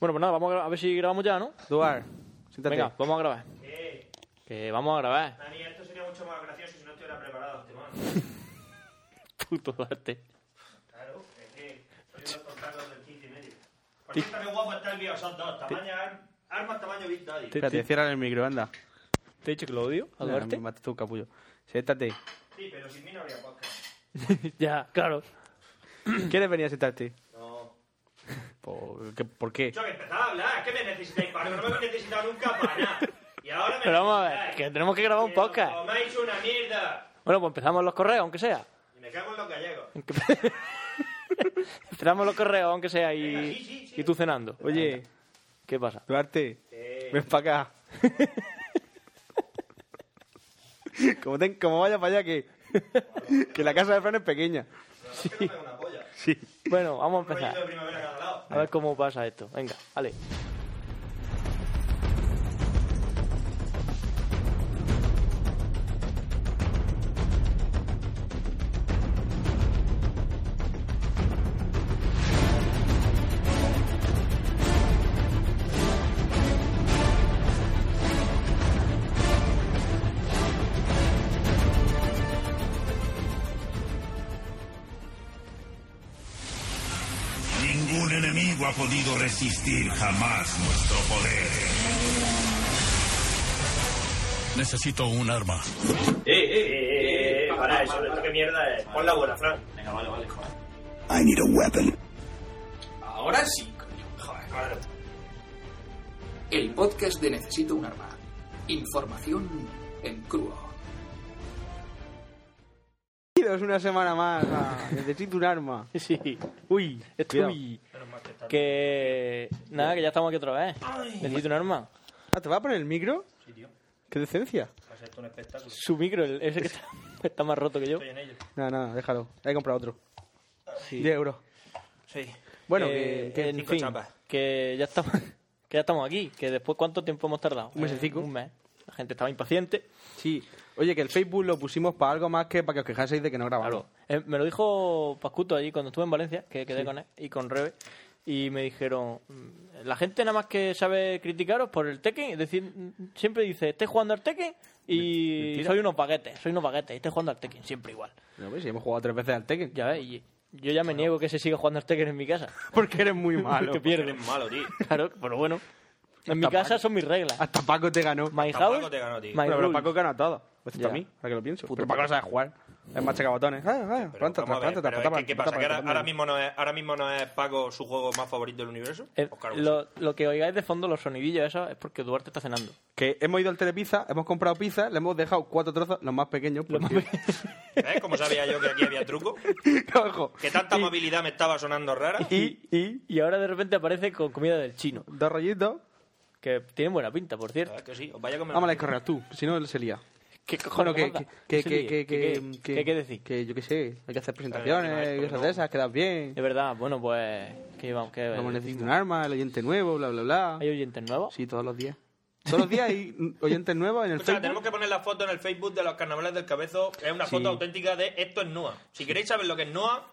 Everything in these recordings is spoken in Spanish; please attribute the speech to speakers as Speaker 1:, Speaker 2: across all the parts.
Speaker 1: Bueno, pues nada, vamos a, gra- a ver si grabamos ya, ¿no?
Speaker 2: Duar, siéntate.
Speaker 1: Venga, vamos a grabar.
Speaker 3: Eh,
Speaker 1: Que vamos a grabar.
Speaker 3: Dani, esto sería mucho más gracioso si no estuviera preparado este man.
Speaker 1: Puto arte.
Speaker 3: Claro, es que soy uno de los del 15 y medio. Por cierto, qué guapo está el Bioshock 2. Tamaño, ar- armas tamaño Big Daddy.
Speaker 2: Espérate, cierra el micro, anda.
Speaker 1: ¿Te he dicho que lo odio? ¿Al arte?
Speaker 2: Me matas tú, capullo. Siéntate.
Speaker 3: Sí, pero sin mí no habría podcast.
Speaker 1: ya, claro.
Speaker 2: ¿Quieres venir a sentarte?
Speaker 3: No.
Speaker 2: ¿Por qué? ¿Por qué?
Speaker 3: Yo que empezaba a hablar, es que me necesitáis para no me he necesitado nunca para nada. Y ahora me
Speaker 1: Pero vamos a ver,
Speaker 3: necesitáis.
Speaker 1: que tenemos que grabar un
Speaker 3: Que os
Speaker 1: podcast.
Speaker 3: Comáis una mierda.
Speaker 1: Bueno, pues empezamos los correos, aunque sea.
Speaker 3: Y me cago en los gallegos.
Speaker 1: Empezamos los correos, aunque sea,
Speaker 3: Venga,
Speaker 1: y,
Speaker 3: sí, sí, sí.
Speaker 1: y tú cenando.
Speaker 2: Oye,
Speaker 1: ¿Qué pasa?
Speaker 2: Duarte,
Speaker 3: Eh,
Speaker 2: ven para acá. como, ten- como vaya para allá, que, que la casa de Fran es pequeña.
Speaker 3: es que no pega una polla.
Speaker 2: Sí.
Speaker 1: Bueno, vamos a
Speaker 3: Un rollito de
Speaker 1: empezar.
Speaker 3: primavera cada lado.
Speaker 1: A ver cómo pasa esto. Venga, vale.
Speaker 4: Ningún enemigo ha podido resistir jamás nuestro poder. Necesito un arma.
Speaker 3: Eh, eh, para eso, esto qué mierda es. Pon la buena, Fran.
Speaker 5: Venga, vale, vale, joder.
Speaker 4: I need a weapon.
Speaker 5: Ahora sí, coño, joder.
Speaker 3: Claro.
Speaker 6: El podcast de Necesito un arma. Información en crudo.
Speaker 2: Bienvenidos una semana más. a Necesito un arma.
Speaker 1: Sí. Uy, esto
Speaker 2: cuidado.
Speaker 1: uy. Que. Nada, que ya estamos aquí otra vez. Necesito un arma.
Speaker 2: Ah, ¿te vas a poner el micro? Sí, tío. Qué decencia.
Speaker 3: Va a ser esto un espectáculo.
Speaker 1: Su micro, el- ese que está, está más roto que yo.
Speaker 3: Estoy en ello.
Speaker 2: Nada, nada, déjalo. Hay que comprar otro. 10 euros.
Speaker 3: Sí.
Speaker 2: Bueno,
Speaker 1: Eh,
Speaker 2: que, que-
Speaker 1: en fin, que ya estamos, que ya estamos aquí. Que después, ¿cuánto tiempo hemos tardado? Eh,
Speaker 2: Un mesecico.
Speaker 1: un mes. La gente estaba impaciente.
Speaker 2: sí. Oye, que el Facebook lo pusimos para algo más que para que os quejaseis de que no grabamos.
Speaker 1: Claro. Eh, me lo dijo Pascuto allí cuando estuve en Valencia, que quedé con él y con Rebe. Y me dijeron, mm, la gente nada más que sabe criticaros por el Tekken, es decir, mm, siempre dice, estoy jugando al Tekken y soy unos baguetes, soy unos baguetes, y estoy jugando al Tekken, siempre igual.
Speaker 2: No, pues, si hemos jugado tres veces al Tekken.
Speaker 1: Ya ves, y yo ya me niego que se siga jugando al Tekken en mi casa.
Speaker 2: Porque eres muy malo.
Speaker 1: que pierdo.
Speaker 3: malo, tío.
Speaker 1: pues Claro, pero bueno. En mi casa son mis reglas.
Speaker 2: Hasta Paco te ganó.
Speaker 1: My
Speaker 3: Paco
Speaker 1: house,
Speaker 3: te ganó, tío.
Speaker 1: my
Speaker 2: Pero, pero
Speaker 1: rules.
Speaker 2: Paco gana a todo.
Speaker 1: Ya.
Speaker 2: Excepto a mí, ahora que lo pienso.
Speaker 1: Puto
Speaker 2: pero Paco
Speaker 1: Paco.
Speaker 2: no sabe jugar. Es machaca botones. Ah, ah,
Speaker 3: Pero
Speaker 2: planta,
Speaker 3: vamos a
Speaker 2: planta, planta,
Speaker 3: ver, pero es
Speaker 2: planta,
Speaker 3: que, ¿Qué
Speaker 2: planta,
Speaker 3: pasa? ¿Que ahora,
Speaker 2: planta,
Speaker 3: ahora mismo no es, ahora mismo no es Paco su juego más favorito del universo?
Speaker 1: Eh,
Speaker 3: Pues claro que sí.
Speaker 1: lo, lo que oigáis de fondo, los sonidillos esos, es porque Duarte está cenando.
Speaker 2: Que hemos ido al Telepizza, hemos comprado pizza, le hemos dejado cuatro trozos, los más pequeños.
Speaker 1: Lo más
Speaker 2: porque-
Speaker 3: ¿Ves cómo sabía yo que aquí había truco?
Speaker 2: Ojo.
Speaker 3: Que tanta movilidad me estaba sonando rara.
Speaker 1: Y, y, y ahora de repente aparece con comida del chino,
Speaker 2: Dos rollitos.
Speaker 1: que tiene buena pinta, por
Speaker 3: La
Speaker 1: cierto.
Speaker 3: verdad es que sí, os vaya a comer.
Speaker 2: Vamos a correr tú, si no él se lía.
Speaker 1: ¿Qué cojones?
Speaker 2: Bueno, que,
Speaker 1: manda?
Speaker 2: que,
Speaker 1: Sí,
Speaker 2: que,
Speaker 1: ¿qué-
Speaker 2: que, que,
Speaker 1: qué- qué hay que decir?
Speaker 2: Que yo qué sé, hay que hacer
Speaker 3: Claro,
Speaker 2: presentaciones,
Speaker 3: encima
Speaker 2: y
Speaker 3: esto,
Speaker 2: cosas
Speaker 3: ¿no?
Speaker 2: de esas, quedas bien.
Speaker 1: Es verdad, bueno, pues. Que vamos, que.
Speaker 2: Vamos, necesito un arma, el oyente nuevo, bla, bla, bla.
Speaker 1: ¿Hay oyentes nuevos?
Speaker 2: Sí, todos los días. Todos los días hay oyentes nuevos en el
Speaker 3: O sea,
Speaker 2: Facebook.
Speaker 3: tenemos que poner la foto en el Facebook de los carnavales del cabezo. Es una foto auténtica de esto es NUA. Si queréis saber lo que es NUA,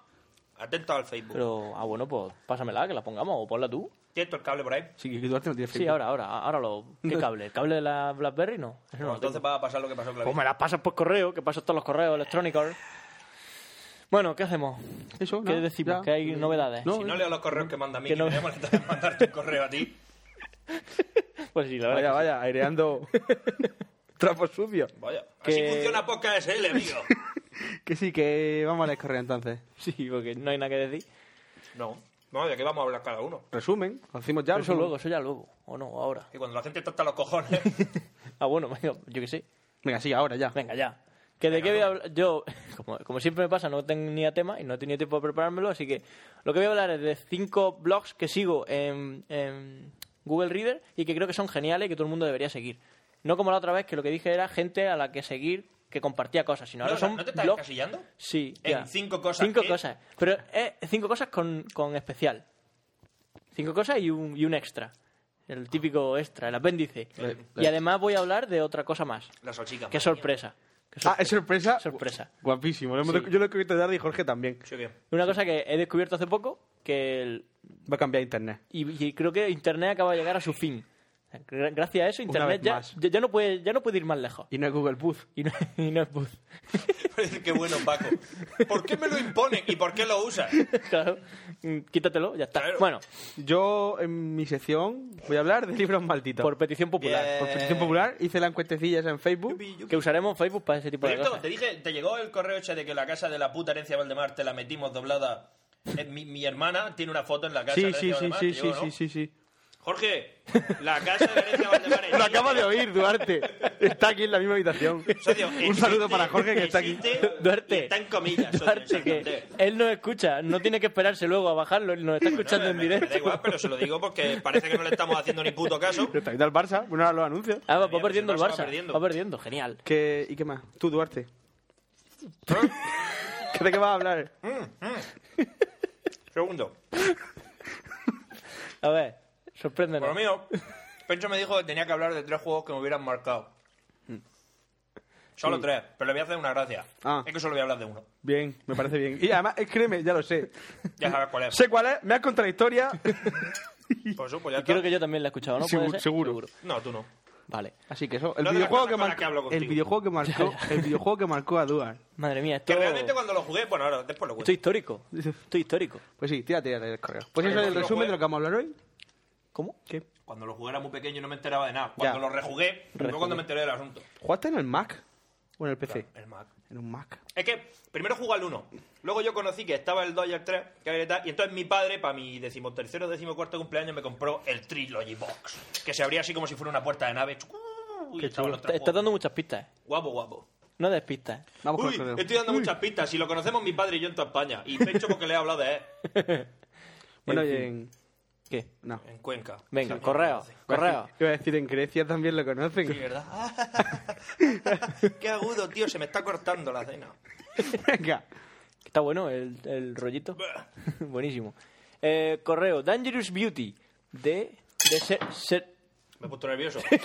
Speaker 3: atentos al Facebook.
Speaker 1: Pero, ah, bueno, pues pásamela, que la pongamos, o ponla tú.
Speaker 3: ¿Cierto el cable por ahí?
Speaker 2: Sí, que Duarte no tiene Facebook.
Speaker 1: Sí, ahora, ahora, ahora lo. ¿Qué cable? ¿El cable de la Blackberry? No. Ese no lo
Speaker 3: Bueno,
Speaker 1: tengo.
Speaker 3: entonces va a pasar lo que pasó con la
Speaker 1: Pues me las pasas por correo, que paso todos los correos electrónicos. Bueno, ¿qué hacemos?
Speaker 2: Eso,
Speaker 1: ¿Qué
Speaker 2: nada,
Speaker 1: decimos?
Speaker 2: ya.
Speaker 1: ¿Que hay novedades?
Speaker 2: No,
Speaker 3: Si no leo los correos que manda a mí,
Speaker 1: Que
Speaker 3: que
Speaker 1: no-
Speaker 3: me voy a molestar en mandarte un correo a ti.
Speaker 1: Pues sí, la verdad. que sí.
Speaker 2: Vaya, vaya, aireando trapos sucios.
Speaker 3: Vaya, así
Speaker 1: Que-
Speaker 3: funciona Podcast SL, amigo.
Speaker 2: Que sí, que vamos a la escorrea entonces.
Speaker 1: Sí, porque no hay nada que decir.
Speaker 3: No. No, ¿de qué vamos a hablar cada uno?
Speaker 2: Resumen, lo hacemos ya.
Speaker 1: Pero eso
Speaker 2: resumen.
Speaker 1: luego, eso ya luego. O no, ahora.
Speaker 3: Y cuando la gente está hasta los cojones.
Speaker 1: Ah, bueno, venga, yo qué sé.
Speaker 2: Venga, sí, ahora ya.
Speaker 1: Venga, ya. ¿Que ¿De qué voy a hablar? Yo, como, como siempre me pasa, no tenía tema y no he tenido tiempo de preparármelo, así que lo que voy a hablar es de cinco blogs que sigo en, en Google Reader y que creo que son geniales y que todo el mundo debería seguir. No como la otra vez, que lo que dije era gente a la que seguir que compartía cosas, sino ahora
Speaker 3: No,
Speaker 1: son
Speaker 3: ¿No te estás
Speaker 1: blogs...
Speaker 3: encasillando?
Speaker 1: Sí,
Speaker 3: En
Speaker 1: ya.
Speaker 3: cinco cosas,
Speaker 1: Cinco
Speaker 3: ¿eh?
Speaker 1: cosas. Pero eh, cinco cosas con, con especial. Cinco cosas y un, y un extra. El típico extra, el apéndice. Y además voy a hablar de otra cosa más.
Speaker 3: La salchica.
Speaker 1: Qué
Speaker 3: madre
Speaker 1: sorpresa. Qué
Speaker 2: Ah, ¿es sorpresa?
Speaker 1: Sorpresa.
Speaker 2: Guapísimo. lo hemos descu- Yo lo he escrito tarde y Jorge también.
Speaker 3: mía. Sí, bien.
Speaker 1: Una cosa que he descubierto hace poco, que el-
Speaker 2: Va a cambiar internet.
Speaker 1: y, y creo que Internet acaba de llegar a su fin. Gra- Gracias a eso, Internet
Speaker 2: vez
Speaker 1: ya,
Speaker 2: más.
Speaker 1: ya, ya no puede, ya no puede ir más lejos.
Speaker 2: Y no es Google Booth.
Speaker 1: Y no, y no es buzz.
Speaker 3: Parece que bueno, Paco. ¿Por qué me lo imponen y por qué lo usas?
Speaker 1: claro. Mm, Quítatelo, ya está.
Speaker 3: Claro.
Speaker 1: Bueno,
Speaker 2: Yo, en mi sección, voy a hablar de libros malditos.
Speaker 1: por petición popular.
Speaker 3: Bien.
Speaker 2: Por petición popular, hice la encuestecilla esa en Facebook.
Speaker 1: Que usaremos Facebook para ese tipo de
Speaker 3: Proyecto,
Speaker 1: cosas.
Speaker 3: te dije, te llegó el correo ese de que la casa de la puta herencia Valdemar te la metimos doblada. Eh, mi, mi hermana tiene una foto en la casa de
Speaker 2: Sí,
Speaker 3: la
Speaker 2: sí,
Speaker 3: herencia
Speaker 2: sí,
Speaker 3: Valdemar,
Speaker 2: sí,
Speaker 3: te
Speaker 2: sí,
Speaker 3: llegó,
Speaker 2: sí,
Speaker 3: ¿no?
Speaker 2: sí, sí.
Speaker 3: Jorge, la casa de la herencia Valdemar.
Speaker 2: Lo acaba
Speaker 3: este-
Speaker 2: de oír, Duarte. Está aquí en la misma habitación.
Speaker 3: Socio,
Speaker 2: Un saludo
Speaker 3: existe-
Speaker 2: para Jorge que está aquí.
Speaker 3: existe y
Speaker 1: Duarte.
Speaker 3: Está en comillas. socio,
Speaker 1: Duarte, que
Speaker 3: exactamente.
Speaker 1: él no escucha, no tiene que esperarse luego a bajarlo, nos está escuchando en
Speaker 3: Me- me da
Speaker 1: directo.
Speaker 3: igual, pero se lo digo porque parece que no le estamos haciendo ni puto caso.
Speaker 2: Pero está ahí del Barça. Bueno, ahora lo anuncia.
Speaker 1: Ah, va, va
Speaker 3: Mira,
Speaker 1: perdiendo el
Speaker 3: pues
Speaker 1: Barça.
Speaker 3: el Barça va perdiendo.
Speaker 1: Va perdiendo, genial.
Speaker 2: ¿Qué- ¿Y qué más? Tú, Duarte. ¿Qué ¿De qué vas a hablar?
Speaker 3: Segundo.
Speaker 1: A ver, sorpréndenos.
Speaker 3: Por lo mío, Pencho me dijo que tenía que hablar de tres juegos que me hubieran marcado. Solo tres, pero le voy a hacer una gracia.
Speaker 2: Ah.
Speaker 3: Es que solo voy a hablar de uno.
Speaker 2: Bien, me parece bien. Y además, eh, créeme, ya lo sé.
Speaker 3: Ya sabes cuál es.
Speaker 2: Sé cuál es, me has contado la historia.
Speaker 3: Por eso, pues ya está.
Speaker 1: Creo que yo también la he escuchado, ¿no? ¿Puede
Speaker 2: Segu-
Speaker 1: ser?
Speaker 2: seguro.
Speaker 3: No, tú no.
Speaker 1: Vale.
Speaker 2: Así que eso, el,
Speaker 3: No de las
Speaker 2: videojuego,
Speaker 3: cosas
Speaker 2: que
Speaker 3: con las
Speaker 2: marcó,
Speaker 3: que hablo
Speaker 2: el
Speaker 3: contigo.
Speaker 2: videojuego que marcó, el videojuego que marcó a Duar.
Speaker 1: Madre mía, esto,
Speaker 3: Que realmente cuando lo jugué, bueno, ahora después lo cuento.
Speaker 1: esto histórico. Esto histórico.
Speaker 2: Pues sí, tírate tírate el correo. Pues
Speaker 3: Oye,
Speaker 2: eso es el
Speaker 3: pues lo
Speaker 2: resumen
Speaker 3: jugué.
Speaker 2: de lo que vamos a hablar hoy.
Speaker 1: ¿Cómo?
Speaker 2: ¿Qué?
Speaker 3: Cuando lo jugué era muy pequeño y no me enteraba de nada. Cuando
Speaker 2: Ya.
Speaker 3: lo rejugué, fue
Speaker 1: Rejugué.
Speaker 3: cuando me enteré del asunto.
Speaker 2: ¿Jugaste en el Mac o en el PC?
Speaker 3: El Mac.
Speaker 2: En un Mac.
Speaker 3: Es que primero jugué al 1. Luego yo conocí que estaba el 2 y el 3. que había y tal, Y entonces mi padre, para mi decimotercero o decimocuarto cumpleaños, me compró el Trilogy Box. Que se abría así como si fuera una puerta de nave. chucu, Y estaban los
Speaker 1: Estás
Speaker 3: tres
Speaker 1: estás
Speaker 3: juegos.
Speaker 1: dando muchas pistas. eh.
Speaker 3: Guapo, guapo.
Speaker 1: No des pistas. ¿eh?
Speaker 2: Vamos
Speaker 3: Uy,
Speaker 2: con el correo.
Speaker 3: estoy dando muchas pistas. Si lo conocemos mi padre y yo en toda España. Y Pecho porque le he hablado eh, de él.
Speaker 2: Bueno,
Speaker 1: en
Speaker 2: y
Speaker 1: fin.
Speaker 2: en...
Speaker 1: ¿Qué?
Speaker 2: No.
Speaker 3: En Cuenca.
Speaker 1: Venga,
Speaker 3: También lo
Speaker 1: correo,
Speaker 3: conoce.
Speaker 1: correo.
Speaker 2: Iba a decir, en Grecia también lo conocen.
Speaker 3: Sí, ¿verdad? Qué agudo, tío. Se me está cortando la cena.
Speaker 2: Venga.
Speaker 1: Está bueno el, el rollito. Buenísimo. Eh, correo, Dangerous Beauty, de, de, Ser- Ser-
Speaker 3: Me he puesto nervioso. Me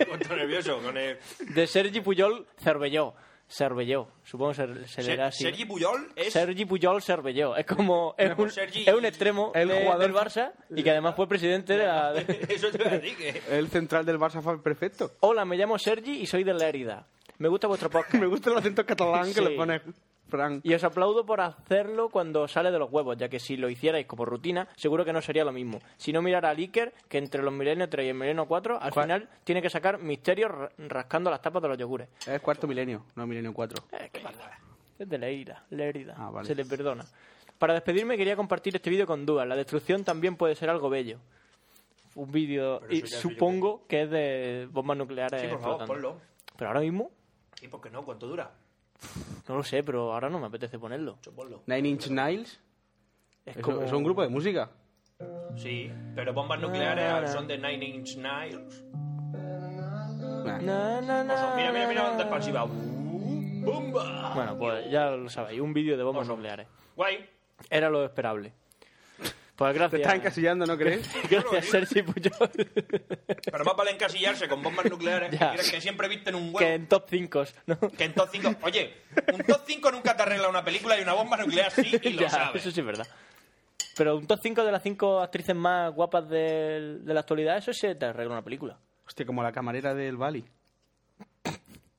Speaker 3: he puesto nervioso con el...
Speaker 1: de Sergi Puyol Cervelló. Cervelló, supongo que se, se leerá así.
Speaker 3: Sergi Puyol es...
Speaker 1: Sergi Puyol Cervelló. Es como. Es
Speaker 3: Mejor
Speaker 1: un,
Speaker 3: Sergi-
Speaker 1: es un extremo
Speaker 2: El
Speaker 1: de-
Speaker 2: jugador-
Speaker 1: del Barça y que además fue presidente de la. de-
Speaker 3: Eso te eh. voy a decir que...
Speaker 2: El central del Barça fue perfecto.
Speaker 1: Hola, me llamo Sergi y soy de la herida. Me gusta vuestro podcast.
Speaker 2: Me gusta el acento catalán que
Speaker 1: Sí.
Speaker 2: le pone Frank.
Speaker 1: Y os aplaudo por hacerlo cuando sale de los huevos, ya que si lo hicierais como rutina, seguro que no sería lo mismo. Si no mirara a Iker, que entre los Milenio 3 y el Milenio 4, al
Speaker 2: ¿Cuál?
Speaker 1: final tiene que sacar misterios ra- rascando las tapas de los yogures.
Speaker 2: Es cuarto milenio, no milenio cuatro.
Speaker 1: Eh, qué barbaridad. Es de la herida, la herida.
Speaker 2: Ah, vale.
Speaker 1: Se le perdona. Para despedirme quería compartir este vídeo con Dúa. La destrucción también puede ser algo bello. Un vídeo,
Speaker 3: Pero
Speaker 1: y
Speaker 3: eso ya es
Speaker 1: supongo que es de bombas nucleares
Speaker 3: Sí, por favor,
Speaker 1: explotando.
Speaker 3: ponlo.
Speaker 1: Pero ahora mismo,
Speaker 3: ¿Y por qué no? ¿Cuánto dura?
Speaker 1: no lo sé, pero ahora no me apetece ponerlo.
Speaker 3: Yo ponlo.
Speaker 2: Nine Inch Nails.
Speaker 1: Es
Speaker 2: Es,
Speaker 1: como...
Speaker 2: es un grupo de música.
Speaker 3: Sí, pero bombas nucleares al son de Nine Inch Nails.
Speaker 2: Nah.
Speaker 1: Na, na, na,
Speaker 3: Oso, mira, mira, mira,
Speaker 1: na,
Speaker 3: banda
Speaker 1: na.
Speaker 3: expansiva. Uh, ¡Bomba!
Speaker 1: Bueno, pues ya lo sabéis, un vídeo de bombas nucleares.
Speaker 3: Guay.
Speaker 1: Era lo esperable. Pues
Speaker 2: Te
Speaker 1: gracias.
Speaker 2: estás encasillando, ¿no crees?
Speaker 1: Gracias, Sergi Puyol.
Speaker 3: Pero más vale encasillarse con bombas nucleares que,
Speaker 1: Ya.
Speaker 3: crees que siempre visten un
Speaker 1: que
Speaker 3: huevo.
Speaker 1: en top 5, ¿no?
Speaker 3: Que en top 5... Oye, un top 5 nunca te arregla una película y una bomba nuclear sí y lo
Speaker 1: Ya,
Speaker 3: sabes.
Speaker 1: Eso sí es verdad. Pero un top 5 de las 5 actrices más guapas del- de la actualidad, eso se te arregla una película.
Speaker 2: Hostia, como la camarera del Bali.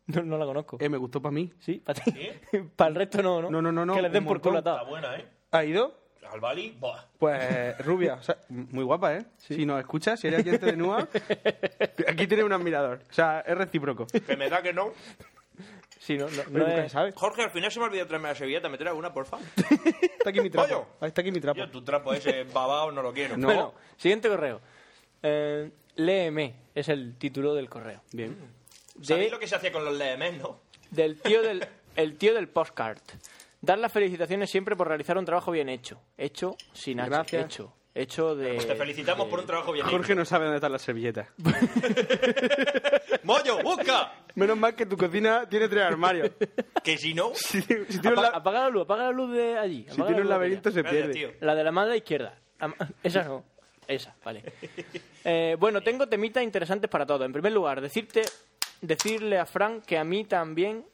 Speaker 1: No, no la conozco.
Speaker 2: Eh, me gustó para mí.
Speaker 1: ¿Sí? ¿Para ti? Para el resto no, ¿no?
Speaker 2: No, no, no, no,
Speaker 1: Que les den
Speaker 2: un
Speaker 1: por culo a
Speaker 2: montón.
Speaker 3: Está
Speaker 1: todos.
Speaker 3: buena, ¿eh?
Speaker 2: ¿Ha ido?
Speaker 3: Al Bali, buah.
Speaker 2: Pues rubia, o sea, muy guapa, ¿eh? Si nos escuchas, si eres oyente de Nua, aquí tienes un admirador. O sea, es recíproco.
Speaker 3: Que me da que no.
Speaker 1: Sí, no, no, no
Speaker 2: Pero nunca
Speaker 1: es-
Speaker 2: se sabe.
Speaker 3: Jorge, al final se me olvidó traerme la servilleta. ¿Me traes una, por favor?
Speaker 2: Está aquí mi trapo.
Speaker 3: Pollo.
Speaker 2: Ahí está aquí mi trapo.
Speaker 3: Yo tu trapo ese babao no lo quiero.
Speaker 2: No.
Speaker 1: Bueno, Oh. siguiente correo. Eh, léeme, es el título del correo.
Speaker 2: Bien.
Speaker 3: ¿Sabéis
Speaker 1: De-
Speaker 3: lo que se hacía con los lemes, no?
Speaker 1: Del tío del, el tío del postcard. Dar las felicitaciones siempre por realizar un trabajo bien hecho. Hecho sin H.
Speaker 2: Gracias.
Speaker 1: Hecho. Hecho de...
Speaker 3: Pues te felicitamos por un trabajo bien hecho.
Speaker 2: Eh, Jorge no sabe dónde están las servilletas.
Speaker 3: ¡Mollo, busca!
Speaker 2: Menos mal que tu cocina tiene tres armarios.
Speaker 3: Que si no...
Speaker 2: Si, si tiene un,
Speaker 1: Apa-
Speaker 2: la-
Speaker 1: Apaga la luz, apaga la luz de allí.
Speaker 2: si
Speaker 1: apaga la
Speaker 2: tiene
Speaker 1: luz de
Speaker 2: un
Speaker 1: allá.
Speaker 2: laberinto se
Speaker 3: Gracias,
Speaker 2: pierde.
Speaker 3: tío.
Speaker 1: La de la mano izquierda. La ma- Esa no. Esa, vale. Eh, bueno, tengo temitas interesantes para todo. En primer lugar, decirte, decirle a Frank que a mí también,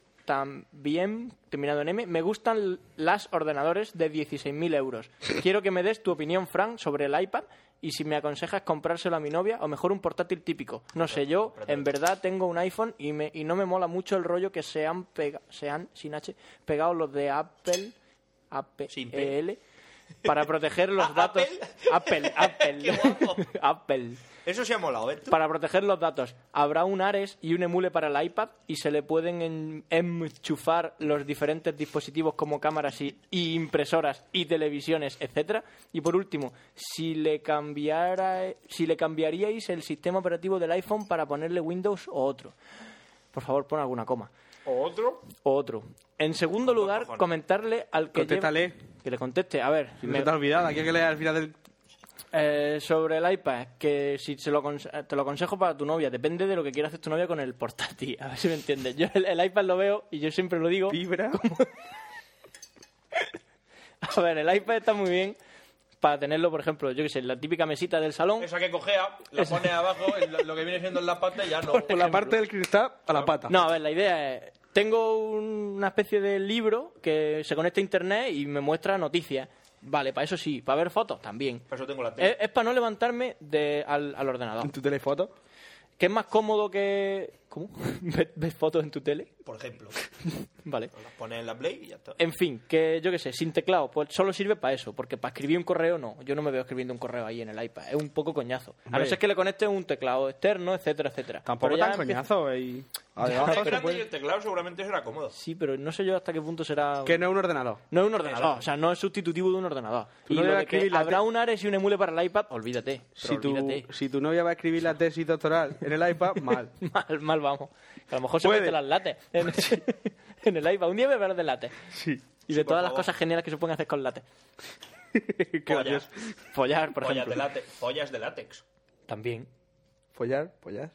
Speaker 7: Sin P.
Speaker 1: APL, para proteger los
Speaker 7: ¿A-
Speaker 1: datos. Apple, Apple.
Speaker 7: Qué guapo.
Speaker 1: Apple.
Speaker 7: Eso se ha molado, ¿eh?
Speaker 1: Para proteger los datos, habrá un Ares y un emule para el iPad y se le pueden en- enchufar los diferentes dispositivos como cámaras y, y impresoras y televisiones, etcétera. Y por último, si le cambiara, si le cambiaríais el sistema operativo del iPhone para ponerle Windows o otro. Por favor, pon alguna coma
Speaker 5: ¿O otro?
Speaker 1: o otro. En segundo lugar,
Speaker 7: cojones.
Speaker 1: comentarle al que lleva-
Speaker 2: Contéstale.
Speaker 1: que le conteste. A ver,
Speaker 2: Si
Speaker 1: me-
Speaker 2: no te has olvidado, aquí hay que leer al final del...
Speaker 1: eh, sobre el iPad, que si se lo aconse- te lo aconsejo para tu novia, depende de lo que quiera hacer tu novia con el portátil. A ver si me entiendes. Yo el, el iPad lo veo y yo siempre lo digo.
Speaker 2: Vibra.
Speaker 1: A ver, el iPad está muy bien para tenerlo, por ejemplo, yo que sé, en la típica mesita del salón.
Speaker 7: Esa que cogea, la pone abajo, el- lo que viene siendo en la pata y ya no.
Speaker 2: Por la parte del cristal a la pata.
Speaker 1: No, a ver, la idea es... Tengo un- una especie de libro que se conecta a internet y me muestra noticias. Vale, para eso sí. Para ver fotos, también.
Speaker 7: Para eso tengo la tele.
Speaker 1: Es, para no levantarme de, al, al ordenador.
Speaker 2: En tu telefoto.
Speaker 1: Que es más cómodo que... ¿Cómo? ¿Ves- ¿Ves fotos en tu tele?
Speaker 7: Por ejemplo,
Speaker 1: Vale.
Speaker 7: las pone en la Play y ya está.
Speaker 1: En fin, que yo qué sé, sin teclado, pues solo sirve para eso, porque para escribir un correo no. Yo no me veo escribiendo un correo ahí en el iPad, es un poco coñazo. A no
Speaker 2: Hombre.
Speaker 1: ser que le conectes un teclado externo, etcétera, etcétera.
Speaker 2: Tampoco
Speaker 1: Pero ya
Speaker 2: tan
Speaker 1: empieza-
Speaker 2: coñazo. Y...
Speaker 7: Es
Speaker 2: Además, pues, se
Speaker 7: grande y
Speaker 2: puede-
Speaker 7: el teclado seguramente será cómodo.
Speaker 1: Sí, pero no sé yo hasta qué punto será.
Speaker 2: Que no es un ordenador.
Speaker 1: No es un ordenador, o sea, no es sustitutivo de un ordenador.
Speaker 2: Tú
Speaker 1: Y
Speaker 2: no
Speaker 1: lo
Speaker 2: le
Speaker 1: de que
Speaker 2: escribes la
Speaker 1: habrá
Speaker 2: te-
Speaker 1: un Ares y un emule para el iPad, olvídate. pero
Speaker 2: Si
Speaker 1: olvídate.
Speaker 2: tu, si tu novia va a escribir la tesis doctoral en el iPad, mal.
Speaker 1: Mal, mal vamos. Que a lo mejor se
Speaker 2: Puede.
Speaker 1: mete las lates en, en el iPad. Un día me hablarás de lates.
Speaker 2: Sí.
Speaker 1: Y de
Speaker 7: por
Speaker 1: todas las
Speaker 7: favor.
Speaker 1: cosas geniales que se pueden hacer con lates.
Speaker 7: Pollas.
Speaker 1: Follar, por
Speaker 7: Pollas de,
Speaker 1: ejemplo.
Speaker 7: látex. Pollas de látex.
Speaker 1: También.
Speaker 2: Follar, follar.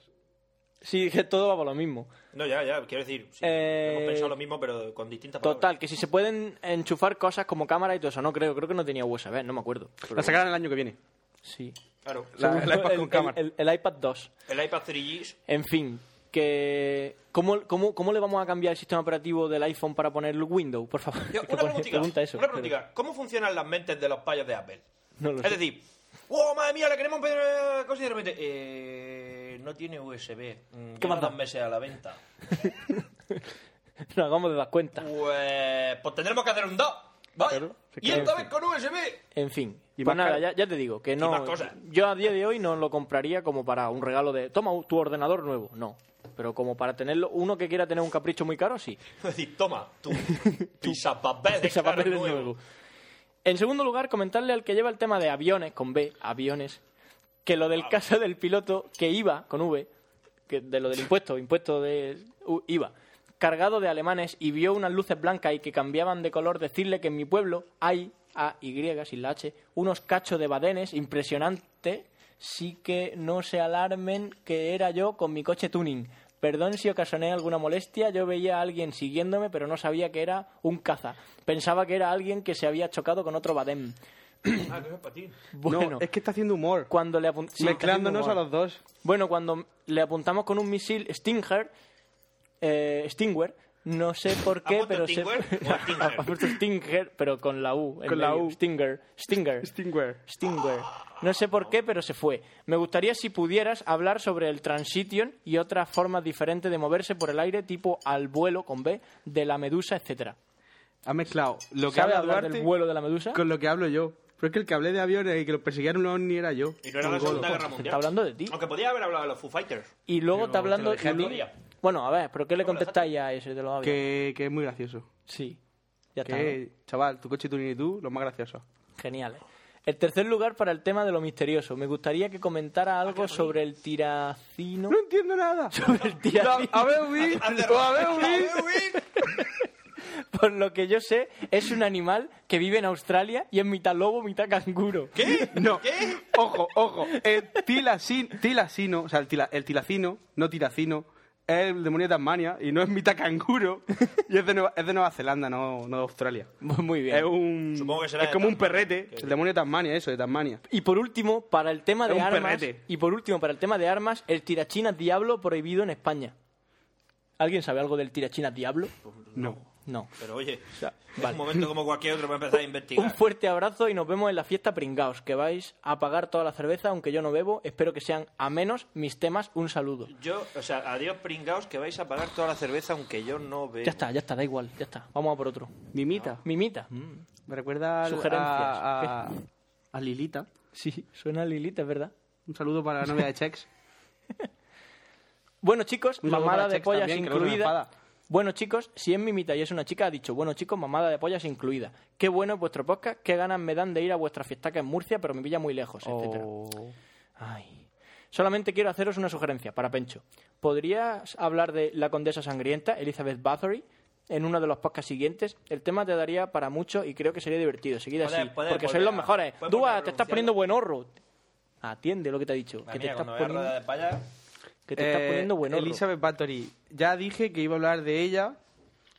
Speaker 1: Sí, que todo va por lo mismo.
Speaker 7: No, ya, ya, quiero decir, sí,
Speaker 1: Eh,
Speaker 7: hemos pensado lo mismo, pero con distintas palabras.
Speaker 1: Total, que si se pueden enchufar cosas como cámara y todo eso, no creo, creo que no tenía USB, no me acuerdo.
Speaker 2: La sacarán el año que viene.
Speaker 1: Sí.
Speaker 7: Claro.
Speaker 2: La- el iPad con
Speaker 1: el,
Speaker 2: cámara.
Speaker 1: el- el iPad 2.
Speaker 7: El iPad 3G,
Speaker 1: En fin, que ¿cómo, cómo, cómo le vamos a cambiar el sistema operativo del iPhone para poner Windows, por favor?
Speaker 7: Yo,
Speaker 1: Que
Speaker 7: una
Speaker 1: pone-
Speaker 7: preguntita.
Speaker 1: pregunta eso.
Speaker 7: una
Speaker 1: pero-
Speaker 7: preguntica. ¿Cómo funcionan las mentes de los payos de Apple?
Speaker 1: No lo
Speaker 7: es
Speaker 1: sé.
Speaker 7: decir, ¡wow, madre mía, le queremos pedir eh, cosas y de repente... Eh, no tiene USB. Mm,
Speaker 1: ¿Qué
Speaker 7: lleva
Speaker 1: más da?
Speaker 7: dos meses a la venta.
Speaker 1: Nos hagamos de dar cuenta.
Speaker 7: Pues, pues tendremos que hacer un DAO. Vaya.
Speaker 1: Claro, se
Speaker 7: y
Speaker 1: queda
Speaker 7: esta
Speaker 1: en
Speaker 7: vez con USB.
Speaker 1: En fin,
Speaker 2: Y
Speaker 1: pues
Speaker 2: más
Speaker 1: nada,
Speaker 2: caro.
Speaker 1: ya, ya te digo que no.
Speaker 7: más cosas.
Speaker 1: Yo a día de hoy no lo compraría como para un regalo de toma tu ordenador nuevo, no. Pero como para tenerlo, uno que quiera tener un capricho muy caro, sí.
Speaker 7: Es decir, toma, tu, tu zapapel de
Speaker 1: Ese
Speaker 7: carro
Speaker 1: papel es
Speaker 7: nuevo.
Speaker 1: nuevo. En segundo lugar, comentarle al que lleva el tema de aviones, con B, aviones, que lo del caso del piloto que iba, con V, que de lo del impuesto, impuesto de u- IVA, cargado de alemanes y vio unas luces blancas y que cambiaban de color, decirle que en mi pueblo hay, A, Y, sin la H, unos cachos de badenes impresionante, sí que no se alarmen que era yo con mi coche tuning. Perdón si ocasioné alguna molestia, yo veía a alguien siguiéndome, pero no sabía que era un caza. Pensaba que era alguien que se había chocado con otro badén.
Speaker 7: Ah, que eso es para ti.
Speaker 1: Bueno,
Speaker 2: No, es que está haciendo humor.
Speaker 1: cuando le apunt- sí,
Speaker 2: mezclándonos
Speaker 1: está
Speaker 2: a
Speaker 1: haciendo
Speaker 2: los dos.
Speaker 1: bueno, cuando le apuntamos con un misil Stinger, eh, Stinger, no sé por qué,
Speaker 7: ¿Ha puesto
Speaker 1: pero
Speaker 7: Stinger
Speaker 1: se...
Speaker 7: o ha Stinger?
Speaker 1: Ha puesto Stinger, pero con la U. en
Speaker 2: Con la
Speaker 1: medio.
Speaker 2: U.
Speaker 1: Stinger, Stinger.
Speaker 2: Stingware.
Speaker 1: Stinger. No sé por qué, pero se fue. Me gustaría si pudieras hablar sobre el transition y otras formas diferentes de moverse por el aire, tipo al vuelo con B, de la medusa, etcétera.
Speaker 2: Ha mezclado lo que
Speaker 1: ¿Sabe
Speaker 2: habla
Speaker 1: hablar
Speaker 2: Duarte
Speaker 1: del vuelo de la medusa?
Speaker 2: con lo que hablo yo. Pero es que el que hablé de aviones y que los persiguieron los ni era yo.
Speaker 7: Y no era la Segunda Guerra
Speaker 1: Se
Speaker 7: Mundial.
Speaker 1: está hablando de ti.
Speaker 7: Aunque podía haber hablado de los Foo Fighters.
Speaker 1: Y luego está hablando
Speaker 7: te lo dejé
Speaker 1: y
Speaker 7: otro
Speaker 1: lu-
Speaker 7: día.
Speaker 1: Bueno, a ver, ¿pero qué le
Speaker 7: No me lo dejaste.
Speaker 1: contestáis a ese de los aviones?
Speaker 2: Que, que es muy gracioso.
Speaker 1: Sí. Ya está. ¿no?
Speaker 2: Que, chaval, tu coche, tú ni tú, lo más gracioso.
Speaker 1: Genial. El tercer lugar para el tema de lo misterioso. Me gustaría que
Speaker 2: Ah,
Speaker 1: comentara algo sobre el tiracino.
Speaker 2: No entiendo nada.
Speaker 1: Sobre el tiracino.
Speaker 2: A ver, Wii. A ver, Wii.
Speaker 1: Por lo que yo sé, es un animal que vive en Australia y es mitad lobo, mitad canguro.
Speaker 7: ¿Qué?
Speaker 2: No.
Speaker 7: ¿Qué?
Speaker 2: Ojo, ojo. El tilacin- tilacino, o sea, el, tila- el tilacino, no tiracino, es el demonio de Tasmania y no es mitad canguro. Y es de Nueva, es de Nueva Zelanda, no, no de Australia.
Speaker 1: Muy muy bien.
Speaker 2: Es un.
Speaker 7: Supongo que será
Speaker 2: es
Speaker 7: de
Speaker 2: como un
Speaker 7: Tasmania.
Speaker 2: perrete. El demonio de Tasmania, eso, de Tasmania.
Speaker 1: Y por último, para el tema
Speaker 2: Es
Speaker 1: de
Speaker 2: un
Speaker 1: armas.
Speaker 2: perrete.
Speaker 1: Y por último, para el tema de armas, el tirachina diablo prohibido en España. ¿Alguien sabe algo del tirachina Diablo?
Speaker 2: No.
Speaker 1: No.
Speaker 7: Pero oye,
Speaker 1: sea,
Speaker 7: es
Speaker 1: vale.
Speaker 7: un momento como cualquier otro para empezar a investigar.
Speaker 1: Un fuerte abrazo y nos vemos en la fiesta pringaos, que vais a pagar toda la cerveza, aunque yo no bebo. Espero que sean a menos mis temas. Un saludo.
Speaker 7: Yo, o sea, adiós pringaos que vais a pagar toda la cerveza aunque yo no veo.
Speaker 1: Ya está, ya está, da igual, ya está. Vamos a por otro.
Speaker 2: Mimita.
Speaker 1: Mimita. Mm.
Speaker 2: Me recuerda al-
Speaker 1: Sugerencias.
Speaker 2: a, a- a Lilita.
Speaker 1: Sí, suena a Lilita, es verdad.
Speaker 2: Un saludo para la novia de Chex.
Speaker 1: Bueno, chicos,
Speaker 2: Un saludo
Speaker 1: mamada
Speaker 2: para
Speaker 1: de
Speaker 2: Chex
Speaker 1: pollas
Speaker 2: también, que le usa una
Speaker 1: incluida.
Speaker 2: espada.
Speaker 1: Bueno, chicos, si es mi mitad y es una chica, ha dicho, bueno, chicos, mamada de pollas incluida. Qué bueno es vuestro podcast, qué ganas me dan de ir a vuestra fiestaca en Murcia, pero me pilla muy lejos,
Speaker 2: Oh.
Speaker 1: etcétera. Ay. Solamente quiero haceros una sugerencia para Pencho. ¿Podrías hablar de la condesa sangrienta, Elizabeth Bathory, en uno de los podcasts siguientes? El tema te daría para mucho y creo que sería divertido. Seguid
Speaker 7: Puedes-
Speaker 1: así,
Speaker 7: puedes
Speaker 1: porque
Speaker 7: volver
Speaker 1: sois los
Speaker 7: a-
Speaker 1: mejores.
Speaker 7: puedes volver
Speaker 1: Dúa,
Speaker 7: a
Speaker 1: te estás
Speaker 7: pronunciarlo.
Speaker 1: poniendo buen horro. Atiende lo que te ha dicho.
Speaker 7: Madre
Speaker 1: Que te,
Speaker 7: mía,
Speaker 1: estás
Speaker 7: cuando vea
Speaker 1: poniendo,
Speaker 7: rueda de paya,
Speaker 1: que te estás
Speaker 2: Eh,
Speaker 1: poniendo buen horro.
Speaker 2: Elizabeth Bathory. Ya dije que iba a hablar de ella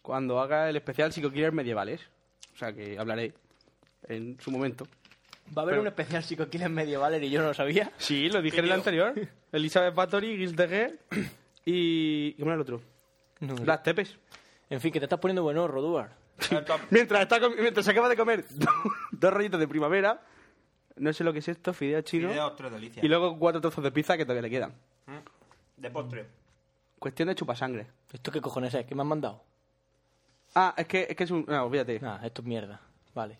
Speaker 2: cuando haga el especial Psico-Killers medievales. O sea que hablaré en su momento.
Speaker 1: Va a haber
Speaker 2: Pero-
Speaker 1: un especial psicoquiles medieval y yo no lo sabía.
Speaker 2: Sí, lo dije en el anterior. Elizabeth Bathory, Gilles de Guerre y... ¿Cómo era el otro? Las Tepes.
Speaker 1: En fin, que te estás poniendo buen horro, Duar.
Speaker 2: Mientras, está comi- mientras se acaba de comer dos rollitos de primavera, no sé lo que es esto, fideo chino,
Speaker 7: fideos, tres delicias.
Speaker 2: y luego cuatro trozos de pizza que todavía le quedan.
Speaker 7: De postre.
Speaker 2: Cuestión de chupasangre.
Speaker 1: ¿Esto qué cojones es? ¿Qué me han mandado?
Speaker 2: Ah, es que es, que es un... No, fíjate.
Speaker 1: Ah, esto es mierda. Vale.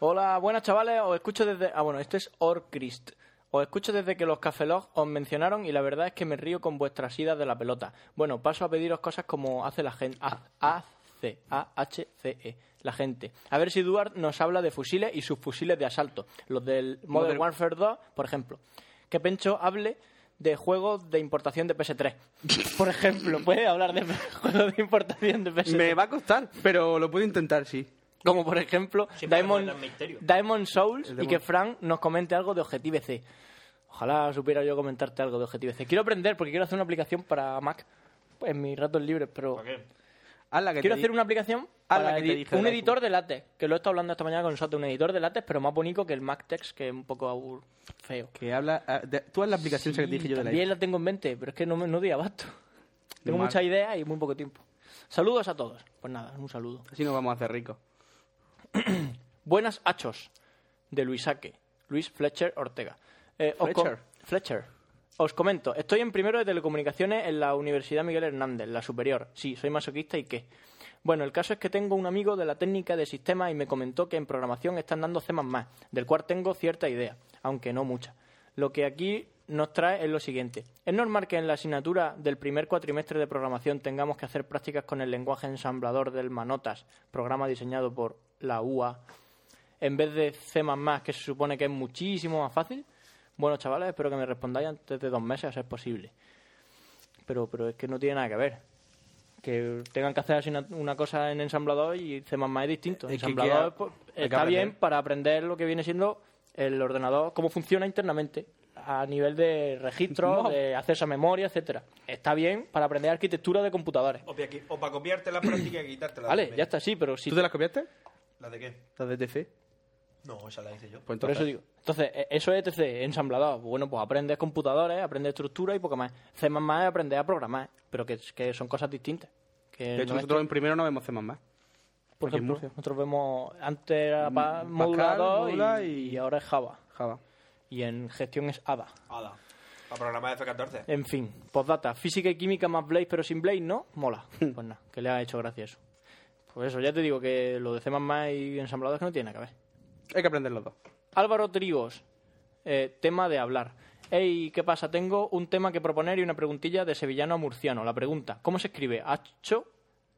Speaker 1: Hola, buenas chavales. Os escucho desde. Ah, bueno, esto es Orcrist. Os escucho desde que los cafelog os mencionaron y la verdad es que me río con vuestras idas de la pelota. Bueno, paso a pediros cosas como hace la gente. A-C. A-H-C-E. E, La gente. A ver si Duarte nos habla de fusiles y sus fusiles de asalto. Los del Modern
Speaker 2: Modern-
Speaker 1: Warfare 2, por ejemplo. Que Pencho hable de juegos de importación de PS3. Por ejemplo, puede hablar de juegos de importación de PS3.
Speaker 2: Me va a costar, pero lo puedo intentar, sí.
Speaker 1: Como por ejemplo
Speaker 7: Siempre
Speaker 1: Diamond,
Speaker 7: recomiendan misterio.
Speaker 1: Diamond Souls
Speaker 2: El
Speaker 1: y
Speaker 2: demonio.
Speaker 1: que Frank nos comente algo de Objective C. Ojalá supiera yo comentarte algo de Objective C. Quiero aprender porque quiero hacer una aplicación para Mac en mis ratos libres, pero
Speaker 7: ¿Para qué?
Speaker 2: Haz la que
Speaker 1: quiero
Speaker 2: te
Speaker 1: hacer
Speaker 2: di-
Speaker 1: una aplicación
Speaker 2: Haz
Speaker 1: para
Speaker 2: la que te
Speaker 1: edi-
Speaker 2: dije de
Speaker 1: un
Speaker 2: la
Speaker 1: editor de látex, que lo he estado hablando esta mañana con Sato, un editor de látex, pero más bonito que el MacTex, que es un poco abur- feo.
Speaker 2: Que habla... ah, de- Tú haz la aplicación esa que te dije yo de la
Speaker 1: También la tengo en mente, pero es que no, me- no doy abasto. Tengo
Speaker 2: Mal.
Speaker 1: muchas ideas y muy poco tiempo. Saludos a todos. Pues nada, un saludo.
Speaker 2: Así nos vamos a hacer ricos.
Speaker 1: Buenas Hachos, de Luisaque, Luis Fletcher Ortega. Eh, os co-
Speaker 2: Fletcher.
Speaker 1: Fletcher. Os comento, estoy en primero de telecomunicaciones en la Universidad Miguel Hernández, la superior. Sí, soy masoquista y qué. Bueno, el caso es que tengo un amigo de la técnica de sistemas y me comentó que en programación están dando C++, del cual tengo cierta idea, aunque no mucha. Lo que aquí nos trae es lo siguiente. ¿Es normal que en la asignatura del primer cuatrimestre de programación tengamos que hacer prácticas con el lenguaje ensamblador del Manotas, programa diseñado por la UA en vez de C++, que se supone que es muchísimo más fácil? Bueno, chavales, espero que me respondáis antes de dos meses, a ser posible. Pero, pero es que no tiene nada que ver. Que tengan que hacer así una, una cosa en ensamblador y C++ es distinto.
Speaker 2: Es que
Speaker 1: ensamblador
Speaker 2: queda-
Speaker 1: pues,
Speaker 2: hay que
Speaker 1: está bien
Speaker 2: aprender.
Speaker 1: para aprender lo que viene siendo el ordenador, cómo funciona internamente a nivel de registro,
Speaker 2: No.
Speaker 1: de acceso a memoria, etcétera. Está bien para aprender arquitectura de computadores.
Speaker 7: O, para qui- o para copiarte la práctica y quitártela.
Speaker 1: Vale,
Speaker 7: también.
Speaker 1: ya está, sí, pero sí.
Speaker 2: ¿Tú te las copiaste?
Speaker 7: ¿La de qué?
Speaker 2: Las de TC.
Speaker 7: No, esa la hice yo.
Speaker 2: Pues
Speaker 1: Por
Speaker 2: entonces...
Speaker 1: eso digo. Entonces, e- eso es ETC, ensamblador. Bueno, pues aprendes computadores, aprendes estructura y poco más. C++ es aprender a programar, pero que, que son cosas distintas. Que
Speaker 2: De hecho,
Speaker 1: no es
Speaker 2: nosotros
Speaker 1: que-
Speaker 2: en primero no vemos C++.
Speaker 1: por
Speaker 2: aquí en
Speaker 1: ejemplo,
Speaker 2: Murcia.
Speaker 1: nosotros vemos antes era pa-
Speaker 2: Mm,
Speaker 1: modulador
Speaker 2: Pascal, modula
Speaker 1: y,
Speaker 2: y-
Speaker 1: y ahora es Java.
Speaker 2: Java.
Speaker 1: Y en gestión es ABA.
Speaker 7: Ala. Para programar F14.
Speaker 1: En fin, postdata. Física y química más Blaze, pero sin Blaze, ¿no? Mola. Pues nada, que le ha hecho gracia eso. Pues eso, ya te digo que lo de C++ y ensamblador es que no tiene nada que ver.
Speaker 2: Hay que aprender los dos.
Speaker 1: Álvaro Trigos, eh, tema de hablar. Ey, ¿qué pasa? Tengo un tema que proponer y una preguntilla de sevillano a murciano. La pregunta, ¿cómo se escribe? Hacho,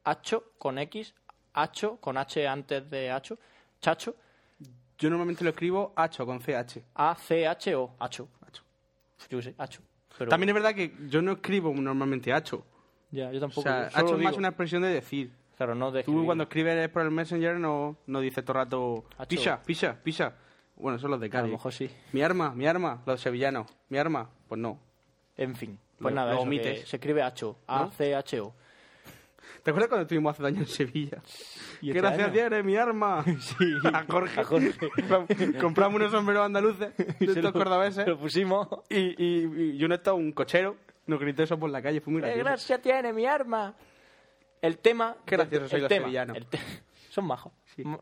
Speaker 1: hacho con X, hacho con H antes de hacho, chacho,
Speaker 2: Yo normalmente lo escribo H con CH.
Speaker 1: A-C-H-O, hacho. Yo qué sé, hacho. Pero-
Speaker 2: También es verdad que yo no escribo normalmente H.
Speaker 1: Ya, yo
Speaker 2: O
Speaker 1: tampoco.
Speaker 2: sea,
Speaker 1: solo
Speaker 2: H es más
Speaker 1: digo.
Speaker 2: una expresión de decir.
Speaker 1: Claro, no de
Speaker 2: Tú
Speaker 1: escribir.
Speaker 2: cuando escribes por el Messenger no, no dices todo el rato
Speaker 1: Hacho.
Speaker 2: pisa, pisa, pisa. Bueno, son los de Cádiz.
Speaker 1: A lo mejor sí.
Speaker 2: Mi arma, mi arma, los sevillanos. Mi arma, pues no.
Speaker 1: En fin, pues
Speaker 2: Lo-
Speaker 1: nada,
Speaker 2: lo
Speaker 1: eso, que
Speaker 2: omites.
Speaker 1: se escribe hacho, A-C-H-O.
Speaker 2: ¿Te acuerdas cuando estuvimos hace daño en Sevilla?
Speaker 1: ¿Y
Speaker 2: ¿Qué
Speaker 1: este
Speaker 2: gracias
Speaker 1: año?
Speaker 2: tienes, mi arma?
Speaker 1: Sí.
Speaker 2: A Jorge.
Speaker 1: A Jorge.
Speaker 2: Compramos unos sombreros andaluces de
Speaker 1: Se lo-
Speaker 2: eh? estos cordobeses.
Speaker 1: Lo pusimos.
Speaker 2: Y, y, y uno está un cochero Nos grité eso por la calle, fue muy
Speaker 1: ¡Qué
Speaker 2: gracioso.
Speaker 1: gracia tiene mi arma! El tema...
Speaker 2: Qué graciosos sois
Speaker 1: el
Speaker 2: los
Speaker 1: tema,
Speaker 2: sevillanos.
Speaker 1: el te- Son majos.
Speaker 2: Sí.
Speaker 1: Mo-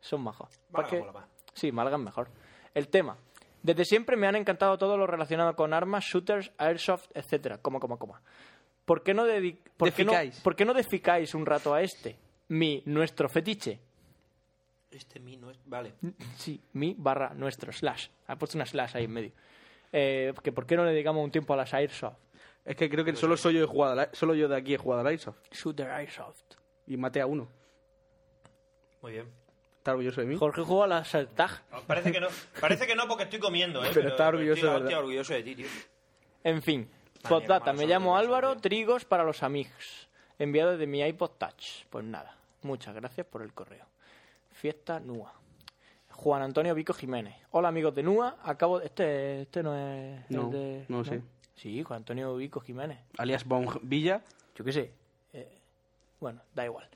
Speaker 1: Son majos.
Speaker 7: Málaga
Speaker 1: Porque-
Speaker 7: mola más.
Speaker 1: Sí, Málaga es mejor. El tema. Desde siempre me han encantado todo lo relacionado con armas, shooters, airsoft, etcétera. Coma, coma, coma. ¿Por qué no, dedi- por qué no,
Speaker 2: Deficáis.
Speaker 1: ¿Por qué no deficáis un rato a este? Mi, nuestro fetiche.
Speaker 7: Este mi no es. Vale.
Speaker 1: Mm. Sí, mi barra nuestro, slash. Ha puesto una slash ahí en medio. Eh, que ¿Por qué no le dedicamos un tiempo a las airsoft?
Speaker 2: Es que creo que solo soy yo he jugado, a la- solo yo de aquí he jugado al Airsoft.
Speaker 1: Shooter airsoft.
Speaker 2: Y maté a uno.
Speaker 7: Muy bien.
Speaker 2: Está orgulloso de mí.
Speaker 1: Jorge jugó a la Sartag.
Speaker 7: No, Parece que no, parece que no porque estoy comiendo, ¿eh?
Speaker 2: Pero está orgulloso,
Speaker 7: estoy,
Speaker 2: ¿verdad?
Speaker 7: hostia, orgulloso de ti, tío.
Speaker 1: En fin,
Speaker 7: Madre mía,
Speaker 1: postdata,
Speaker 7: hermano,
Speaker 1: me
Speaker 7: solo
Speaker 1: llamo
Speaker 7: tengo que
Speaker 1: Álvaro,
Speaker 7: saber.
Speaker 1: trigos para los amigos, enviado de mi iPod Touch. Pues nada, muchas gracias por el correo. Fiesta Nua. Juan Antonio Vico Jiménez. Hola amigos de Nua, acabo... Este, este no es... el
Speaker 2: No,
Speaker 1: de-
Speaker 2: no sé.
Speaker 1: Sí, Juan Antonio Vico Jiménez.
Speaker 2: Alias Bon Villa.
Speaker 1: Yo qué sé. Eh, bueno, da igual.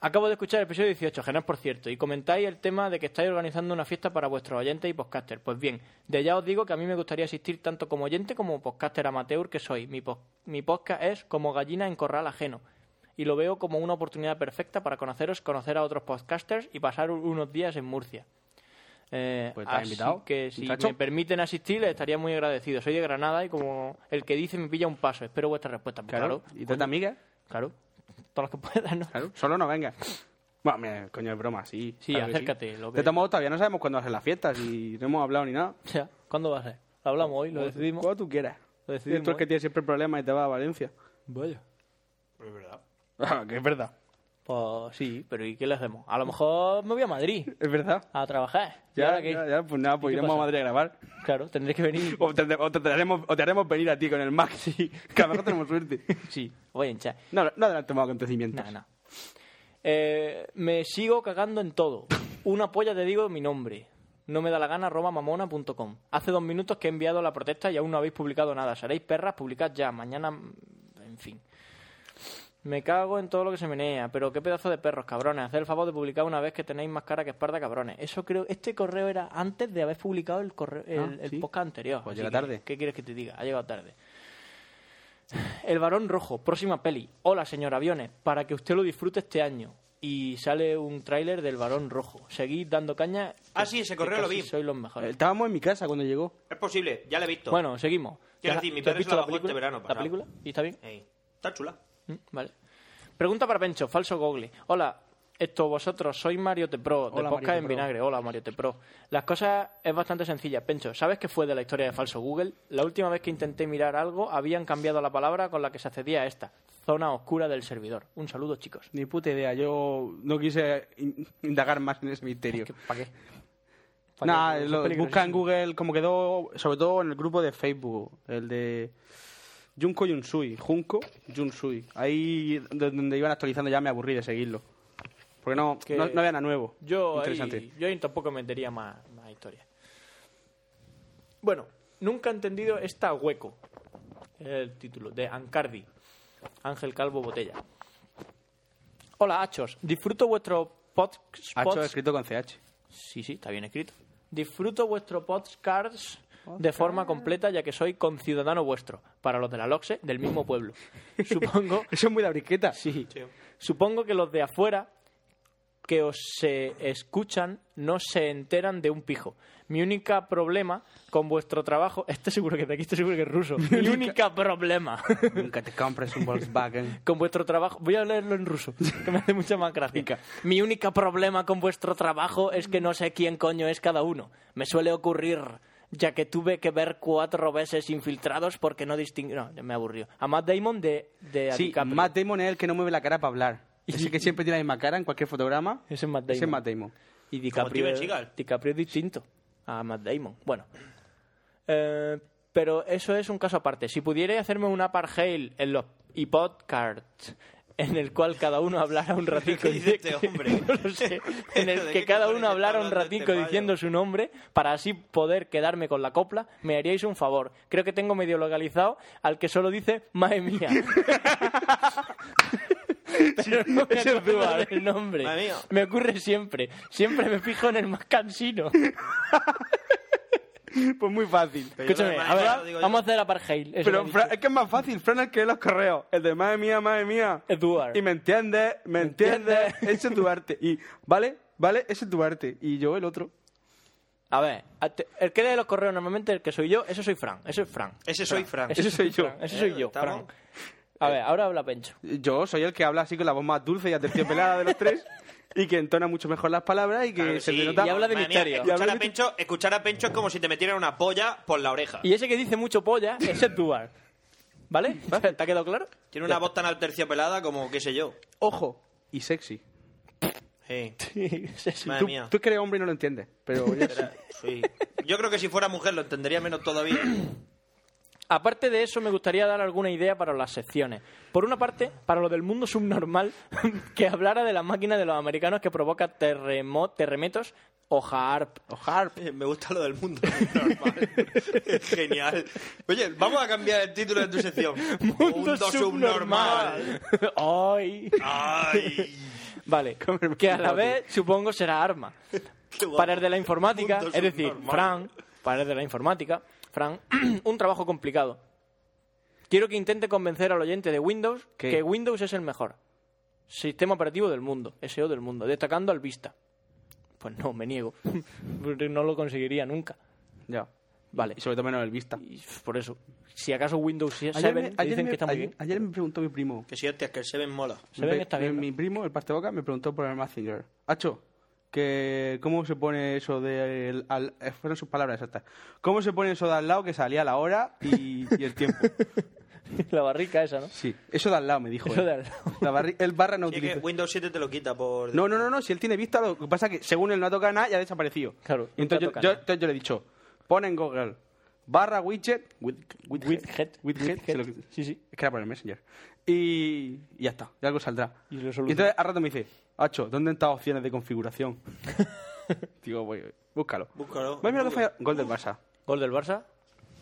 Speaker 1: Acabo de escuchar el episodio 18, genial por cierto, y comentáis el tema de que estáis organizando una fiesta para vuestros oyentes y podcasters. Pues bien, de ya os digo que a mí me gustaría asistir tanto como oyente como podcaster amateur que soy. Mi, pos- mi podcast es como gallina en corral ajeno, y lo veo como una oportunidad perfecta para conoceros, conocer a otros podcasters y pasar un- unos días en Murcia. Eh,
Speaker 2: Pues estás
Speaker 1: así
Speaker 2: invitado,
Speaker 1: que si
Speaker 2: muchacho.
Speaker 1: me permiten asistir, les estaría muy agradecido. Soy de Granada y como el que dice me pilla un paso. Espero vuestra respuesta. Pues
Speaker 2: Claro.
Speaker 1: claro,
Speaker 2: Y tanta amiga.
Speaker 1: Claro, todas las que puedas, ¿no?
Speaker 2: Claro. Solo no venga. Bueno, mira, coño, es broma, sí.
Speaker 1: Sí,
Speaker 2: claro que
Speaker 1: acércate, lo que-
Speaker 2: De todos modos, todavía no sabemos cuándo hacen las fiestas y no hemos hablado ni nada.
Speaker 1: O sea, ¿cuándo va a ser? Lo hablamos hoy, lo decidimos.
Speaker 2: Cuando tú quieras.
Speaker 1: Lo decidimos,
Speaker 2: Y tú es que
Speaker 1: ¿eh?
Speaker 2: tienes siempre problemas y te vas a Valencia.
Speaker 1: Vaya.
Speaker 7: Pero es verdad.
Speaker 2: Ah, que es verdad.
Speaker 1: Pues sí, pero ¿y qué le hacemos? A lo mejor me voy a Madrid
Speaker 2: Es verdad.
Speaker 1: a trabajar. ¿Y
Speaker 2: Ya,
Speaker 1: ahora qué?
Speaker 2: ya, ya, pues nada, pues
Speaker 1: ¿Y qué
Speaker 2: iremos
Speaker 1: pasa?
Speaker 2: a Madrid a grabar.
Speaker 1: Claro, tendré que venir.
Speaker 2: O te, o te haremos, o te haremos venir a ti con el maxi. Que a lo mejor tenemos suerte.
Speaker 1: Sí, voy a hinchar.
Speaker 2: No, no adelantemos acontecimientos.
Speaker 1: Nada, nada. Eh, me sigo cagando en todo. Una polla te digo mi nombre. No me da la gana, arroba mamona.com. Hace dos minutos que he enviado la protesta y aún no habéis publicado nada. Seréis perras, publicad ya. Mañana, mm, en fin. Me cago en todo lo que se menea, pero qué pedazo de perros, cabrones. Haced el favor de publicar una vez que tenéis más cara que espalda, cabrones. Eso creo, este correo era antes de haber publicado el, correo, el,
Speaker 2: Ah,
Speaker 1: el
Speaker 2: sí.
Speaker 1: podcast anterior.
Speaker 2: Pues
Speaker 1: Así
Speaker 2: llega
Speaker 1: que,
Speaker 2: tarde.
Speaker 1: ¿Qué quieres que te diga? Ha llegado tarde. El varón rojo, próxima peli. Hola, señor Aviones, para que usted lo disfrute este año. Y sale un tráiler del varón rojo. Seguid dando caña.
Speaker 7: Ah, sí, ese
Speaker 1: que
Speaker 7: correo lo
Speaker 1: casi
Speaker 7: vi.
Speaker 1: Sois los mejores.
Speaker 2: Eh, Estábamos en mi casa cuando llegó.
Speaker 7: Es posible, ya la he visto.
Speaker 1: Bueno, seguimos. ¿Te has-
Speaker 7: decir, mi
Speaker 1: te has
Speaker 7: padre se
Speaker 1: visto
Speaker 7: la
Speaker 1: la
Speaker 7: bajó este
Speaker 1: película?
Speaker 7: verano
Speaker 1: ¿La
Speaker 7: pasado.
Speaker 1: película? ¿Y está bien?
Speaker 7: Ey, está chula.
Speaker 1: Mm, Vale. Pregunta para Pencho, falso Google. Hola, esto vosotros, soy Mario Tepro, de
Speaker 2: Hola,
Speaker 1: Podcast
Speaker 2: Mario
Speaker 1: en
Speaker 2: Tepro.
Speaker 1: Vinagre. Hola, Mario Tepro. Las cosas es bastante sencilla. Pencho, ¿sabes qué fue de la historia de falso Google? La última vez que intenté mirar algo, habían cambiado la palabra con la que se accedía a esta. Zona oscura del servidor. Un saludo, chicos.
Speaker 2: Ni puta idea, yo no quise in- indagar más en ese misterio.
Speaker 1: ¿Para qué? Pa'
Speaker 2: Nada,
Speaker 1: qué, eso
Speaker 2: lo-
Speaker 1: es
Speaker 2: busca en
Speaker 1: peligrosísimo.
Speaker 2: Google como quedó, sobre todo en el grupo de Facebook, el de Junko Yunsui, Junko Yunsui. Ahí do- donde iban actualizando ya me aburrí de seguirlo. Porque no,
Speaker 1: Que-
Speaker 2: no, no había nada nuevo.
Speaker 1: Yo
Speaker 2: Interesante.
Speaker 1: ahí, yo ahí tampoco metería más, más historias. Bueno, nunca he entendido esta hueco. El título de Ancardi. Ángel Calvo Botella. Hola, Achos. Disfruto vuestro podcast.
Speaker 2: Hacho escrito con CH.
Speaker 1: Sí, sí, está bien escrito. Disfruto vuestro podcast de forma completa, ya que soy conciudadano vuestro. Para los de la LOXE, del mismo pueblo. Supongo
Speaker 2: Eso es muy de briqueta. Sí.
Speaker 1: Supongo que los de afuera que os eh, escuchan no se enteran de un pijo. Mi única problema con vuestro trabajo, este seguro que de aquí este seguro que es ruso. Mi, única... problema
Speaker 2: Nunca te compres un Volkswagen.
Speaker 1: con vuestro trabajo, voy a leerlo en ruso, que me hace mucha más gracia. Mi única problema con vuestro trabajo es que no sé quién coño es cada uno. Me suele ocurrir ya que tuve que ver cuatro veces infiltrados porque no distinguí... No, me aburrió. A Matt Damon de... de a
Speaker 2: Sí,
Speaker 1: DiCaprio.
Speaker 2: Matt Damon es el que no mueve la cara para hablar. Ese que siempre tiene la misma cara en cualquier fotograma.
Speaker 1: Ese es Matt
Speaker 2: Ese
Speaker 1: Damon.
Speaker 2: es Matt Damon.
Speaker 1: Y DiCaprio,
Speaker 7: Steven Seagal.
Speaker 1: DiCaprio es distinto a Matt Damon. Bueno. Eh, pero eso es un caso aparte. Si pudierais hacerme una pargale en los y podcast en el cual cada uno hablara un ratico
Speaker 7: ¿Qué dice este hombre?
Speaker 1: No lo sé. en el
Speaker 7: ¿De
Speaker 1: que
Speaker 7: qué
Speaker 1: cada
Speaker 7: cojones
Speaker 1: uno hablara un
Speaker 7: está hablando
Speaker 1: ratico
Speaker 7: este
Speaker 1: diciendo
Speaker 7: payo?
Speaker 1: su nombre para así poder quedarme con la copla me haríais un favor creo que tengo medio localizado al que solo dice madre mía pero no me
Speaker 2: ese es
Speaker 1: acuerdo
Speaker 2: Duarte.
Speaker 1: del nombre
Speaker 7: Madre mía.
Speaker 1: me ocurre siempre siempre me fijo en el más cansino
Speaker 2: Pues muy fácil.
Speaker 1: Escúchame, a
Speaker 7: ya lo
Speaker 1: ver,
Speaker 7: digo yo.
Speaker 1: vamos a hacer apartheid. eso
Speaker 2: Pero
Speaker 1: lo he
Speaker 2: Fran-
Speaker 1: dicho.
Speaker 2: es que es más fácil, Fran, es que los correos. El de madre mía, madre mía.
Speaker 1: Eduard.
Speaker 2: Y me entiendes, me entiendes.
Speaker 1: entiendes.
Speaker 2: Ese es tu arte. Y, vale, vale, ese es tu arte. Y yo el otro.
Speaker 1: A ver, a te- el que lee los correos normalmente, el que soy yo, ese soy Fran. Ese es Fran.
Speaker 7: Ese soy Frank.
Speaker 2: Ese soy yo.
Speaker 1: Fran, ese soy yo,
Speaker 7: ¿Estamos?
Speaker 1: Fran. A ver, ahora habla Pencho.
Speaker 2: Yo soy el que habla así con la voz más dulce y aterciopelada de los tres. Y que entona mucho mejor las palabras y que
Speaker 7: Claro que
Speaker 2: se
Speaker 7: sí.
Speaker 2: le nota.
Speaker 1: Y habla de
Speaker 7: Madre
Speaker 1: misterio.
Speaker 7: mía,
Speaker 2: Y habla
Speaker 7: Escuchar, a
Speaker 2: de-
Speaker 7: Pencho, escuchar a Pencho es como si te metieran una polla por la oreja.
Speaker 1: Y ese que dice mucho polla, ese es Duar. ¿Vale? ¿Te ha quedado claro?
Speaker 7: Tiene una voz tan alterciopelada como, qué sé yo.
Speaker 2: Ojo y sexy.
Speaker 7: Sí.
Speaker 1: Sí, sí, sí.
Speaker 7: Madre
Speaker 2: Tú,
Speaker 7: mía.
Speaker 2: tú que eres hombre y no lo entiendes. Pero yo sí.
Speaker 7: Sí. Yo creo que si fuera mujer lo entendería menos todavía.
Speaker 1: Aparte de eso, me gustaría dar alguna idea para las secciones. Por una parte, para lo del mundo subnormal, que hablara de las máquinas de los americanos que provoca terremo- terremotos o harp.
Speaker 2: O harp.
Speaker 7: Eh, Me gusta lo del mundo. normal. Genial. Oye, vamos a cambiar el título de tu sección.
Speaker 1: Ay.
Speaker 7: Ay.
Speaker 1: Vale, que a la vez supongo será arma.
Speaker 7: Qué guapo.
Speaker 1: Para el de la informática,
Speaker 7: Mundo
Speaker 1: es decir,
Speaker 7: subnormal.
Speaker 1: Fran, para el de la informática, Fran, un trabajo complicado. Quiero que intente convencer al oyente de Windows
Speaker 2: ¿Qué?
Speaker 1: que Windows es el mejor sistema operativo del mundo, SEO del mundo, destacando al Vista. Pues no, me niego. No lo conseguiría nunca.
Speaker 2: Ya.
Speaker 1: Vale.
Speaker 2: Y sobre todo menos el vista.
Speaker 1: Y por eso, si acaso Windows 7
Speaker 2: Ayer me, ayer
Speaker 1: dicen
Speaker 2: me-
Speaker 1: que está muy
Speaker 2: ayer-
Speaker 1: bien.
Speaker 2: ayer me preguntó mi primo.
Speaker 7: Que si es que el Seven mola.
Speaker 1: Se ven
Speaker 2: Mi-
Speaker 1: está
Speaker 2: mi-
Speaker 1: bien.
Speaker 2: Mi primo, el parte boca, me preguntó por el Mazinger. Hacho, que ¿cómo se pone eso de... el- al- eh, fueron sus palabras exactas. ¿Cómo se pone eso de al lado que salía la hora y, y el tiempo?
Speaker 1: La barrica esa, ¿no?
Speaker 2: Sí, eso de al lado, me dijo.
Speaker 1: Eso
Speaker 2: él.
Speaker 1: de al lado.
Speaker 2: La barri- el barra no
Speaker 7: Sí, es que
Speaker 2: utiliza.
Speaker 7: Windows 7 te lo quita por...
Speaker 2: No, no, no, no, si él tiene vista, lo que pasa es que según él no ha tocado nada, ya ha desaparecido.
Speaker 1: Claro,
Speaker 2: Y entonces,
Speaker 1: nunca
Speaker 2: yo, yo,
Speaker 1: toca nada.
Speaker 2: entonces yo le he dicho, pon en Google barra widget, with, with,
Speaker 1: Widget,
Speaker 2: with head,
Speaker 1: widget,
Speaker 2: se lo-
Speaker 1: sí, sí.
Speaker 2: Es que era por el Messenger. Y, y ya está, ya algo saldrá.
Speaker 1: Y lo soluciona.
Speaker 2: entonces al rato me dice, Acho, ¿dónde están las opciones de configuración? Digo, voy, voy, búscalo.
Speaker 7: Búscalo.
Speaker 2: Voy a mirar lo que falla. Gol del Barça.
Speaker 1: Gol del Barça.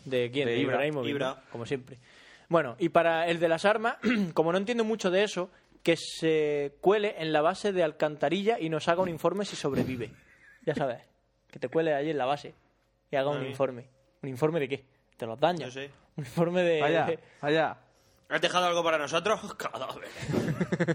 Speaker 1: ¿De quién?
Speaker 2: De
Speaker 1: De,
Speaker 2: Ibra.
Speaker 1: Ibrahimovic,
Speaker 7: Ibra.
Speaker 1: ¿no? Como siempre. Bueno, y para el de las armas, como no entiendo mucho de eso, que se cuele en la base de alcantarilla y nos haga un informe si sobrevive. Ya sabes, que te cuele allí en la base y haga un
Speaker 7: bien.
Speaker 1: informe. ¿Un informe de qué? ¿Te los daños?
Speaker 7: Yo sé.
Speaker 1: Un informe de...
Speaker 2: Allá, allá.
Speaker 7: ¿Has dejado algo para nosotros? Cadáver.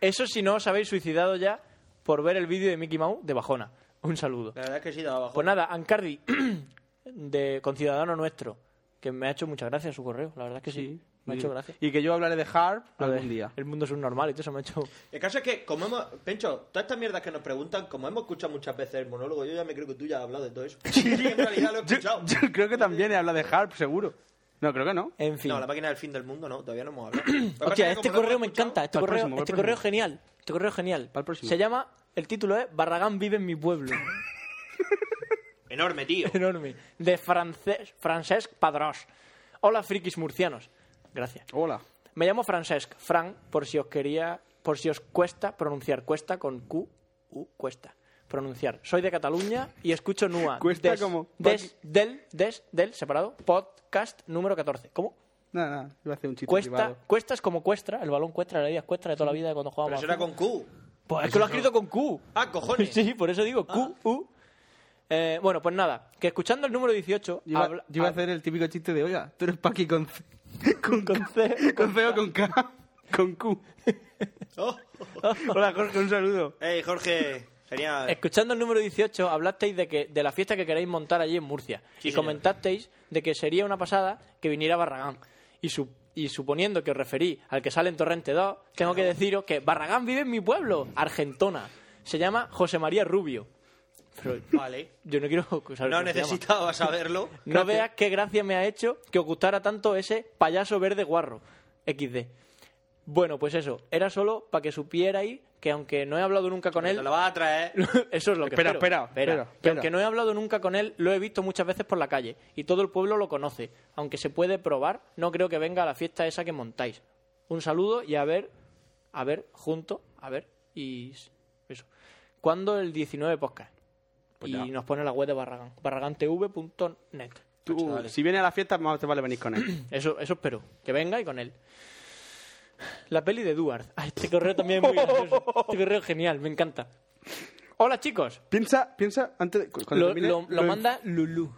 Speaker 1: Eso si no os habéis suicidado ya por ver el vídeo de Mickey Mouse de Bajona. Un saludo.
Speaker 7: La verdad es que sí, daba abajo.
Speaker 1: Pues nada, Ancardi, de conciudadano nuestro, que me ha hecho muchas gracias su correo, la verdad es que sí. Me ha hecho gracia.
Speaker 2: Y que yo hablaré de Harp
Speaker 1: Lo de
Speaker 2: algún día.
Speaker 1: El mundo es un normal y todo eso me ha hecho.
Speaker 7: El caso es que, como hemos... Pencho, todas estas mierdas que nos preguntan, como hemos escuchado muchas veces el monólogo, yo ya me creo que tú ya has hablado de todo eso. Sí, en realidad lo he
Speaker 2: Yo,
Speaker 7: escuchado.
Speaker 2: yo creo que también he hablado de Harp, seguro. No, creo que no.
Speaker 1: En fin.
Speaker 7: No, la máquina del fin del mundo no, todavía no hemos hablado. Lo que pasa
Speaker 1: Hostia,
Speaker 7: es que
Speaker 1: este
Speaker 7: como no
Speaker 1: correo
Speaker 7: hemos
Speaker 1: me encanta, este
Speaker 2: Para el
Speaker 1: correo,
Speaker 2: próximo, para el
Speaker 1: este correo
Speaker 2: próximo.
Speaker 1: genial, este correo genial.
Speaker 2: Para el próximo.
Speaker 1: Se llama, el título es Barragán vive en mi pueblo.
Speaker 7: escuchado- Enorme, tío.
Speaker 1: Enorme. De francés, Francesc Padrós. Hola, frikis murcianos. Gracias.
Speaker 2: Hola.
Speaker 1: Me llamo Francesc, Fran, por si os quería, por si os cuesta pronunciar cuesta con Q, U, cuesta. Pronunciar. Soy de Cataluña y escucho NUA.
Speaker 2: Cuesta
Speaker 1: des,
Speaker 2: como-
Speaker 1: Des, del, des, del, separado. Podcast número 14. ¿Cómo?
Speaker 2: Nada, nada, iba a hacer un chiste
Speaker 1: Cuesta,
Speaker 2: privado.
Speaker 1: cuestas como cuestra, el balón cuestra, la vida es cuestra de toda la vida de cuando
Speaker 7: Pero
Speaker 1: jugábamos.
Speaker 7: eso era
Speaker 1: al
Speaker 7: con
Speaker 1: fútbol.
Speaker 7: Q.
Speaker 1: Pues es que lo ha escrito con Q.
Speaker 7: Ah, cojones. Ah.
Speaker 1: Sí, por eso digo Q, U. Eh, bueno, pues nada, que escuchando el número 18...
Speaker 2: Yo iba,
Speaker 1: habla-
Speaker 2: yo iba a
Speaker 1: hab-
Speaker 2: hacer el típico chiste de, oiga, tú eres Paqui con C. Con,
Speaker 1: Con
Speaker 2: K.
Speaker 1: C,
Speaker 2: Con C o con K. Con Q.
Speaker 7: Oh.
Speaker 2: Hola, Jorge, un saludo.
Speaker 7: Ey, Jorge, sería...
Speaker 1: Escuchando el número 18, hablasteis de, que, de la fiesta que queréis montar allí en Murcia.
Speaker 7: Sí,
Speaker 1: y
Speaker 7: señor.
Speaker 1: comentasteis de que sería una pasada que viniera Barragán. Y, su- y suponiendo que os referí al que sale en Torrente 2, tengo que deciros que Barragán vive en mi pueblo, Argentona. Se llama José María Rubio. Pero
Speaker 7: Vale.
Speaker 1: yo no quiero saber
Speaker 7: No
Speaker 1: cómo se llama.
Speaker 7: necesitaba saberlo.
Speaker 1: No veas qué gracia me ha hecho que os gustara tanto ese payaso verde guarro. XD. Bueno, pues eso. Era solo para que supierais que aunque no he hablado nunca con él...
Speaker 7: Te lo vas a traer.
Speaker 1: Eso es lo que
Speaker 2: Espera,
Speaker 1: espero.
Speaker 2: espera, espera,
Speaker 1: Que
Speaker 2: espera.
Speaker 1: aunque no he hablado nunca con él, lo he visto muchas veces por la calle y todo el pueblo lo conoce. Aunque se puede probar, no creo que venga a la fiesta esa que montáis. Un saludo y a ver, a ver, junto, a ver, y s- eso. ¿Cuándo el 19 podcast? y
Speaker 2: Pues ya. Ah,
Speaker 1: nos pone la web de Barragán, barragantv.net.
Speaker 2: Tú, si viene a la fiesta, más te vale venir con él.
Speaker 1: Eso, eso espero, que venga y con él. La peli de Duarte. Ah, Este correo también es muy gracioso. Este correo es genial, me encanta. Hola chicos,
Speaker 2: piensa, piensa, antes de, cu- cuando
Speaker 1: lo,
Speaker 2: termine,
Speaker 1: lo- lo manda Lulu.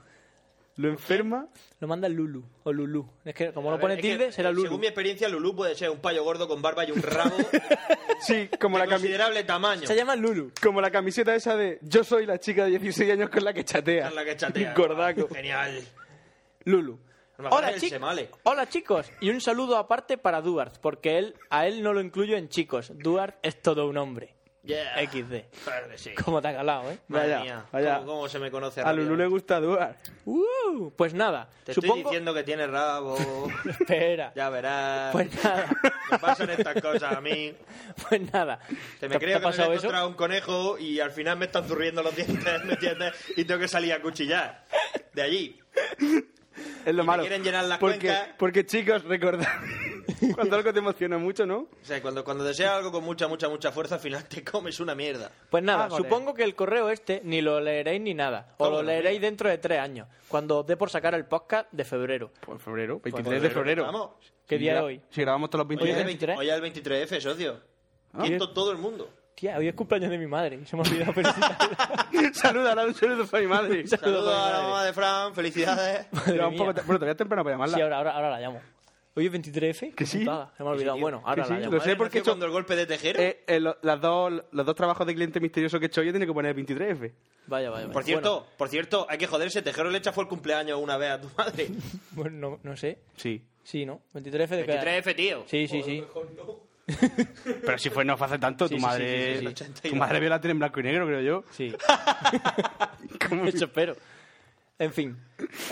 Speaker 2: Lo enferma.
Speaker 1: Lo manda Lulu o Lulu. Es que como no
Speaker 3: A ver,
Speaker 1: pone
Speaker 3: es que,
Speaker 1: tilde, será
Speaker 3: eh,
Speaker 1: Lulu.
Speaker 3: Según mi experiencia, Lulú puede ser un payo gordo con barba y un rabo
Speaker 2: Sí, como la,
Speaker 3: de
Speaker 2: cami-
Speaker 3: considerable tamaño.
Speaker 1: Se llama Lulu.
Speaker 2: como la camiseta esa de Yo soy la chica de 16 años con la que chatea.
Speaker 3: Es la que chatea.
Speaker 2: Gordaco.
Speaker 3: Genial.
Speaker 2: Lulu.
Speaker 1: Hola,
Speaker 3: el
Speaker 1: chic-
Speaker 3: semale.
Speaker 1: Hola chicos. Y un saludo aparte para Duarte, porque él, a él no lo incluyo en chicos. Duarte es todo un hombre.
Speaker 3: Yeah.
Speaker 1: XD.
Speaker 3: Claro que sí.
Speaker 1: Como te ha calado, ¿eh?
Speaker 3: Madre
Speaker 2: Vaya,
Speaker 3: mía,
Speaker 2: vaya.
Speaker 3: ¿Cómo, cómo se me conoce
Speaker 2: A Lulu
Speaker 3: rápido.
Speaker 2: le gusta dudar.
Speaker 1: Uh, pues nada.
Speaker 3: Te
Speaker 1: supongo...
Speaker 3: estoy diciendo que tiene rabo.
Speaker 1: Espera.
Speaker 3: ya verás.
Speaker 1: Pues nada.
Speaker 3: Me pasan estas cosas a mí.
Speaker 1: Pues nada.
Speaker 3: Que
Speaker 1: ¿Te- te
Speaker 3: me creo que
Speaker 1: ha
Speaker 3: me he
Speaker 1: pasado eso?
Speaker 3: encontrado un conejo y al final me están zurriendo los dientes, ¿me entiendes? Y tengo que salir a cuchillar. De allí.
Speaker 2: Es lo
Speaker 3: Y me
Speaker 2: malo.
Speaker 3: quieren llenar las
Speaker 2: porque,
Speaker 3: cuencas.
Speaker 2: porque, chicos, recordad. Cuando algo te emociona mucho, ¿no?
Speaker 3: O sea, cuando, cuando deseas algo con mucha, mucha, mucha fuerza, al final te comes una mierda.
Speaker 1: Pues nada,
Speaker 2: Ah, vale.
Speaker 1: supongo que el correo este ni lo leeréis ni nada. O
Speaker 3: ¿Cómo
Speaker 1: lo
Speaker 3: no?
Speaker 1: leeréis dentro de tres años, cuando os dé por sacar el podcast de febrero.
Speaker 2: Pues febrero, 23 de
Speaker 3: Joder,
Speaker 2: febrero.
Speaker 3: Vamos.
Speaker 1: ¿Qué
Speaker 2: Si
Speaker 1: día es
Speaker 2: gra-
Speaker 1: hoy?
Speaker 2: Si grabamos todos los
Speaker 3: Hoy es
Speaker 2: 23.
Speaker 3: el
Speaker 1: 23.
Speaker 3: 23, hoy es el 23F, socio. Quinto todo el mundo.
Speaker 1: Tía, hoy es cumpleaños de mi madre. y Se me ha olvidado felicitarla.
Speaker 2: Saluda, un saludo para mi madre.
Speaker 3: Saludos a la
Speaker 1: madre.
Speaker 3: mamá de Fran, felicidades.
Speaker 1: Madre
Speaker 2: Era un poco
Speaker 1: mía.
Speaker 2: te- Bueno, todavía es temprano para llamarla.
Speaker 1: Sí, ahora, ahora, ahora la llamo. Hoy es 23F.
Speaker 2: Que sí.
Speaker 1: Putada, Se me ha olvidado. bueno, ahora
Speaker 2: Que sí,
Speaker 1: la llamo. ¿eh?
Speaker 2: lo sé
Speaker 3: Madre,
Speaker 2: porque he
Speaker 3: nació
Speaker 2: hecho-
Speaker 3: cuando el golpe de tejero.
Speaker 2: Eh, eh, lo- las dos, los dos trabajos de cliente misterioso que he hecho yo tiene que poner el 23F.
Speaker 1: Vaya, vaya, vaya.
Speaker 3: por cierto,
Speaker 1: Bueno,
Speaker 3: por cierto, hay que joderse, Tejero le echa fue el cumpleaños una vez a tu madre.
Speaker 1: bueno, no, no sé.
Speaker 2: Sí.
Speaker 1: Sí, ¿no? 23F de cada-
Speaker 3: 23F, tío.
Speaker 1: Sí, sí, sí.
Speaker 2: Pero si fue no fue hace tanto, tu
Speaker 1: sí, sí,
Speaker 2: madre.
Speaker 3: sí, sí, sí.
Speaker 2: Tu madre vio la tele en blanco y negro, creo yo.
Speaker 1: Sí. Eso espero. En fin.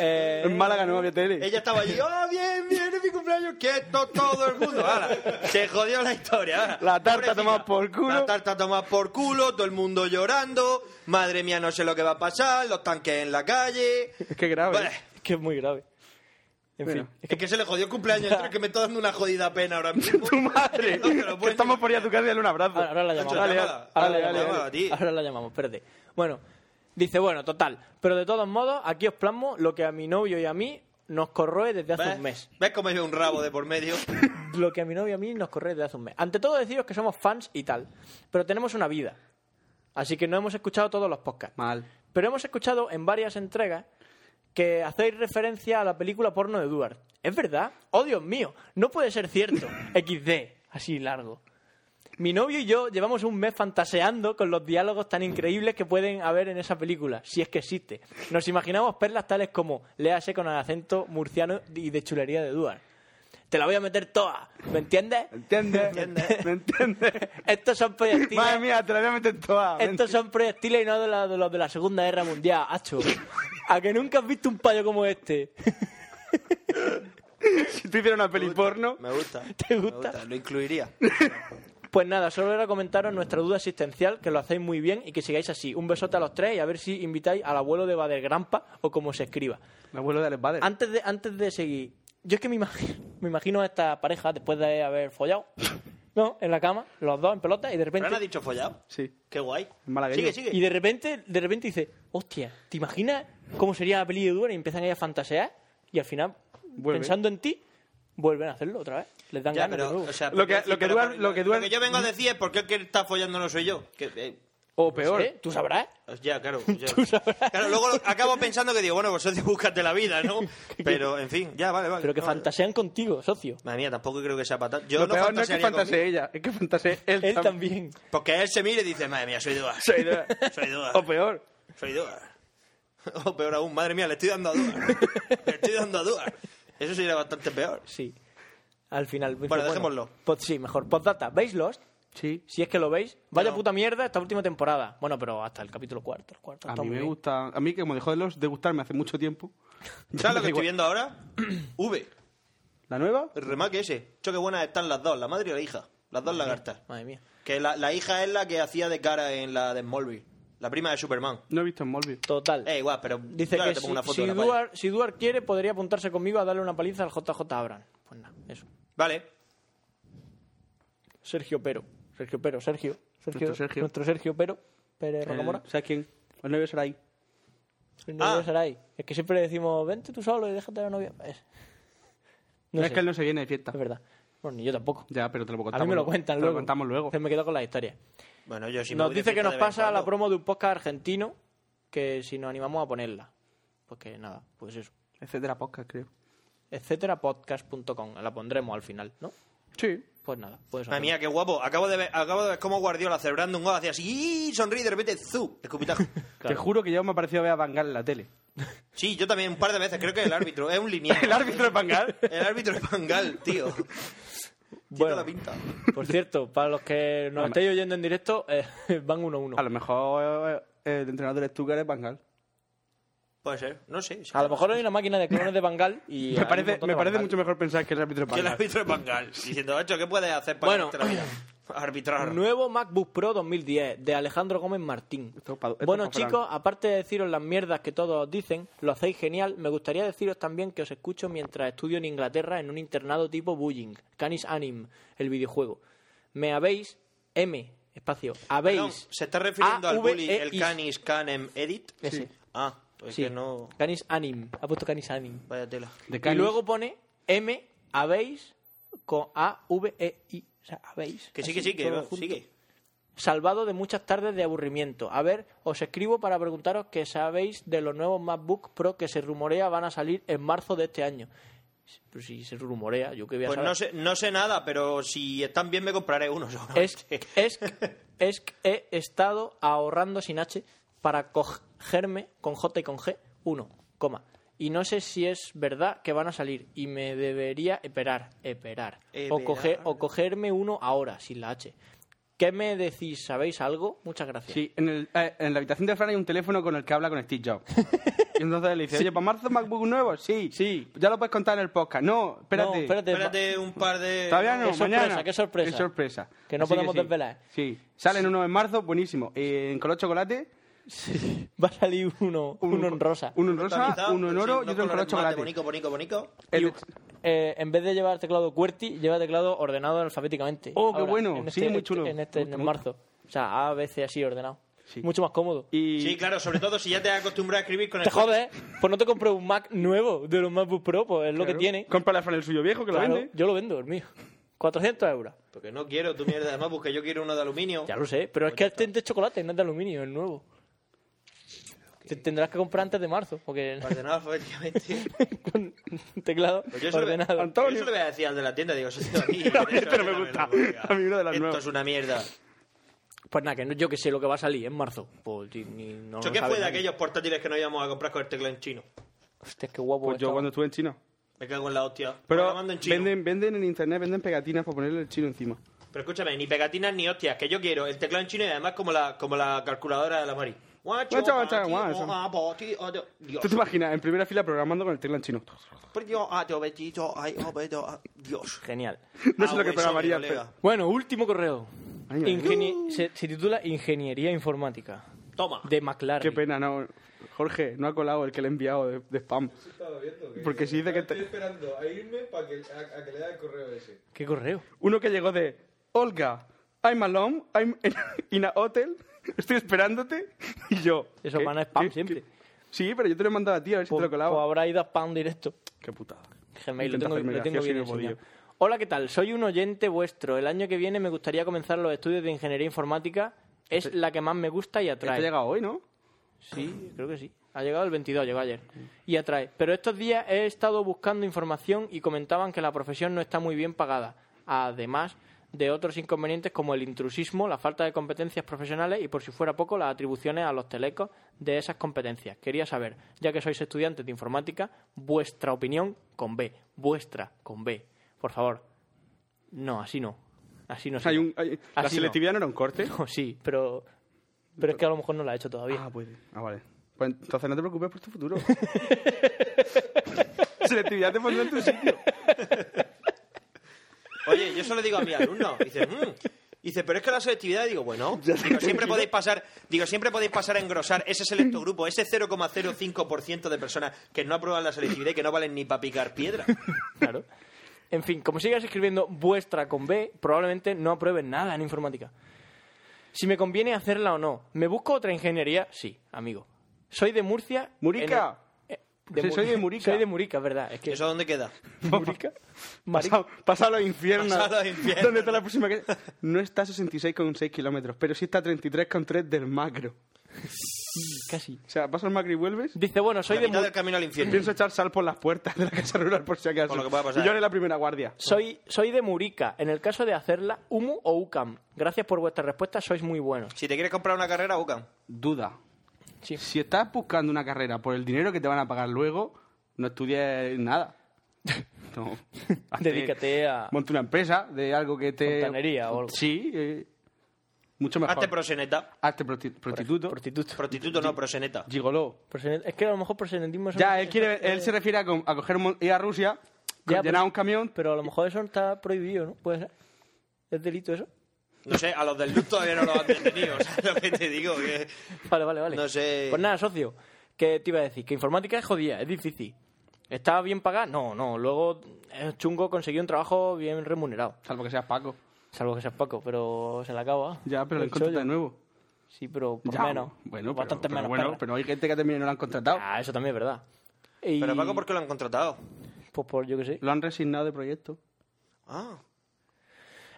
Speaker 1: Eh,
Speaker 2: En Málaga no había tele.
Speaker 3: Ella estaba allí, ¡ah, bien, bien, es mi cumpleaños! ¡Quieto todo el mundo! Ahora, se jodió la historia. ahora.
Speaker 2: La tarta
Speaker 3: Pobrecita.
Speaker 2: tomada por culo.
Speaker 3: La tarta tomada por culo, todo el mundo llorando. Madre mía, no sé lo que va a pasar, los tanques en la calle.
Speaker 2: Es que grave.
Speaker 3: Bah,
Speaker 1: Es que es muy grave. En
Speaker 2: Bueno.
Speaker 1: fin.
Speaker 3: es que se le jodió el cumpleaños, tío, es que me está dando una jodida pena ahora mismo.
Speaker 2: Tu madre.
Speaker 3: No te lo
Speaker 2: que
Speaker 3: puedes
Speaker 2: estamos por ir a tu casa y darle un abrazo.
Speaker 1: Ahora, ahora la llamamos.
Speaker 3: Nacho,
Speaker 2: Dale,
Speaker 3: llámala.
Speaker 2: dale, dale,
Speaker 1: ahora, la
Speaker 2: dale.
Speaker 1: llamamos.
Speaker 3: llámala, tío.
Speaker 1: Ahora la llamamos, espérate. Bueno, dice, bueno, total. Pero de todos modos, aquí os plasmo lo que a mi novio y a mí nos corroe desde hace
Speaker 3: ¿Ves?
Speaker 1: un mes.
Speaker 3: ¿Ves cómo lleva un rabo de por medio?
Speaker 1: Lo que a mi novio y a mí nos corroe desde hace un mes. Ante todo, deciros que somos fans y tal. Pero tenemos una vida. Así que no hemos escuchado todos los podcasts.
Speaker 2: Mal.
Speaker 1: Pero hemos escuchado en varias entregas que hacéis referencia a la película porno de Duarte. ¿Es verdad? ¡Oh, Dios mío! No puede ser cierto. XD. Así largo. Mi novio y yo llevamos un mes fantaseando con los diálogos tan increíbles que pueden haber en esa película, si es que existe. Nos imaginamos perlas tales como léase con el acento murciano y de chulería de Duarte. Te la voy a meter toda, ¿me entiendes?
Speaker 2: ¿Entiendes? ¿Me entiendes?
Speaker 1: Estos son proyectiles
Speaker 2: Madre mía, te la voy a meter toda.
Speaker 1: estos son proyectiles y no de la- de los de, la Segunda Guerra Mundial, hacho. ¿A que nunca has visto un payo como este?
Speaker 2: Si tú hicieras una peli porno,
Speaker 3: Me gusta.
Speaker 1: ¿Te gusta?
Speaker 3: Me Lo incluiría.
Speaker 1: Pues nada, solo era comentaros nuestra duda existencial, que lo hacéis muy bien y que sigáis así. Un besote a los tres y a ver si invitáis al abuelo de Badergrampa o como se escriba.
Speaker 2: mi abuelo de Alex Bader.
Speaker 1: Antes de, antes de seguir, yo es que me imagino, me imagino a esta pareja después de haber follado, ¿no? En la cama, los dos en pelota y de repente...
Speaker 3: ¿Fran ha dicho follado?
Speaker 2: Sí.
Speaker 3: Qué guay.
Speaker 2: Malagueño.
Speaker 3: Sigue, sigue.
Speaker 1: Y de repente, de repente dice, hostia, ¿te imaginas cómo sería la peli de Duran? Y empiezan ellos a fantasear y al final,
Speaker 2: Vuelve.
Speaker 1: pensando en ti, vuelven a hacerlo otra vez. Les dan
Speaker 3: Ya,
Speaker 1: ganas de
Speaker 3: pero,
Speaker 1: nuevo.
Speaker 3: o sea,
Speaker 2: Lo que-
Speaker 3: pero-
Speaker 2: lo que
Speaker 3: pero-
Speaker 2: Duarte-
Speaker 3: pero-
Speaker 2: lo que Duarte-
Speaker 3: yo vengo a decir es por qué el que está follando no soy yo. Que, eh, pues
Speaker 2: O peor.
Speaker 1: ¿Eh? ¿Tú sabrás?
Speaker 3: ya, claro. ya.
Speaker 1: Tú sabrás.
Speaker 3: Claro, luego lo- acabo pensando que digo, bueno, pues socio, búscate la vida, ¿no? Pero, en fin, ya, vale, vale.
Speaker 1: Pero que
Speaker 3: No,
Speaker 1: fantasean contigo, socio.
Speaker 3: Madre mía, tampoco creo que sea patata. Yo
Speaker 2: Lo
Speaker 3: no
Speaker 2: peor no es que
Speaker 3: fantasearía
Speaker 2: fantasee ella, es que fantasee él,
Speaker 1: Él
Speaker 2: tam-
Speaker 1: también.
Speaker 3: conmigo. Porque él se mira y dice, madre mía, soy Duarte.
Speaker 2: Soy de-
Speaker 3: Soy Duarte.
Speaker 2: O peor.
Speaker 3: Soy Duarte. O peor aún, madre mía, le estoy dando a Duarte. Le estoy dando a Duarte. Eso sería bastante peor.
Speaker 1: Sí. Al final. dice,
Speaker 3: dejémoslo.
Speaker 1: pod- sí, mejor. Poddata. ¿Veis Lost?
Speaker 2: Sí.
Speaker 1: Si es que lo veis. Vaya
Speaker 3: No.
Speaker 1: puta mierda esta última temporada. Bueno, pero hasta el capítulo cuarto. El cuarto
Speaker 2: A
Speaker 1: está
Speaker 2: mí
Speaker 1: muy
Speaker 2: me
Speaker 1: bien.
Speaker 2: gusta. A mí, que como dejó de los de gustarme hace mucho tiempo.
Speaker 3: ¿Sabes lo que estoy viendo ahora? V.
Speaker 2: ¿La nueva?
Speaker 3: El remake ese. Cho, qué buenas están las dos, la madre y la hija. Las dos lagartas.
Speaker 1: Madre mía.
Speaker 3: Que la, la hija es la que hacía de cara en la de Smallville. La prima de Superman.
Speaker 2: No he visto en Molby.
Speaker 1: Total.
Speaker 3: Eh, igual, pero
Speaker 1: Dice
Speaker 3: yo ahora
Speaker 1: que
Speaker 3: te
Speaker 1: si,
Speaker 3: pongo una foto
Speaker 1: si
Speaker 3: de la
Speaker 1: Duar-
Speaker 3: palla.
Speaker 1: si Duar quiere, podría apuntarse conmigo a darle una paliza al JJ Abraham. Pues nada, eso.
Speaker 3: Vale.
Speaker 1: Sergio Pero. Sergio Pero, Sergio. Sergio
Speaker 2: Nuestro Sergio.
Speaker 1: nuestro Sergio Pero. Pérez Rocamora.
Speaker 2: Eh, ¿Sabes quién? El novio será ahí.
Speaker 1: El novio
Speaker 3: Eh, Ah.
Speaker 1: de Sarai. Es que siempre le decimos, vente tú solo y déjate la novia. Es-
Speaker 2: No, es
Speaker 1: sé,
Speaker 2: que él no se viene de fiesta.
Speaker 1: es verdad. Bueno, ni yo tampoco.
Speaker 2: Ya, pero te lo
Speaker 1: a
Speaker 2: contamos.
Speaker 1: mí me lo
Speaker 2: luego.
Speaker 1: cuentan
Speaker 2: Te
Speaker 1: luego.
Speaker 2: lo contamos luego.
Speaker 1: Entonces me quedo con la historia.
Speaker 3: Bueno, yo sí Pues me
Speaker 1: nos
Speaker 3: voy de
Speaker 1: dice que
Speaker 3: fiesta
Speaker 1: nos
Speaker 3: de vez en
Speaker 1: pasa la
Speaker 3: cuando.
Speaker 1: promo de un podcast argentino, que si nos animamos a ponerla. Pues que nada, pues eso.
Speaker 2: Etcétera, podcast, creo.
Speaker 1: Etcétera podcast.com. La pondremos al final, ¿no?
Speaker 2: Sí.
Speaker 1: Pues nada, pues.
Speaker 3: Madre mía, qué guapo. Acabo de ver, acabo de ver cómo Guardiola celebrando un gol hacía así. ¡y! Sonríe y de repente ¡zu! Escupitajo.
Speaker 2: Te juro que ya me ha parecido ver a Bangal en la tele.
Speaker 3: Sí, yo también un par de veces. Creo que el árbitro es un lineal.
Speaker 2: ¿El árbitro es Bangal?
Speaker 3: El árbitro es Pangal, tío. Tiene
Speaker 1: Bueno.
Speaker 3: la pinta.
Speaker 1: Por cierto, para los que nos estéis oyendo en directo, eh, van uno a uno.
Speaker 2: A lo mejor eh, el entrenador del Stuttgart es Bangal.
Speaker 3: Puede ser. No sé. sí.
Speaker 1: A lo mejor hay una máquina de clones de Bangal y. hay
Speaker 2: Me
Speaker 1: un
Speaker 2: parece,
Speaker 1: montón
Speaker 2: me
Speaker 1: de
Speaker 2: parece
Speaker 1: Bangal.
Speaker 2: mucho mejor pensar que el árbitro es
Speaker 3: Que el
Speaker 2: Bangal.
Speaker 3: árbitro es Pangal. Diciendo, hecho, ¿qué puedes hacer para
Speaker 1: Bueno.
Speaker 3: ganarte la vida? Arbitrar.
Speaker 1: Nuevo MacBook Pro 2010 de Alejandro Gómez Martín.
Speaker 2: Esto es pa- esto
Speaker 1: bueno,
Speaker 2: es pa' Fran.
Speaker 1: chicos, aparte de deciros las mierdas que todos os dicen, lo hacéis genial. Me gustaría deciros también que os escucho mientras estudio en Inglaterra en un internado tipo Bullying, Canis Anim, el videojuego. Me habéis, M, espacio, habéis.
Speaker 3: Perdón, ¿Se está refiriendo al bully, el
Speaker 1: AVEI,
Speaker 3: canis, canem, edit?
Speaker 1: Ese.
Speaker 3: Ah, pues
Speaker 1: E sí,
Speaker 3: que no...
Speaker 1: Canis Anim, ha puesto Canis Anim.
Speaker 3: Vaya tela.
Speaker 2: De
Speaker 1: Y
Speaker 2: Canis.
Speaker 1: luego pone M, habéis, con A, V, E, I. O sea, habéis.
Speaker 3: Que sí,
Speaker 1: así,
Speaker 3: que sí, que
Speaker 1: todo
Speaker 3: va,
Speaker 1: junto
Speaker 3: sigue.
Speaker 1: salvado de muchas tardes de aburrimiento. A ver, os escribo para preguntaros qué sabéis de los nuevos MacBook Pro que se rumorea van a salir en marzo de este año. Pero si se rumorea, yo qué voy a
Speaker 3: Pues
Speaker 1: saber.
Speaker 3: no sé, no sé nada, pero si están bien me compraré uno.
Speaker 1: Es,
Speaker 3: seguramente.
Speaker 1: es, es que he estado ahorrando sin H para cogerme con J y con G uno, coma. Y no sé si es verdad que van a salir y me debería esperar, esperar. O,
Speaker 3: Esperar.
Speaker 1: coger, o cogerme uno ahora, sin la H. ¿Qué me decís? ¿Sabéis algo? Muchas gracias.
Speaker 2: Sí, en, el- eh, en la habitación de Fran hay un teléfono con el que habla con Steve Jobs. y entonces le dice, oye, ¿para marzo MacBook nuevo? Sí.
Speaker 1: Sí.
Speaker 2: Ya lo puedes contar en el podcast. No, espérate.
Speaker 1: No, espérate.
Speaker 3: Espérate un par de...
Speaker 2: Todavía no,
Speaker 1: Qué sorpresa,
Speaker 2: mañana.
Speaker 1: qué sorpresa.
Speaker 2: Qué sorpresa.
Speaker 1: Que no podemos
Speaker 2: sí.
Speaker 1: desvelar. ¿eh?
Speaker 2: Sí. Salen uno en marzo, buenísimo. Eh, en color chocolate.
Speaker 1: Va a salir uno, uno en rosa.
Speaker 2: Uno en rosa,
Speaker 3: Tonalizado,
Speaker 2: uno en
Speaker 3: sí,
Speaker 2: oro y
Speaker 3: unos
Speaker 2: otro en color
Speaker 3: colores mate,
Speaker 2: chocolate.
Speaker 3: Bonico, bonico, bonico.
Speaker 1: Y,
Speaker 2: El-
Speaker 1: eh, en vez de llevar teclado QWERTY, lleva teclado ordenado alfabéticamente.
Speaker 2: Oh, qué
Speaker 1: Ahora,
Speaker 2: bueno.
Speaker 1: en
Speaker 2: Sí,
Speaker 1: este-
Speaker 2: muy chulo.
Speaker 1: En este
Speaker 2: Me
Speaker 1: en
Speaker 2: gusta mucho.
Speaker 1: marzo. O sea, a veces así ordenado.
Speaker 2: Sí.
Speaker 1: Mucho más cómodo.
Speaker 2: y
Speaker 3: Sí, claro, sobre todo si ya te has acostumbrado a escribir con el...
Speaker 1: Te jodes, ¿eh? pues no te compres un Mac nuevo de los MacBook Pro, pues es lo que tiene.
Speaker 2: Cómprale a Fran el suyo viejo que
Speaker 1: Claro, Pues
Speaker 2: lo vende.
Speaker 1: yo lo vendo, el mío. 400 euros.
Speaker 3: Porque no quiero tu mierda de más, porque yo quiero uno de aluminio.
Speaker 1: Ya lo sé, pero es
Speaker 2: Pues
Speaker 1: que este es de chocolate, no es de aluminio, el nuevo. Te tendrás que comprar antes de marzo, porque
Speaker 3: Ordenado alfabéticamente.
Speaker 1: con un teclado
Speaker 3: Pues yo eso lo-
Speaker 1: ordenado.
Speaker 2: Antonio.
Speaker 3: Yo se lo voy a decir al de la tienda, digo, eso tío, a mí.
Speaker 2: A mí esto no
Speaker 3: eso
Speaker 2: me
Speaker 3: es una
Speaker 2: gusta.
Speaker 3: vergüenza.
Speaker 2: A mí uno de las nuevas.
Speaker 3: Esto es una mierda.
Speaker 1: Pues nada, que no- yo que sé lo que va a salir en marzo. Pues, ni- ni- no
Speaker 3: Yo,
Speaker 1: lo
Speaker 3: ¿Qué
Speaker 1: sabe
Speaker 3: fue de
Speaker 1: nadie.
Speaker 3: aquellos portátiles que no íbamos a comprar con el teclado en chino?
Speaker 1: Hostia, qué guapo.
Speaker 2: Pues yo
Speaker 1: estaba.
Speaker 2: cuando estuve en China.
Speaker 3: Me cago en la hostia.
Speaker 2: Pero
Speaker 3: Programando Pues en chino.
Speaker 2: venden, venden en internet, venden pegatinas para ponerle el chino encima.
Speaker 3: Pero escúchame, ni pegatinas ni hostias, que yo quiero el teclado en chino y además como la, como la calculadora de la Mari. Guacho,
Speaker 2: Guacho,
Speaker 3: guacho,
Speaker 2: guacho, guacho.
Speaker 3: guapo, tío, odio. Dios.
Speaker 2: ¿Tú te imaginas en primera fila programando con el teclado en chino?
Speaker 3: Por Dios, ah, tío, bendito, ay, oh, bendito, ah, Dios.
Speaker 1: Genial.
Speaker 2: No sé
Speaker 3: Ah,
Speaker 2: lo que
Speaker 3: hueso,
Speaker 2: programaría.
Speaker 3: mi
Speaker 2: pero-
Speaker 3: colega.
Speaker 1: Bueno, último correo.
Speaker 2: Ay, Uh. ay, ay.
Speaker 1: Ingeni- se, se titula Ingeniería Informática
Speaker 3: Toma.
Speaker 1: de McLaren.
Speaker 2: Qué pena, no. Jorge, no ha colado el que le he enviado de, de spam. Porque si dice que... te-
Speaker 8: esperando a irme para que, a, a que le dé el correo ese.
Speaker 1: ¿Qué correo?
Speaker 2: Uno que llegó de... Olga, I'm alone, I'm in a hotel, estoy esperándote, y yo...
Speaker 1: Eso
Speaker 2: ¿qué?
Speaker 1: van a spam
Speaker 2: ¿Qué?
Speaker 1: siempre.
Speaker 2: ¿Qué? Sí, pero yo te lo he mandado a ti, a ver si
Speaker 1: Pues,
Speaker 2: te lo colaba.
Speaker 1: pues habrá ido a spam directo.
Speaker 2: Qué putada.
Speaker 1: Gmail, lo
Speaker 2: Intenta
Speaker 1: tengo,
Speaker 2: hacerme
Speaker 1: lo tengo
Speaker 2: gracioso y
Speaker 1: bien
Speaker 2: no he podido.
Speaker 1: enseñado. Hola, ¿qué tal? Soy un oyente vuestro. El año que viene me gustaría comenzar los estudios de Ingeniería Informática. Es la que más me gusta y
Speaker 2: Este ha
Speaker 1: atrae.
Speaker 2: llegado hoy, ¿no?
Speaker 1: Sí, creo que sí. Ha llegado el 22, llegó ayer. Y atrae. Pero estos días he estado buscando información y comentaban que la profesión no está muy bien pagada. Además de otros inconvenientes como el intrusismo, la falta de competencias profesionales y, por si fuera poco, las atribuciones a los telecos de esas competencias. Quería saber, ya que sois estudiantes de informática, vuestra opinión con B. Vuestra con B. Por favor. No, así no. Así no.
Speaker 2: O sea, hay
Speaker 1: sí.
Speaker 2: un, hay- la
Speaker 1: Así no.
Speaker 2: selectividad no. era un corte.
Speaker 1: No, sí, pero... Pero es que a lo mejor no la ha hecho todavía.
Speaker 2: Ah, puede. Ah, vale. Pues entonces no te preocupes por tu futuro. selectividad te pondrá en tu sitio.
Speaker 3: Oye, yo solo digo a mi alumno, dice, "Mm". Dice, pero es que la selectividad, digo, bueno, digo, siempre podéis pasar, digo, siempre podéis pasar a engrosar ese selecto grupo, ese 0,05% de personas que no aprueban la selectividad y que no valen ni para picar piedra.
Speaker 1: Claro. En fin, como sigas escribiendo vuestra con B, probablemente no aprueben nada en informática. Si me conviene hacerla o no. ¿Me busco otra ingeniería? Sí, amigo. Soy de Murcia.
Speaker 2: Murica.
Speaker 1: en el- eh,
Speaker 2: Sí, soy de Murica.
Speaker 1: Soy de Murica, es verdad. Es que
Speaker 3: ¿Eso dónde queda?
Speaker 1: Murica. Mari-
Speaker 2: Pasado, pasado a los infiernos.
Speaker 3: Pasado a los infiernos.
Speaker 2: ¿Dónde está la próxima? que- No está a 66,6 kilómetros, pero sí está a 33,3 del macro.
Speaker 1: Casi.
Speaker 2: O sea, pasas Macri y vuelves.
Speaker 1: Dice, bueno, soy
Speaker 3: La
Speaker 1: de,
Speaker 3: mitad
Speaker 1: Mur-
Speaker 3: del camino al infierno.
Speaker 2: Pienso echar sal por las puertas de la casa rural por si acaso.
Speaker 3: Por lo que pueda pasar.
Speaker 2: Y yo haré la primera guardia.
Speaker 1: soy, soy de Murica. En el caso de hacerla, Umu o Ucam. Gracias por vuestra respuesta, sois muy buenos.
Speaker 3: Si te quieres comprar una carrera, Ucan.
Speaker 2: Duda.
Speaker 1: Sí.
Speaker 2: Si estás buscando una carrera por el dinero que te van a pagar luego, no estudies nada. No. Hazte-
Speaker 1: Dedícate a...
Speaker 2: Monta una empresa de algo que te.
Speaker 1: Fontanería o algo.
Speaker 2: Sí, eh, mucho mejor.
Speaker 3: Hazte proseneta.
Speaker 2: Hazte proti- prostituto.
Speaker 1: Prostituto.
Speaker 3: Prostituto no, proseneta.
Speaker 2: Gigoló.
Speaker 1: Prosen- Es que a lo mejor prosenetismo es
Speaker 2: Ya,
Speaker 1: una-
Speaker 2: él, quiere, él se refiere a, com- a coger un mon- ir a Rusia,
Speaker 1: Ya, pues.
Speaker 2: llenar
Speaker 1: pero-
Speaker 2: un camión.
Speaker 1: Pero a lo mejor eso está prohibido, ¿no? Puede ser. ¿Es delito eso?
Speaker 3: No sé, a los del luz todavía no los han detenido. ¿Sabes lo que te digo? Que-
Speaker 1: Vale, vale, vale.
Speaker 3: No sé.
Speaker 1: Pues nada, socio, que te iba a decir? Que informática es jodida, es difícil. ¿Está bien pagada? No, no. Luego es chungo conseguir un trabajo bien remunerado.
Speaker 2: Salvo que seas Paco.
Speaker 1: Salvo que seas Paco, pero se la acaba.
Speaker 2: Ya, pero lo
Speaker 1: El
Speaker 2: encuentras
Speaker 1: chollo.
Speaker 2: de nuevo.
Speaker 1: Sí, pero por
Speaker 2: Ya,
Speaker 1: menos.
Speaker 2: Bueno, pero,
Speaker 1: Bastante
Speaker 2: pero
Speaker 1: menos.
Speaker 2: bueno,
Speaker 1: perra.
Speaker 2: pero hay gente que también no lo han contratado.
Speaker 1: Ah, eso también es verdad. Y-
Speaker 3: Pero Paco, ¿por qué lo han contratado?
Speaker 1: Pues por yo qué sé.
Speaker 2: Lo han resignado de proyecto.
Speaker 3: Ah.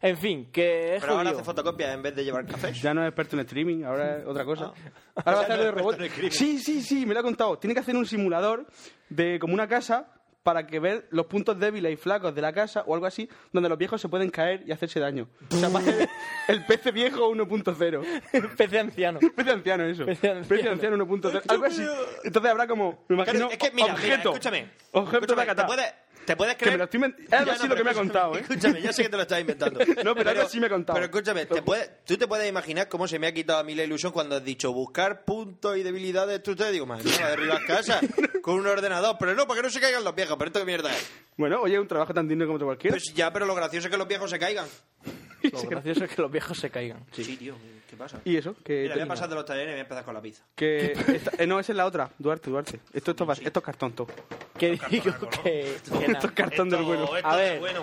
Speaker 1: En fin, que es
Speaker 3: Pero ahora
Speaker 1: jodido.
Speaker 3: hace fotocopias en vez de llevar café.
Speaker 2: Ya no es experto en streaming, ahora es otra cosa. Ahora va a hacer de robot. Sí, sí, sí, me lo ha contado. Tiene que hacer un simulador de como una casa para que ver los puntos débiles y flacos de la casa o algo así, donde los viejos se pueden caer y hacerse daño. O sea, va a ser el PC viejo 1.0.
Speaker 1: PC anciano.
Speaker 2: Pez de anciano, eso. Pez
Speaker 1: Pez de anciano.
Speaker 2: de anciano 1.0. Algo así. Entonces habrá como. Me
Speaker 3: Claro,
Speaker 2: imagino.
Speaker 3: es que, mira, mira,
Speaker 2: objeto.
Speaker 3: escúchame.
Speaker 2: Objeto de
Speaker 3: Escúchame, te
Speaker 2: catá.
Speaker 3: puedes, te puedes
Speaker 2: Que
Speaker 3: creer.
Speaker 2: me lo estoy invent- es algo
Speaker 3: Ya,
Speaker 2: así
Speaker 3: no,
Speaker 2: lo
Speaker 3: pero
Speaker 2: que me ha
Speaker 3: escúchame,
Speaker 2: contado, ¿eh?
Speaker 3: Escúchame, ya sé que te lo estás inventando.
Speaker 2: No, pero algo así me ha contado.
Speaker 3: Pero escúchame, te puedes, tú te puedes imaginar cómo se me ha quitado a mí la ilusión cuando has dicho buscar puntos y debilidades. Tú te digo, madre mía, va a derribar casas con un ordenador. Pero no, para que no se caigan los viejos. Pero esto qué mierda es.
Speaker 2: Bueno, oye, un trabajo tan digno como otro cualquiera.
Speaker 3: Pues ya, pero lo gracioso es que los viejos se caigan.
Speaker 1: Lo gracioso es que los viejos se caigan.
Speaker 3: Sí, tío, ¿qué pasa?
Speaker 2: y eh, eso, que.
Speaker 3: Mira, voy a pasar de los talleres y voy a empezar con la pizza.
Speaker 2: que esta- eh, no, esa es la otra. Duarte, Duarte. Esto, esto, va- esto es cartón, todo.
Speaker 1: Que digo que... que
Speaker 2: Esto
Speaker 1: nada.
Speaker 2: es cartón del bueno.
Speaker 3: Esto, esto
Speaker 1: A
Speaker 3: es
Speaker 1: ver.
Speaker 3: bueno.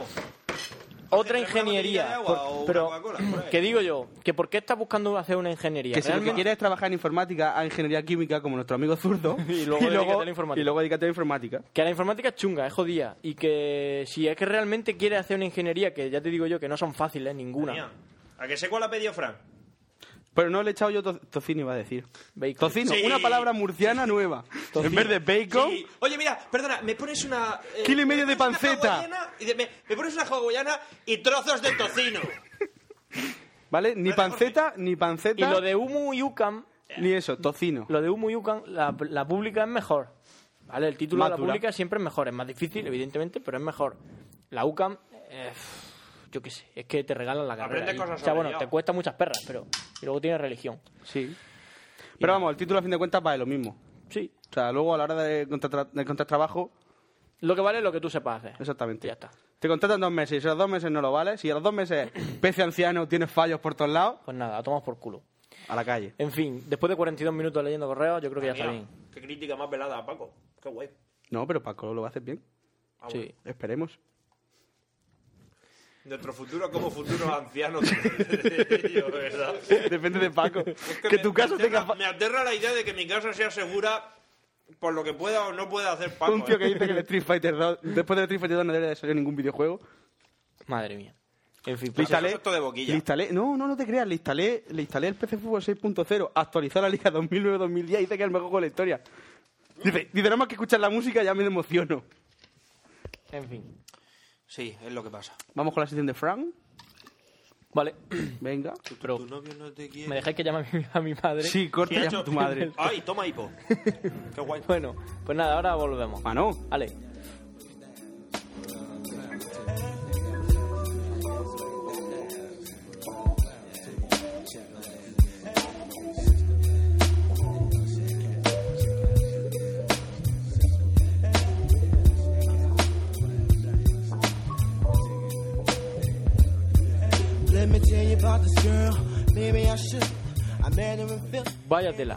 Speaker 1: Otra
Speaker 3: ¿Tenemos una botellita de
Speaker 1: ingeniería.
Speaker 3: agua
Speaker 1: por-
Speaker 3: o una
Speaker 1: pero,
Speaker 3: Coca-Cola? Por ahí.
Speaker 1: que digo yo, que por qué estás buscando hacer una ingeniería.
Speaker 2: Que si lo que
Speaker 1: Realmente-
Speaker 2: quieres es trabajar en informática, a ingeniería química, como nuestro amigo zurdo.
Speaker 1: Y luego dedícate a la informática.
Speaker 2: y luego dedícate a la informática.
Speaker 1: Que la informática es chunga, es jodida. Y que si es que realmente quieres hacer una ingeniería, que ya te digo yo que no son fáciles
Speaker 3: Mía,
Speaker 1: ninguna.
Speaker 3: ¿A que sé cuál ha pedido Fran?
Speaker 2: Pero no le he echado yo to- tocino, iba a decir.
Speaker 1: Bacon.
Speaker 2: Tocino,
Speaker 3: Sí.
Speaker 2: una palabra murciana nueva. En vez de bacon.
Speaker 3: Sí. Oye, mira, perdona, me pones una. eh,
Speaker 2: Kilo y medio
Speaker 3: me
Speaker 2: de
Speaker 3: pones una
Speaker 2: panceta.
Speaker 3: hawaiana y de- me, me pones una hawaiana y trozos de tocino.
Speaker 2: ¿Vale? Ni panceta, ni
Speaker 1: Y
Speaker 2: panceta,
Speaker 1: lo de Humu y Ucam,
Speaker 2: ni eso, tocino.
Speaker 1: lo de Humu y Ucam, la, la pública es mejor. ¿Vale? El título
Speaker 2: Más
Speaker 1: de la
Speaker 2: dura.
Speaker 1: pública siempre es mejor, es más difícil, evidentemente, pero es mejor. La Ucam, eh, yo qué sé, es que te regalan la carrera.
Speaker 3: Aprendes
Speaker 1: y-
Speaker 3: cosas
Speaker 1: o sea,
Speaker 3: sobre
Speaker 1: bueno,
Speaker 3: ella.
Speaker 1: te cuesta muchas perras, pero y luego tienes religión.
Speaker 2: Sí. Pero vamos, el título a fin de cuentas va de lo mismo.
Speaker 1: Sí.
Speaker 2: O sea, luego a la hora de contratar, de contratar trabajo,
Speaker 1: Lo que vale es lo que tú sepas hacer.
Speaker 2: exactamente.
Speaker 1: Ya está.
Speaker 2: Te contratan dos meses y si a los dos meses no lo vale, si a los dos meses pez anciano tienes fallos por todos lados,
Speaker 1: Pues nada, a tomar por culo.
Speaker 2: a la calle.
Speaker 1: En fin, después de 42 minutos leyendo correos, yo creo que ya está bien.
Speaker 3: Qué crítica más velada a Paco. Qué guay.
Speaker 2: No, pero Paco lo haces bien.
Speaker 3: Ah,
Speaker 1: Sí.
Speaker 2: Esperemos.
Speaker 3: Nuestro futuro como futuro anciano. Tío, ¿verdad?
Speaker 2: Depende de Paco. que,
Speaker 3: me-
Speaker 2: tu caso
Speaker 3: me aterra,
Speaker 2: tenga fa-
Speaker 3: Me aterra la idea de que mi casa sea segura por lo que pueda o no pueda hacer Paco.
Speaker 2: un tío
Speaker 3: ¿eh?
Speaker 2: que dice que el Street Fighter 2, después del Street Fighter 2 no debería de salir ningún videojuego.
Speaker 1: Madre mía. En fin, pues-
Speaker 2: Lístale.
Speaker 3: eso es todo de boquilla.
Speaker 2: Lístale- No, no, no te creas. Le instalé, le instalé el PC Fútbol 6.0, actualizó la liga 2009-2010 y dice que es el mejor juego de la historia. Dice, dice, nada más que escuchar la música ya me emociono.
Speaker 1: pues, en fin.
Speaker 3: Sí, es lo que pasa.
Speaker 2: Vamos con la sesión de Frank.
Speaker 1: Vale,
Speaker 2: Venga.
Speaker 1: pero
Speaker 3: Tu novio no te quiere.
Speaker 1: Oh. me dejáis que llame a mi, a mi madre.
Speaker 2: Sí, corta ya a tu madre.
Speaker 3: Ay, toma hipo. Qué guay.
Speaker 1: Bueno, pues nada, ahora volvemos.
Speaker 2: Ah, no.
Speaker 1: Vale. Vaya tela.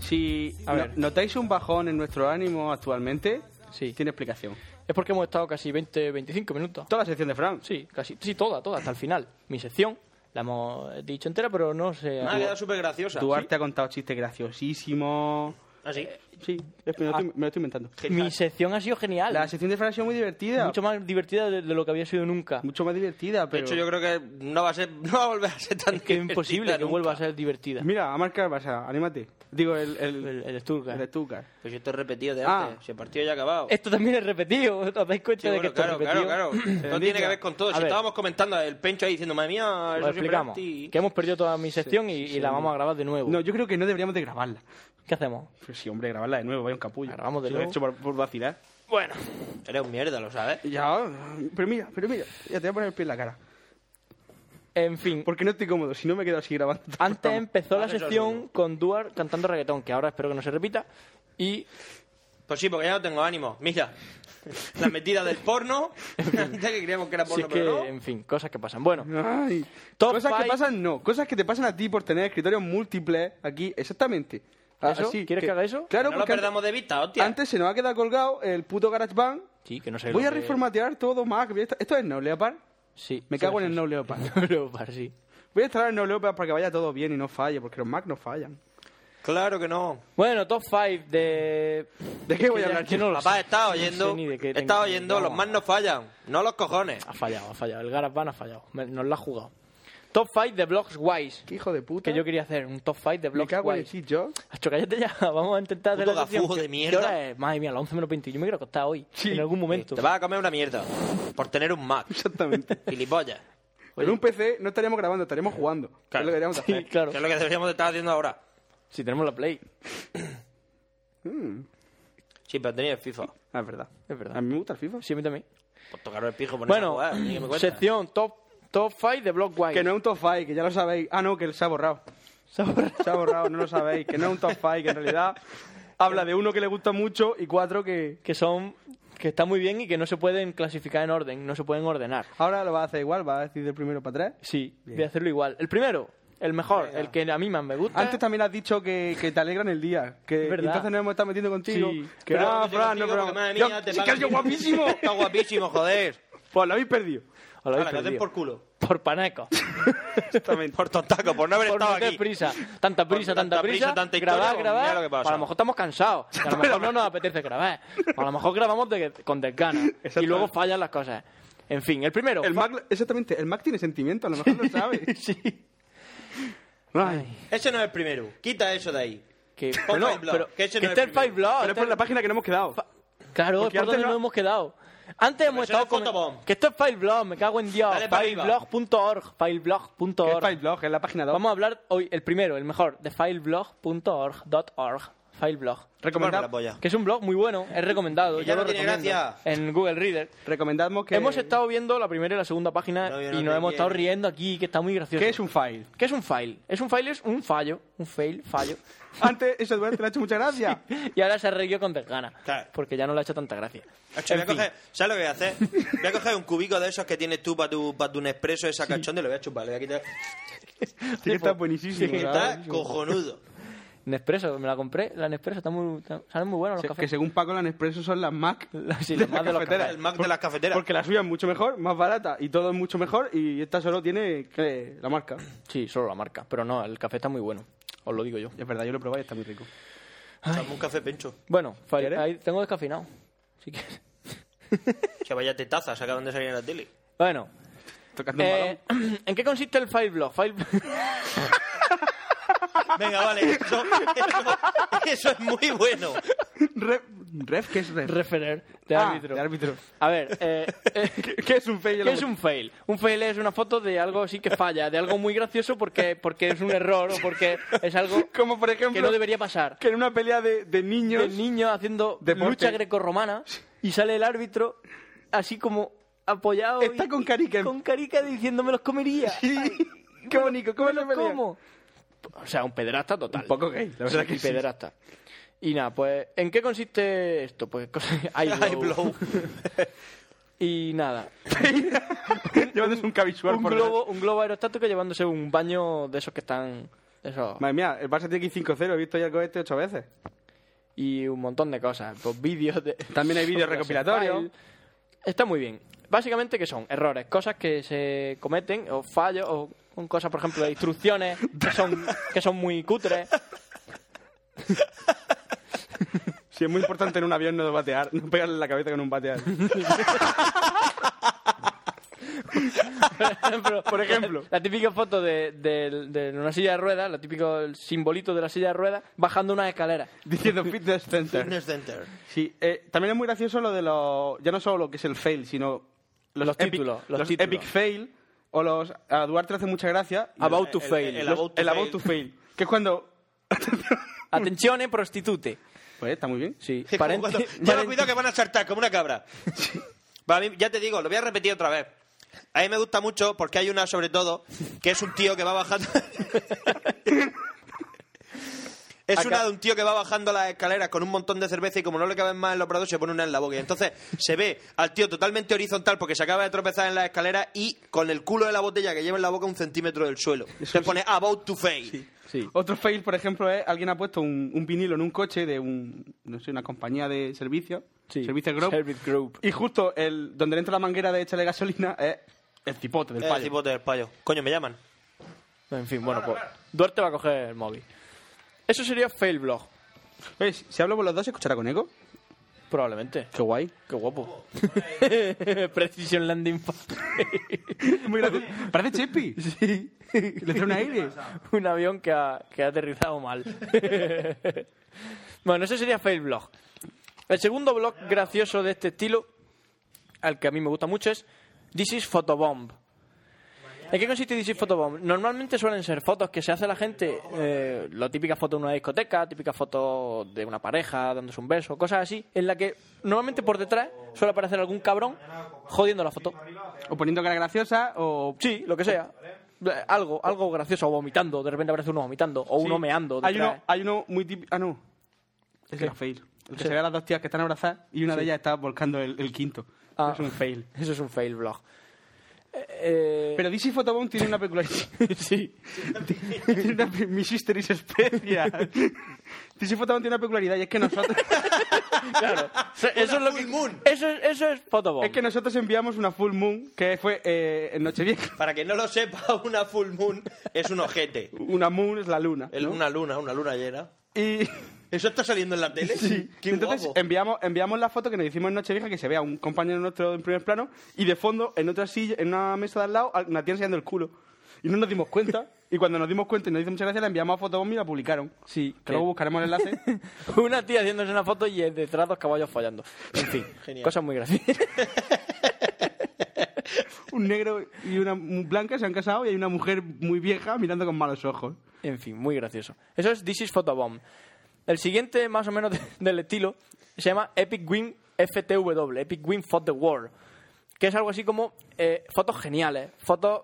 Speaker 2: Si
Speaker 1: A
Speaker 2: no-
Speaker 1: ver.
Speaker 2: notáis un bajón en nuestro ánimo actualmente,
Speaker 1: Sí.
Speaker 2: tiene explicación.
Speaker 1: Es porque hemos estado casi 20, 25 minutos.
Speaker 2: Toda la sección de Frank.
Speaker 1: Sí, casi. Sí, toda, toda, hasta el final. Mi sección la hemos dicho entera, pero no sé.
Speaker 3: Ah, Me ha quedado súper graciosa.
Speaker 2: Duarte ha contado chistes graciosísimos.
Speaker 3: ¿Así?
Speaker 2: sí. Es- me, lo
Speaker 1: Ah.
Speaker 2: estoy, me lo estoy inventando.
Speaker 1: Mi sección ha sido genial.
Speaker 2: La sección de Fran ha sido muy divertida.
Speaker 1: Mucho más divertida de, de lo que había sido nunca.
Speaker 2: Mucho más divertida,
Speaker 3: De
Speaker 2: pero...
Speaker 3: hecho, yo creo que no va a ser, no va a volver a ser tan
Speaker 1: Es que es imposible
Speaker 3: divertida
Speaker 1: que
Speaker 3: nunca.
Speaker 1: vuelva a ser divertida.
Speaker 2: Mira, a marcar Barça, anímate. Digo, el... El,
Speaker 1: El, el Stuttgart.
Speaker 2: el de Stuttgart.
Speaker 3: Pues esto es repetido de
Speaker 2: Ah.
Speaker 3: antes. Si el partido ya ha acabado.
Speaker 1: Esto también es repetido. ¿Os dais cuenta
Speaker 3: Sí,
Speaker 1: de que
Speaker 3: bueno,
Speaker 1: esto
Speaker 3: claro,
Speaker 1: es repetido?
Speaker 3: claro, claro, No tiene que ver con todo.
Speaker 1: A
Speaker 3: Si
Speaker 1: ver.
Speaker 3: estábamos comentando el pencho ahí diciendo, madre mía,
Speaker 1: Lo
Speaker 3: eso siempre
Speaker 1: explicamos.
Speaker 3: era así".
Speaker 1: Que hemos perdido toda mi sección y, y la vamos a grabar de nuevo.
Speaker 2: No, yo creo que no deberíamos de grabarla.
Speaker 1: ¿Qué hacemos?
Speaker 2: Pero sí, hombre, grabarla de nuevo, vaya un capullo.
Speaker 1: La grabamos de
Speaker 2: Se lo he
Speaker 1: nuevo.
Speaker 2: hecho por, por vacilar.
Speaker 1: Bueno,
Speaker 3: Eres un mierda, lo sabes.
Speaker 2: Ya, pero mira, pero mira, ya te voy a poner el pie en la cara.
Speaker 1: en fin.
Speaker 2: Porque no estoy cómodo, si no me quedo así grabando. todo el
Speaker 1: Antes
Speaker 2: programa.
Speaker 1: empezó la sección con Duar cantando reggaetón, que ahora espero que no se repita. Y
Speaker 3: Pues sí, porque ya no tengo ánimo. Mira, la metida del porno. ya que creíamos que era
Speaker 1: si
Speaker 3: porno,
Speaker 1: es que,
Speaker 3: pero no.
Speaker 1: en fin, cosas que pasan. Bueno,
Speaker 2: Ay.
Speaker 1: Top
Speaker 2: cosas
Speaker 1: five.
Speaker 2: que pasan, no. Cosas que te pasan a ti por tener escritorios múltiples aquí, exactamente. Ah,
Speaker 1: ¿Eso?
Speaker 2: así
Speaker 1: ¿Quieres que haga eso?
Speaker 2: Claro,
Speaker 3: no lo
Speaker 2: porque antes,
Speaker 3: perdamos de vista, hostia.
Speaker 2: antes se nos ha quedado colgado el puto GarageBand.
Speaker 1: sí, que no sé.
Speaker 2: Voy
Speaker 1: lo
Speaker 2: a
Speaker 1: que-
Speaker 2: reformatear todo más. que voy a esta- Esto es No Leopard.
Speaker 1: Sí.
Speaker 2: Me
Speaker 1: sí,
Speaker 2: cago
Speaker 1: sí,
Speaker 2: en el
Speaker 1: sí.
Speaker 2: No Leopard.
Speaker 1: Leopard, sí.
Speaker 2: Voy a instalar el No Leopard para que vaya todo bien y no falle, porque los Mac no fallan.
Speaker 3: Claro que no.
Speaker 1: Bueno, top 5 de.
Speaker 2: ¿De qué voy a hablar?
Speaker 1: Yo no lo
Speaker 3: Papá,
Speaker 1: sé.
Speaker 3: estás
Speaker 1: No sé
Speaker 3: oyendo.
Speaker 1: ni de qué
Speaker 3: estás
Speaker 1: tengo-
Speaker 3: oyendo,
Speaker 1: vamos.
Speaker 3: los más no fallan. No los cojones.
Speaker 1: Ha fallado, ha fallado. El Garabán ha fallado. Me- Nos la ha jugado. Top 5 de blogs wise.
Speaker 2: Qué hijo de puta.
Speaker 1: Que yo quería hacer un top 5 de
Speaker 2: Me
Speaker 1: blogs
Speaker 2: cago en el
Speaker 1: wise.
Speaker 2: Steve Jobs.
Speaker 1: Hacho, cállate ya. Vamos a intentar hacer
Speaker 3: Puto
Speaker 1: la sección.
Speaker 3: gafujo de
Speaker 1: ¿Qué-
Speaker 3: mierda.
Speaker 1: ¿Qué hora es? Madre mía, las 11 menos 20. Yo me quiero acostar hoy. En algún momento.
Speaker 2: Este,
Speaker 3: Te vas a comer una mierda por tener un Mac.
Speaker 2: Exactamente.
Speaker 3: Gilipollas.
Speaker 2: Con un PC no estaríamos grabando, estaríamos jugando. Es
Speaker 3: Claro.
Speaker 2: lo que deberíamos
Speaker 1: Sí,
Speaker 2: hacer.
Speaker 1: claro.
Speaker 3: Que es lo que deberíamos de estar haciendo ahora.
Speaker 1: Si tenemos la Play.
Speaker 3: Sí, pero tenía el FIFA.
Speaker 2: Ah, es verdad.
Speaker 1: Es verdad.
Speaker 2: A mí me gusta el FIFA.
Speaker 1: Sí, a mí también.
Speaker 3: Pues tocaros el pijo por
Speaker 1: Bueno,
Speaker 3: esa jugada, ni que me cuentas.
Speaker 1: sección top, top 5 de blogs wise.
Speaker 2: Que no es un top 5, que ya lo sabéis. Ah, no, que se ha borrado.
Speaker 1: Se ha borrado.
Speaker 2: Se ha borrado, no lo sabéis. Que no es un top 5, que en realidad habla de uno que le gusta mucho y cuatro que.
Speaker 1: que son que está muy bien y que no se pueden clasificar en orden, no se pueden ordenar.
Speaker 2: Ahora lo va a hacer igual, va a decir del primero para atrás.
Speaker 1: Sí, voy a hacerlo igual. El primero, el mejor, el que a mí más me gusta.
Speaker 2: Antes también has dicho que, que te alegran el día. Que
Speaker 1: Es verdad.
Speaker 2: entonces nos hemos estado metiendo contigo.
Speaker 1: Sí.
Speaker 2: Que
Speaker 3: Pero
Speaker 2: ah,
Speaker 3: no te
Speaker 2: Fran, no,
Speaker 3: consigo,
Speaker 2: pero.
Speaker 3: porque, madre mía,
Speaker 2: Yo-
Speaker 3: te
Speaker 2: sí,
Speaker 3: va-
Speaker 2: que es guapísimo.
Speaker 3: Está guapísimo, joder.
Speaker 2: pues lo habéis perdido.
Speaker 1: Os lo habéis
Speaker 3: Hala, que den
Speaker 1: perdido.
Speaker 3: por culo.
Speaker 1: Por paneco.
Speaker 2: Exactamente.
Speaker 3: Por tontaco, por no haber
Speaker 1: por
Speaker 3: estado
Speaker 1: meter
Speaker 3: aquí.
Speaker 1: prisa. Tanta prisa,
Speaker 3: Tanta
Speaker 1: tanta
Speaker 3: prisa,
Speaker 1: prisa.
Speaker 3: tanta historia,
Speaker 1: grabar,
Speaker 3: pues
Speaker 1: grabar.
Speaker 3: mira lo que pasa.
Speaker 1: A lo mejor estamos cansados. y a lo mejor no nos apetece grabar. O a lo mejor grabamos de- con desgana. Y luego fallan las cosas. En fin, el primero.
Speaker 2: El Mac, exactamente, el Mac tiene sentimiento, a lo mejor lo sabes.
Speaker 1: sí.
Speaker 2: Ay.
Speaker 3: Ese no es el primero. Quita eso de ahí.
Speaker 1: Que,
Speaker 3: Pon
Speaker 1: pero,
Speaker 3: Five Blog,
Speaker 1: pero-
Speaker 3: que ese
Speaker 1: que
Speaker 3: no es
Speaker 1: esté el
Speaker 3: el primero.
Speaker 1: Five Blog.
Speaker 2: Pero es
Speaker 1: está
Speaker 2: por la
Speaker 1: el-
Speaker 2: página que no hemos quedado.
Speaker 1: Claro,
Speaker 2: Porque
Speaker 1: es por
Speaker 2: antes
Speaker 1: donde
Speaker 2: no-
Speaker 1: nos hemos quedado. Antes hemos
Speaker 3: eso
Speaker 1: estado
Speaker 3: no es
Speaker 1: con...
Speaker 3: Photobomb.
Speaker 1: Que esto es Fileblog, me cago en Dios.
Speaker 3: Dale para arriba.
Speaker 1: Fileblog.org,
Speaker 2: Que es
Speaker 1: fileblog.org.
Speaker 2: Fileblog, es la página 2.
Speaker 1: Vamos a hablar hoy, el primero, el mejor, de fileblog.org, dot org, fileblog.
Speaker 3: Chuparme la
Speaker 2: Recomendad,
Speaker 3: polla.
Speaker 1: Que es un blog muy bueno, es recomendado.
Speaker 3: Y
Speaker 1: yo
Speaker 3: ya
Speaker 1: lo
Speaker 3: no tiene
Speaker 1: recomiendo.
Speaker 3: gracia.
Speaker 1: En Google Reader.
Speaker 2: recomendadmos que...
Speaker 1: Hemos estado viendo la primera y la segunda página
Speaker 3: No, yo no
Speaker 1: y
Speaker 3: te
Speaker 1: nos hemos
Speaker 3: quiero.
Speaker 1: estado riendo aquí, que está muy gracioso.
Speaker 2: ¿Qué es un file?
Speaker 1: ¿Qué es un file? Es un file, es un fallo, un fail, fallo.
Speaker 2: Antes eso Eduardo, te lo ha hecho mucha gracia.
Speaker 1: y ahora se ha reído con desgana.
Speaker 3: Claro.
Speaker 1: Porque ya no le ha hecho tanta gracia.
Speaker 3: Hacho, voy a
Speaker 1: En fin.
Speaker 3: coger- ¿Sabes lo que voy a hacer? Voy a coger un cubico de esos que tienes tú para tu, para tu Nespresso, esa cachonda, y lo voy a chupar. Le voy a quitar.
Speaker 2: Sí que
Speaker 1: pues,
Speaker 2: está buenísimo.
Speaker 3: Está
Speaker 2: ¿sabes?
Speaker 3: cojonudo.
Speaker 1: Nespresso, me la compré. La Nespresso está muy, está- saben muy buenos los
Speaker 2: Se-
Speaker 1: cafés.
Speaker 2: que según Paco las Nespresso son las Mac.
Speaker 1: La- sí,
Speaker 2: de
Speaker 1: las Mac de los
Speaker 3: El Mac de las cafeteras.
Speaker 2: Porque la suya es mucho mejor, más barata y todo es mucho mejor y esta solo tiene que, la marca.
Speaker 1: Sí, solo la marca. Pero no, el café está muy bueno. Os lo digo yo.
Speaker 2: Es verdad, yo lo he probado y está muy rico.
Speaker 3: Dame un café pencho.
Speaker 1: Bueno, Fire-
Speaker 2: ¿Quieres?
Speaker 1: ahí tengo descafeinado. Así que...
Speaker 3: Que vaya tetazas, acaban de salir en la tele.
Speaker 1: Bueno.
Speaker 2: Tocando un balón.
Speaker 1: eh, ¿En qué consiste el File Blog? File...
Speaker 3: Venga, vale. Eso, eso- eso es muy bueno.
Speaker 2: Ref, ref, ¿qué es ref?
Speaker 1: Referer de
Speaker 2: Ah,
Speaker 1: árbitro.
Speaker 2: de árbitro.
Speaker 1: A ver, eh, eh,
Speaker 2: ¿Qué es un fail?
Speaker 1: ¿Qué es un fail? Un fail es una foto de algo sí que falla, de algo muy gracioso porque, porque es un error o porque es algo
Speaker 2: Como por ejemplo...
Speaker 1: que no debería pasar.
Speaker 2: que en una pelea de, de niños...
Speaker 1: el niño haciendo
Speaker 2: Deporte.
Speaker 1: lucha grecorromana y sale el árbitro así como apoyado
Speaker 2: Está
Speaker 1: y-
Speaker 2: con carica.
Speaker 1: con carica diciendo me los comería
Speaker 2: Qué bonito, ¿cómo
Speaker 1: me
Speaker 2: es la
Speaker 1: los
Speaker 2: pelea?
Speaker 1: como o sea un pederasta total
Speaker 2: Un poco gay, la verdad
Speaker 1: Sí,
Speaker 2: que sí.
Speaker 1: pederasta y nada pues ¿en qué consiste esto? pues cosas
Speaker 3: Ay, blow.
Speaker 1: y nada
Speaker 2: Llevándose un cabisual
Speaker 1: un
Speaker 2: por
Speaker 1: globo un globo aerostático llevándose un baño de esos que están esos
Speaker 2: Madre mía, el Barça tiene que ir 5-0, he visto ya el cohete ocho veces.
Speaker 1: y un montón de cosas. Pues vídeos de...
Speaker 2: También hay vídeos
Speaker 1: cosas,
Speaker 2: recopilatorios.
Speaker 1: file. Está muy bien. Básicamente, ¿qué son? Errores, cosas que se cometen, o fallos, o con cosas, por ejemplo, de instrucciones que son, que son muy cutres.
Speaker 2: Si es muy importante en un avión no batear, no pegarle en la cabeza con un batear.
Speaker 1: Pero,
Speaker 2: Por ejemplo.
Speaker 1: La típica foto de, de- de una silla de ruedas, el típico el simbolito de la silla de ruedas, bajando una escalera.
Speaker 2: Diciendo fitness center.
Speaker 3: Fitness Center.
Speaker 2: Sí, eh, también es muy gracioso lo de los... Ya no solo lo que es el fail, sino...
Speaker 1: Los
Speaker 2: epic-
Speaker 1: títulos, los
Speaker 2: los
Speaker 1: títulos.
Speaker 2: epic fail. O los... A Duarte le hace mucha gracia. y
Speaker 1: Ah, About
Speaker 2: los-
Speaker 1: to fail.
Speaker 2: El, about to, fail. Que es cuando...
Speaker 1: Atención, prostitute.
Speaker 2: Pues está muy bien.
Speaker 1: Sí.
Speaker 3: Es como
Speaker 1: parente-
Speaker 3: cuando- Lleva
Speaker 1: parente-
Speaker 3: cuidado que van a saltar como una cabra. Para mí, ya te digo, lo voy a repetir otra vez. A mí me gusta mucho porque hay una, sobre todo, que es un tío que va bajando. Es
Speaker 1: Acá-
Speaker 3: una de un tío que va bajando las escaleras con un montón de cerveza y como no le caben más en los brazos se pone una en la boca. Y entonces se ve al tío totalmente horizontal porque se acaba de tropezar en la escalera y con el culo de la botella que lleva en la boca un centímetro del suelo. Se pone about to fail.
Speaker 1: Sí.
Speaker 2: Otro fail, por ejemplo, es alguien ha puesto un, un vinilo en un coche de un, no sé, una compañía de servicio,
Speaker 1: Sí.
Speaker 2: Service Group,
Speaker 1: Service Group.
Speaker 2: y justo el donde le entra la manguera de echarle gasolina es el cipote del
Speaker 3: El
Speaker 2: payo.
Speaker 3: cipote del payo. Coño, me llaman.
Speaker 1: En fin, bueno, pues Duarte va a coger el móvil. Eso sería fail blog,
Speaker 2: Oye, si si hablo por los dos, ¿se escuchará con eco?
Speaker 1: probablemente.
Speaker 2: Qué guay.
Speaker 1: Qué guapo. Precision Landing Pad.
Speaker 2: Muy gracioso. Parece Chespi.
Speaker 1: sí.
Speaker 2: Le trae un aire.
Speaker 1: Un avión que ha, que ha aterrizado mal. bueno, eso sería fail blog. El segundo blog gracioso de este estilo, al que a mí me gusta mucho, es This is Photobomb. ¿En qué consiste This is Photobomb? Normalmente suelen ser fotos que se hace la gente, eh, la típica foto de una discoteca, típica foto de una pareja dándose un beso, cosas así, en la que normalmente por detrás suele aparecer algún cabrón jodiendo la foto.
Speaker 2: O poniendo cara graciosa, o...
Speaker 1: Sí, lo que sea. Eh, Algo, algo gracioso, o vomitando, de repente aparece uno vomitando, o uno
Speaker 2: Sí.
Speaker 1: meando.
Speaker 2: Hay
Speaker 1: detrás.
Speaker 2: uno, hay uno muy típico... Ah, no. Es un fail. El que se ve a las dos tías que están abrazadas y una de ellas está volcando el, el quinto.
Speaker 1: Ah.
Speaker 2: Es un fail.
Speaker 1: Eso es un fail blog. Eh,
Speaker 2: Pero DC Photobomb tiene una peculiaridad.
Speaker 1: sí.
Speaker 2: Tiene una pe- Mi sister is special. DC Photobomb tiene una peculiaridad y es que nosotros
Speaker 1: Claro. Eso es lo que. Eso es, eso es Photobomb.
Speaker 2: es que nosotros enviamos una full moon que fue eh, en Nochevieja.
Speaker 3: Para que no lo sepa, una full moon es un ojete.
Speaker 2: Una moon es la luna.
Speaker 3: El-
Speaker 2: ¿no?
Speaker 3: Una luna, una luna llena.
Speaker 2: Y
Speaker 3: ¿Eso está saliendo en la tele?
Speaker 2: sí.
Speaker 3: Qué
Speaker 2: entonces
Speaker 3: guapo.
Speaker 2: enviamos enviamos la foto que nos hicimos en Nochevieja que se vea un compañero nuestro en primer plano y de fondo en otra silla en una mesa de al lado una tía enseñando el culo y no nos dimos cuenta y cuando nos dimos cuenta y nos hizo muchas gracias la enviamos a Photobomb y la publicaron.
Speaker 1: Sí,
Speaker 2: Que luego
Speaker 1: que-
Speaker 2: buscaremos el enlace.
Speaker 1: Una tía haciéndose una foto y detrás dos caballos fallando. En fin,
Speaker 3: Genial.
Speaker 1: cosas muy graciosas.
Speaker 2: un negro y una mu- blanca se han casado y hay una mujer muy vieja mirando con malos ojos.
Speaker 1: En fin, muy gracioso. Eso es This is Photobomb. El siguiente, más o menos de- del estilo, se llama Epic Win FTW, Epic Win for the World, que es algo así como eh, fotos geniales, fotos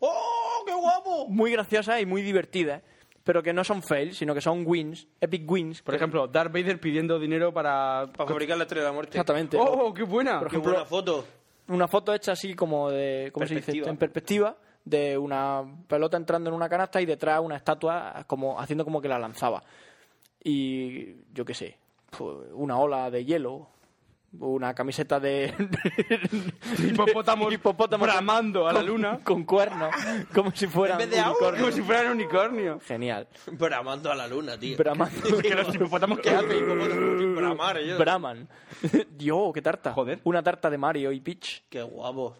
Speaker 3: ¡Oh, qué guapo!
Speaker 1: muy graciosas y muy divertidas, pero que no son fails, sino que son wins, Epic Wins.
Speaker 2: Por ejemplo, Darth Vader pidiendo dinero para...
Speaker 3: Para fabricar la estrella de la muerte.
Speaker 1: Exactamente.
Speaker 2: ¡Oh, qué buena!
Speaker 1: Por
Speaker 3: Qué
Speaker 1: ejemplo,
Speaker 3: buena foto.
Speaker 1: una foto hecha así como de, ¿cómo se dice?
Speaker 3: Perspectiva.
Speaker 1: En perspectiva, de una pelota entrando en una canasta y detrás una estatua como haciendo como que la lanzaba. Y yo qué sé, pues, una ola de hielo, una camiseta de
Speaker 2: Hipopótamos
Speaker 1: hipopótamo
Speaker 2: bramando a la luna.
Speaker 1: con cuernos, como si fuera
Speaker 3: En vez de
Speaker 1: un unicornio.
Speaker 2: Como si fuera un unicornio.
Speaker 1: Genial.
Speaker 3: Bramando a la luna, tío.
Speaker 1: Bramando.
Speaker 2: Que los hipopótamos que hacen.
Speaker 3: Bramar, yo.
Speaker 1: Braman. Dios, qué tarta.
Speaker 2: Joder.
Speaker 1: Una tarta de Mario y Peach.
Speaker 3: Qué guapo.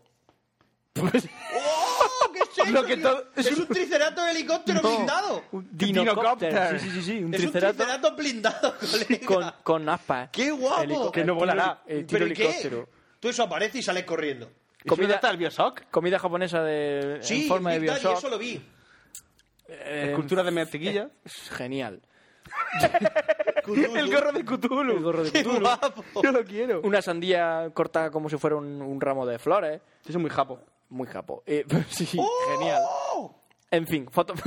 Speaker 1: Pues,
Speaker 3: ¡Oh, qué es eso,
Speaker 2: Lo que
Speaker 3: tío?
Speaker 2: todo-
Speaker 3: Es un tricerato de helicóptero blindado.
Speaker 1: un
Speaker 2: Dinocopter.
Speaker 1: dinocopter. Sí, sí, sí, sí. Un
Speaker 3: es un
Speaker 1: triceratops.
Speaker 3: tricerato eh, blindado, colega.
Speaker 1: con, con aspas.
Speaker 3: ¡Qué guapo!
Speaker 2: Que no volará.
Speaker 1: El tiro
Speaker 3: ¿Pero y qué?
Speaker 1: helicóptero.
Speaker 3: Tú eso aparece y sales corriendo.
Speaker 2: ¿Comida
Speaker 1: Comida,
Speaker 2: está el Bioshock?
Speaker 1: comida japonesa de,
Speaker 3: Sí,
Speaker 1: en forma de
Speaker 3: es verdad, y
Speaker 1: Bioshock.
Speaker 3: eso lo vi.
Speaker 1: Eh,
Speaker 2: Cultura de mantequilla.
Speaker 1: Genial.
Speaker 2: El gorro de Cthulhu.
Speaker 1: El gorro de
Speaker 3: ¡Qué
Speaker 1: Cthulhu.
Speaker 3: guapo!
Speaker 2: Yo lo quiero.
Speaker 1: Una sandía cortada como si fuera un, un ramo de flores.
Speaker 2: Eso es muy japo.
Speaker 1: Muy capo. sí, sí,
Speaker 3: ¡Oh!
Speaker 1: genial. En fin, foto...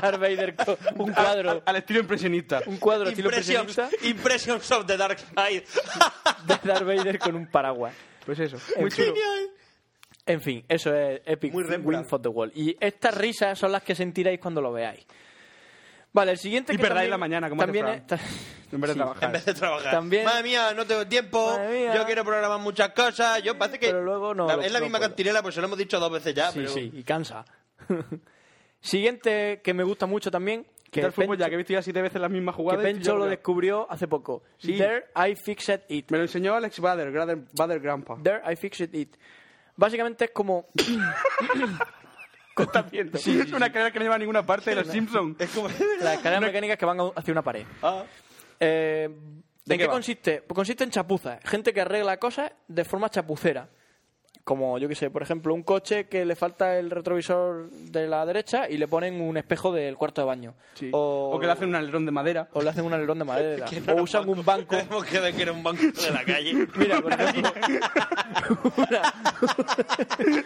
Speaker 1: Darth Vader con un cuadro...
Speaker 2: Al, al estilo impresionista.
Speaker 1: Un cuadro estilo
Speaker 3: Impressions,
Speaker 1: impresionista
Speaker 3: Impressions of the Dark Side.
Speaker 1: de Darth Vader con un paraguas.
Speaker 2: Pues eso.
Speaker 1: En
Speaker 2: Muy
Speaker 1: fin.
Speaker 2: chulo.
Speaker 1: En fin, eso es Epic
Speaker 3: Muy
Speaker 1: Win
Speaker 3: Rembrandt.
Speaker 1: for the Wall. Y estas risas son las que sentiréis cuando lo veáis. Vale, el siguiente
Speaker 2: Y
Speaker 1: que también-
Speaker 2: perdáis la mañana, como
Speaker 1: también
Speaker 2: hace
Speaker 1: es-
Speaker 2: En vez de
Speaker 1: Sí.
Speaker 2: trabajar.
Speaker 3: En vez de trabajar.
Speaker 1: También-
Speaker 3: Madre mía, no tengo tiempo.
Speaker 1: Madre mía.
Speaker 3: Yo quiero programar muchas cosas. Yo parece que.
Speaker 1: Pero luego no
Speaker 3: la-
Speaker 1: lo-
Speaker 3: es la
Speaker 1: no
Speaker 3: misma
Speaker 1: puedo.
Speaker 3: cantinela, pues se lo
Speaker 1: Ah,
Speaker 3: hemos dicho dos veces ya.
Speaker 1: sí,
Speaker 3: pero-
Speaker 1: sí, y cansa. Siguiente que me gusta mucho también,
Speaker 2: Quitar el fútbol
Speaker 1: Pencho-
Speaker 2: ya, que he visto ya siete veces las mismas
Speaker 1: que
Speaker 2: jugadas. y estoy
Speaker 1: Pencho
Speaker 2: ya
Speaker 1: lo
Speaker 2: bloqueado.
Speaker 1: descubrió hace poco.
Speaker 2: Sí.
Speaker 1: There I fixed it.
Speaker 2: Me lo enseñó Alex Bader, Grader- Bader Grandpa.
Speaker 1: There I fixed it. Básicamente es como...
Speaker 2: ¿Estás viendo? es una carrera que no lleva a ninguna parte de los Simpsons.
Speaker 3: Es como...
Speaker 1: Las escaleras mecánicas que van a- hacia una pared.
Speaker 3: ah,
Speaker 1: Eh, ¿En
Speaker 3: qué
Speaker 1: qué
Speaker 3: va?
Speaker 1: consiste? Pues consiste en chapuzas. Gente que arregla cosas de forma chapucera. Como, yo qué sé, por ejemplo, un coche que le falta el retrovisor de la derecha y le ponen un espejo del cuarto de baño.
Speaker 2: Sí.
Speaker 1: O,
Speaker 2: O que le hacen un alerón de madera.
Speaker 1: o le hacen un alerón de madera. o usan un banco.
Speaker 3: Hemos quedado que era un banco de la calle.
Speaker 1: Mira, por ejemplo,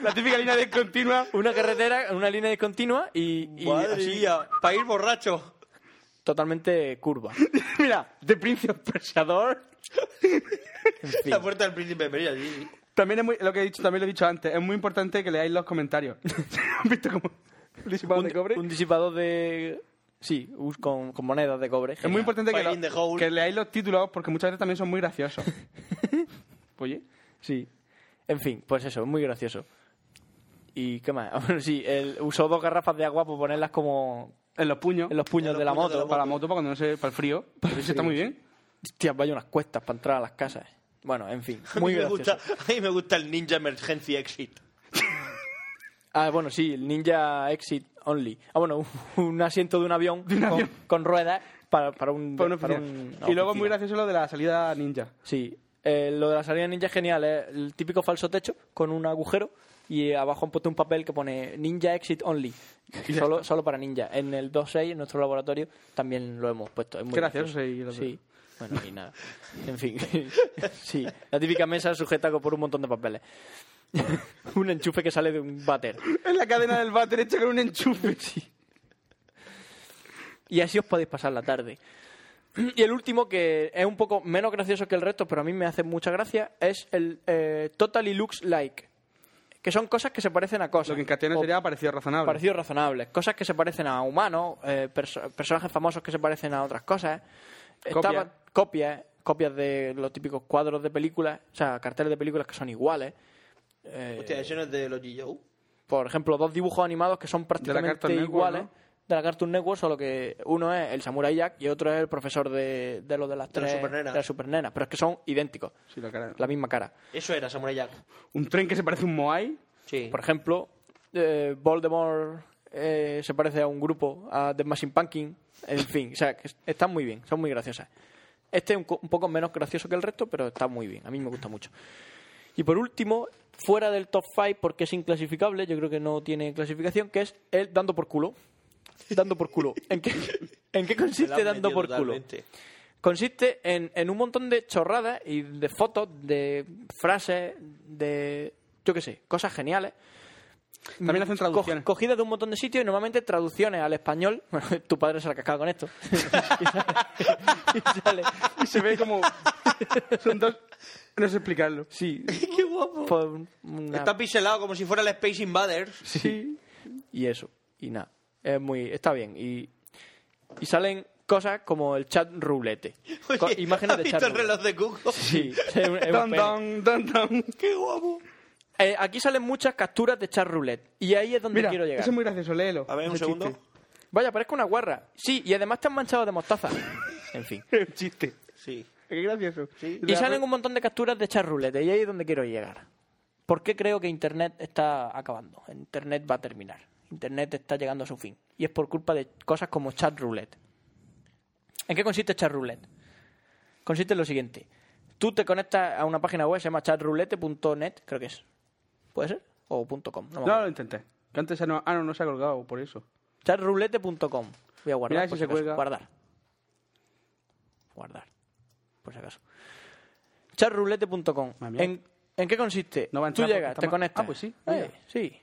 Speaker 2: La típica línea descontinua.
Speaker 1: una carretera, una línea discontinua y, y así,
Speaker 3: para ir borracho.
Speaker 1: totalmente curva.
Speaker 2: Mira, de Prince of Persiador.
Speaker 3: La puerta del príncipe de Peria allí.
Speaker 2: También es muy, lo que he dicho, también lo he dicho antes, es muy importante que leáis los comentarios. ¿Has visto cómo? Disipador
Speaker 1: Un,
Speaker 2: de cobre.
Speaker 1: un disipador de... Sí, us- con, con monedas de cobre.
Speaker 2: Es muy importante que,
Speaker 3: Fire
Speaker 2: lo-
Speaker 3: in the hole.
Speaker 2: que leáis los títulos porque muchas veces también son muy graciosos. Oye,
Speaker 1: Sí. En fin, pues eso, es muy gracioso. ¿Y qué más? Bueno, sí, el, usó dos garrafas de agua por ponerlas como
Speaker 2: en los puños.
Speaker 1: en los puños
Speaker 3: En los
Speaker 1: de la
Speaker 3: puños de
Speaker 1: moto.
Speaker 2: Para la moto, para cuando no se. para el frío. Pero eso está muy bien.
Speaker 1: Hostia, vaya unas cuestas para entrar a las casas. eh. Bueno, en fin, muy
Speaker 3: a mí me
Speaker 1: gracioso.
Speaker 3: gusta, A mí me gusta el Ninja Emergency Exit.
Speaker 1: Ah, bueno, sí, el Ninja Exit Only. Ah, bueno, un, un asiento de un avión, con, con ruedas para, para un...
Speaker 2: Para una
Speaker 1: para
Speaker 2: oficina.
Speaker 1: un-
Speaker 2: y luego es
Speaker 1: oficina.
Speaker 2: muy gracioso lo de la salida ninja.
Speaker 1: Sí. Eh, lo de la salida ninja es genial, es el típico falso techo con un agujero y abajo han puesto un papel que pone Ninja Exit Only. Solo, solo para ninja. En el 2.6, en nuestro laboratorio, también lo hemos puesto. Es muy
Speaker 2: Qué gracioso, sí, lo
Speaker 1: Sí. Bueno, y nada. En fin. sí. La típica mesa sujeta por un montón de papeles. un enchufe que sale de un váter.
Speaker 2: Es la cadena del váter hecha con un enchufe.
Speaker 1: Y así os podéis pasar la tarde. Y el último, que es un poco menos gracioso que el resto, pero a mí me hace mucha gracia, es el eh, Totally Looks Like. Que son cosas que se parecen a cosas.
Speaker 2: Lo que en castellano
Speaker 1: O
Speaker 2: sería parecido razonable.
Speaker 1: Parecidos razonables. Cosas que se parecen a humanos, eh, perso- personajes famosos que se parecen a otras cosas.
Speaker 2: Copias.
Speaker 1: Estaban- copias. Copias de los típicos cuadros de películas, o sea, carteles de películas que son iguales. Eh,
Speaker 3: Hostia, eso no es de los G.I.O.
Speaker 1: por ejemplo, dos dibujos animados que son prácticamente
Speaker 2: Cartoon Network,
Speaker 1: iguales
Speaker 2: ¿no?
Speaker 1: de la Cartoon Network, solo que uno es el Samurai Jack y otro es el profesor de, de lo de las
Speaker 3: De las
Speaker 1: tres
Speaker 3: supernenas.
Speaker 1: de las supernenas, pero es que son idénticos,
Speaker 2: Sí, la cara.
Speaker 1: la misma cara.
Speaker 3: Eso era Samurai Jack.
Speaker 2: Un tren que se parece a un Moai.
Speaker 3: Sí.
Speaker 1: Por ejemplo, eh, Voldemort eh, se parece a un grupo, a The Machine Pumpkin, en fin, o sea, que es- están muy bien, son muy graciosas. Este es un, co- un poco menos gracioso que el resto, pero está muy bien, a mí me gusta mucho. Y por último, fuera del top 5, porque es inclasificable, yo creo que no tiene clasificación, que es el dando por culo. Dando por culo. ¿En qué, en qué
Speaker 3: Me la
Speaker 1: consiste
Speaker 3: han
Speaker 1: dando
Speaker 3: metido
Speaker 1: por
Speaker 3: totalmente.
Speaker 1: culo? consiste en, en un montón de chorradas y de fotos, de frases, de yo qué sé, cosas geniales.
Speaker 2: También hacen
Speaker 1: Co-
Speaker 2: traducciones.
Speaker 1: cogidas de un montón de sitios y normalmente traducciones al español. Bueno, tu padre se la cascaba con esto. y sale- y sale-
Speaker 2: Y se ve como. Son dos. No sé explicarlo. Sí.
Speaker 3: ¡Qué guapo!
Speaker 1: fue un- una-
Speaker 3: Está pixelado como si fuera el Space Invaders.
Speaker 1: Sí. Y eso. Y nada. Es muy, está bien. Y, y salen cosas como el chat roulette. Co-
Speaker 3: Oye,
Speaker 1: imágenes
Speaker 3: ¿has
Speaker 1: de
Speaker 3: visto
Speaker 1: chat
Speaker 3: el
Speaker 1: roulette.
Speaker 3: reloj de Google?
Speaker 1: Sí, es un- es un
Speaker 2: Don,
Speaker 1: pene.
Speaker 2: don, don, don. Qué guapo.
Speaker 1: Eh, aquí salen muchas capturas de chat roulette. Y ahí es donde
Speaker 2: Mira,
Speaker 1: quiero llegar.
Speaker 2: eso es muy gracioso, léelo.
Speaker 3: A ver, un
Speaker 2: Ese
Speaker 3: segundo.
Speaker 2: chiste.
Speaker 1: Vaya, parezco una guarra. Sí, y además te han manchado de mostaza. En fin.
Speaker 2: Es un chiste.
Speaker 3: Sí.
Speaker 2: Qué gracioso.
Speaker 1: Y salen un montón de capturas de charrulete. Y ahí es donde quiero llegar. ¿Por qué creo que Internet está acabando? Internet va a terminar. Internet está llegando a su fin. Y es por culpa de cosas como chat roulette. ¿En qué consiste chat roulette? Consiste en lo siguiente. Tú te conectas a una página web, se llama chatroulette.net, creo que es. ¿Puede ser? O punto .com. no me
Speaker 2: No,
Speaker 1: acuerdo.
Speaker 2: lo intenté. Que antes ya no, ah, no, no se ha colgado, por eso.
Speaker 1: chatroulette.com. Voy a guardar.
Speaker 2: Mira si
Speaker 1: por
Speaker 2: se
Speaker 1: acaso.
Speaker 2: cuelga.
Speaker 1: Guardar. Guardar. Por si acaso. chatroulette.com.
Speaker 2: Ah, mira.
Speaker 1: ¿En, ¿En qué consiste?
Speaker 2: No va a
Speaker 1: Tú
Speaker 2: entrar porque
Speaker 1: llegas,
Speaker 2: está
Speaker 1: te
Speaker 2: mal.
Speaker 1: conectas.
Speaker 2: Ah, pues sí,
Speaker 1: Eh,
Speaker 2: mira.
Speaker 1: sí.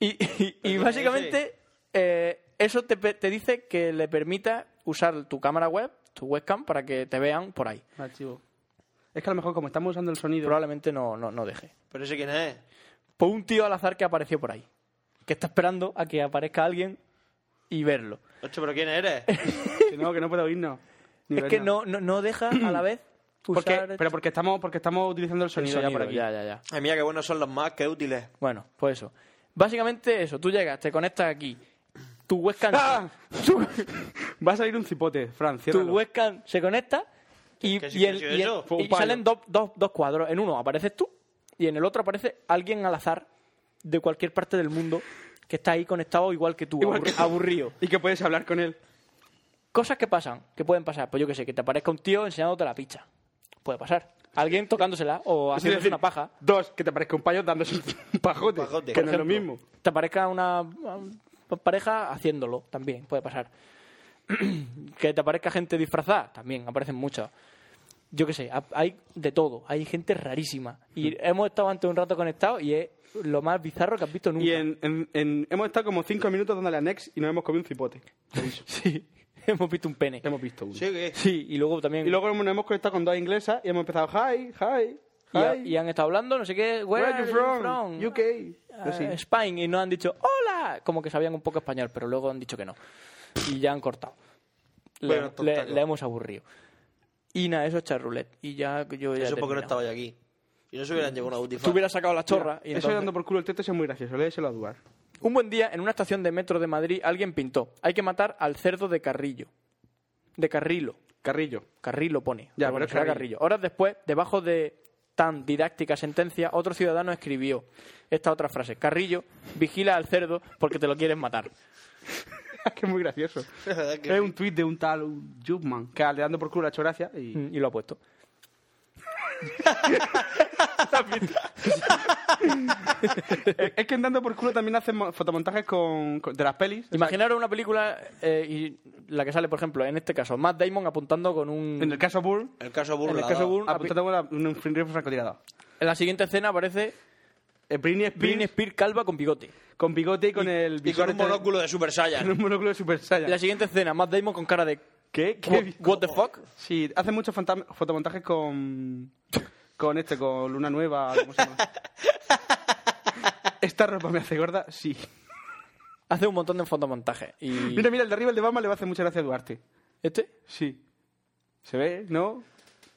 Speaker 1: Y, y- y básicamente eh, eso te, pe- te dice que le permita usar tu cámara web, tu webcam, para que te vean por ahí.
Speaker 2: Archivo. Es que a lo mejor como estamos usando el sonido...
Speaker 1: Probablemente no, no, no deje.
Speaker 3: Pero ese quién es.
Speaker 1: Por un tío al azar que apareció por ahí. Que está esperando a que aparezca alguien y verlo.
Speaker 3: Ocho, pero quién eres.
Speaker 2: Que no, que no puedo oírnos. Ni
Speaker 1: Es
Speaker 2: vernos.
Speaker 1: que no, no, no deja a la vez
Speaker 2: Porque-
Speaker 1: usar
Speaker 2: pero porque estamos, porque estamos utilizando el
Speaker 1: el
Speaker 2: sonido, ya
Speaker 1: sonido,
Speaker 2: por aquí.
Speaker 1: Ya, ya, ya.
Speaker 3: Ay, mira, qué buenos son los más, qué útiles.
Speaker 1: Bueno, pues eso. Básicamente eso, tú llegas, te conectas aquí, tu webcam,
Speaker 2: ¡Ah! Va a salir un cipote, Fran,
Speaker 1: tu
Speaker 2: ciérralo.
Speaker 1: webcam se conecta y,
Speaker 3: ¿Qué- qué
Speaker 1: y el-
Speaker 3: significa
Speaker 1: y el-
Speaker 3: eso?
Speaker 1: y
Speaker 2: Fue un palo.
Speaker 1: salen dos, dos- dos cuadros. En uno apareces tú y en el otro aparece alguien al azar de cualquier parte del mundo que está ahí conectado igual que tú,
Speaker 2: Igual
Speaker 1: abur-
Speaker 2: que tú.
Speaker 1: aburrido.
Speaker 2: Y que puedes hablar con él.
Speaker 1: Cosas que pasan, que pueden pasar. Pues yo que sé, que te aparezca un tío enseñándote la picha. Puede pasar. Alguien tocándosela o
Speaker 2: Es
Speaker 1: haciéndose
Speaker 2: decir,
Speaker 1: Ah, una paja.
Speaker 2: Dos, que te parezca un payo dándose un pajote.
Speaker 3: Pajote.
Speaker 2: que
Speaker 3: Por
Speaker 2: no es lo mismo.
Speaker 1: Te aparezca una una pareja haciéndolo, también puede pasar. que te aparezca gente disfrazada, también aparecen muchas. Yo qué sé, ha- hay de todo, hay gente rarísima. Y hemos estado antes un rato conectados y es lo más bizarro que has visto nunca.
Speaker 2: Y en, en- en- hemos estado como cinco minutos dándole a Next y nos hemos comido un cipote.
Speaker 1: Sí, hemos visto un pene.
Speaker 2: Hemos visto uno.
Speaker 3: Sí, que-
Speaker 1: Sí, y luego también...
Speaker 2: Y luego nos hemos conectado con dos inglesas y hemos empezado, hi, hi,
Speaker 1: y ha-
Speaker 2: hi.
Speaker 1: y han estado hablando, no sé qué, where,
Speaker 2: Where
Speaker 1: are you from?
Speaker 2: UK.
Speaker 1: Ah,
Speaker 2: Así.
Speaker 1: Spain, y no han dicho hola, como que sabían un poco español, pero luego han dicho que no. Y ya han cortado. Le,
Speaker 3: Bueno,
Speaker 1: le-
Speaker 3: tontaco.
Speaker 1: le hemos aburrido. Y nada, eso es charroulette. Y ya yo ya. he
Speaker 3: Eso porque no
Speaker 1: terminado.
Speaker 3: estaba yo aquí. Y no se hubieran llevado una
Speaker 1: Tú
Speaker 3: butifarra.
Speaker 1: hubieras sacado la chorra. y
Speaker 2: Eso
Speaker 1: entonces-
Speaker 2: dando por culo el teto eso es muy gracioso, léeselo a Duar.
Speaker 1: Un buen día, en una estación de metro de Madrid, alguien pintó: hay que matar al cerdo de Carrillo. De Carrilo.
Speaker 2: Carrillo.
Speaker 1: Carrillo pone.
Speaker 2: Ya,
Speaker 1: Pero bueno,
Speaker 2: pero es
Speaker 1: será
Speaker 2: Carrillo.
Speaker 1: Carrillo. Horas después, debajo de tan didáctica sentencia, otro ciudadano escribió esta otra frase: Carrillo, vigila al cerdo porque te lo quieren matar.
Speaker 2: que es muy gracioso.
Speaker 3: verdad que
Speaker 2: es un tuit de un tal un Jubman que le dando por culo la choracia y...
Speaker 1: Mm, Y lo ha puesto.
Speaker 2: es es que en dando por culo también hacen mo- fotomontajes con, con- de las pelis.
Speaker 1: Imaginaros una película eh, y la que sale, por ejemplo, en este caso, Matt Damon apuntando con un.
Speaker 2: En el caso Burr,
Speaker 3: El caso
Speaker 1: en
Speaker 3: burla.
Speaker 1: el caso Bourne,
Speaker 2: apuntando con la- un un rifle francotirador.
Speaker 1: en la siguiente escena aparece
Speaker 2: Eh, Britney Spears
Speaker 1: Britney Spears calva con bigote.
Speaker 2: con bigote y con el
Speaker 3: Y
Speaker 2: visor
Speaker 3: con un
Speaker 2: este-
Speaker 3: monóculo de Super
Speaker 2: con
Speaker 3: Saiyan.
Speaker 2: un monóculo de Super
Speaker 1: En la
Speaker 2: Saiyan.
Speaker 1: siguiente escena, Matt Damon con cara de.
Speaker 2: ¿Qué?
Speaker 1: What,
Speaker 2: ¿Qué?
Speaker 1: what the fuck?
Speaker 2: Sí, hacen muchos fantam- fotomontajes con con este, con Luna Nueva, ¿cómo se llama? ¿Esta ropa me hace gorda? Sí.
Speaker 1: Hace un montón de fotomontajes. Y.
Speaker 2: Mira, mira, el de arriba, el de Bama, le va a hacer mucha gracia a Duarte.
Speaker 1: Este.
Speaker 2: Sí. ¿Se ve? ¿No?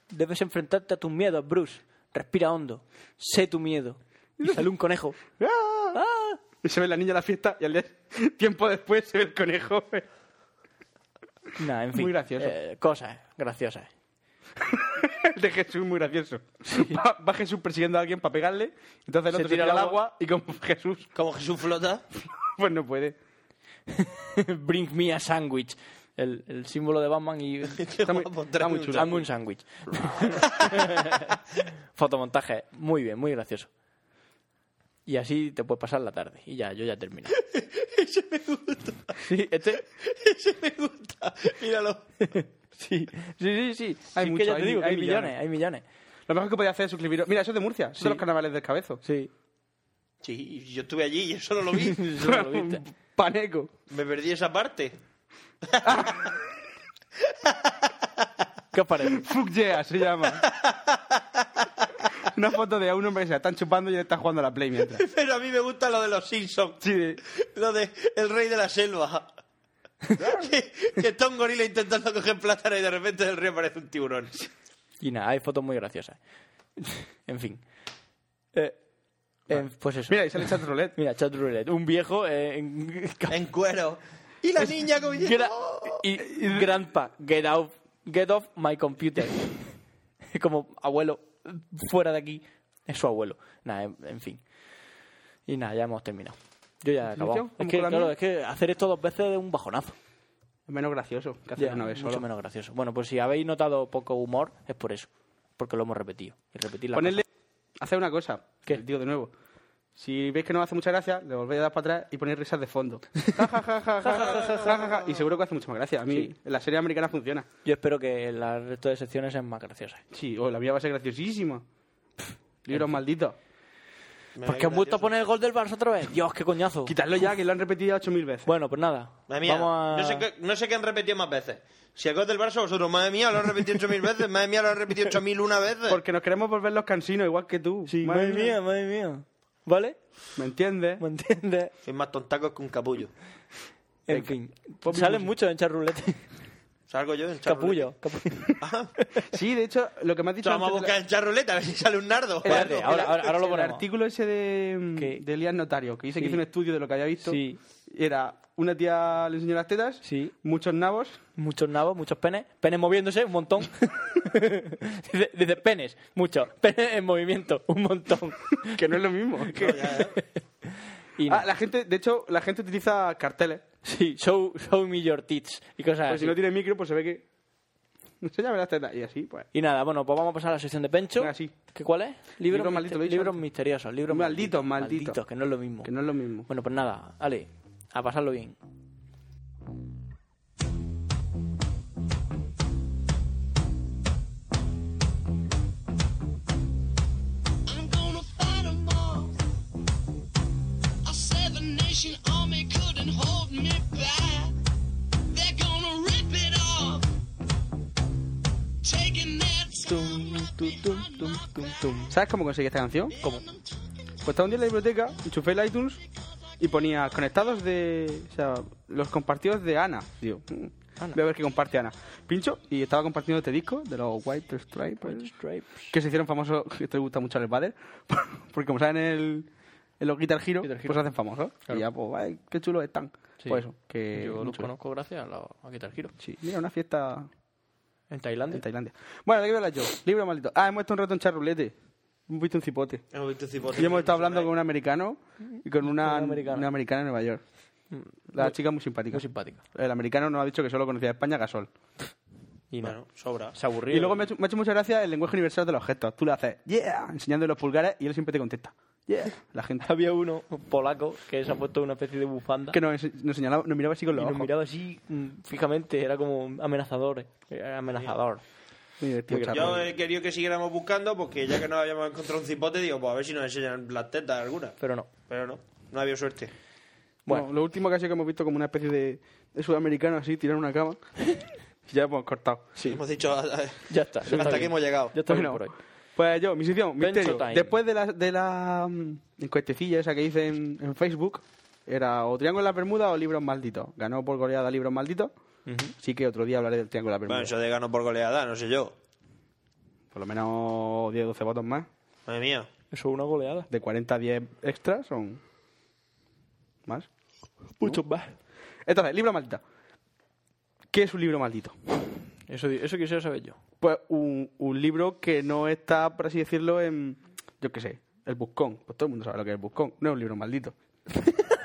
Speaker 1: Debes enfrentarte a tus miedos, Bruce. Respira hondo. Sé tu miedo. Y sale un conejo.
Speaker 2: ¡Ah!
Speaker 1: ¡Ah!
Speaker 2: Y se ve la niña en la fiesta y al día- tiempo después se ve el conejo.
Speaker 1: Nah, en fin.
Speaker 2: Muy gracioso.
Speaker 1: eh, cosas graciosas.
Speaker 2: El de Jesús, muy gracioso. Va, va Jesús persiguiendo a alguien para pegarle, entonces
Speaker 1: Se
Speaker 2: el otro se
Speaker 1: tira
Speaker 2: tira
Speaker 1: al
Speaker 2: al agua y como Jesús,
Speaker 3: Como Jesús flota.
Speaker 2: pues no puede.
Speaker 1: Bring me a sandwich. El, el símbolo de Batman y
Speaker 3: Qué
Speaker 2: muy-
Speaker 3: guapo,
Speaker 2: está muy
Speaker 3: tráeme un
Speaker 2: chulo.
Speaker 1: Hazme un sándwich. Fotomontaje. Muy bien, muy gracioso. Y así te puedes pasar la tarde. Y ya, yo ya termino.
Speaker 3: Ese me gusta.
Speaker 1: Sí, este.
Speaker 3: Ese me gusta. Míralo.
Speaker 1: Sí, sí, sí. sí.
Speaker 2: Hay
Speaker 1: Sí,
Speaker 2: mucho,
Speaker 1: que ya te
Speaker 2: hay
Speaker 1: digo,
Speaker 2: mi-
Speaker 1: que hay
Speaker 2: hay millones.
Speaker 1: millones, hay millones.
Speaker 2: Lo mejor que podía hacer es suscribiros. Mira, eso es de Murcia, eso es
Speaker 1: Sí.
Speaker 2: de los carnavales del cabezo.
Speaker 1: Sí,
Speaker 3: Sí, yo estuve allí y eso no lo vi.
Speaker 1: eso lo viste.
Speaker 2: Paneco.
Speaker 3: Me perdí esa parte.
Speaker 1: ¿Qué os parece?
Speaker 2: Fuck yeah, se llama. Una foto de a un hombre que se la están chupando y él está jugando a la Play mientras.
Speaker 3: Pero a mí me gusta lo de los Simpsons.
Speaker 2: Sí, de-
Speaker 3: Lo de el rey de la selva. que, que está un gorila intentando coger plátano y de repente del río aparece un tiburón.
Speaker 1: Y nada, hay fotos muy graciosas. en fin. Eh, eh, pues eso.
Speaker 2: Mira, y sale chat roulette.
Speaker 1: Mira, chat roulette. Un viejo eh, en-
Speaker 3: En cuero. Y la niña como
Speaker 1: Get
Speaker 3: diciendo, "Oh".
Speaker 1: out- y, y Grandpa, get out, get off my computer. Como abuelo, fuera de aquí, es su abuelo. Nada, en, en fin. Y nada, ya hemos terminado. Yo ya he acabado.
Speaker 2: ¿Silencio?
Speaker 1: Es
Speaker 2: ¿Vamos
Speaker 1: que,
Speaker 2: con la
Speaker 1: claro,
Speaker 2: mía?
Speaker 1: es que hacer esto dos veces es un bajonazo.
Speaker 2: Es menos gracioso que hacer
Speaker 1: Ya,
Speaker 2: una vez
Speaker 1: mucho
Speaker 2: solo.
Speaker 1: menos gracioso. Bueno, pues si habéis notado poco humor, es por eso. Porque lo hemos repetido. Y repetir la
Speaker 2: Ponedle. Hacer una cosa.
Speaker 1: ¿Qué?
Speaker 2: que Digo de nuevo. Si veis que no hace mucha gracia, le volvéis a dar para atrás y ponéis risas de fondo. Ja, ja, ja, ja, ja, ja, ja, ja, ja. y seguro que hace mucho más gracia. A mí,
Speaker 1: Sí.
Speaker 2: la serie americana funciona.
Speaker 1: Yo espero que la resto de secciones sean más graciosas.
Speaker 2: Sí, oh, la mía va a ser graciosísima. Libros malditos.
Speaker 1: ¿Por qué han vuelto a poner el gol del Barça otra vez? Dios, qué coñazo.
Speaker 2: Quitarlo ya, que lo han repetido 8.000 veces.
Speaker 1: Bueno, pues nada.
Speaker 3: Madre mía,
Speaker 1: Vamos a...
Speaker 3: no, sé qué, no sé qué han repetido más veces. Si el gol del Barça, vosotros, madre mía, lo han repetido 8.000 veces, madre mía, lo han repetido 8.000 una vez.
Speaker 2: Porque nos queremos volver los cansinos, igual que tú.
Speaker 1: Sí, madre mía, madre mía. ¿Vale?
Speaker 2: ¿Me entiendes?
Speaker 1: ¿Me entiendes?
Speaker 3: Sois más tontacos que un capullo.
Speaker 1: En fin.
Speaker 2: Pop y
Speaker 1: Salen
Speaker 2: música.
Speaker 1: mucho en charrulete.
Speaker 3: Salgo yo en charruleta.
Speaker 1: Capullo. capullo.
Speaker 3: Ah,
Speaker 2: Sí, de hecho, lo que me has dicho
Speaker 3: vamos a
Speaker 2: antes de la-
Speaker 3: buscar en charruleta a ver si sale un nardo.
Speaker 1: Espérate, ahora, ahora, ahora lo
Speaker 2: el
Speaker 1: ponemos.
Speaker 2: artículo ese de,
Speaker 1: ¿Qué?
Speaker 2: de Elías Notario, que dice
Speaker 1: Sí.
Speaker 2: que hizo un estudio de lo que había visto,
Speaker 1: Sí.
Speaker 2: Era una tía le enseñó las tetas,
Speaker 1: Sí.
Speaker 2: muchos nabos.
Speaker 1: Muchos nabos, muchos penes. Penes moviéndose, un montón. dice, dice, penes, muchos. Penes en movimiento, un montón.
Speaker 2: Que no es lo mismo.
Speaker 1: Y no.
Speaker 2: Ah, la gente, de hecho, la gente utiliza carteles.
Speaker 1: Sí, show, show me your tits y cosas
Speaker 2: Pues
Speaker 1: así.
Speaker 2: si no tiene micro, pues se ve que. No sé, ya verás tetas. Y así, pues.
Speaker 1: Y nada, bueno, pues vamos a pasar a la sección de Pencho.
Speaker 2: Venga, sí.
Speaker 1: ¿Qué cuál es?
Speaker 2: Libros malditos, lo he dicho
Speaker 1: libros
Speaker 2: antes.
Speaker 1: misteriosos, libros
Speaker 2: Malditos,
Speaker 1: malditos,
Speaker 2: malditos.
Speaker 1: que no es lo mismo.
Speaker 2: Que no es lo mismo.
Speaker 1: Bueno, pues nada, Ale, a pasarlo bien.
Speaker 9: I'm gonna fight 'em all. I said the nation army couldn't hold me back. They're gonna rip it off, taking their time right behind my back.
Speaker 2: ¿Sabes cómo conseguí esta canción? ¿Cómo? Pues estaba un día en la biblioteca, enchufé el iTunes y ponía conectados de. O sea, los compartidos de Ana. Digo, mm, voy a ver qué comparte Ana. Pincho y estaba compartiendo este disco de los White Stripes. Que se hicieron famosos. que Esto le gusta mucho al Vader. Porque como saben el. En los Guitar Hero,
Speaker 1: Guitar Hero.
Speaker 2: pues se hacen famosos.
Speaker 1: Claro.
Speaker 2: Y ya, pues, ay, qué chulos están.
Speaker 1: Sí.
Speaker 2: Pues eso, que.
Speaker 1: Yo
Speaker 2: muy
Speaker 1: los
Speaker 2: chulo.
Speaker 1: conozco gracias a, la, a Guitar Hero.
Speaker 2: Sí, mira, una fiesta
Speaker 1: En Tailandia.
Speaker 2: en Tailandia. Bueno, ¿de qué voy a hablar yo? Libro maldito. Ah, hemos estado un rato en charrulete. Hemos visto un cipote.
Speaker 3: Hemos visto cipote.
Speaker 2: Y hemos estado hablando con un americano y con una,
Speaker 1: Con un americano. Mm,
Speaker 2: una americana en Nueva York. La chica muy simpática.
Speaker 1: Muy simpática.
Speaker 2: El americano nos ha dicho que solo conocía España Gasol.
Speaker 1: Y no.
Speaker 3: Bueno, sobra.
Speaker 1: se aburrió.
Speaker 2: Y luego me ha, hecho, me ha hecho mucha gracia el lenguaje universal de los gestos. Tú le haces, yeah, enseñando los pulgares y él siempre te contesta, yeah. La gente
Speaker 1: Había uno polaco que se ha puesto una especie de bufanda.
Speaker 2: que nos, ense- nos señalaba, nos miraba así
Speaker 1: y
Speaker 2: con los
Speaker 1: nos
Speaker 2: ojos.
Speaker 1: miraba así mm, fijamente, era como amenazador. Era amenazador.
Speaker 2: Muy divertido,
Speaker 1: Muy
Speaker 2: chaval.
Speaker 3: Yo he querido que siguiéramos buscando porque ya que no habíamos encontrado un cipote, digo, pues a ver si nos enseñan las tetas alguna.
Speaker 1: Pero no.
Speaker 3: Pero no, no había suerte.
Speaker 2: Bueno, lo último casi que hemos visto como una especie de, de sudamericano así, tirar una cama. y ya hemos cortado. Sí.
Speaker 3: Hemos dicho a- a-
Speaker 1: Ya está. ya está
Speaker 3: hasta aquí
Speaker 1: bien.
Speaker 3: hemos llegado.
Speaker 1: Ya está bien
Speaker 2: Bueno,
Speaker 1: por hoy.
Speaker 2: Pues yo, mi sección,
Speaker 1: Pencho
Speaker 2: misterio.
Speaker 1: time.
Speaker 2: Después de la, de la mm, encuestecilla esa que hice en, en Facebook, era o Triángulo de la Bermuda o Libros Malditos. Ganó por goleada Libros Malditos. Así que otro día hablaré del Triángulo de la Bermuda.
Speaker 3: Bueno, eso de gano por goleada, no sé yo.
Speaker 2: Por lo menos 10 o 12 votos más.
Speaker 3: Madre mía.
Speaker 1: Eso es una goleada.
Speaker 2: De 40 a 10 extras son más.
Speaker 1: Muchos más.
Speaker 2: Entonces, Libro Maldito. ¿Qué es un libro maldito?
Speaker 1: Eso, eso quisiera saber yo.
Speaker 2: Pues un, un libro que no está, por así decirlo, en, yo qué sé, el buscón. Pues todo el mundo sabe lo que es el buscón. No es un libro maldito.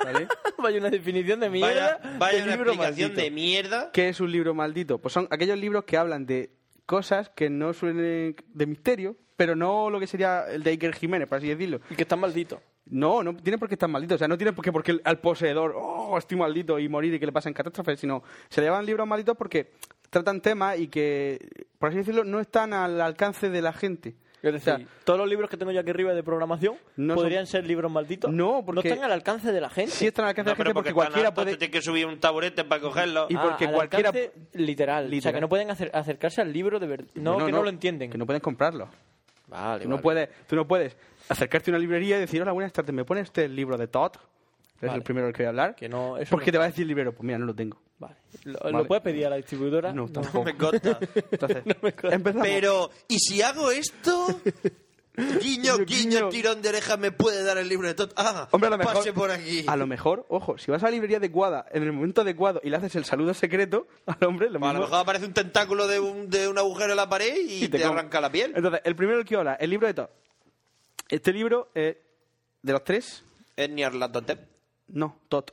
Speaker 2: ¿Vale?
Speaker 1: vaya una definición de mierda.
Speaker 3: Vaya, vaya
Speaker 1: de
Speaker 3: una
Speaker 1: libro
Speaker 3: explicación
Speaker 1: maldito.
Speaker 3: de mierda.
Speaker 2: ¿Qué es un libro maldito? Pues son aquellos libros que hablan de cosas que no suelen de misterio, pero no lo que sería el de Iker Jiménez, por así decirlo.
Speaker 1: Y que está maldito.
Speaker 2: No, no tiene por qué estar maldito. O sea, no tiene por qué porque el- al poseedor, oh, estoy maldito y morir y que le pasen catástrofes, sino se le llaman libros malditos porque tratan temas y que, por así decirlo, no están al alcance de la gente.
Speaker 1: Es
Speaker 2: O sea,
Speaker 1: decir, todos los libros que tengo yo aquí arriba de programación
Speaker 2: No son-
Speaker 1: podrían ser libros malditos.
Speaker 2: No, porque-
Speaker 1: No están al alcance de la gente.
Speaker 2: sí están al alcance
Speaker 3: No,
Speaker 2: de la gente
Speaker 3: pero
Speaker 2: porque,
Speaker 3: están
Speaker 2: cualquiera
Speaker 3: altos,
Speaker 2: puede...
Speaker 3: te Tienes que subir un taburete para cogerlo.
Speaker 2: Y-
Speaker 1: Ah,
Speaker 2: porque
Speaker 1: al
Speaker 2: cualquiera-
Speaker 1: alcance Literal. O sea,
Speaker 2: Literal.
Speaker 1: que no pueden acer- acercarse al libro de verdad. No,
Speaker 2: Bueno,
Speaker 1: que no, lo entienden.
Speaker 2: Que no pueden comprarlo.
Speaker 1: Vale,
Speaker 2: Tú no,
Speaker 1: vale.
Speaker 2: puedes, tú no puedes acercarte a una librería y decir, hola, buenas tardes, ¿me pones este libro de Todd? Es
Speaker 1: Vale.
Speaker 2: el primero del que voy a hablar.
Speaker 1: Que no- eso
Speaker 2: Porque
Speaker 1: no-
Speaker 2: te va a decir el librero, pues mira, no lo tengo.
Speaker 1: Vale. ¿Lo,
Speaker 2: Vale.
Speaker 1: lo puedes pedir a la distribuidora?
Speaker 2: No,
Speaker 3: No
Speaker 2: tampoco.
Speaker 3: me consta.
Speaker 2: Entonces,
Speaker 1: No me acuerdo.
Speaker 2: empezamos.
Speaker 3: Pero, ¿y si hago esto? Guiño,
Speaker 2: Guiño, guiño.
Speaker 3: guiño, tirón de oreja, me puede dar el libro de tot. Ah,
Speaker 2: Hombre, a lo mejor,
Speaker 3: pase por aquí.
Speaker 2: A lo mejor, ojo, si vas a la librería adecuada en el momento adecuado y le haces el saludo secreto al hombre, lo
Speaker 3: Pues A lo
Speaker 2: mismo-
Speaker 3: mejor aparece un tentáculo de un, de un agujero en la pared y,
Speaker 2: y
Speaker 3: te,
Speaker 2: come.
Speaker 3: arranca la piel.
Speaker 2: Entonces, el primero del que habla, el libro de Todd. Este libro, eh, de los tres,
Speaker 3: Es Nyarlathotep.
Speaker 2: no, Todd.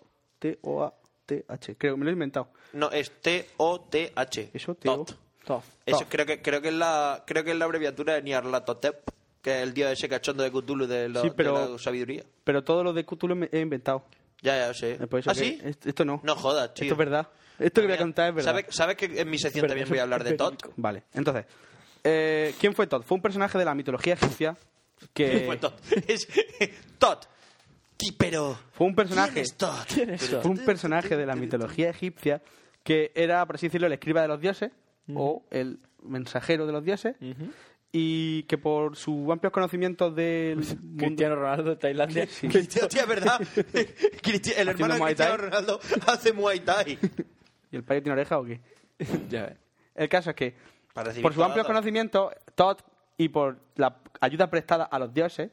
Speaker 2: T-O-A-T-H. Creo que me lo he inventado.
Speaker 3: No, es T-O-T-H.
Speaker 2: Eso, T-O.
Speaker 3: Tot.
Speaker 1: Tof.
Speaker 3: Eso,
Speaker 2: Tot.
Speaker 3: creo, que, creo, que es la, creo que es la abreviatura de Nyarlathotep, que es el dios ese cachondo de Cthulhu de, lo-
Speaker 2: Sí, pero-
Speaker 3: de la sabiduría.
Speaker 2: Pero todo lo de Cthulhu me he inventado.
Speaker 3: Ya, ya, sí.
Speaker 2: Eh, por eso
Speaker 3: ¿Ah,
Speaker 2: que-
Speaker 3: sí?
Speaker 2: est- Esto no.
Speaker 3: No jodas, tío.
Speaker 2: Esto es verdad. Esto que voy a
Speaker 3: Mira,
Speaker 2: contar es verdad.
Speaker 3: ¿Sabes, sabes que en mi sección
Speaker 1: Pero
Speaker 3: también
Speaker 1: eso
Speaker 3: voy a hablar de
Speaker 1: es
Speaker 3: Todd?
Speaker 1: verídico.
Speaker 2: Vale, entonces, eh, ¿quién fue Todd? Fue un personaje de la mitología egipcia que...
Speaker 3: Pues Todd. Es- Todd. Ti, pero...
Speaker 2: Fue un personaje...
Speaker 3: ¿Quién es Todd?
Speaker 2: Fue un personaje de la mitología egipcia que era, por así decirlo, el escriba de los dioses o el mensajero de los dioses y que por sus amplios conocimientos del mundo...
Speaker 1: Cristiano Ronaldo de Tailandia.
Speaker 3: Cristiano, tía, ¿verdad? Cristi- el hermano de
Speaker 2: Muay Thai.
Speaker 3: Cristiano Ronaldo hace Muay Thai.
Speaker 2: ¿Y el payo tiene oreja o qué?
Speaker 1: ya ves.
Speaker 2: El caso es que,
Speaker 3: Para recibir
Speaker 2: por sus amplios
Speaker 3: palazos.
Speaker 2: conocimientos, Todd y por la ayuda prestada a los dioses,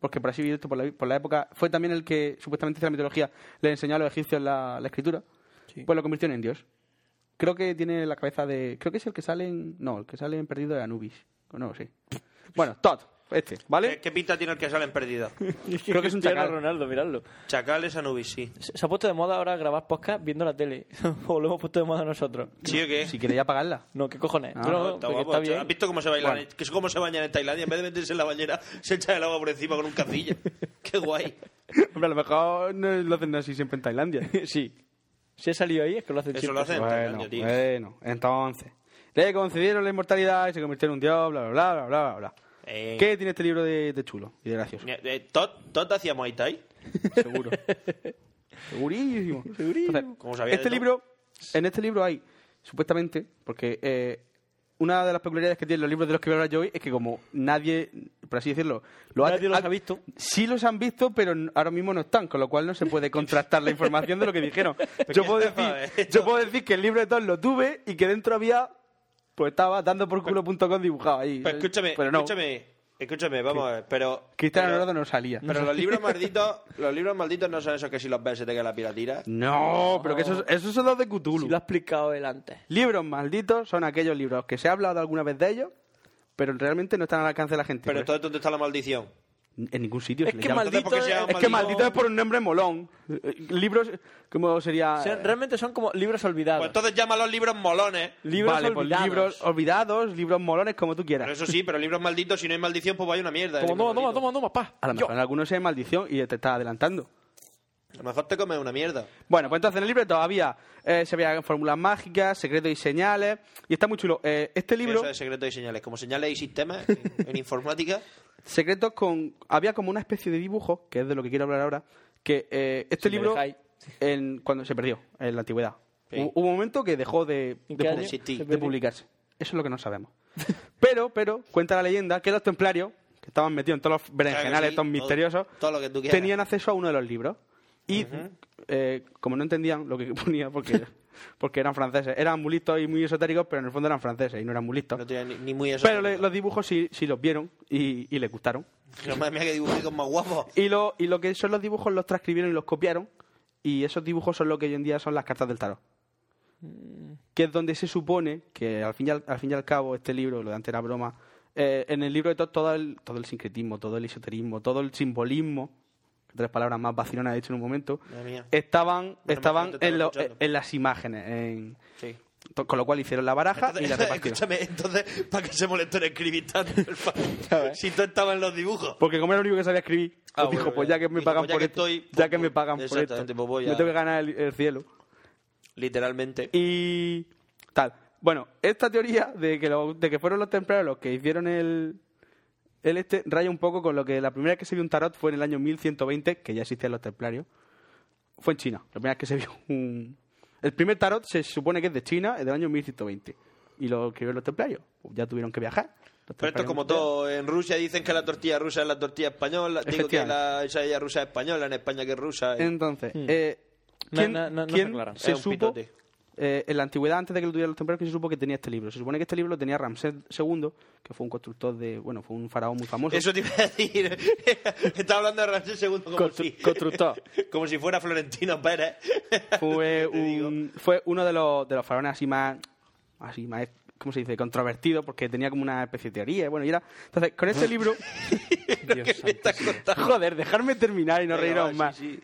Speaker 2: porque por así esto por la, por la época, fue también el que supuestamente dice la mitología le enseñó a los egipcios la, la escritura, pues lo convirtieron en dios. Creo que tiene la cabeza de. Creo que es el que sale en. No, el que sale en Perdido de Anubis. O No lo sé. Bueno, Todd, este, ¿vale?
Speaker 3: ¿Qué, qué pinta tiene el que sale en perdida?
Speaker 2: Creo que es un
Speaker 1: Cristiano
Speaker 2: chacal.
Speaker 1: Ronaldo, miradlo.
Speaker 3: Chacal es Anubis, sí.
Speaker 1: Se se ha puesto de moda ahora grabar podcast viendo la tele. o lo hemos puesto de moda nosotros.
Speaker 3: ¿Sí o qué?
Speaker 2: Si queréis apagarla.
Speaker 1: No, ¿qué cojones?
Speaker 2: Ah,
Speaker 1: No, no,
Speaker 3: Está
Speaker 1: porque está
Speaker 3: guapo, chaval.
Speaker 1: bien.
Speaker 3: ¿Has visto cómo se, bailan,
Speaker 2: Bueno.
Speaker 3: que es cómo se bañan en Tailandia? En vez de meterse en la bañera, se echa el agua por encima con un cacillo. ¡Qué guay!
Speaker 2: Hombre, a lo mejor no lo hacen así siempre en Tailandia.
Speaker 1: sí. Si ha salido ahí es que lo hacen
Speaker 3: Eso
Speaker 1: siempre.
Speaker 3: lo hacen en
Speaker 2: Bueno,
Speaker 3: Tailandia, tío.
Speaker 2: bueno, entonces. Le concedieron la inmortalidad y se convirtió en un dios, bla, bla, bla, bla, bla, bla.
Speaker 3: Eh.
Speaker 2: ¿Qué tiene este libro de, de chulo y de gracioso?
Speaker 3: Eh, eh, ¿Tot, tot hacía Muay Thai?
Speaker 2: Seguro. Segurísimo. Entonces,
Speaker 3: ¿Cómo sabía de
Speaker 2: este
Speaker 3: todo?
Speaker 2: libro, en este libro hay, supuestamente, porque eh, una de las peculiaridades que tienen los libros de los que voy a hablar yo hoy es que como nadie, por así decirlo, lo
Speaker 1: Nadie los ha visto.
Speaker 2: Sí los han visto, pero n- ahora mismo no están, con lo cual no se puede contrastar la información de lo que dijeron. Yo
Speaker 3: qué
Speaker 2: puedo,
Speaker 3: estafa,
Speaker 2: decir,
Speaker 3: eh.
Speaker 2: yo puedo decir que el libro de todos lo tuve y que dentro había, pues estaba dando por culo.com dibujado ahí.
Speaker 3: Pero escúchame,
Speaker 2: Pero no,
Speaker 3: escúchame, escúchame, vamos a ver. Pero,
Speaker 2: Cristiano
Speaker 3: pero-
Speaker 2: Ronaldo no salía.
Speaker 3: Pero los libros malditos, los libros malditos no son esos que si los ves se te cae la pila tira.
Speaker 2: No, pero que esos, esos son los de Cthulhu.
Speaker 1: Sí lo ha explicado él antes.
Speaker 2: Libros malditos son aquellos libros que se ha hablado alguna vez de ellos, pero realmente no están al alcance de la gente.
Speaker 3: Pero
Speaker 2: Por
Speaker 3: entonces, ¿dónde está la maldición?
Speaker 2: eso, en ningún sitio.
Speaker 1: Es
Speaker 2: se le
Speaker 1: que
Speaker 2: llama.
Speaker 3: Entonces, ¿por
Speaker 1: maldito
Speaker 3: qué se
Speaker 1: es-
Speaker 3: llama
Speaker 2: Es que maldito es por un nombre molón. Eh, eh, Libros, como sería? Eh,
Speaker 1: O sea, realmente son como libros olvidados.
Speaker 3: Pues entonces llama los libros molones.
Speaker 1: libros
Speaker 2: vale, pues
Speaker 1: olvidados.
Speaker 2: libros olvidados, libros molones, como tú quieras.
Speaker 3: Pero eso sí, pero libros malditos, si no hay maldición, pues vaya una mierda.
Speaker 1: Como,
Speaker 3: el
Speaker 1: toma,
Speaker 3: libro
Speaker 1: toma,
Speaker 3: maldito.
Speaker 1: toma, toma, pa.
Speaker 2: A lo mejor en algunos es maldición y te está adelantando.
Speaker 3: A lo mejor te comes una mierda.
Speaker 2: Bueno, pues entonces en el libro todavía eh, se veían fórmulas mágicas, secretos y señales, y está muy chulo. Eh, este libro...
Speaker 3: Eso es secreto y señales. Como señales y sistemas en, en informática.
Speaker 2: secretos con había como una especie de dibujo que es de lo que quiero hablar ahora que eh,
Speaker 1: Si
Speaker 2: este
Speaker 1: me
Speaker 2: libro
Speaker 1: dejáis.
Speaker 2: en, cuando se perdió en la antigüedad
Speaker 3: Sí.
Speaker 2: Hu- hubo un momento que dejó de,
Speaker 1: ¿En
Speaker 2: de
Speaker 1: qué
Speaker 2: pu-
Speaker 1: año
Speaker 2: de
Speaker 1: se
Speaker 3: perdió?
Speaker 2: publicarse eso es lo que no sabemos pero pero cuenta la leyenda que los templarios que estaban metidos en todos los berenjenales
Speaker 3: Claro que sí,
Speaker 2: estos
Speaker 3: todo-
Speaker 2: misteriosos
Speaker 3: todo lo que tú quieras.
Speaker 2: tenían acceso a uno de los libros y eh, como no entendían lo que ponía porque porque eran franceses eran muy listos y muy esotéricos pero en el fondo eran franceses y no eran muy listos
Speaker 3: No tiene ni, ni muy eso.
Speaker 2: pero le- los dibujos sí, sí los vieron y- y les gustaron
Speaker 3: Pero madre mía, que dibujitos más guapos.
Speaker 2: y lo, y lo que son los dibujos los transcribieron y los copiaron. Y esos dibujos son lo que hoy en día son las cartas del tarot. Que es donde se supone que al fin y al, al fin y al cabo este libro, lo de antes era broma, eh, en el libro de Todd todo el, todo el sincretismo, todo el esoterismo, todo el simbolismo, tres palabras más vacilonas he dicho en un momento,
Speaker 3: Madre mía.
Speaker 2: estaban,
Speaker 3: me
Speaker 2: estaban
Speaker 3: acuerdo, te
Speaker 2: en,
Speaker 3: estaba
Speaker 2: lo- en,
Speaker 3: escuchando.
Speaker 2: las imágenes. en-
Speaker 3: Sí.
Speaker 2: to- con lo cual hicieron la baraja y la
Speaker 3: Entonces,
Speaker 2: repartieron.
Speaker 3: escúchame, entonces, ¿para qué se molestó en escribir tanto el fan? si tú estabas en los dibujos.
Speaker 2: Porque como era el único que sabía escribir, pues
Speaker 3: Ah, bueno,
Speaker 2: dijo, pues
Speaker 3: bien.
Speaker 2: ya que me
Speaker 3: Dijo,
Speaker 2: pagan
Speaker 3: pues ya
Speaker 2: por
Speaker 3: que
Speaker 2: esto,
Speaker 3: estoy,
Speaker 2: ya
Speaker 3: pues,
Speaker 2: que me pagan por esto,
Speaker 3: exactamente, pues voy a-
Speaker 2: me tengo que ganar el, el cielo.
Speaker 3: Literalmente.
Speaker 2: Y tal. Bueno, esta teoría de que, lo- de que fueron los templarios los que hicieron el, el este raya un poco con lo que la primera vez que se vio un tarot fue en el año 1120, que ya existían los templarios. Fue en China, la primera vez que se vio un... El primer tarot se supone que es de China, es del año 1120. Y lo escribieron los templarios. Pues ya tuvieron que viajar. Los
Speaker 3: Pero esto
Speaker 2: templarios
Speaker 3: es como
Speaker 2: no viajaron.
Speaker 3: todo. En Rusia dicen que la tortilla rusa es la tortilla española. Digo que la esa rusa es española, en España que es rusa. y-
Speaker 2: Entonces, eh,
Speaker 1: Hmm. No,
Speaker 2: ¿quién,
Speaker 1: no, no, no
Speaker 2: quién
Speaker 1: se aclaran.
Speaker 2: se
Speaker 3: Es un
Speaker 2: supo
Speaker 3: pitote.
Speaker 2: eh, en la antigüedad antes de que lo tuvieran los templarios que se supo que tenía este libro? Se supone que este libro lo tenía Ramsés II, que fue un constructor de, bueno, fue un faraón muy famoso.
Speaker 3: Eso te iba a decir. Estaba hablando de Ramsés II como
Speaker 1: Constru-
Speaker 3: si...
Speaker 1: constructor.
Speaker 3: como si fuera Florentino Pérez.
Speaker 2: fue,
Speaker 3: Te digo.
Speaker 2: un- fue uno de los, de los faraones así más, así más, ¿cómo se dice? Controvertido, porque tenía como una especie de teoría, bueno, y era... Entonces, con este libro...
Speaker 3: Estás contando.
Speaker 2: Joder, dejarme terminar y no
Speaker 3: Venga,
Speaker 2: reíros
Speaker 3: va, sí,
Speaker 2: más.
Speaker 3: sí.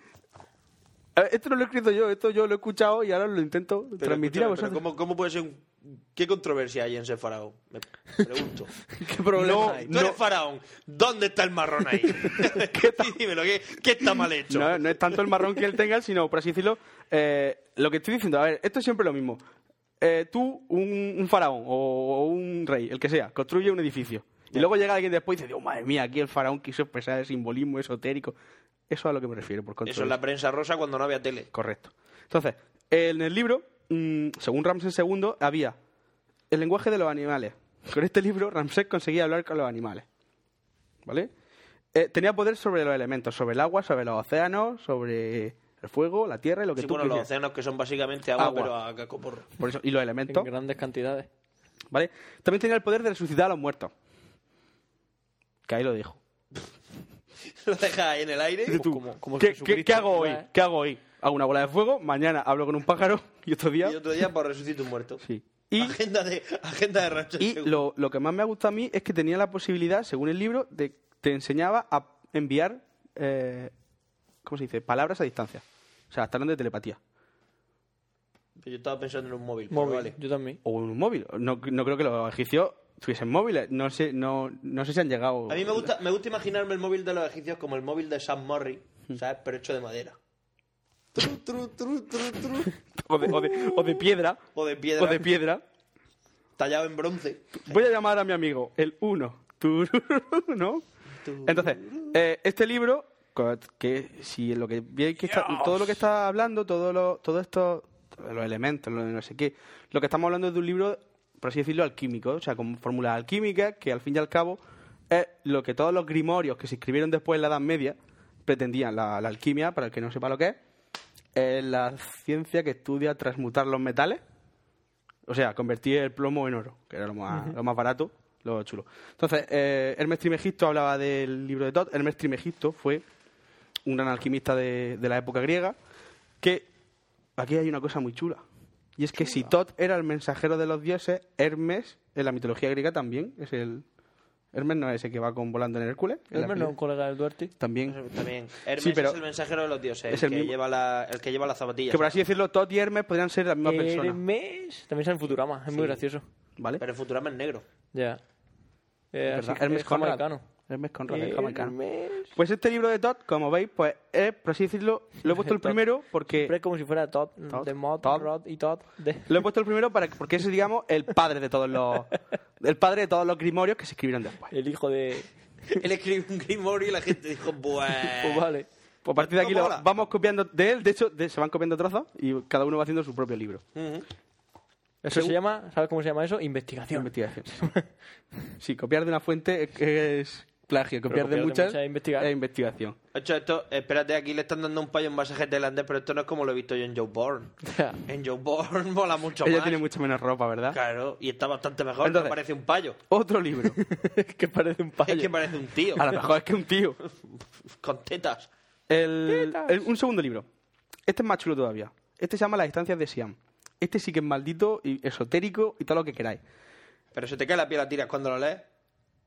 Speaker 2: A ver, Esto no lo he escrito yo, esto yo lo he escuchado y ahora lo intento
Speaker 3: Pero
Speaker 2: transmitir a
Speaker 3: escúchame,
Speaker 2: vosotros.
Speaker 3: pero ¿cómo, ¿Cómo puede ser un... ¿Qué controversia hay en ser faraón? Me pregunto.
Speaker 2: ¿Qué problema
Speaker 3: No,
Speaker 2: hay?
Speaker 3: tú eres faraón. ¿Dónde está el marrón ahí? Dímelo, ¿qué, qué está mal hecho?
Speaker 2: No, no es tanto el marrón que él tenga, sino, por así decirlo, eh, lo que estoy diciendo. A ver, esto es siempre lo mismo. Eh, tú, un, un faraón o, o un rey, el que sea, construye un edificio. Y luego llega alguien después y dice, Dios, madre mía, aquí el faraón quiso expresar el simbolismo esotérico. Eso es a lo que me refiero, por
Speaker 3: Eso es
Speaker 2: control.
Speaker 3: la prensa rosa cuando no había tele.
Speaker 2: Correcto. Entonces, en el libro, mm, según Ramsés II, había el lenguaje de los animales. Con este libro, Ramsés conseguía hablar con los animales. ¿Vale? Eh, tenía poder sobre los elementos, sobre el agua, sobre los océanos, sobre el fuego, la tierra y lo que
Speaker 3: Sí,
Speaker 2: tú
Speaker 3: bueno, los
Speaker 2: quisieras.
Speaker 3: océanos que son básicamente agua,
Speaker 2: Agua.
Speaker 3: pero a cacoporro.
Speaker 2: Por eso- y los
Speaker 1: En
Speaker 2: elementos,
Speaker 1: grandes cantidades.
Speaker 2: ¿vale? También tenía el poder de resucitar a los muertos. Que ahí lo dejo.
Speaker 3: Lo dejas ahí en el aire. pues
Speaker 2: Dices tú,
Speaker 3: Como- como
Speaker 2: ¿qué,
Speaker 3: Jesucristo,
Speaker 2: qué- qué hago hoy?
Speaker 3: ¿verdad, eh?
Speaker 2: ¿Qué hago hoy? Hago una bola de fuego, mañana hablo con un pájaro y otro día...
Speaker 3: Y otro día por resucito un muerto.
Speaker 2: Sí. Y-
Speaker 3: agenda de agenda de rancho.
Speaker 2: Y lo, lo que más me ha gustado a mí es que tenía la posibilidad, según el libro, de te enseñaba a enviar, eh, ¿cómo se dice? Palabras a distancia. O sea, hasta hablando de telepatía.
Speaker 3: Yo estaba pensando en un móvil. pero
Speaker 1: Móvil,
Speaker 3: vale.
Speaker 1: yo también.
Speaker 2: O en un móvil. No, no creo que los egipcios tuviesen móviles. No sé, no, no sé si han llegado.
Speaker 3: A mí me gusta, me gusta imaginarme el móvil de los egipcios como el móvil de Sam Morris, ¿sabes? Pero hecho de madera. Tru, tru, tru, tru, tru.
Speaker 2: O de, o de- o de piedra.
Speaker 3: O de piedra.
Speaker 2: O de piedra.
Speaker 3: Tallado en bronce.
Speaker 2: Voy a llamar a mi amigo, el 1. ¿No? Entonces, eh, este libro, co- que si lo que veis que está- todo lo que está hablando, todo lo, todo esto, los elementos, lo de no sé qué, lo que estamos hablando es de un libro, por así decirlo, alquímico, o sea, con fórmulas alquímicas, que al fin y al cabo es lo que todos los grimorios que se escribieron después en la Edad Media pretendían. La, la alquimia, para el que no sepa lo que es, es la ciencia que estudia transmutar los metales o sea, convertí el plomo en oro, que era lo más, lo más barato, lo chulo. Entonces, eh, Hermes Trimegisto hablaba del libro de Todd. Hermes Trimegisto fue un gran alquimista de, de la época griega, que aquí hay una cosa muy chula. Y es que si Todd era el mensajero de los dioses, Hermes, en la mitología griega también, es el... Hermes no es ese que va con volando en Hércules. en la
Speaker 1: Hermes no es un
Speaker 2: película.
Speaker 1: colega del Duarte.
Speaker 2: También.
Speaker 3: También. Hermes
Speaker 2: Sí, pero-
Speaker 3: es el mensajero de los dioses,
Speaker 2: Es
Speaker 3: el,
Speaker 2: el
Speaker 3: que
Speaker 2: mismo.
Speaker 3: lleva la, el que lleva las zapatillas.
Speaker 2: Que por así decirlo, Todd y Hermes podrían ser la misma persona.
Speaker 1: Hermes también sale en Futurama, es muy gracioso.
Speaker 2: ¿Vale?
Speaker 3: Pero el Futurama es negro.
Speaker 1: Ya. Eh,
Speaker 2: ¿Verdad?
Speaker 1: así que
Speaker 2: Hermes
Speaker 1: es
Speaker 2: Conrad.
Speaker 1: jamaicano. Eh,
Speaker 2: Hermes Conrad, es jamaicano.
Speaker 1: Hermes.
Speaker 2: Pues este libro de Todd, como veis, pues es, por así decirlo, lo he puesto el
Speaker 1: Todd.
Speaker 2: primero
Speaker 1: Siempre
Speaker 2: porque...
Speaker 1: es como si fuera Todd,
Speaker 2: Todd,
Speaker 1: de Mod,
Speaker 2: Todd.
Speaker 1: Rod y Todd. de-
Speaker 2: Lo he puesto el primero para, porque es, digamos, el padre de todos los... El padre de todos los grimorios que se escribieron después.
Speaker 1: el hijo de...
Speaker 3: Él escribe un Grimorio y la gente dijo,
Speaker 1: Pues
Speaker 3: bueno.
Speaker 1: vale.
Speaker 2: Pues a partir de aquí lo-
Speaker 3: Mola.
Speaker 2: vamos copiando de él. De hecho, de- se van copiando trozos y cada uno va haciendo su propio libro.
Speaker 1: Eso se
Speaker 2: Según-
Speaker 1: llama, ¿sabes cómo se llama eso? Investigación.
Speaker 2: Investigación. Sí, copiar de una fuente es- es plagio. Copiar
Speaker 1: copiar
Speaker 2: de
Speaker 1: de
Speaker 2: muchas
Speaker 1: muchas es investigar.
Speaker 2: es investigación.
Speaker 3: Hecho esto, espérate, aquí le están dando un payo en masaje tailandés, pero esto no es como lo he visto yo en Joe Bourne.
Speaker 1: Ya.
Speaker 3: En Joe Bourne mola mucho
Speaker 2: Ella
Speaker 3: más.
Speaker 2: tiene mucha menos ropa, ¿verdad?
Speaker 3: Claro, y está bastante mejor,
Speaker 2: Entonces-
Speaker 3: no parece un payo.
Speaker 2: Otro libro.
Speaker 1: que parece un
Speaker 3: Es
Speaker 1: payo.
Speaker 3: que parece un tío.
Speaker 2: A lo mejor es que un tío.
Speaker 3: Con tetas.
Speaker 2: El- el- un segundo libro. Este es más chulo todavía. Este se llama Las estancias de Siam. Este sí que es maldito y esotérico y todo lo que queráis.
Speaker 3: Pero se te cae la piel a tiras cuando lo lees.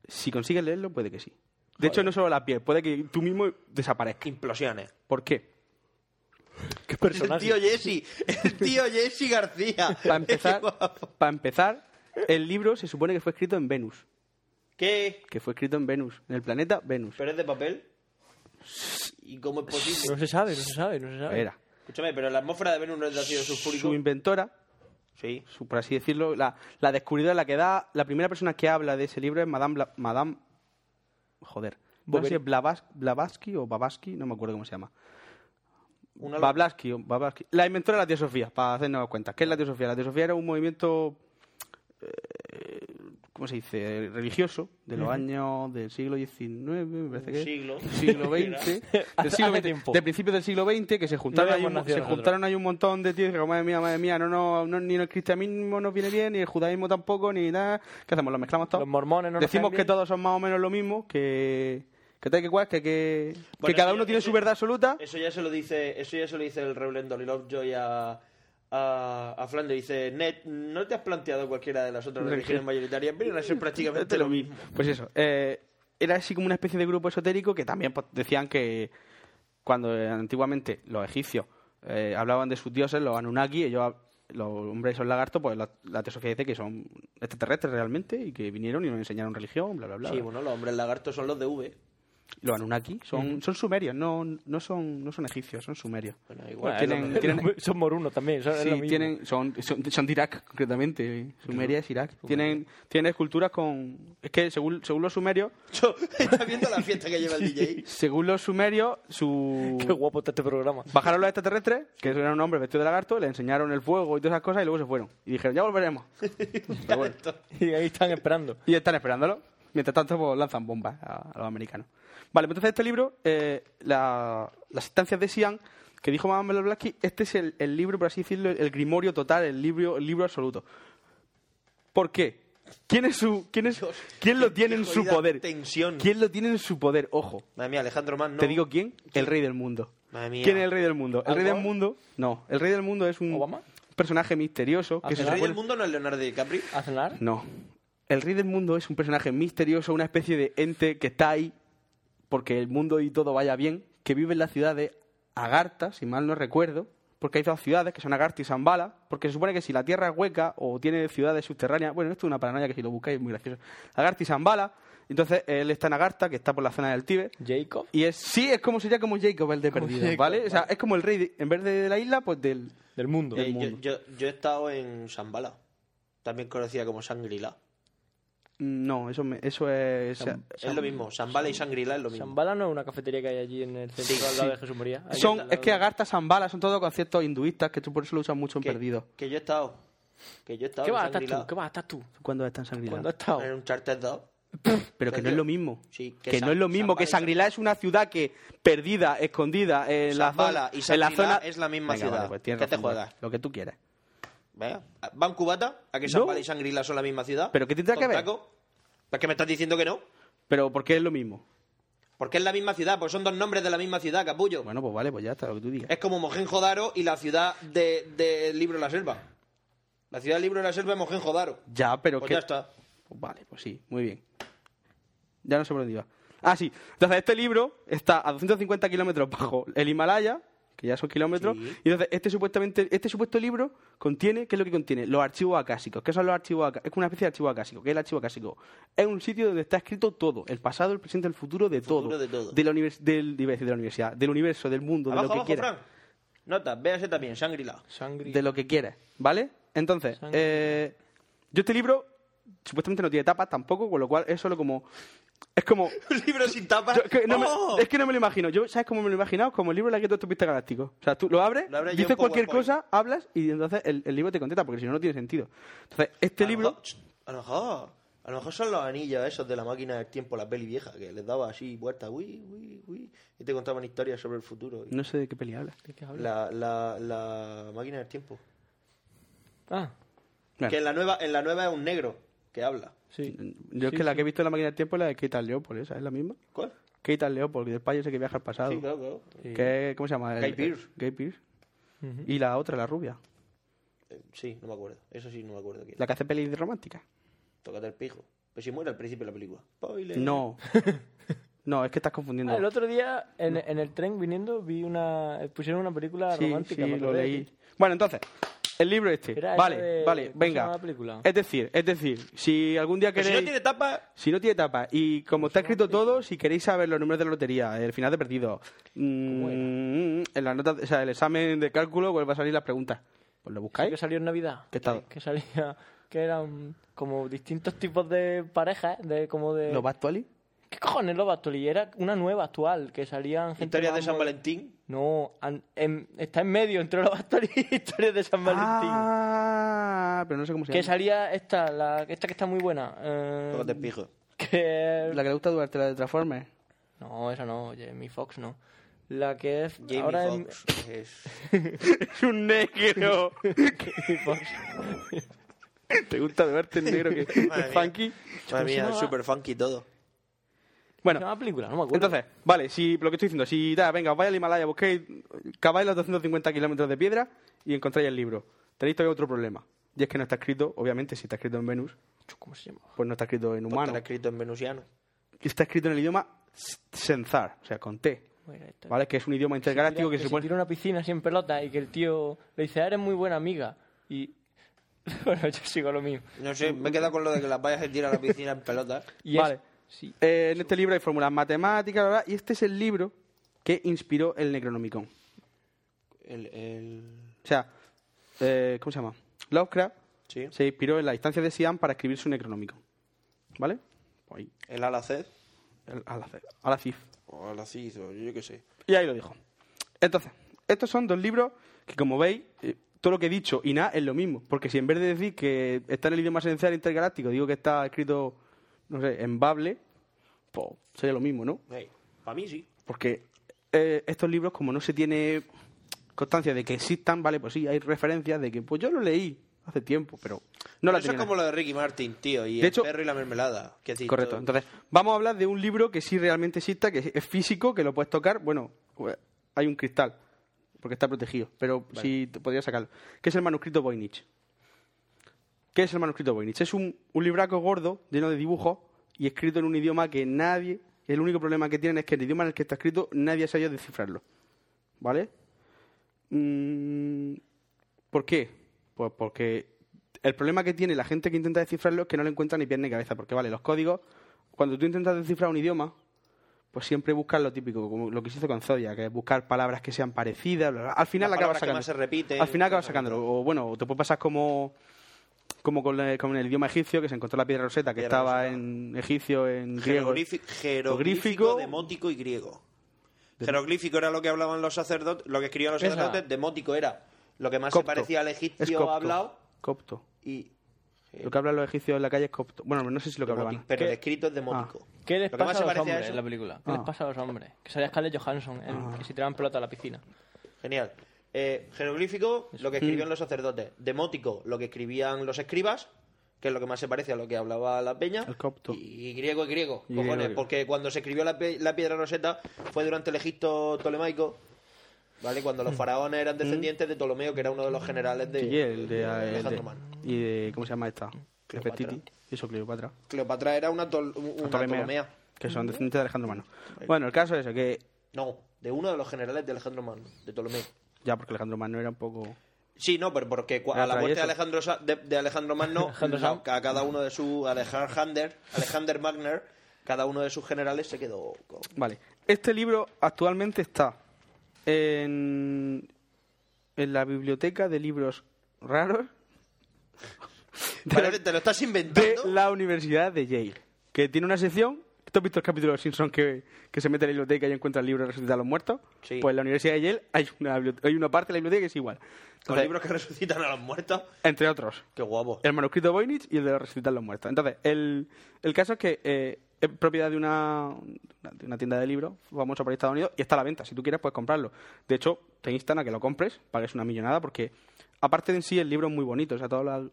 Speaker 2: Si consigues leerlo, puede que sí. De hecho, no solo la piel, puede que tú mismo desaparezcas.
Speaker 3: Implosiones.
Speaker 2: ¿Por qué?
Speaker 1: ¿Qué
Speaker 3: El
Speaker 1: personaje?
Speaker 3: tío Jesse. El tío Jesse García.
Speaker 2: Para empezar, para empezar, el libro se supone que fue escrito en Venus.
Speaker 3: ¿Qué?
Speaker 2: Que fue escrito en Venus, en el planeta Venus.
Speaker 3: ¿Pero es de papel? ¿Y cómo es
Speaker 1: No
Speaker 3: posible?
Speaker 1: se sabe, no se sabe, no se sabe.
Speaker 2: Era.
Speaker 3: Escúchame, pero la atmósfera de Venus no es de ácido sulfúrico.
Speaker 2: Su inventora,
Speaker 3: Sí.
Speaker 2: su- por así decirlo, la, la descubridora, la que da, la primera persona que habla de ese libro es Madame, Bla- Madame joder, no sé si es Blavas- Blavatsky o Babaski, no me acuerdo cómo se llama.
Speaker 3: Una-
Speaker 2: Blavatsky o Blavatsky. La inventora de la teosofía, para hacernos cuenta. ¿Qué es la teosofía? La teosofía era un movimiento, eh, ¿cómo se dice? Religioso, de los años del siglo XIX, me parece que es.
Speaker 3: siglo.
Speaker 2: siglo XX,
Speaker 1: Hace-
Speaker 2: del siglo
Speaker 1: hace
Speaker 2: XX,
Speaker 1: tiempo.
Speaker 2: de principios del siglo XX, que se juntaron,
Speaker 1: No
Speaker 2: ahí,
Speaker 1: habíamos
Speaker 2: un,
Speaker 1: nacido
Speaker 2: se
Speaker 1: nosotros.
Speaker 2: juntaron ahí un montón de tíos que, madre mía, madre mía, no, no, no, ni el cristianismo nos viene bien, ni el judaísmo tampoco, ni nada. ¿Qué hacemos? ¿Los mezclamos todos?
Speaker 1: Los mormones no nos
Speaker 2: Decimos
Speaker 1: caen
Speaker 2: que
Speaker 1: bien.
Speaker 2: todos son más o menos lo mismo, que, que tal que cual, que, que, que
Speaker 3: Bueno,
Speaker 2: cada
Speaker 3: eso-
Speaker 1: eh,
Speaker 2: uno tiene
Speaker 3: eso-
Speaker 2: su verdad absoluta.
Speaker 3: Eso ya se lo dice, eso ya se lo dice el Reverendo Lovejoy a, a, a Flanders. Dice, Ned, ¿no te has planteado cualquiera de las otras religiones mayoritarias? Vienen a ser prácticamente lo mismo.
Speaker 2: Pues eso, eh, era así como una especie de grupo esotérico que también pues, decían que cuando eh, antiguamente los egipcios eh, hablaban de sus dioses, los Anunnaki, ellos, hab- los hombres y los lagartos, pues la, la teosofía dice que son extraterrestres realmente y que vinieron y nos enseñaron religión, bla, bla, bla.
Speaker 3: Sí, bueno, los hombres lagartos son los de V.
Speaker 2: Los Anunnaki son, son sumerios, no, no, son, no son egipcios, son sumerios.
Speaker 3: Bueno,
Speaker 1: Bueno,
Speaker 3: igual.
Speaker 1: es lo
Speaker 2: tienen-
Speaker 1: mismo.
Speaker 2: tienen-
Speaker 1: son morunos también, son, es
Speaker 2: Sí,
Speaker 1: lo mismo.
Speaker 2: tienen, son, son, son de Irak, concretamente. Sumeria es Irak. Tienen, tienen esculturas con... Es que según, según los sumerios,
Speaker 3: Yo- ¿Estás viendo la fiesta que lleva el DJ?
Speaker 2: según los sumerios, su...
Speaker 1: Qué guapo está este programa.
Speaker 2: Bajaron los extraterrestres, que eso era un hombre vestido de lagarto, le enseñaron el fuego y todas esas cosas y luego se fueron. Y dijeron, ya volveremos. Pero bueno.
Speaker 1: Y ahí están esperando.
Speaker 2: Y están esperándolo. Mientras tanto, pues, lanzan bombas a, a los americanos. Vale, pues entonces este libro, eh, la- Las estancias de Sian, que dijo Madame Blavatsky, este es el, el libro, por así decirlo, el grimorio total, el libro, el libro absoluto. ¿Por qué? ¿Quién, es su, quién, es, ¿quién lo tiene
Speaker 3: qué
Speaker 2: en su
Speaker 3: jodida
Speaker 2: poder?
Speaker 3: tensión.
Speaker 2: ¿Quién lo tiene en su poder? Ojo.
Speaker 3: Madre mía, Alejandro Mann, no.
Speaker 2: ¿Te digo quién? El rey del mundo.
Speaker 3: Madre mía.
Speaker 2: ¿Quién es el rey del mundo? El rey del
Speaker 3: ¿Obama?
Speaker 2: mundo, no. El rey del mundo es un
Speaker 1: ¿Obama?
Speaker 2: personaje misterioso que
Speaker 1: ¿El
Speaker 2: se
Speaker 3: ¿El rey
Speaker 2: supone-
Speaker 3: del mundo no es Leonardo DiCaprio?
Speaker 1: ¿A cenar?
Speaker 2: No. El rey del mundo es un personaje misterioso, una especie de ente que está ahí porque el mundo y todo vaya bien, que vive en la ciudad de Agartha, si mal no recuerdo, porque hay dos ciudades que son Agartha y Zambala, porque se supone que si la tierra es hueca o tiene ciudades subterráneas, bueno, esto es una paranoia que si lo buscáis es muy gracioso. Agartha y Zambala, entonces él está en Agartha, que está por la zona del Tíbet,
Speaker 1: ¿Jacob?
Speaker 2: y es sí, es como sería como Jacob el de
Speaker 1: Como
Speaker 2: perdido,
Speaker 1: Jacob,
Speaker 2: ¿vale? O sea, es como el rey de- en vez de, de la isla, pues del
Speaker 1: Del mundo.
Speaker 3: Eh,
Speaker 2: Del
Speaker 3: yo,
Speaker 2: mundo.
Speaker 3: yo- yo he estado en Shambhala, también conocida como Sangrila.
Speaker 2: no, eso me- eso es o sea,
Speaker 3: es lo mismo, Shambhala y Sangrila es lo mismo.
Speaker 1: Shambhala no es una cafetería que hay allí en el centro al lado de Jesús María. Ahí
Speaker 2: Son,
Speaker 1: al lado
Speaker 2: es que
Speaker 1: de-
Speaker 2: Agartha, Zambala son todos conceptos hinduistas que tú por eso lo usas mucho en Perdido.
Speaker 3: Que yo he estado. Que yo he estado
Speaker 1: ¿Qué
Speaker 3: en
Speaker 1: vas a estar
Speaker 3: Shangri-La,
Speaker 1: tú? ¿Qué vas a estar tú?
Speaker 2: ¿Cuándo está en Shangri-La?
Speaker 1: ¿Cuándo has estado?
Speaker 3: En un charter 2.
Speaker 2: Pero que no es lo mismo.
Speaker 3: Sí,
Speaker 2: que
Speaker 3: que
Speaker 2: no es lo
Speaker 3: San-
Speaker 2: mismo,
Speaker 3: Shambhala
Speaker 2: que
Speaker 3: y
Speaker 2: Shangri-La es una ciudad que perdida, escondida en la
Speaker 3: Shambhala
Speaker 2: zona.
Speaker 3: y
Speaker 2: en la
Speaker 3: Shangri-La
Speaker 2: zona
Speaker 3: es la misma
Speaker 2: Venga,
Speaker 3: ciudad.
Speaker 2: vale, pues tienes
Speaker 3: ¿Qué te
Speaker 2: razón,
Speaker 3: juegas?
Speaker 2: Lo que tú quieras.
Speaker 3: Vea, ¿Van cubata? ¿A que Shambhala y Sangrila son la misma ciudad?
Speaker 2: ¿Pero qué tendrá que ver?
Speaker 3: ¿Pues que me estás diciendo que no?
Speaker 2: Pero ¿por qué es lo mismo?
Speaker 3: Porque es la misma ciudad, porque son dos nombres de la misma ciudad, capullo.
Speaker 2: Bueno, pues vale, pues ya está lo que tú digas.
Speaker 3: Es como Mohenjo-Daro y la ciudad de, de Libro de la Selva. La ciudad del Libro de la Selva es Mohenjo-Daro.
Speaker 2: Ya, pero
Speaker 3: Pues
Speaker 2: que.
Speaker 3: ya está.
Speaker 2: Pues vale, pues sí, muy bien. Ya no sé por dónde iba. Ah, sí. Entonces, este libro está a 250 kilómetros bajo el Himalaya, que ya son kilómetros. Y entonces, este, supuestamente, este supuesto libro contiene, ¿qué es lo que contiene? Los archivos acásicos. ¿Qué son los archivos acásicos? Es como una especie de archivo acásico. ¿Qué es el archivo acásico? Es un sitio donde está escrito todo: el pasado, el presente, el futuro, de
Speaker 3: futuro
Speaker 2: todo.
Speaker 3: de todo.
Speaker 2: la univers- del, iba a decir de la universidad, del universo, del mundo, de lo
Speaker 3: Abajo,
Speaker 2: que
Speaker 3: abajo,
Speaker 2: quieras
Speaker 3: Fran. Nota, véase también, Sangrila.
Speaker 1: Shangri-
Speaker 2: de lo que quieras, ¿vale? Entonces, eh, yo este libro supuestamente no tiene tapas tampoco, con lo cual es solo como... Es como...
Speaker 3: Un libro sin tapa.
Speaker 2: yo- es que no me-
Speaker 3: ¡Oh!
Speaker 2: es que no me lo imagino. Yo, ¿Sabes cómo me lo he imaginado? Como el libro de la guía de autopista galáctico. O sea, tú lo abres,
Speaker 3: Lo abres ya
Speaker 2: dices
Speaker 3: en
Speaker 2: cualquier
Speaker 3: PowerPoint.
Speaker 2: cosa, hablas y entonces el, el libro te contesta, porque si no, no tiene sentido. Entonces, este
Speaker 3: A lo
Speaker 2: libro...
Speaker 3: mejor- a lo mejor. A lo mejor son los anillos esos de la máquina del tiempo, la peli vieja, que les daba así vueltas, uy, uy, uy, y te contaban historias sobre el futuro.
Speaker 2: No sé de qué peli hablas.
Speaker 1: ¿De qué hablas?
Speaker 3: La, la, la máquina del tiempo.
Speaker 1: Ah,
Speaker 2: Bueno,
Speaker 3: Que en la nueva, en la nueva es un negro que habla.
Speaker 1: sí.
Speaker 2: yo es
Speaker 1: Sí,
Speaker 2: que la
Speaker 1: sí.
Speaker 2: que he visto en la máquina del tiempo es la de Keita Leopold, esa es la misma.
Speaker 3: ¿Cuál?
Speaker 2: Keita Leopold, del payo ese que viaja al pasado.
Speaker 3: Sí, claro, claro.
Speaker 1: Sí.
Speaker 2: que es- ¿Cómo se llama? El-
Speaker 3: Guy Pearce.
Speaker 2: Guy Pearce. Y la otra, la rubia.
Speaker 3: Eh, Sí, no me acuerdo. Eso sí, no me acuerdo. quién.
Speaker 2: La que hace pelis románticas.
Speaker 3: Tócate el pijo. Pero si muere al principio de la película. Spoiler.
Speaker 2: No. No, es que estás confundiendo.
Speaker 1: Ah, el otro día en, en el tren viniendo vi una pusieron una película
Speaker 2: sí,
Speaker 1: romántica.
Speaker 2: sí,
Speaker 1: me
Speaker 2: lo
Speaker 1: acordé.
Speaker 2: leí. Bueno, entonces, el libro este.
Speaker 1: Era esa
Speaker 2: vale,
Speaker 1: de-
Speaker 2: vale,
Speaker 1: ¿cómo se llama
Speaker 2: venga.
Speaker 1: la película?
Speaker 2: Es decir, es decir, si algún día
Speaker 3: Pero
Speaker 2: queréis...
Speaker 3: si no tiene tapa,
Speaker 2: si no tiene tapa y como está escrito todo, si queréis saber los números de la lotería, el final de perdido, mm, en la nota, o sea, el examen de cálculo vuelve a salir las preguntas. Pues lo
Speaker 1: Sí, que
Speaker 2: buscáis.
Speaker 1: salió en Navidad.
Speaker 2: ¿Qué tal?
Speaker 1: Que salía que eran como distintos tipos de parejas, de como de
Speaker 2: ¿Lo va a actualizar?
Speaker 1: ¿Qué cojones Love Actually? Era una nueva actual que salían gente
Speaker 3: historias de
Speaker 1: más
Speaker 3: San
Speaker 1: mo-
Speaker 3: Valentín.
Speaker 1: No, an- en- está en medio entre Love Actually y historias de San Valentín.
Speaker 2: Ah, pero no sé cómo se
Speaker 1: Que
Speaker 2: llama.
Speaker 1: salía esta, la, esta que está muy buena. eh,
Speaker 3: Tócate el pijo.
Speaker 1: que
Speaker 2: La que le gusta durante la de Transformers.
Speaker 1: No, esa no, Jamie Foxx no. La que es
Speaker 3: Jamie
Speaker 1: ahora en-
Speaker 3: Foxx es...
Speaker 2: Es un negro.
Speaker 1: Jamie Foxx.
Speaker 2: ¿Te gusta de verte en negro que
Speaker 3: Madre mía.
Speaker 2: funky?
Speaker 3: Madre mía,
Speaker 1: no
Speaker 3: es
Speaker 1: va-
Speaker 3: súper funky todo.
Speaker 1: Se
Speaker 2: Bueno,
Speaker 1: llama película, no me acuerdo.
Speaker 2: entonces, vale, si lo que estoy diciendo, si da, venga, os vais al Himalaya, busquéis, caváis los 250 kilómetros de piedra y encontráis el libro. Tenéis todavía otro problema. Y es que no está escrito, obviamente, si está escrito en Venus,
Speaker 1: Chu, ¿cómo se llama?
Speaker 2: pues no está escrito en
Speaker 3: Porque
Speaker 2: humano.
Speaker 3: está escrito en venusiano.
Speaker 2: Está escrito en el idioma Senzar, o sea, con T.
Speaker 1: ¿Cómo era esta?
Speaker 2: ¿Vale? Que es un idioma intergaláctico
Speaker 1: Mira,
Speaker 2: que se
Speaker 1: se
Speaker 2: supone.
Speaker 1: tira a una piscina así en pelota y que el tío le dice, "Ah, eres muy buena amiga. Y. bueno, yo sigo lo mismo.
Speaker 3: No sé, me he quedado con lo de que las vayas a tirar a la piscina en pelota.
Speaker 1: Y
Speaker 2: Vale.
Speaker 1: es- sí.
Speaker 2: Eh, en este libro hay fórmulas matemáticas, bla, bla, y este es el libro que inspiró el Necronomicon.
Speaker 3: El, el...
Speaker 2: O sea, eh, ¿cómo se llama? Lovecraft
Speaker 3: Sí.
Speaker 2: se inspiró en las instancias de Siam para escribir su Necronomicon. ¿Vale? Pues ahí,
Speaker 3: El Alaced.
Speaker 2: el- al hacer- al hacer.
Speaker 3: O Alacid, o yo qué sé.
Speaker 2: Y ahí lo dijo. Entonces, estos son dos libros que, como veis, eh, todo lo que he dicho y nada es lo mismo. Porque si en vez de decir que está en el idioma esencial intergaláctico, digo que está escrito, no sé, en Bable, pues sería lo mismo, ¿no?
Speaker 3: para mí sí.
Speaker 2: Porque eh, estos libros, como no se tiene constancia de que existan, vale, pues sí, hay referencias de que, pues yo lo leí hace tiempo, pero No la
Speaker 3: Eso es
Speaker 2: tenía.
Speaker 3: como lo de Ricky Martin, tío, y
Speaker 2: De
Speaker 3: el
Speaker 2: hecho-
Speaker 3: perro y la mermelada. Que así,
Speaker 2: Correcto.
Speaker 3: todo-
Speaker 2: Entonces, vamos a hablar de un libro que sí realmente exista, que es físico, que lo puedes tocar. Bueno, eh, hay un cristal, porque está protegido, pero sí te podría sacarlo. Que es el manuscrito Voynich. ¿Qué es el manuscrito Voynich? Es un, un libraco gordo, lleno de dibujos y escrito en un idioma que nadie. El único problema que tienen es que el idioma en el que está escrito nadie ha sabido descifrarlo. ¿Vale? Mm, ¿Por qué? Pues porque el problema que tiene la gente que intenta descifrarlo es que no le encuentra ni pierna ni cabeza. Porque, vale, los códigos, cuando tú intentas descifrar un idioma, pues siempre buscas lo típico, como lo que se hizo con Zodia, que es buscar palabras que sean parecidas. bla, bla, bla. Al final
Speaker 3: Las
Speaker 2: acabas
Speaker 3: palabras que
Speaker 2: sacando.
Speaker 3: más se repiten.
Speaker 2: Al final acabas sacándolo. O bueno, o te puede pasar como. Como con, el, con el idioma egipcio, que se encontró la piedra roseta, que
Speaker 3: Piedra
Speaker 2: estaba
Speaker 3: roseta.
Speaker 2: en egipcio, en griego.
Speaker 3: Jeroglifi-
Speaker 2: Jeroglífico.
Speaker 3: Jeroglífico, demótico y griego. Jeroglífico era lo que hablaban los sacerdotes, lo que escribían los
Speaker 2: Esa.
Speaker 3: sacerdotes, demótico era lo que más
Speaker 2: Copto.
Speaker 3: se parecía al
Speaker 2: Es copto.
Speaker 3: egipcio hablado
Speaker 2: Copto.
Speaker 3: y
Speaker 2: Lo que hablan los egipcios en la calle es copto. Bueno, no sé si lo que hablaban.
Speaker 3: pero el escrito es demótico.
Speaker 2: Ah.
Speaker 1: ¿Qué les
Speaker 3: Lo que más
Speaker 1: pasa
Speaker 3: se
Speaker 1: a los
Speaker 3: parece a
Speaker 1: hombres
Speaker 3: eso-
Speaker 1: en la película? ¿Qué les
Speaker 3: Ah.
Speaker 1: pasa a los hombres? Que salía Scarlett Johansson, el-
Speaker 2: Ah.
Speaker 1: que se tiraban pelota a la piscina.
Speaker 3: Genial. Eh, jeroglífico, lo que
Speaker 2: Mm.
Speaker 3: escribían los sacerdotes. Demótico, lo que escribían los escribas, que es lo que más se parece a lo que hablaba la peña.
Speaker 2: El copto.
Speaker 3: Y griego y griego,
Speaker 2: Y
Speaker 3: cojones,
Speaker 2: griego.
Speaker 3: porque cuando se escribió la, pe- la piedra roseta fue durante el Egipto tolemaico, ¿vale? Cuando los faraones eran descendientes de Ptolomeo, que era uno de los generales de,
Speaker 2: Mm. Sí, el de,
Speaker 3: de
Speaker 2: el de-
Speaker 3: Alejandro Magno.
Speaker 2: y de, ¿cómo se llama esta?
Speaker 3: Cleopatra.
Speaker 2: Cleopatra. Eso, Cleopatra.
Speaker 3: Cleopatra era una, tol- un- una
Speaker 2: Ptolomea,
Speaker 3: Ptolomea.
Speaker 2: Que son descendientes de Alejandro Magno. Bueno, el caso es eso, que
Speaker 3: No, de uno de los generales de Alejandro Magno, de Ptolomeo.
Speaker 2: ya porque Alejandro Magno era un poco...
Speaker 3: Sí, no, pero porque cua-
Speaker 2: Era
Speaker 3: a la muerte de
Speaker 2: travieso.
Speaker 3: Alejandro, Sa- de, de Alejandro Magno,
Speaker 1: Alejandro
Speaker 3: la-
Speaker 1: Sam.
Speaker 3: a cada uno de sus Alexander, Alexander Magner, cada uno de sus generales se quedó con...
Speaker 2: Vale. Este libro actualmente está en, en la biblioteca de libros raros de,
Speaker 3: Vale, te lo estás
Speaker 2: de
Speaker 3: inventando.
Speaker 2: la Universidad de Yale, que tiene una sección... ¿Tú has visto el capítulo de Simpson que, que se mete en la biblioteca y encuentra el libro de resucitar a los muertos?
Speaker 3: Sí.
Speaker 2: Pues en la Universidad de Yale hay una, bibliote- hay una parte de la biblioteca que es igual.
Speaker 3: Con
Speaker 2: Entonces,
Speaker 3: libros que resucitan a los muertos.
Speaker 2: Entre otros.
Speaker 3: Qué guapo.
Speaker 2: El manuscrito Voynich y el de resucitar los muertos. Entonces, el, el caso es que eh, es propiedad de una, de una tienda de libros famosa por Estados Unidos y está a la venta. Si tú quieres, puedes comprarlo. De hecho, te instan a que lo compres, pagues una millonada, porque aparte de en sí, el libro es muy bonito. O sea, todo la-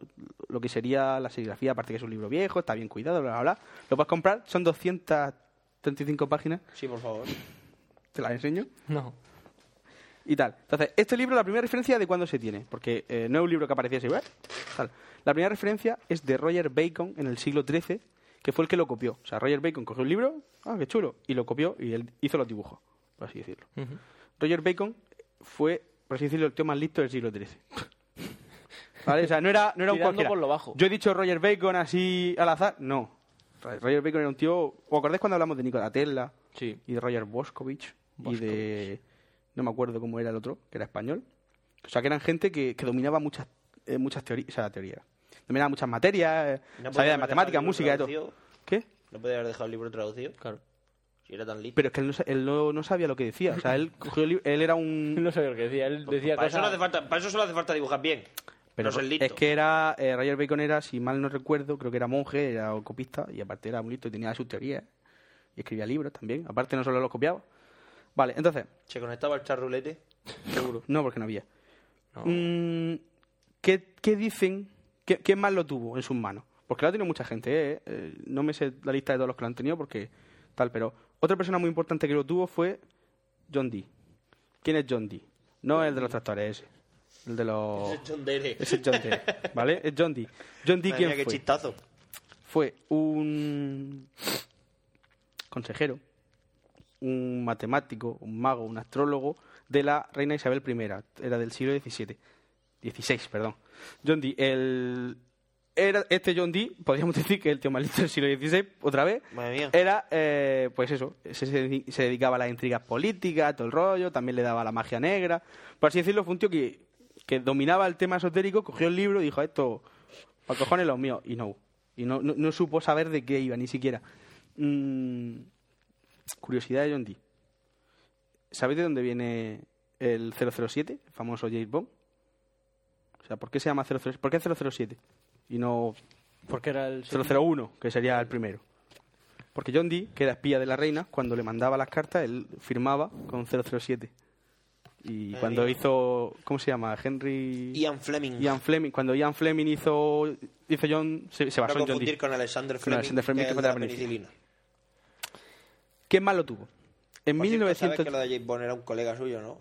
Speaker 2: lo que sería la serigrafía, aparte que es un libro viejo, está bien cuidado, bla, bla, bla. Lo puedes comprar, son 235 páginas.
Speaker 3: Sí, por favor.
Speaker 2: Te las enseño
Speaker 1: No.
Speaker 2: y tal. Entonces, este libro, la primera referencia de cuándo se tiene, porque eh, no es un libro que apareciese igual. Tal. La primera referencia es de Roger Bacon en el siglo XIII, que fue el que lo copió. O sea, Roger Bacon cogió un libro, ah, qué chulo, y lo copió y él hizo los dibujos, por así decirlo. Roger Bacon fue, por así decirlo, el tío más listo del siglo XIII. ¿Vale? O sea, no era, no era un
Speaker 1: Tirando
Speaker 2: cualquiera.
Speaker 1: por lo bajo.
Speaker 2: Yo he dicho Roger Bacon así al azar. No. Roger Bacon era un tío... ¿Os acordáis cuando hablamos de Nikola Tesla?
Speaker 1: Sí.
Speaker 2: y de Roger Boscovich y de no me acuerdo cómo era el otro que era español o sea que eran gente que, que dominaba muchas eh, muchas teorías o sea la teoría dominaba muchas materias eh,
Speaker 3: No podía
Speaker 2: sabía de
Speaker 3: haber
Speaker 2: matemáticas
Speaker 3: dejado el
Speaker 2: música de
Speaker 3: libro
Speaker 2: todo
Speaker 3: traducido.
Speaker 2: qué
Speaker 3: No podía haber dejado el libro traducido.
Speaker 1: Claro.
Speaker 3: Si era tan listo.
Speaker 2: pero es que él no, sa- él no, no sabía lo que decía o sea él cogió el lib- él era un
Speaker 1: No sabía lo que decía. Él
Speaker 2: Pues
Speaker 1: decía
Speaker 3: para, eso no hace
Speaker 1: cosas...
Speaker 3: falta, para eso solo hace falta dibujar bien.
Speaker 2: pero
Speaker 3: no ser listo.
Speaker 2: es que era eh, Roger Bacon era si mal no recuerdo creo que era monje era copista y aparte era muy listo y tenía sus teorías y escribía libros también aparte no solo los copiaba vale entonces
Speaker 3: Se conectaba al charrulete.
Speaker 2: Seguro. No, porque no había. Mm, ¿qué, qué dicen? ¿Qué, qué más lo tuvo en sus manos? Porque lo ha tenido mucha gente. ¿eh? Eh, no me sé la lista de todos los que lo han tenido porque tal, pero otra persona muy importante que lo tuvo fue John Dee. ¿Quién es John Dee? No el de los tractores, ese. El de los...
Speaker 3: Ese es John Dere.
Speaker 2: Ese Oh. es John Dee, ¿vale? Es John Dee. John Dee,
Speaker 3: Madre
Speaker 2: ¿quién
Speaker 3: mía, qué
Speaker 2: fue?
Speaker 3: chistazo.
Speaker 2: fue un consejero, un matemático, un mago, un astrólogo de la reina Isabel I, era del siglo XVII, XVI, perdón. John Dee, el... Era este John Dee, podríamos decir que el tío más listo del siglo XVI, otra vez,
Speaker 3: Madre mía.
Speaker 2: era, eh, pues eso, se, se- se dedicaba a las intrigas políticas, todo el rollo, también le daba la magia negra. Por así decirlo, fue un tío que, que dominaba el tema esotérico, cogió el libro y dijo, esto, para cojones los míos, y no. Y no, no- no supo saber de qué iba, ni siquiera. Mm, curiosidad de John Dee. ¿Sabéis de dónde viene el 007, el famoso James Bond? O sea, ¿por qué se llama 007? ¿Por qué 007? Y no
Speaker 1: Porque era el...
Speaker 2: 001, que sería el primero. Porque John Dee, que era espía de la reina, cuando le mandaba las cartas, él firmaba con 007. Y cuando hizo, ¿cómo se llama? Henry...
Speaker 3: Ian Fleming.
Speaker 2: Ian Fleming. Cuando Ian Fleming hizo, hizo John... Se, se
Speaker 3: No
Speaker 2: basó en John
Speaker 3: confundir
Speaker 2: Dee.
Speaker 3: con Alexander
Speaker 2: Con
Speaker 3: Fleming,
Speaker 2: Alexander Fleming,
Speaker 3: que
Speaker 2: que
Speaker 3: es
Speaker 2: fue
Speaker 3: de la
Speaker 2: la penicilina.
Speaker 3: penicilina.
Speaker 2: ¿Qué más lo tuvo? En
Speaker 3: Por cierto, Pues sabes
Speaker 2: 1900...
Speaker 3: que lo de James Bond era un colega suyo, ¿no?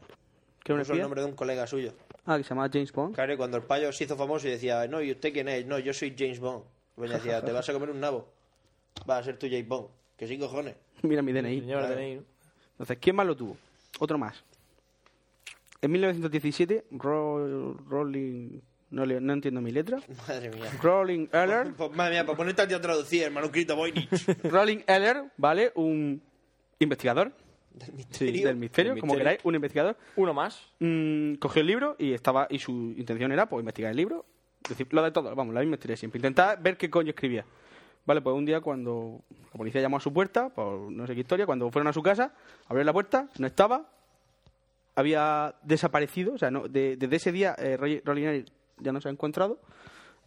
Speaker 2: ¿Qué me
Speaker 3: Puso el
Speaker 2: decía?
Speaker 3: nombre de un colega suyo.
Speaker 2: Ah, que se llamaba James Bond.
Speaker 3: Claro, y cuando el payo se hizo famoso y decía, no, ¿y usted quién es? No, yo soy James Bond. Y me decía, te vas a comer un nabo. Vas a ser tú James Bond. Que sí, cojones.
Speaker 2: Mira mi DNI.
Speaker 1: Señor
Speaker 3: Claro.
Speaker 1: DNI, ¿no?
Speaker 2: Entonces, ¿quién más lo tuvo? Otro más. En 1917, Ro- Rolling... No, le- no entiendo mi letra.
Speaker 3: Madre mía.
Speaker 2: Rolling Eller.
Speaker 3: Pues, madre mía, para ponerte a ti a traducir, hermano, Crito Voynich.
Speaker 2: Rolling Eller, ¿vale? Un investigador.
Speaker 3: Del
Speaker 2: Sí,
Speaker 3: misterio.
Speaker 2: del misterio,
Speaker 1: Del
Speaker 2: como
Speaker 1: misterio.
Speaker 2: queráis, un investigador.
Speaker 1: Uno más.
Speaker 2: Mm, cogió el libro y estaba y su intención era pues investigar el libro Es decir, lo de todo vamos la misma historia siempre intentar ver qué coño escribía vale pues un día cuando la policía llamó a su puerta por no sé qué historia cuando fueron a su casa abrieron la puerta no estaba había desaparecido o sea no, de- desde ese día eh, Roy- Rolling Air ya no se ha encontrado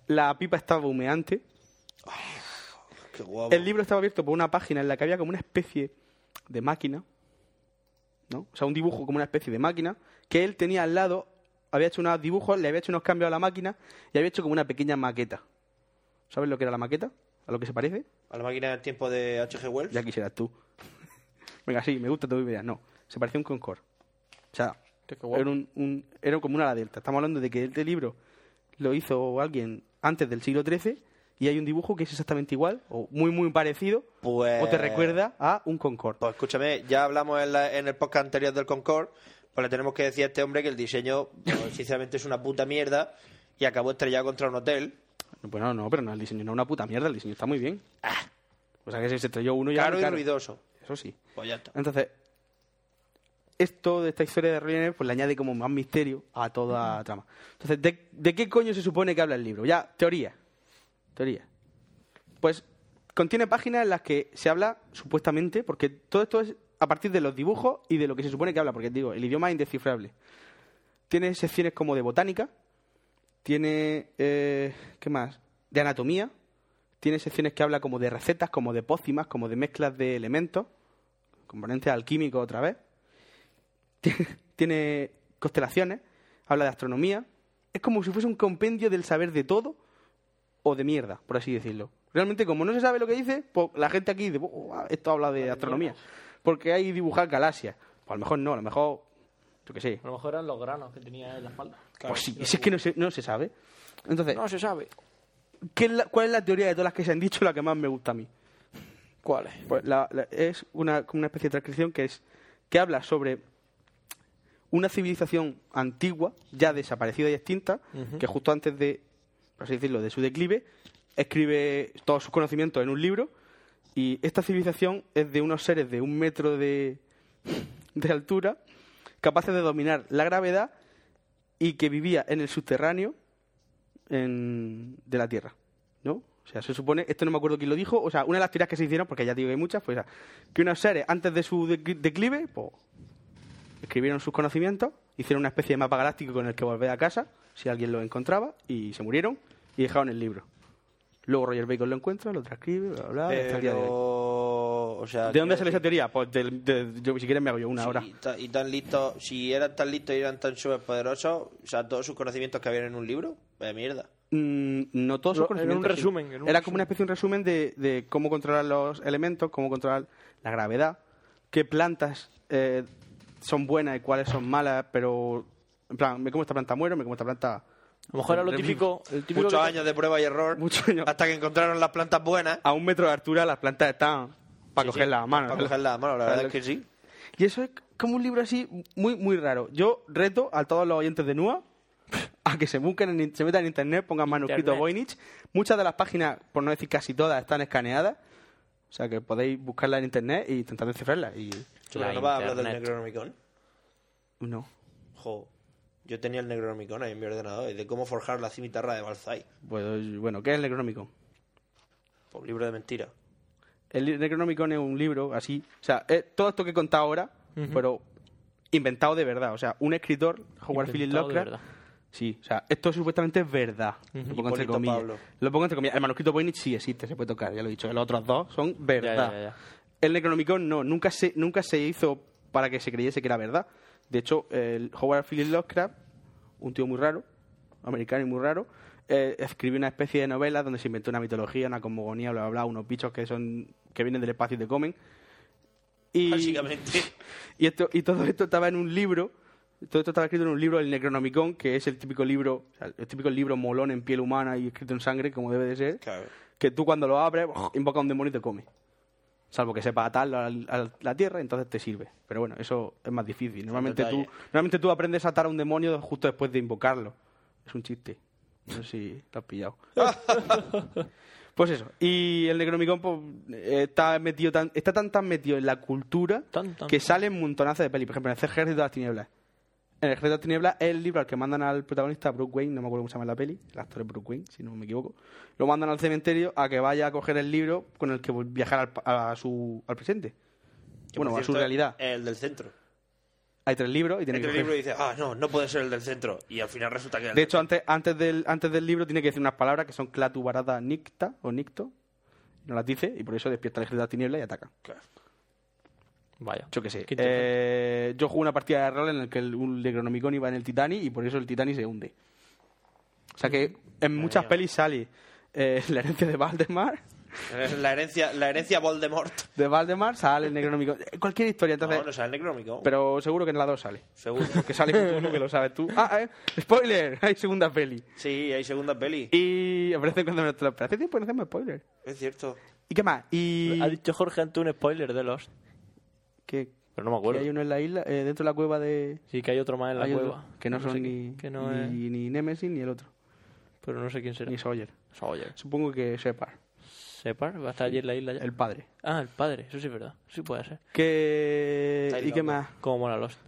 Speaker 2: la pipa estaba humeante
Speaker 3: Qué guapo.
Speaker 2: el libro estaba abierto por una página en la que había como una especie de máquina, ¿no? O sea, un dibujo como una especie de máquina que él tenía al lado, había hecho unos dibujos, le había hecho unos cambios a la máquina y había hecho como una pequeña maqueta. ¿Sabes lo que era la maqueta? ¿A lo que se parece?
Speaker 3: A la máquina del tiempo de H.G. Wells.
Speaker 2: Ya quisieras tú. Venga, sí, me gusta tu idea. No, se parecía a un Concord. O sea,
Speaker 1: Qué guapo.
Speaker 2: era, un, un- era como una ala delta. Estamos hablando de que este libro lo hizo alguien antes del siglo XIII y hay un dibujo que es exactamente igual o muy, muy parecido
Speaker 3: Pues-
Speaker 2: o te recuerda a un Concord.
Speaker 3: Pues escúchame, ya hablamos en, la- en el podcast anterior del Concord, pues le tenemos que decir a este hombre que el diseño, pues, sinceramente, es una puta mierda y acabó estrellado contra un hotel.
Speaker 2: No, Pues no, no, pero no, el diseño no es una puta mierda, el diseño está muy bien. O sea que si se estrelló uno ya...
Speaker 3: Caro y ruidoso.
Speaker 2: Eso sí.
Speaker 3: Pues ya está.
Speaker 2: Entonces, esto de esta historia de Ryan pues le añade como más misterio a toda la trama. Entonces, ¿de, de qué coño se supone que habla el libro? Ya, teoría. Teoría. Pues contiene páginas en las que se habla supuestamente, porque todo esto es a partir de los dibujos y de lo que se supone que habla, porque digo, el idioma es indescifrable. Tiene secciones como de botánica, tiene, eh, ¿qué más? De anatomía, tiene secciones que habla como de recetas, como de pócimas, como de mezclas de elementos componentes alquímicos otra vez. Tiene constelaciones, habla de astronomía. Es como si fuese un compendio del saber de todo o de mierda, por así decirlo. Realmente, como no se sabe lo que dice, pues la gente aquí dice, "Oh, ah, esto habla de astronomía. Porque hay dibujar galaxias. Pues a lo mejor no, a lo mejor, yo qué sé.
Speaker 1: A lo mejor eran los granos que tenía en la espalda.
Speaker 2: Pues sí, si es que no se, no se sabe. Entonces,
Speaker 1: No se sabe.
Speaker 2: ¿qué es la- ¿cuál es la teoría de todas las que se han dicho la que más me gusta a mí?
Speaker 1: ¿Cuál es?
Speaker 2: Pues la- la- es una, como una especie de transcripción que es que habla sobre una civilización antigua, ya desaparecida y extinta, que justo antes de, por así decirlo, de su declive, escribe todos sus conocimientos en un libro. Y esta civilización es de unos seres de un metro de, de altura, capaces de dominar la gravedad y que vivía en el subterráneo en- de la Tierra, ¿no? O sea, se supone, esto no me acuerdo quién lo dijo, o sea, una de las teorías que se hicieron, porque ya digo que hay muchas, pues que unos seres antes de su decli- declive, pues, escribieron sus conocimientos, hicieron una especie de mapa galáctico con el que volver a casa, si alguien lo encontraba, y se murieron y dejaron el libro. Luego Roger Bacon lo encuentra, lo transcribe, bla, bla, bla, hasta el día de hoy.
Speaker 3: Eh, Pero, o sea,
Speaker 2: ¿De dónde
Speaker 3: quiero
Speaker 2: sale esa
Speaker 3: decir,
Speaker 2: teoría? Pues del- de- yo, si quieres me hago yo una
Speaker 3: si-
Speaker 2: ahora.
Speaker 3: Y, ta- y tan listos, si eran tan listos y eran tan superpoderosos, o sea, todos sus conocimientos que habían en un libro, vaya mierda.
Speaker 2: Mm, no todos
Speaker 1: Lo-
Speaker 2: sus
Speaker 1: era un
Speaker 2: conocimientos, sí.
Speaker 1: resumen, era un
Speaker 2: como una especie de un resumen de, de cómo controlar los elementos, cómo controlar la gravedad, qué plantas eh, son buenas y cuáles son malas, pero en plan, me como esta planta muero, me como esta planta...
Speaker 1: A lo mejor era lo típico. El típico
Speaker 3: Muchos
Speaker 1: que-
Speaker 3: años de prueba y error,
Speaker 2: Muchos años.
Speaker 3: hasta que encontraron las plantas buenas.
Speaker 2: A un metro de altura las plantas están para
Speaker 3: Sí, sí,
Speaker 2: cogerlas a mano.
Speaker 3: Para cogerlas a mano, la verdad es que sí.
Speaker 2: Y eso es como un libro así muy, muy raro. Yo reto a todos los oyentes de NUA a que se busquen, en in- se metan en internet, pongan manuscrito
Speaker 1: Internet.
Speaker 2: Voynich. Muchas de las páginas, por no decir casi todas, están escaneadas. O sea que podéis buscarlas en internet e intentar descifrarlas. Y
Speaker 3: Pero no vas a hablar del Necronomicon.
Speaker 2: no.
Speaker 3: Jo, yo tenía el Necronomicon ahí en mi ordenador y de cómo forjar la cimitarra de Balzai.
Speaker 2: Pues, bueno, ¿qué es el Necronomicon?
Speaker 3: Por libro de mentira.
Speaker 2: El li- Necronomicon es un libro así. O sea, es todo esto que he contado ahora, pero inventado de verdad. O sea, un escritor, Howard Phillips
Speaker 1: Inventado de
Speaker 2: Lovecraft.
Speaker 1: verdad.
Speaker 2: Sí, o sea, esto supuestamente es verdad. Lo pongo entre
Speaker 3: Hipólito
Speaker 2: comillas.
Speaker 3: Pablo.
Speaker 2: Lo pongo entre comillas. El manuscrito Voynich sí existe, se puede tocar, ya lo he dicho. Los otros dos son verdad.
Speaker 1: Ya, ya, ya, ya.
Speaker 2: El Necronomicon no, nunca se, nunca se hizo para que se creyese que era verdad. De hecho, el Howard Phillips Lovecraft, un tío muy raro, americano y muy raro, eh, escribió una especie de novela donde se inventó una mitología, una cosmogonía, bla, bla, bla, unos bichos que son que vienen del espacio y te comen. Y,
Speaker 7: Básicamente.
Speaker 2: Y, esto, y todo esto estaba en un libro, todo esto estaba escrito en un libro, el Necronomicon, que es el típico libro, o sea, el típico libro molón en piel humana y escrito en sangre, como debe de ser, que tú cuando lo abres, invoca a un demonio y te come. Salvo que sepa atarlo a la, a la tierra, entonces te sirve. Pero bueno, eso es más difícil. Normalmente tú,
Speaker 7: detalle.
Speaker 2: normalmente tú aprendes a atar a un demonio justo después de invocarlo. Es un chiste. No sé si lo has pillado. pues eso. Y el Necronomicon pues, eh, está metido tan, está tan tan metido en la cultura
Speaker 1: Tan, tan,
Speaker 2: que
Speaker 1: tan.
Speaker 2: sale en montonazo de peli. Por ejemplo, en el Ejército de las Tinieblas. En el Ejército de las Tinieblas es el libro al que mandan al protagonista Brooke Wayne, no me acuerdo cómo se llama en la peli, el actor es Brooke Wayne, si no me equivoco. Lo mandan al cementerio a que vaya a coger el libro con el que viajar al, pa- a su, al presente. Bueno, a su realidad.
Speaker 3: El del centro.
Speaker 2: Hay tres libros y tiene
Speaker 3: eh, Entre
Speaker 2: que
Speaker 3: el libro
Speaker 2: coger-
Speaker 3: y dice, ah, no, no puede ser el del centro. Y al final resulta que. era el
Speaker 2: De
Speaker 3: del
Speaker 2: hecho, antes, antes, del, antes del libro tiene que decir unas palabras que son clatubarada nicta o nicto. No las dice y por eso despierta el ejército de las tinieblas y ataca.
Speaker 1: Vaya.
Speaker 2: Yo qué sé.
Speaker 1: Qué interesante.
Speaker 2: Eh, yo jugué una partida de rol en la que el, un Necronomicon iba en el Titanic y por eso el Titanic se hunde. O sea que en muchas pelis sale eh, la herencia de Valdemar.
Speaker 3: centro. La herencia, la herencia Voldemort.
Speaker 2: De Valdemar sale el Necronomicon. Eh, Cualquier historia, entonces.
Speaker 3: no, no sea el Necronomicon.
Speaker 2: Pero seguro que en la 2 sale.
Speaker 3: Seguro.
Speaker 2: Porque sale Cthulhu, que lo sabes tú. ¡Ah, eh, spoiler! Hay segunda peli.
Speaker 3: Sí, hay segunda peli.
Speaker 2: Y aparecen cuando me lo pero Hace tiempo que no hacemos spoiler.
Speaker 3: Es cierto.
Speaker 2: ¿Y qué más? Y.
Speaker 1: Ha dicho Jorge ante un spoiler de Lost.
Speaker 2: Que,
Speaker 1: Pero no me
Speaker 2: que
Speaker 1: acuerdo.
Speaker 2: hay uno en la isla, eh, dentro de la cueva de.
Speaker 1: Sí, que hay otro más en la
Speaker 2: hay otro,
Speaker 1: cueva.
Speaker 2: que no,
Speaker 1: sé
Speaker 2: son
Speaker 1: quién-
Speaker 2: ni,
Speaker 1: que no
Speaker 2: ni,
Speaker 1: es-
Speaker 2: ni Nemesis ni el otro.
Speaker 1: Pero no sé quién será.
Speaker 2: Ni Sawyer.
Speaker 1: Sawyer.
Speaker 2: Supongo que Separ,
Speaker 1: Separ, va a estar allí en la isla ya.
Speaker 2: el padre.
Speaker 1: Ah, el padre. Eso sí es verdad. Sí puede ser.
Speaker 2: Que...
Speaker 3: Está ahí
Speaker 2: ¿Y qué
Speaker 3: loco.
Speaker 2: más?
Speaker 1: Como mola Lost.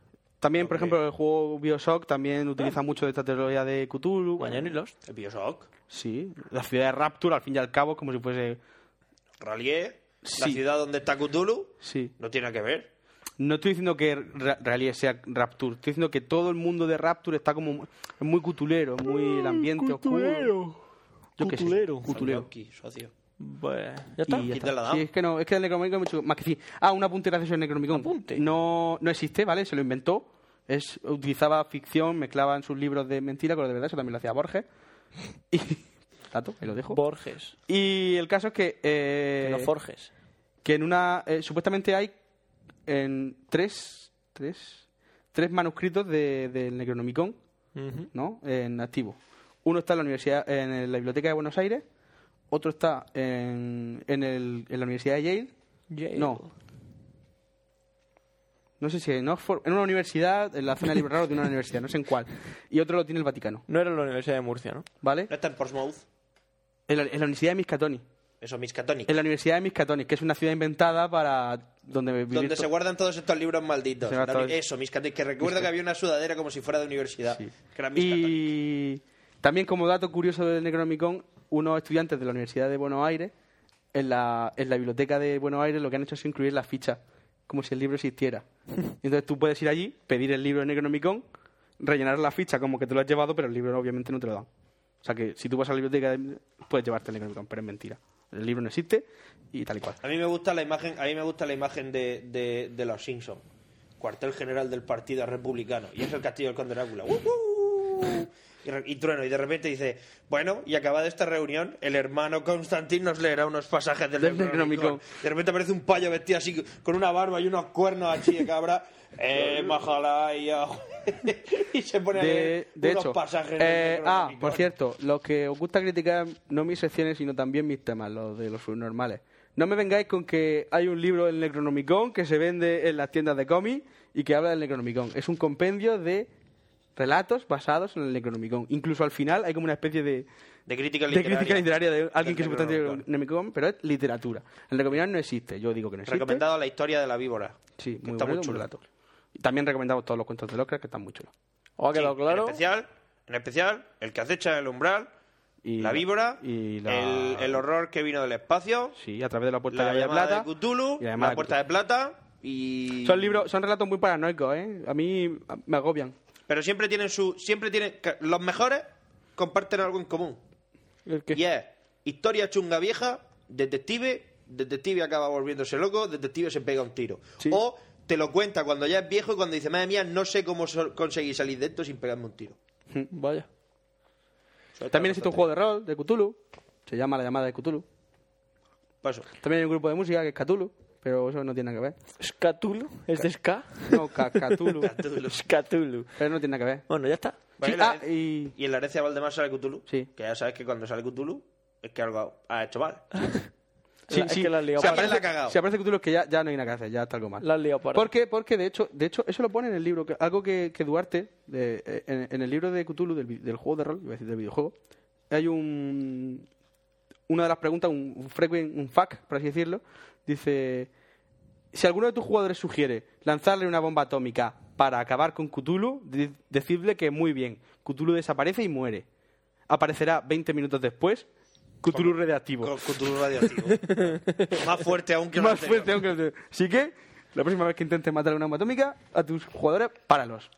Speaker 2: También, por ejemplo, el juego Bioshock también utiliza mucho de esta teoría de Cthulhu.
Speaker 1: Mañana y Lost.
Speaker 3: El Bioshock.
Speaker 2: Sí, la ciudad de Rapture, al fin y al cabo, como si fuese...
Speaker 3: Rallier. La
Speaker 2: Sí.
Speaker 3: ciudad donde está Cthulhu.
Speaker 2: Sí.
Speaker 3: No tiene que ver.
Speaker 2: No estoy diciendo que Ra- Rallye sea Rapture, estoy diciendo que todo el mundo de Rapture está como... Es muy cutulero, muy
Speaker 1: Mm,
Speaker 2: el ambiente oscuro. Yo qué sé,
Speaker 1: Cutulero.
Speaker 2: Cutulero.
Speaker 3: Funky, socio.
Speaker 1: Pues, ya está.
Speaker 2: Y ya
Speaker 3: Quítala,
Speaker 2: está.
Speaker 3: ¿no?
Speaker 2: Sí, es que no, es que el Necronomicon me chupa- más que sí. Ah, un apunte gracioso del Necronomicon. No, no existe, ¿vale? Se lo inventó. Es, utilizaba ficción, mezclaba en sus libros de mentira con lo de verdad, eso también lo hacía Borges. Y. Dato, ahí lo dejo.
Speaker 1: Borges.
Speaker 2: y el caso es que. eh,
Speaker 1: Que no Forges.
Speaker 2: que en una. eh, supuestamente hay en tres. tres. tres manuscritos de- del Necronomicon,
Speaker 1: Ujú.
Speaker 2: ¿no? En activo. Uno está en la universidad, en la biblioteca de Buenos Aires, otro está en, en, el- en la Universidad de Yale
Speaker 1: Yale.
Speaker 2: no. Eh, No sé si en Oxford, en una universidad, en la zona libre raro de una universidad, no sé en cuál. Y otro lo tiene el Vaticano,
Speaker 1: No era la Universidad de Murcia, ¿no?
Speaker 2: ¿vale?
Speaker 3: No está en Portsmouth.
Speaker 2: En la, en la Universidad de Miskatonic.
Speaker 3: Eso, Miskatonic.
Speaker 2: En la Universidad de Miskatonic, que es una ciudad inventada para donde vivir
Speaker 3: Donde
Speaker 2: to-
Speaker 3: se guardan todos estos libros malditos.
Speaker 2: eh, Se va
Speaker 3: La-
Speaker 2: todo el-
Speaker 3: Eso, Miskatonic. Que recuerdo que había una sudadera como si fuera de universidad.
Speaker 2: Sí.
Speaker 3: Que era Miskatonic.
Speaker 2: Y también como dato curioso del Necronomicon, unos estudiantes de la Universidad de Buenos Aires, en la, en la biblioteca de Buenos Aires, lo que han hecho es incluir las fichas, como si el libro existiera. Entonces tú puedes ir allí, pedir el libro de Necronomicon, rellenar la ficha como que te lo has llevado, pero el libro obviamente no te lo dan. O sea que si tú vas a la biblioteca de- puedes llevarte el Necronomicon, pero es mentira. El libro no existe y tal y cual.
Speaker 3: A mí me gusta la imagen, a mí me gusta la imagen de, de, de los Simpson. Cuartel general del partido republicano. Y es el castillo del conde Drácula. ¡Uh, uh! Y, re- y trueno. Y de repente dice, bueno, y acabada esta reunión, el hermano Constantín nos leerá unos pasajes del
Speaker 2: Del
Speaker 3: Necronomicon.
Speaker 2: Necronomicon.
Speaker 3: De repente aparece un payo vestido así, con una barba y unos cuernos así de cabra. Eh, bájala y, a- y se pone a leer
Speaker 2: De, de
Speaker 3: unos
Speaker 2: hecho,
Speaker 3: pasajes del
Speaker 2: eh, ah,
Speaker 3: Necronomicon.
Speaker 2: por cierto, lo que os gusta criticar no mis secciones, sino también mis temas, los de los subnormales. No me vengáis con que hay un libro del Necronomicon que se vende en las tiendas de cómic y que habla del Necronomicon. Es un compendio de relatos basados en el Necronomicon. Incluso al final hay como una especie de,
Speaker 3: De crítica
Speaker 2: de
Speaker 3: literaria.
Speaker 2: crítica literaria de alguien
Speaker 3: del
Speaker 2: que se gusta
Speaker 3: Necronomicon.
Speaker 2: el Necronomicon, pero es literatura. El Necronomicon no existe, yo digo que no existe.
Speaker 3: Recomendado la historia de la víbora.
Speaker 2: Sí,
Speaker 3: que
Speaker 2: muy
Speaker 3: está
Speaker 2: bueno,
Speaker 3: muy
Speaker 2: muy
Speaker 3: chulo.
Speaker 2: relato. Y También recomendamos todos los cuentos de Lovecraft que están muy chulos.
Speaker 1: ¿Os ha
Speaker 3: Sí,
Speaker 1: quedado claro?
Speaker 3: En especial, en especial, el que acecha el umbral,
Speaker 2: Y
Speaker 3: la
Speaker 2: la-
Speaker 3: víbora,
Speaker 2: y la-
Speaker 3: el, el horror que vino del espacio,
Speaker 2: Sí, a través de la puerta
Speaker 3: la
Speaker 2: de la
Speaker 3: llamada
Speaker 2: plata.
Speaker 3: de Cthulhu,
Speaker 2: y
Speaker 3: la,
Speaker 2: llamada de
Speaker 3: puerta de plata y...
Speaker 2: Son libros, son relatos muy paranoicos, ¿eh? A mí me agobian.
Speaker 3: Pero siempre tienen su... Siempre tienen... ca- Los mejores comparten algo en común.
Speaker 1: El que-
Speaker 3: Y es historia chunga vieja, detective, detective acaba volviéndose loco, detective se pega un tiro.
Speaker 2: Sí.
Speaker 3: O te lo cuenta cuando ya es viejo y cuando dice, madre mía, no sé cómo so- conseguí salir de esto sin pegarme un tiro.
Speaker 1: Mm,
Speaker 2: Vaya. También existe un juego de rol de Cthulhu. Se llama La llamada de Cthulhu.
Speaker 3: Paso.
Speaker 2: También hay un grupo de música que es Cthulhu, pero eso no tiene nada que ver.
Speaker 1: ¿Scatulu? ¿Es de Ska?
Speaker 2: No, ca- Cthulhu.
Speaker 1: Scatulu.
Speaker 2: pero no tiene nada que ver.
Speaker 1: Bueno, ya está.
Speaker 3: Vale,
Speaker 2: Sí,
Speaker 3: la-
Speaker 2: ah, y...
Speaker 3: Y en la herencia de Valdemar sale Cthulhu.
Speaker 2: Sí.
Speaker 3: Que ya sabes que cuando sale Cthulhu es que algo ha hecho mal.
Speaker 2: Ah, Sí,
Speaker 1: La- es
Speaker 2: sí.
Speaker 1: que la has liado
Speaker 2: Si
Speaker 1: parda.
Speaker 3: La ha cagado.
Speaker 2: si aparece Cthulhu es que ya, ya no hay nada que hacer, ya está algo mal.
Speaker 1: La has liado parda.
Speaker 2: ¿Por qué? Porque de hecho, de hecho, eso lo pone en el libro, que- algo que, que Duarte, de- eh, en, en el libro de Cthulhu, del, vi- del juego de rol, iba a decir del videojuego, hay un una de las preguntas, un, un frequent, un fuck, por así decirlo, dice si alguno de tus jugadores sugiere lanzarle una bomba atómica para acabar con Cthulhu, de- decidle que muy bien, Cthulhu desaparece y muere. Aparecerá 20 minutos después, Cthulhu redactivo
Speaker 3: Con Cthulhu radioactivo. Más fuerte aún que el
Speaker 2: más
Speaker 3: anterior.
Speaker 2: fuerte aunque el anterior. Así que, la próxima vez que intentes matar a una bomba atómica, a tus jugadores,
Speaker 3: Eh,
Speaker 2: páralos.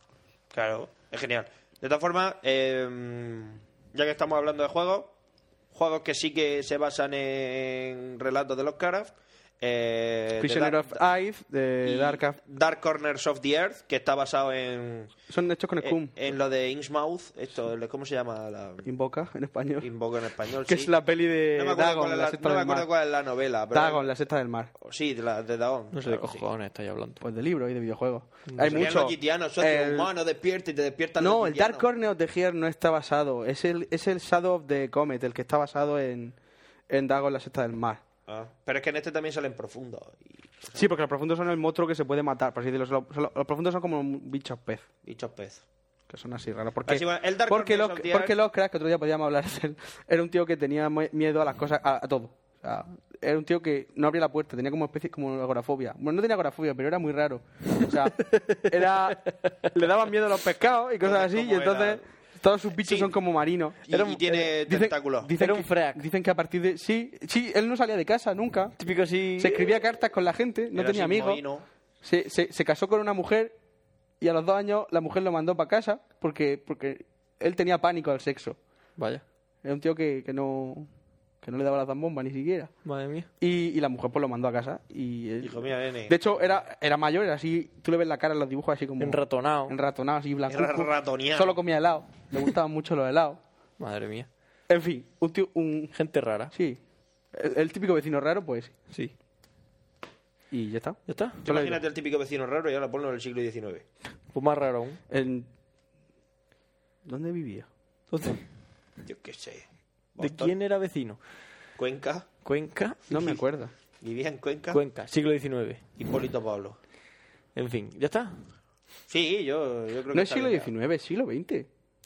Speaker 3: Claro, es genial. De todas formas, eh, ya que estamos hablando de juegos, juegos que sí que se basan en relatos de los caras. Eh,
Speaker 2: Prisoner
Speaker 3: de
Speaker 2: of
Speaker 3: Dark-
Speaker 2: Ice, de
Speaker 3: y
Speaker 2: Dark Af-
Speaker 3: Dark Corners of the Earth, que está basado en,
Speaker 2: Son hechos con Scum.
Speaker 3: en, en lo de Inksmouth. Esto, el- ¿Cómo se llama? La,
Speaker 2: Invoca, en español.
Speaker 3: Invoco en español.
Speaker 2: que
Speaker 3: sí.
Speaker 2: es la peli de
Speaker 3: No me acuerdo,
Speaker 2: Dagon,
Speaker 3: cuál, es
Speaker 2: la
Speaker 3: la,
Speaker 2: sexta
Speaker 3: no me
Speaker 2: del
Speaker 3: acuerdo
Speaker 2: mar.
Speaker 3: cuál es la novela. Pero
Speaker 2: Dagon, la sexta del mar.
Speaker 3: Sí, de, la, de Dagon.
Speaker 1: No sé de
Speaker 3: claro,
Speaker 1: qué
Speaker 3: sí.
Speaker 1: cojones estáis hablando.
Speaker 2: Ah, Pues de libro y de videojuegos. Hay
Speaker 3: Serían
Speaker 2: mucho.
Speaker 3: los gitianos, socio
Speaker 2: El-
Speaker 3: humano, despierta y te despiertan
Speaker 2: No,
Speaker 3: los
Speaker 2: el Dark
Speaker 3: gitianos.
Speaker 2: Corner of the Gear no está basado. Es el, es el Shadow of the Comet, el que está basado en, en Dagon, la sexta del mar.
Speaker 3: Ah, pero es que en este también salen profundos. Y
Speaker 2: Sí, porque los profundos son el monstruo que se puede matar. Por así decirlo. Son Los, son los- los profundos son como bichos pez.
Speaker 3: bichos pez.
Speaker 2: que son así raros. Porque,
Speaker 3: Así, bueno, el Dark
Speaker 2: porque,
Speaker 3: Knight
Speaker 2: Loc-
Speaker 3: of the
Speaker 2: porque
Speaker 3: Earth-
Speaker 2: Lovecraft, que otro día podíamos hablar, de él, era un tío que tenía mu- miedo a las cosas, a, a todo. O sea, era un tío que no abría la puerta, tenía como especie como agorafobia. Bueno, no tenía agorafobia, pero era muy raro. O sea, era, le daban miedo a los pescados y cosas así, y
Speaker 3: ¿Cómo era?
Speaker 2: entonces todos sus bichos
Speaker 3: Sí.
Speaker 2: son como marinos.
Speaker 3: Y- y tiene tentáculos.
Speaker 1: Era un
Speaker 2: que,
Speaker 1: frac.
Speaker 2: Dicen que a partir de... Sí, sí, él no salía de casa nunca.
Speaker 1: Típico así...
Speaker 2: Se escribía cartas con la gente, no
Speaker 3: Era
Speaker 2: tenía
Speaker 3: así,
Speaker 2: amigos.
Speaker 3: mohino.
Speaker 2: Se, se- se casó con una mujer y a los dos años la mujer lo mandó para casa porque, porque él tenía pánico al sexo.
Speaker 1: Vaya.
Speaker 2: Era un tío que, que no que no le daba las zambombas ni siquiera.
Speaker 1: Madre mía.
Speaker 2: Y, y la mujer pues lo mandó a casa. Y él-
Speaker 3: Hijo mío, nene.
Speaker 2: De hecho, era, era mayor, era así, tú le ves la cara en los dibujos así como...
Speaker 1: Enratonado.
Speaker 2: Enratonado, así blanco.
Speaker 3: Era ratoneado.
Speaker 2: Solo comía helado. Le gustaban mucho los helados.
Speaker 1: Madre mía.
Speaker 2: En fin, un tío... Un,
Speaker 1: Gente rara.
Speaker 2: sí. El, el típico vecino raro, pues.
Speaker 1: Sí.
Speaker 2: Y ya está.
Speaker 1: ¿Ya está?
Speaker 3: Tú Imagínate el típico vecino raro y ahora ponlo en el siglo XIX.
Speaker 1: Pues más raro aún.
Speaker 2: En- ¿Dónde vivía?
Speaker 3: Yo qué sé.
Speaker 1: ¿De
Speaker 3: Boston,
Speaker 1: quién era vecino?
Speaker 3: Cuenca.
Speaker 1: Cuenca.
Speaker 2: No me acuerdo.
Speaker 3: Vivía en Cuenca.
Speaker 1: Cuenca, siglo XIX.
Speaker 3: Hipólito Pablo.
Speaker 1: En fin, ¿ya está?
Speaker 3: Sí, yo, yo creo que.
Speaker 2: No es
Speaker 3: está
Speaker 2: siglo
Speaker 3: bien.
Speaker 2: XIX, es siglo XX.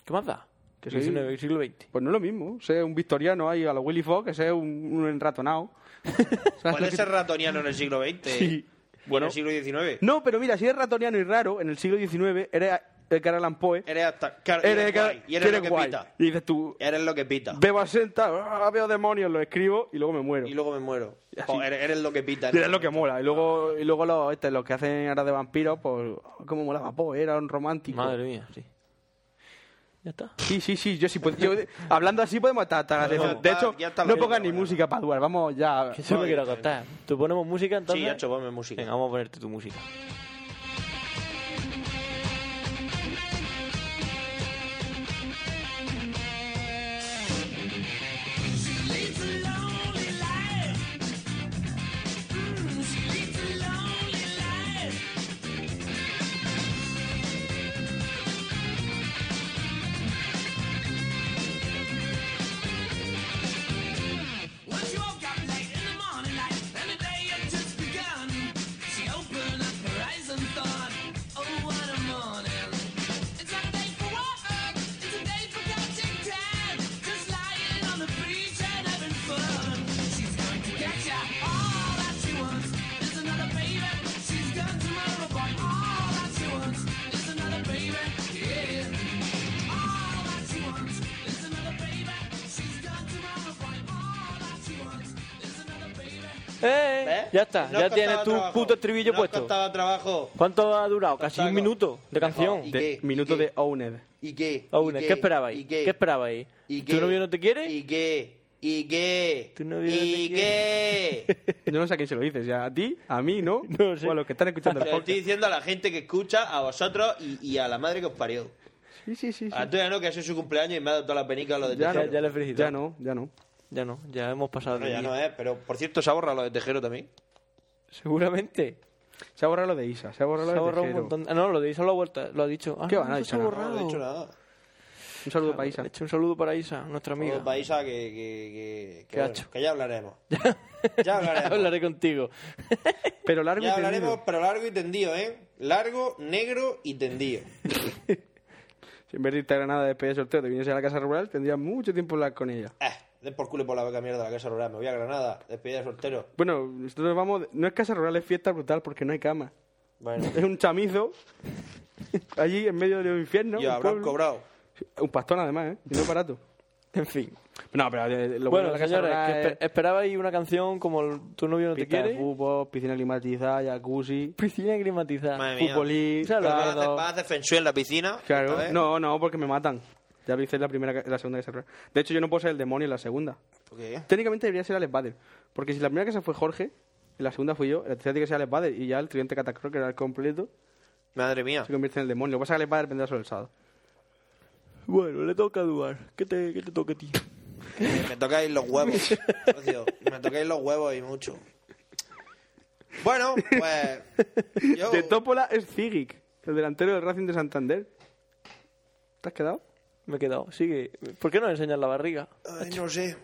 Speaker 1: ¿Qué más da?
Speaker 2: Que soy-
Speaker 1: XIX, siglo XX.
Speaker 2: Pues no es lo mismo. Sé un victoriano ahí a lo Willy Fox, que sé un, un enratonado. ¿Sabes
Speaker 3: ¿Cuál
Speaker 2: lo
Speaker 3: es
Speaker 2: que-
Speaker 3: el ratoniano en el siglo XX?
Speaker 2: Sí.
Speaker 3: Bueno. En el siglo XIX.
Speaker 2: No, pero mira, si eres ratoniano y raro, en el siglo XIX eres el cara Allan Poe.
Speaker 3: Eres hasta. car-
Speaker 2: Eres,
Speaker 3: eres
Speaker 2: el cara-
Speaker 3: guay, Y eres lo que
Speaker 2: guay.
Speaker 3: pita.
Speaker 2: Y dices tú,
Speaker 3: Eres lo que pita.
Speaker 2: bebo a senta, ah, veo demonios, lo escribo y luego me muero.
Speaker 3: Y luego me muero.
Speaker 2: Y así.
Speaker 3: Jo, eres, eres lo que pita.
Speaker 2: Y es lo que mola. Y luego, y luego los, este, los que hacen ahora de vampiros, pues, como molaba Poe, era un romántico.
Speaker 1: Madre mía, sí. ¿Ya está?
Speaker 2: Sí, sí, sí, yo sí puedo. yo- hablando así podemos estar hasta las
Speaker 3: Podemos
Speaker 2: diez. De
Speaker 3: estar-
Speaker 2: hecho,
Speaker 3: ya hasta
Speaker 2: no
Speaker 3: las
Speaker 2: pongas
Speaker 3: diez de
Speaker 2: ni
Speaker 3: la mañana.
Speaker 2: música para durar, vamos ya.
Speaker 1: Que yo me quiero acostar. ¿Tú ponemos música entonces?
Speaker 3: Sí, hecho, ponme música.
Speaker 1: Venga, vamos a ponerte tu música. ¡Eh!
Speaker 3: ¿Eh?
Speaker 1: Ya está,
Speaker 3: No
Speaker 1: ya
Speaker 3: os
Speaker 1: tienes
Speaker 3: costaba
Speaker 1: tu
Speaker 3: trabajo.
Speaker 1: puto estribillo
Speaker 3: No os
Speaker 1: puesto.
Speaker 3: costaba trabajo.
Speaker 1: ¿Cuánto ha durado? Casi un
Speaker 3: Costaba.
Speaker 1: minuto de canción.
Speaker 3: ¿Y
Speaker 2: De-
Speaker 3: qué?
Speaker 2: minuto
Speaker 3: ¿Y qué?
Speaker 2: de Owned.
Speaker 3: ¿Y qué?
Speaker 1: Aún,
Speaker 3: ¿Y
Speaker 1: ¿qué esperabais?
Speaker 3: ¿Y
Speaker 1: ¿Qué esperabais?
Speaker 3: ¿Y
Speaker 1: ¿Tu novio no te quiere?
Speaker 3: ¿Y qué? ¿Y qué?
Speaker 2: Tu novio no te
Speaker 3: ¿Y qué?
Speaker 2: Yo no sé a quién se lo dices, ya a ti, a mí, ¿no? O a los que están escuchando
Speaker 3: Se
Speaker 2: el
Speaker 3: lo estoy
Speaker 2: podcast.
Speaker 3: diciendo a la gente que escucha, a vosotros y, y a la madre que os parió.
Speaker 2: Sí, sí, sí. sí.
Speaker 3: A la tuya no, que ha sido su cumpleaños y me ha dado toda la penica lo de
Speaker 2: Ya,
Speaker 3: Tejero.
Speaker 2: no,
Speaker 1: ya le he felicitado.
Speaker 2: Ya no, ya no.
Speaker 1: Ya no, ya hemos pasado
Speaker 3: Bueno,
Speaker 1: de
Speaker 3: ya
Speaker 1: mí.
Speaker 3: no es, pero por cierto, se ha borrado lo de Tejero también.
Speaker 1: Seguramente.
Speaker 2: Se ha borrado lo de Isa, se ha borrado
Speaker 1: Se ha
Speaker 2: lo de
Speaker 1: borrado un
Speaker 2: Tejero.
Speaker 1: montón. Ah, no, lo de Isa lo ha, vuelto, lo ha dicho. Ah,
Speaker 2: ¿Qué
Speaker 1: no,
Speaker 2: va? No ha
Speaker 1: eso se
Speaker 2: dicho
Speaker 1: ha
Speaker 2: nada.
Speaker 1: borrado.
Speaker 3: No, no he dicho nada.
Speaker 2: Un saludo para Isa.
Speaker 1: Le echo un saludo para Isa, nuestra amiga.
Speaker 3: Todo paisa que, que, que, que,
Speaker 1: ¿Qué ha
Speaker 3: bueno,
Speaker 1: hecho?
Speaker 3: que ya hablaremos. Ya hablaremos.
Speaker 1: hablaré contigo.
Speaker 2: Pero largo y
Speaker 3: Ya hablaremos,
Speaker 2: tendido.
Speaker 3: pero largo y tendido, ¿eh? Largo, negro y tendido.
Speaker 2: Si en vez de irte a Granada después del sorteo te vinieses a la casa rural, tendrías mucho tiempo para hablar con ella.
Speaker 3: Eh, den por culo y por la beca mierda la casa rural. Me voy a Granada, despedida de soltero.
Speaker 2: Bueno, nosotros nos vamos... No es casa rural, es fiesta brutal porque no hay cama.
Speaker 3: Bueno,
Speaker 2: Es un chamizo allí en medio del infierno.
Speaker 3: y
Speaker 2: un
Speaker 3: habrán
Speaker 2: pueblo.
Speaker 3: cobrado.
Speaker 2: Un pastón, además, ¿eh? Y no barato.
Speaker 1: En fin.
Speaker 2: No, pero eh, lo bueno,
Speaker 1: Bueno,
Speaker 2: de la casa
Speaker 1: señores,
Speaker 2: rural
Speaker 1: que
Speaker 2: es
Speaker 1: esper- esperabais una canción como el- Tu novio no te
Speaker 2: pista de
Speaker 1: quiere.
Speaker 2: fútbol, piscina climatizada, jacuzzi,
Speaker 1: Piscina climatizada.
Speaker 3: Madre mía.
Speaker 2: futbolí...
Speaker 1: Claro,
Speaker 3: ¿Vas a
Speaker 2: tal.
Speaker 3: hacer- vas a hacer feng shui en la piscina? esta
Speaker 2: Claro,
Speaker 3: vez?
Speaker 2: no, no, porque me matan. Ya lo hice en la primera, ca- en la segunda casa rural. De hecho, yo no puedo ser el demonio en la segunda.
Speaker 3: ¿Por qué?
Speaker 2: Técnicamente debería ser Alex Bader, porque si la primera casa fue Jorge, en la segunda fui yo, en la tercera tiene que ser Alex Bader y ya el tridente catacro que era el completo
Speaker 3: Madre mía.
Speaker 2: se convierte en el demonio. Lo que pasa es que Alex Bader vendrá solo el sábado.
Speaker 1: Bueno, le toca a Duar. ¿Qué te, qué te toca a ti?
Speaker 3: Me tocáis los huevos, socio. Me tocáis los huevos y mucho. Bueno, pues. Yo,
Speaker 2: De Tópola es Zigic, el delantero del Racing de Santander. ¿Te has quedado?
Speaker 1: Me he quedado. Sigue. ¿Por qué no enseñas la barriga?
Speaker 3: Ay, no sé.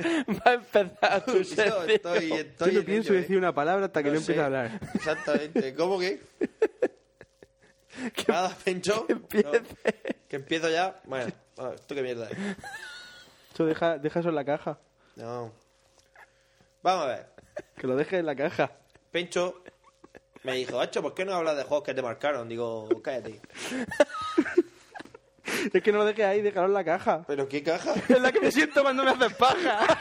Speaker 1: Va a empezar tu
Speaker 3: Yo
Speaker 1: sección.
Speaker 3: estoy, estoy
Speaker 2: yo no
Speaker 3: en
Speaker 2: pienso
Speaker 3: ello, eh.
Speaker 2: decir una palabra hasta que no,
Speaker 3: No
Speaker 2: empiece
Speaker 3: sé.
Speaker 2: a hablar.
Speaker 3: Exactamente. ¿Cómo que? Nada, Pencho. No, Que, empiezo ya. Bueno, a ver, tú qué mierda. eh.
Speaker 2: Eso deja, deja eso en la caja,
Speaker 3: No. Vamos a ver.
Speaker 2: que lo dejes en la caja.
Speaker 3: Pencho me dijo, Hacho, ¿por qué no hablas de juegos que te marcaron? Digo, cállate.
Speaker 2: Es que no lo dejes ahí, déjalo en la caja.
Speaker 3: ¿Pero qué caja?
Speaker 2: Es la que me siento cuando me haces paja.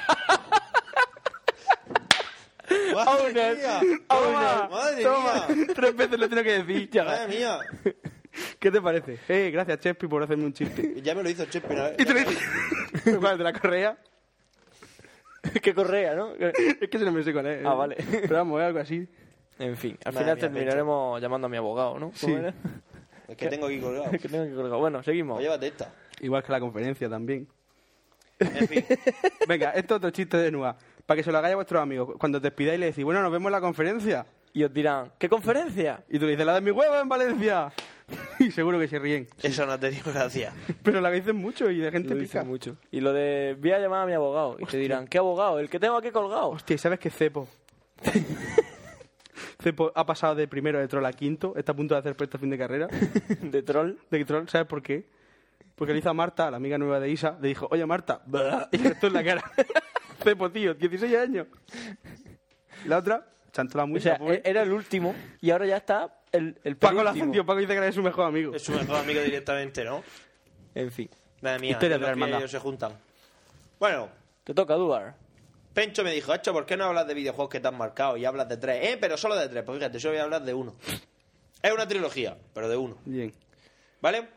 Speaker 3: ¡Madre
Speaker 2: Aún es.
Speaker 3: mía!
Speaker 2: Toma,
Speaker 3: ¡Madre
Speaker 2: toma.
Speaker 3: mía!
Speaker 2: Tres veces lo tengo que decir.
Speaker 3: ¡Madre
Speaker 2: Ya.
Speaker 3: mía!
Speaker 2: ¿Qué te parece? Eh, gracias, Chespi, por hacerme un chiste.
Speaker 3: Ya me lo hizo Chepe una vez.
Speaker 2: Y te lo hice- ¿Cuál? ¿De la correa?
Speaker 1: que correa, ¿no?
Speaker 2: Es que se no me sé cuál es.
Speaker 1: Ah, vale.
Speaker 2: Pero vamos, algo así.
Speaker 1: En fin, al
Speaker 3: Madre
Speaker 1: final
Speaker 3: mía,
Speaker 1: terminaremos llamando a mi abogado, ¿no?
Speaker 2: Sí.
Speaker 3: Es que tengo aquí colgado.
Speaker 1: que tengo que colgar. Bueno, seguimos.
Speaker 3: O llévate esta.
Speaker 2: Igual que la conferencia también.
Speaker 3: En fin.
Speaker 2: Venga, esto es otro chiste de Nua. Para que se lo hagáis a vuestros amigos. Cuando os despidáis le decís, bueno, nos vemos en la conferencia.
Speaker 1: Y os dirán, ¿qué conferencia?
Speaker 2: Y tú le dices, la de mi huevo en Valencia. Y seguro que se ríen.
Speaker 3: Eso no te digo gracia.
Speaker 2: Pero la que dicen mucho y de gente
Speaker 1: Lo
Speaker 2: pica.
Speaker 1: dicen mucho. Y lo de, voy a llamar a mi abogado. Y te dirán, ¿qué abogado? El que tengo aquí colgado.
Speaker 2: Hostia, ¿y ¿sabes qué cepo? cepo ha pasado de primero de troll a quinto. Está a punto de hacer presto fin de carrera.
Speaker 1: de troll.
Speaker 2: de Troll, ¿sabes por qué? Porque le hizo a Marta, la amiga nueva de Isa, le dijo, oye Marta, bla, y esto en la cara. Cepo, tío, 16 años. La otra, chantó la
Speaker 1: O
Speaker 2: mucha,
Speaker 1: sea,
Speaker 2: pobre.
Speaker 1: e- era el último y ahora ya está el, el
Speaker 2: Paco la
Speaker 1: penúltimo.
Speaker 2: tío, Paco dice que era su mejor amigo.
Speaker 3: e-, Es su mejor amigo directamente, ¿no?
Speaker 1: En fin.
Speaker 3: Madre mía,
Speaker 2: Historia
Speaker 3: yo
Speaker 2: de la
Speaker 3: los pies y
Speaker 2: hermandad.
Speaker 3: ellos se juntan. Bueno,
Speaker 1: Te toca, Duar.
Speaker 3: Pencho me dijo, Hacho, ¿por qué no hablas de videojuegos que te han marcado y hablas de tres? Eh, pero solo de tres, pues fíjate, yo voy a hablar de uno. Es una trilogía, pero de uno,
Speaker 2: Bien.
Speaker 3: ¿vale?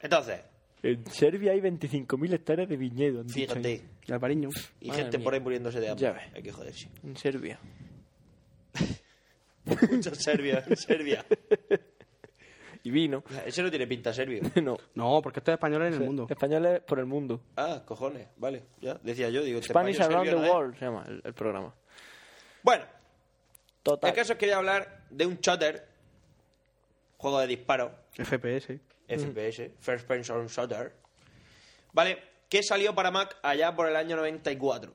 Speaker 3: Entonces,
Speaker 1: En Serbia hay 25.000 hectáreas de viñedo. han dicho
Speaker 3: fíjate,
Speaker 1: ahí.
Speaker 2: Y Alvariño.
Speaker 3: y
Speaker 1: Madre
Speaker 3: gente
Speaker 1: mía.
Speaker 3: por ahí muriéndose de hambre.
Speaker 1: Ya ves.
Speaker 3: Hay que joderse.
Speaker 1: En Serbia.
Speaker 3: Mucho serbio, en Serbia.
Speaker 1: Y vino.
Speaker 3: Ese no tiene pinta serbio.
Speaker 1: No.
Speaker 2: No, porque esto es español en el mundo.
Speaker 1: Españoles por el mundo.
Speaker 3: Ah, cojones, vale, ya, decía yo, digo, este
Speaker 1: Spanish
Speaker 3: paño
Speaker 1: Around the
Speaker 3: serbio no es.
Speaker 1: World se llama el, el programa.
Speaker 3: Bueno,
Speaker 1: Total.
Speaker 3: el caso es que quería hablar de un shooter, juego de disparo,
Speaker 2: FPS.
Speaker 1: Mm.
Speaker 3: FPS, First Person Shooter, ¿vale? Que salió para Mac allá por el año 94.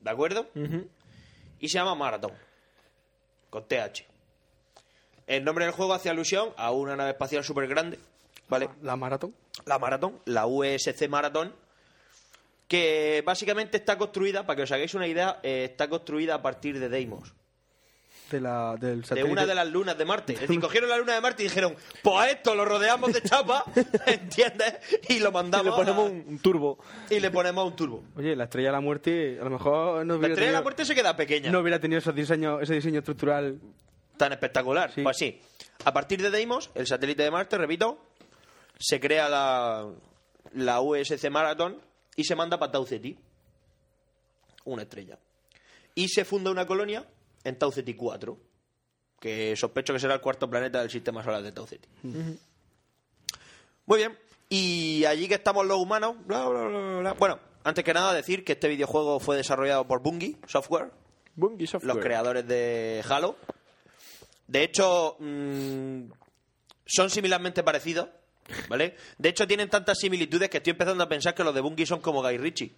Speaker 3: ¿De acuerdo? Y se llama Marathon, con TH. El nombre del juego hace alusión a una nave espacial súper grande, ¿vale?
Speaker 1: Ah.
Speaker 2: La maratón.
Speaker 3: La Marathon, la USC Marathon, que básicamente está construida, para que os hagáis una idea, eh, está construida a partir de Deimos
Speaker 2: De la, del
Speaker 3: de
Speaker 2: satélite.
Speaker 3: una de las lunas de Marte. Es decir, cogieron la luna de Marte y dijeron, pues a esto lo rodeamos de chapa, ¿entiendes? Y lo
Speaker 1: Y
Speaker 3: mandamos
Speaker 1: le ponemos
Speaker 3: a-
Speaker 1: un, un turbo.
Speaker 3: y le ponemos un turbo.
Speaker 2: Oye, la estrella de la muerte, a lo mejor no
Speaker 3: La
Speaker 2: hubiera
Speaker 3: estrella de la
Speaker 2: tenido-
Speaker 3: muerte se queda pequeña.
Speaker 2: no hubiera tenido esos diseños, ese diseño estructural
Speaker 3: tan espectacular. Pues sí, a partir de Deimos, el satélite de Marte, repito, se crea la, la USC Marathon y se manda para Tau Ceti, una estrella. Y se funda una colonia en Tau Ceti 4, que sospecho que será el cuarto planeta del sistema solar de Tau Ceti. Muy bien. Y allí que estamos los humanos. bla, bla, bla, bla. Bueno, antes que nada decir que este videojuego fue desarrollado por Bungie Software,
Speaker 1: Bungie Software.
Speaker 3: los creadores de Halo. De hecho, mm, son similarmente parecidos, ¿vale? De hecho, tienen tantas similitudes que estoy empezando a pensar que los de Bungie son como Guy Ritchie.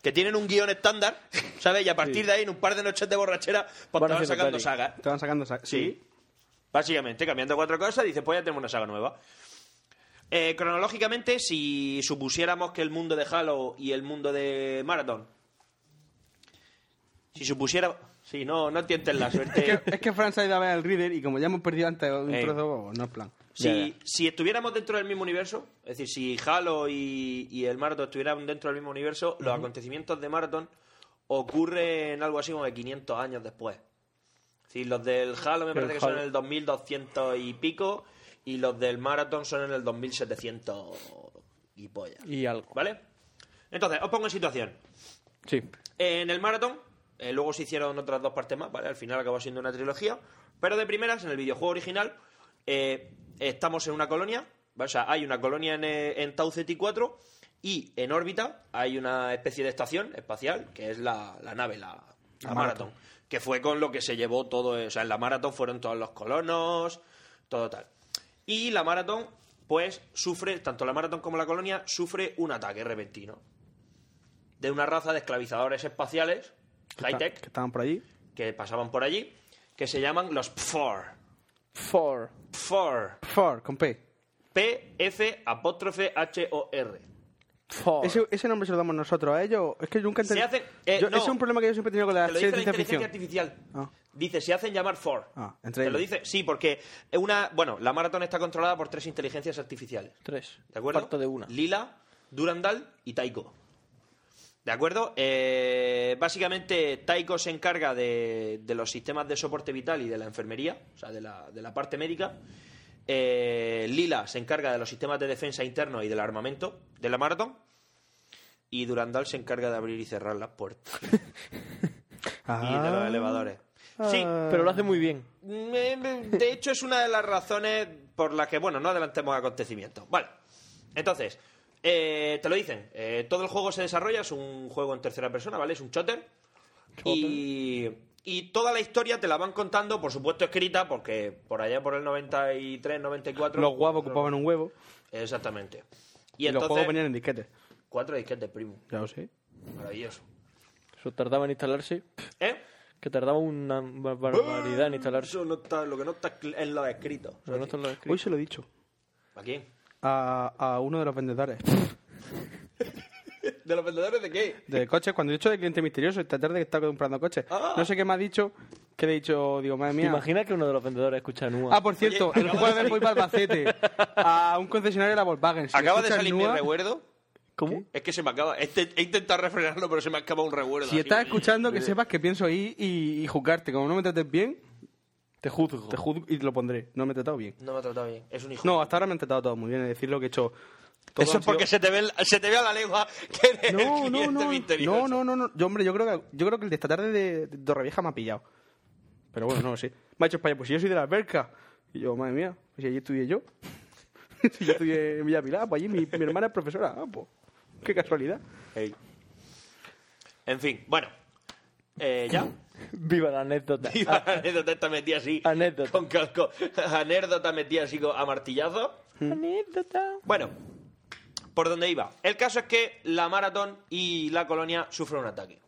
Speaker 3: Que tienen un guión estándar, ¿sabes? Y a partir de ahí, en un par de noches de borrachera, pues
Speaker 2: Van
Speaker 3: te van
Speaker 2: haciendo
Speaker 3: sacando
Speaker 2: peli.
Speaker 3: sagas.
Speaker 2: Te van sacando sagas.
Speaker 3: Sí. Básicamente, cambiando cuatro cosas, dice, pues ya tenemos una saga nueva. Eh, cronológicamente, si supusiéramos que el mundo de Halo y el mundo de Marathon. Si supusiera. Sí, no, no tientes la suerte.
Speaker 2: Es que Fran se ha ido a ver al Reader y como ya hemos perdido antes un
Speaker 3: Ey.
Speaker 2: trozo, pues, no es plan.
Speaker 3: Si, si estuviéramos dentro del mismo universo, es decir, si Halo y, y el Marathon estuvieran dentro del mismo universo, los acontecimientos de Marathon ocurren algo así como de 500 años después. Es decir, los del Halo me
Speaker 1: El
Speaker 3: parece que son
Speaker 1: Halo.
Speaker 3: en el 2200 y pico, y los del Marathon son en el 2700 y polla.
Speaker 1: Y algo.
Speaker 3: ¿Vale? Entonces, os pongo en situación.
Speaker 1: Sí.
Speaker 3: En el Marathon, eh, luego se hicieron otras dos partes más, ¿vale? Al final acabó siendo una trilogía. Pero de primeras, en el videojuego original, eh, estamos en una colonia. ¿vale? O sea, hay una colonia en, eh, en Tau Ceti 4 y en órbita hay una especie de estación espacial que es la, la nave, la, la Marathon. Que fue con lo que se llevó todo. eh, O sea, en la Marathon fueron todos los colonos, todo tal. Y la Marathon, pues, sufre, tanto la Marathon como la colonia, sufre un ataque repentino de una raza de esclavizadores espaciales,
Speaker 2: Está-
Speaker 3: high-tech,
Speaker 2: Que estaban por allí.
Speaker 3: que pasaban por allí, que se llaman los PFOR.
Speaker 1: Four.
Speaker 3: PFOR.
Speaker 2: Ford, con P.
Speaker 3: P-F apóstrofe H-O-R.
Speaker 1: Four.
Speaker 2: ¿Ese, ese nombre se lo damos nosotros a ellos. Es que yo nunca
Speaker 3: Se
Speaker 2: entendí.
Speaker 3: hace- eh,
Speaker 2: Yo-
Speaker 3: no.
Speaker 2: Ese es un problema que yo siempre he tenido con la
Speaker 3: Te lo dice la
Speaker 2: Ah, ciencia
Speaker 3: inteligencia
Speaker 2: ficción.
Speaker 3: artificial.
Speaker 2: Ah.
Speaker 3: Dice, se hacen llamar FOR.
Speaker 2: Ah, entre
Speaker 3: Te lo
Speaker 2: ellos.
Speaker 3: dice, sí, porque una, bueno, la maratón está controlada por tres inteligencias artificiales.
Speaker 1: Tres.
Speaker 3: ¿De acuerdo?
Speaker 1: Parto de una.
Speaker 3: Lila, Durandal y Taiko. ¿De acuerdo? Eh, básicamente, Taiko se encarga de, de los sistemas de soporte vital y de la enfermería, o sea, de la, de la parte médica. Eh, Lila se encarga de los sistemas de defensa interno y del armamento de la maratón. Y Durandal se encarga de abrir y cerrar las puertas y de los
Speaker 2: Ah.
Speaker 3: elevadores. Sí,
Speaker 1: Pero lo hace muy bien.
Speaker 3: me- me- Mm, De hecho, es una de las razones por las que, bueno, no adelantemos acontecimientos. Vale. Entonces, eh, te lo dicen. eh, todo el juego se desarrolla, es un juego en tercera persona, ¿vale? Es un shooter. Y, y toda la historia te la van contando, por supuesto, escrita, porque por allá por el 93, 94...
Speaker 2: Los guapos ocupaban un huevo
Speaker 3: Exactamente.
Speaker 2: y,
Speaker 3: Y,
Speaker 2: los juegos
Speaker 3: entonces...
Speaker 2: venían en disquetes.
Speaker 3: Cuatro disquetes, primo.
Speaker 2: Ya lo sé.
Speaker 3: Maravilloso.
Speaker 1: Eso tardaba en instalarse. pff,
Speaker 3: ¿Eh?
Speaker 1: Que tardaba una bar- barbaridad en instalarse.
Speaker 3: Eso no está, lo que no está cl- es lo escrito.
Speaker 1: Pero no te lo he escrito.
Speaker 2: Hoy se lo he dicho
Speaker 3: ¿A quién?
Speaker 2: a, a uno de los vendedores
Speaker 3: ¿De los vendedores de qué?
Speaker 2: de coches. Cuando he dicho de cliente misterioso esta tarde que estaba comprando coches,
Speaker 3: Ah.
Speaker 2: no sé qué me ha dicho. Que le he dicho, digo, madre
Speaker 1: ¿Te
Speaker 2: mía.
Speaker 1: imaginas que uno de los vendedores escucha Nua?
Speaker 2: Ah, por
Speaker 3: pues,
Speaker 2: cierto,
Speaker 3: Oye,
Speaker 2: el
Speaker 3: acaba
Speaker 2: jueves
Speaker 3: de-
Speaker 2: voy para Albacete a un concesionario de la Volkswagen. Si
Speaker 3: Acaba de
Speaker 2: escuchas
Speaker 3: salir
Speaker 2: Nua,
Speaker 3: mi recuerdo.
Speaker 1: ¿Cómo?
Speaker 3: Es que se me acaba. He te- he intentado refrenarlo, pero se me acaba un recuerdo.
Speaker 2: Si
Speaker 3: así.
Speaker 2: estás escuchando, que sepas que pienso ir y, y juzgarte. Como no me trates bien,
Speaker 1: Te juzgo.
Speaker 2: te juzgo y lo pondré. No me he tratado bien.
Speaker 3: No me ha tratado bien. Es un hijo.
Speaker 2: No, hasta ahora me han tratado todo muy bien. Es decir, lo que he hecho. todo
Speaker 3: Eso
Speaker 2: han
Speaker 3: es porque
Speaker 2: sido-
Speaker 3: se te, ve, el- se te ve a la lengua que eres
Speaker 2: No,
Speaker 3: el
Speaker 2: no,
Speaker 3: cliente
Speaker 2: no, no,
Speaker 3: misterioso.
Speaker 2: no, no, no. Yo, hombre, yo creo que, yo creo que el de esta tarde de, de Torrevieja me ha pillado. Pero bueno, no lo sé. Me ha hecho España, pues si yo soy de la alberca. Y yo, madre mía, pues si allí estudié yo. si yo estudié en Villapilar, pues allí mi, mi hermana es profesora. Ah, pues, qué casualidad.
Speaker 3: Ey. En fin, bueno. Eh, ya.
Speaker 1: Viva la anécdota.
Speaker 3: Iba la anécdota esta metida así.
Speaker 1: Anécdota.
Speaker 3: Con calco. Anécdota metida así co- a martillazo.
Speaker 1: Ah, Anécdota.
Speaker 3: Bueno, por donde iba. El caso es que la maratón y la colonia sufren un ataque.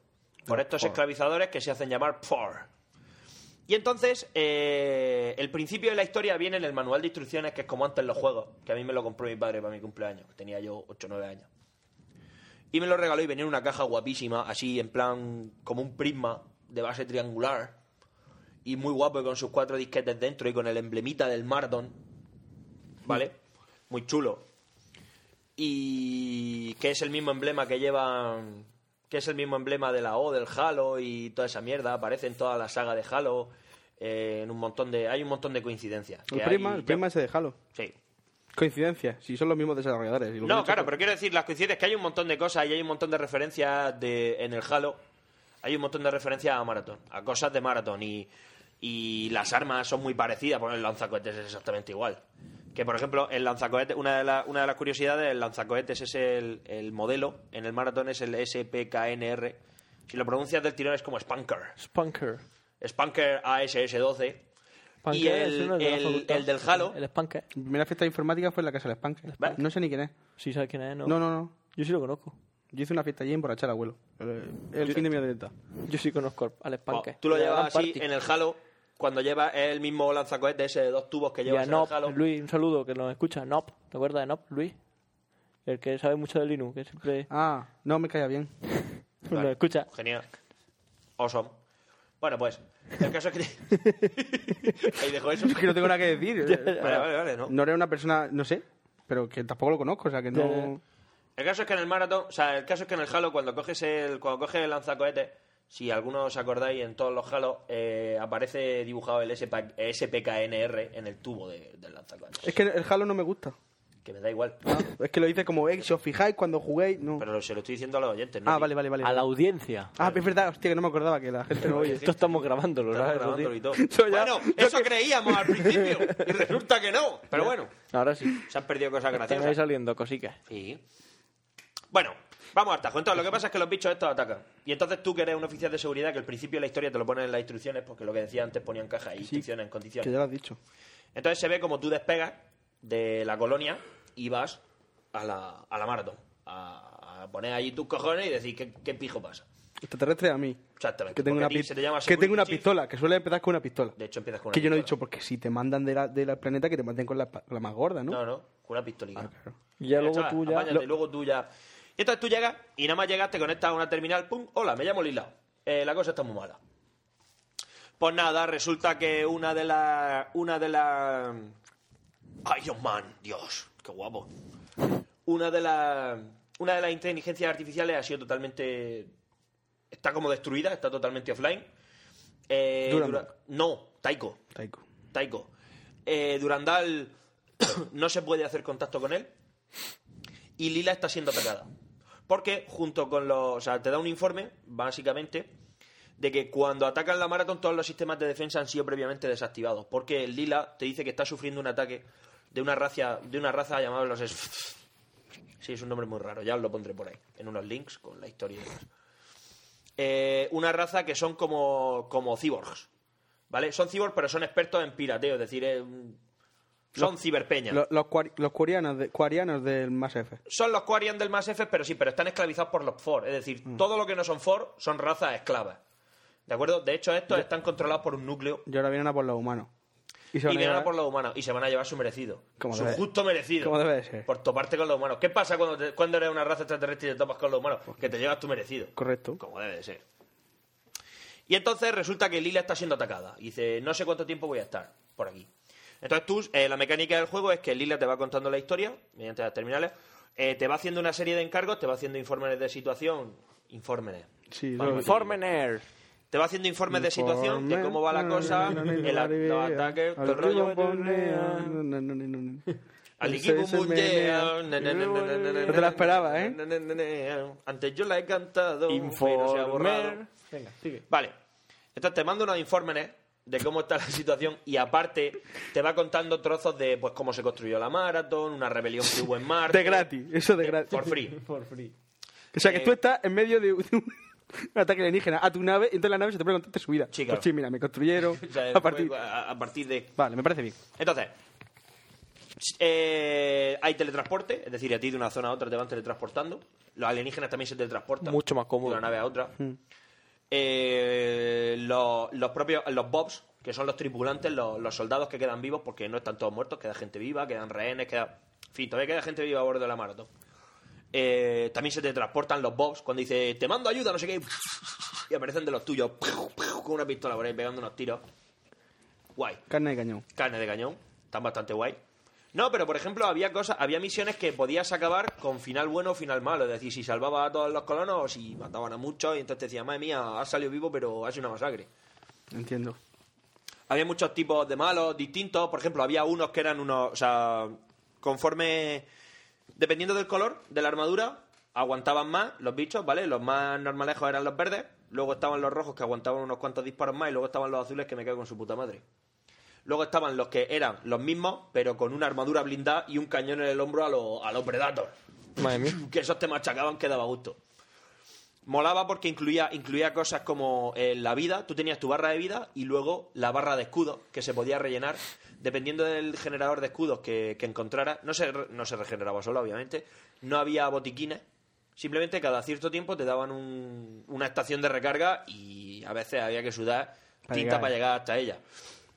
Speaker 3: Por estos esclavizadores que se hacen llamar POR. Y entonces, eh, el principio de la historia viene en el manual de instrucciones, que es como antes los juegos, que a mí me lo compró mi padre para mi cumpleaños. Tenía yo 8 o 9 años. Y me lo regaló y venía en una caja guapísima, así en plan como un prisma de base triangular. Y muy guapo y con sus cuatro disquetes dentro y con el emblemita del Mardon. ¿Vale? Muy chulo. Y que es el mismo emblema que llevan. Que es el mismo emblema de la O, del Halo y toda esa mierda. Aparece en toda la saga de Halo. eh, en un montón de hay un montón de coincidencias.
Speaker 2: El
Speaker 3: que hay-
Speaker 2: prima, el
Speaker 3: ya-
Speaker 2: prima ese de Halo.
Speaker 3: Sí.
Speaker 2: Coincidencia, si son los mismos desarrolladores. y lo que han
Speaker 3: No,
Speaker 2: hecho-
Speaker 3: claro, pero quiero decir, las coincidencias que hay un montón de cosas y hay un montón de referencias de, en el Halo. Hay un montón de referencias a Marathon, a cosas de Marathon. Y, y las armas son muy parecidas, por el lanzacohetes es exactamente igual. Que, por ejemplo, el lanzacohetes, una de, la- una de las curiosidades, el lanzacohetes es el, el modelo, en el Marathon es el SPKNR. Si lo pronuncias del tirón es como Spanker.
Speaker 1: Spunker.
Speaker 3: Spanker ASS-12. Y
Speaker 1: Punker es
Speaker 3: el,
Speaker 1: uno de los
Speaker 3: el,
Speaker 1: facultados.
Speaker 3: el del Halo,
Speaker 1: El Spunker.
Speaker 2: Mi primera fiesta de informática fue en la casa del Spanker. No sé ni quién es.
Speaker 1: Sí, sabes quién es, ¿no?
Speaker 2: No, no, no.
Speaker 1: Yo sí lo conozco.
Speaker 2: Yo hice una fiesta allí en borrachar al abuelo. El, el fin de mi adolescencia.
Speaker 1: Yo sí conozco al- al
Speaker 3: Bueno,
Speaker 1: Spanker.
Speaker 3: tú lo
Speaker 1: De la Gran
Speaker 3: llevas así
Speaker 1: Party.
Speaker 3: en el halo cuando llevas es el mismo lanzacohetes ese de dos tubos que
Speaker 1: Y a
Speaker 3: llevas en
Speaker 1: Nop,
Speaker 3: el halo.
Speaker 1: Luis, un saludo que nos escucha. Nop, ¿te acuerdas de Nop, Luis? El que sabe mucho de Linux, que siempre
Speaker 2: Ah, no me caía bien.
Speaker 1: nos escucha.
Speaker 3: Genial. Awesome. Bueno, pues, el caso es que... Ahí dejo eso.
Speaker 2: Es que no tengo nada que decir.
Speaker 3: Vale, vale, vale, no.
Speaker 2: No era una persona, no sé, pero que tampoco lo conozco, o sea que no.
Speaker 3: El caso es que en el maratón, o sea, el caso es que en el Halo, cuando coges el, cuando coges el lanzacohetes, si algunos os acordáis, en todos los Halo eh, aparece dibujado el SP SPKNR en el tubo de- del lanzacohetes.
Speaker 2: Es que el Halo no me gusta.
Speaker 3: Que me da igual.
Speaker 2: Es que lo hice como, eh, si os fijáis cuando juguéis, no.
Speaker 3: Pero se lo estoy diciendo a los oyentes, ¿no?
Speaker 2: Ah, vale, vale, vale.
Speaker 1: A la audiencia.
Speaker 2: Ah, es verdad, hostia, que no me acordaba que la gente no oye.
Speaker 1: Esto estamos grabándolo,
Speaker 3: Estamos
Speaker 1: ¿sabes?
Speaker 3: grabándolo y todo.
Speaker 2: Yo ya-
Speaker 3: bueno,
Speaker 2: yo
Speaker 3: eso creíamos al principio y resulta que no. Pero bueno,
Speaker 1: Ahora sí.
Speaker 3: se han perdido cosas
Speaker 1: Están ahí
Speaker 3: graciosas.
Speaker 1: saliendo cositas.
Speaker 3: Sí. Bueno, vamos al tajo. Entonces, lo que pasa es que los bichos estos atacan. Y entonces tú, que eres un oficial de seguridad, que al principio de la historia te lo ponen en las instrucciones, porque lo que decía antes ponían cajas y instrucciones en
Speaker 2: Que
Speaker 3: condiciones.
Speaker 2: ya lo has dicho.
Speaker 3: Entonces se ve como tú despegas de la colonia y vas a la, a la maratón. A, a poner allí tus cojones y decir qué, qué pijo pasa.
Speaker 2: Extraterrestre a mí.
Speaker 3: Exactamente.
Speaker 2: Que tengo una,
Speaker 3: Porque a ti
Speaker 2: pi-
Speaker 3: se te llama
Speaker 2: que tengo una
Speaker 3: security chief.
Speaker 2: pistola, que suele empezar con una pistola.
Speaker 3: De hecho, empiezas con una
Speaker 2: que yo no he
Speaker 3: pistola.
Speaker 2: dicho, porque si te mandan de la- del planeta, que te maten con la, pa- la más gorda, ¿no?
Speaker 3: No, no, con una pistolita.
Speaker 2: Ah, claro.
Speaker 1: Y ya
Speaker 3: Venga,
Speaker 1: luego
Speaker 3: chaval,
Speaker 1: tú ya...
Speaker 3: apáñate, luego tú ya. Y entonces tú llegas y nada más llegas, te conectas a una terminal, pum, hola, me llamo Lila. Eh, la cosa está muy mala. Pues nada, resulta que una de las. Una de las. Iron Man, Dios, qué guapo. Una de las. Una de las inteligencias artificiales ha sido totalmente. Está como destruida, está totalmente offline. Eh,
Speaker 2: Durandal.
Speaker 3: no, Taiko.
Speaker 2: Taiko.
Speaker 3: Taiko. Eh, Durandal no se puede hacer contacto con él. Y Lila está siendo atacada. Porque junto con los... O sea, te da un informe, básicamente, de que cuando atacan la maratón todos los sistemas de defensa han sido previamente desactivados. Porque Lila te dice que está sufriendo un ataque de una raza, de una raza llamada los... es- Sí, es un nombre muy raro. Ya os lo pondré por ahí, en unos links con la historia y demás. Eh, una raza que son como, como cyborgs. ¿Vale? Son cyborgs, pero son expertos en pirateo. Es decir, eh, son ciberpeña.
Speaker 2: Lo- Los, cuari- los cuarianos, de- cuarianos del Mass Effect.
Speaker 3: Son los Quarian del Mass Effect, pero sí, pero están esclavizados por los For. Es decir,
Speaker 2: Mm.
Speaker 3: todo lo que no son For son razas esclavas. ¿De acuerdo? De hecho, estos están controlados por un núcleo
Speaker 2: Y ahora vienen a por los humanos. se van
Speaker 3: y
Speaker 2: a
Speaker 3: vienen a
Speaker 2: llevar-
Speaker 3: por los humanos y se van a llevar su merecido.
Speaker 2: Como
Speaker 3: su
Speaker 2: debe-
Speaker 3: justo merecido.
Speaker 2: como debe de ser.
Speaker 3: Por toparte con los humanos. ¿Qué pasa cuando, te- cuando eres una raza extraterrestre y te topas con los humanos?
Speaker 2: Pues
Speaker 3: Que te llevas tu merecido.
Speaker 2: Correcto.
Speaker 3: Como debe de ser. Y entonces resulta que Lila está siendo atacada. Y dice, no sé cuánto tiempo voy a estar por aquí. Entonces tú, eh, la mecánica del juego es que Lila te va contando la historia mediante las terminales, eh, te va haciendo una serie de encargos, te va haciendo informes de situación, informes.
Speaker 2: Sí,
Speaker 3: Vamos,
Speaker 2: lo-
Speaker 1: Informener.
Speaker 3: Te va haciendo pues informes de situación, de cómo va la cosa, el, a- los ataques, todo el rollo. Aliquibumbullea, na, na, na, na, na, na, na,
Speaker 2: No te la esperaba, ¿eh?
Speaker 3: na, na, na, na. Antes yo la he cantado, pero se ha borrado.
Speaker 1: Informer. Venga, sigue.
Speaker 3: Vale. Entonces te mando unos informes ¿eh? de cómo está la situación y aparte te va contando trozos de pues cómo se construyó la maratón, una rebelión que hubo en Marte.
Speaker 2: De gratis, eso de gratis.
Speaker 3: Por free.
Speaker 1: For free.
Speaker 2: O sea, que
Speaker 3: Eh,
Speaker 2: tú estás en medio de un, de un ataque alienígena a tu nave y entonces la nave se te puede contar su vida.
Speaker 3: Sí, claro.
Speaker 2: Pues sí, mira, me construyeron.
Speaker 3: O sea,
Speaker 2: a partir...
Speaker 3: fue a- a partir de
Speaker 2: Vale, me parece bien.
Speaker 3: Entonces, eh, hay teletransporte, es decir, a ti de una zona a otra te van teletransportando. Los alienígenas también se teletransportan.
Speaker 1: Mucho más cómodo. Mm.
Speaker 3: De una nave a otra. Eh, los, los propios, los bobs, que son los tripulantes, los, los soldados que quedan vivos, porque no están todos muertos, queda gente viva, quedan rehenes, queda. En fin, todavía queda gente viva a bordo de la maratón. Eh, también se teletransportan los bobs cuando dice te mando ayuda, no sé qué. Y aparecen de los tuyos con una pistola por ahí pegando unos tiros. Guay
Speaker 2: Carne de cañón.
Speaker 3: carne de cañón. Están bastante guay. No, pero por ejemplo, había cosas, había misiones que podías acabar con final bueno o final malo. Es decir, si salvaba a todos los colonos o si mataban a muchos, y entonces te decía, madre mía, has salido vivo, pero has sido una masacre.
Speaker 2: Entiendo.
Speaker 3: Había muchos tipos de malos distintos. Por ejemplo, había unos que eran unos. O sea, conforme. Dependiendo del color de la armadura, aguantaban más los bichos, ¿vale? Los más normalejos eran los verdes. Luego estaban los rojos que aguantaban unos cuantos disparos más. Y luego estaban los azules que me cago con su puta madre. Luego estaban los que eran los mismos, pero con una armadura blindada y un cañón en el hombro a, los- a los Predators.
Speaker 1: Madre mía.
Speaker 3: Que esos te machacaban que daba gusto. Molaba porque incluía, incluía cosas como eh, la vida, tú tenías tu barra de vida y luego la barra de escudo que se podía rellenar dependiendo del generador de escudos que, que encontrara. No se, re- no se regeneraba solo, obviamente. No había botiquines. Simplemente cada cierto tiempo te daban un- una estación de recarga y a veces había que sudar
Speaker 2: Para
Speaker 3: tinta
Speaker 2: llegar.
Speaker 3: para llegar hasta ella.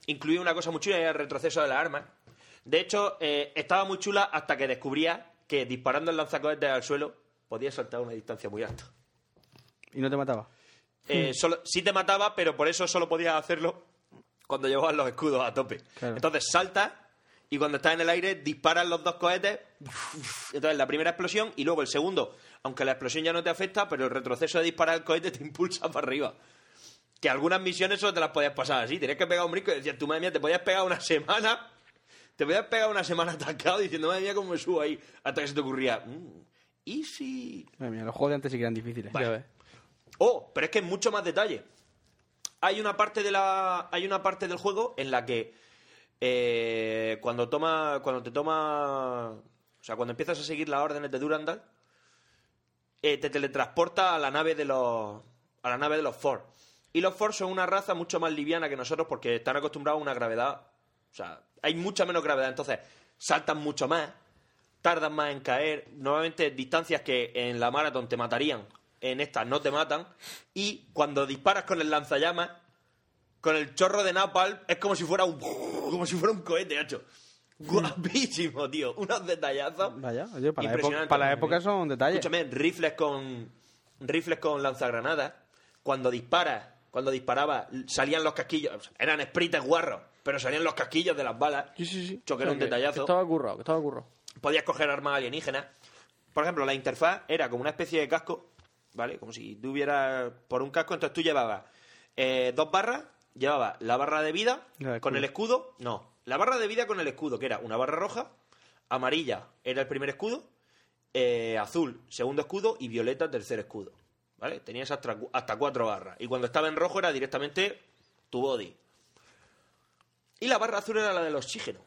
Speaker 3: Incluía una cosa muy chula, era el retroceso de las armas. De hecho, eh, estaba muy chula hasta que descubría que disparando el lanzacohetes al suelo podía saltar a una distancia muy alta.
Speaker 2: Y no te mataba.
Speaker 3: Eh, solo, sí te mataba, pero por eso solo podías hacerlo cuando llevabas los escudos a tope.
Speaker 2: Claro.
Speaker 3: Entonces saltas y cuando estás en el aire disparas los dos cohetes. Entonces la primera explosión y luego el segundo. Aunque la explosión ya no te afecta, pero el retroceso de disparar el cohete te impulsa para arriba. Que algunas misiones solo te las podías pasar así. Tenías que pegar un brinco y decías, tu madre mía, te podías pegar una semana. Te podías pegar una semana atacado diciendo, madre mía, cómo me subo ahí. Hasta que se te ocurría, "Mm, ¿y si
Speaker 2: Madre mía, los juegos de antes sí que eran difíciles.
Speaker 3: Vale. Oh, pero es que es mucho más detalle. Hay una parte de la. Hay una parte del juego en la que eh, cuando toma. Cuando te toma. O sea, cuando empiezas a seguir las órdenes de Durandal, eh, te teletransporta a la nave de los. a la nave de los Ford. Y los Ford son una raza mucho más liviana que nosotros porque están acostumbrados a una gravedad. O sea, hay mucha menos gravedad. Entonces, saltan mucho más tardan más en caer. Normalmente distancias que en la maratón te matarían, en esta no te matan. Y cuando disparas con el lanzallamas, con el chorro de napalm, es como si fuera un como si fuera un cohete, hecho. Guapísimo, tío. Unos detallazos.
Speaker 2: Vaya, oye, para, la época-
Speaker 3: Impresionante. ¿eh?
Speaker 2: para la época son detalles.
Speaker 3: Escúchame, rifles con rifles con lanzagranadas. Cuando disparas, cuando disparaba, salían los casquillos. Eran sprites guarros, pero salían los casquillos de las balas.
Speaker 1: Sí, sí, sí.
Speaker 3: Choque era un
Speaker 1: que-
Speaker 3: detallazo.
Speaker 1: que estaba currado, que estaba currado.
Speaker 3: podías coger armas alienígenas. Por ejemplo, la interfaz era como una especie de casco, ¿vale? Como si tú hubieras por un casco, entonces tú llevabas eh, dos barras, llevabas la barra de vida
Speaker 2: La del
Speaker 3: con el escudo, no, la barra de vida con el escudo, que era una barra roja, amarilla era el primer escudo, eh, azul segundo escudo y violeta tercer escudo, ¿vale? Tenías hasta, cu- hasta cuatro barras y cuando estaba en rojo era directamente tu body. Y la barra azul era la del oxígeno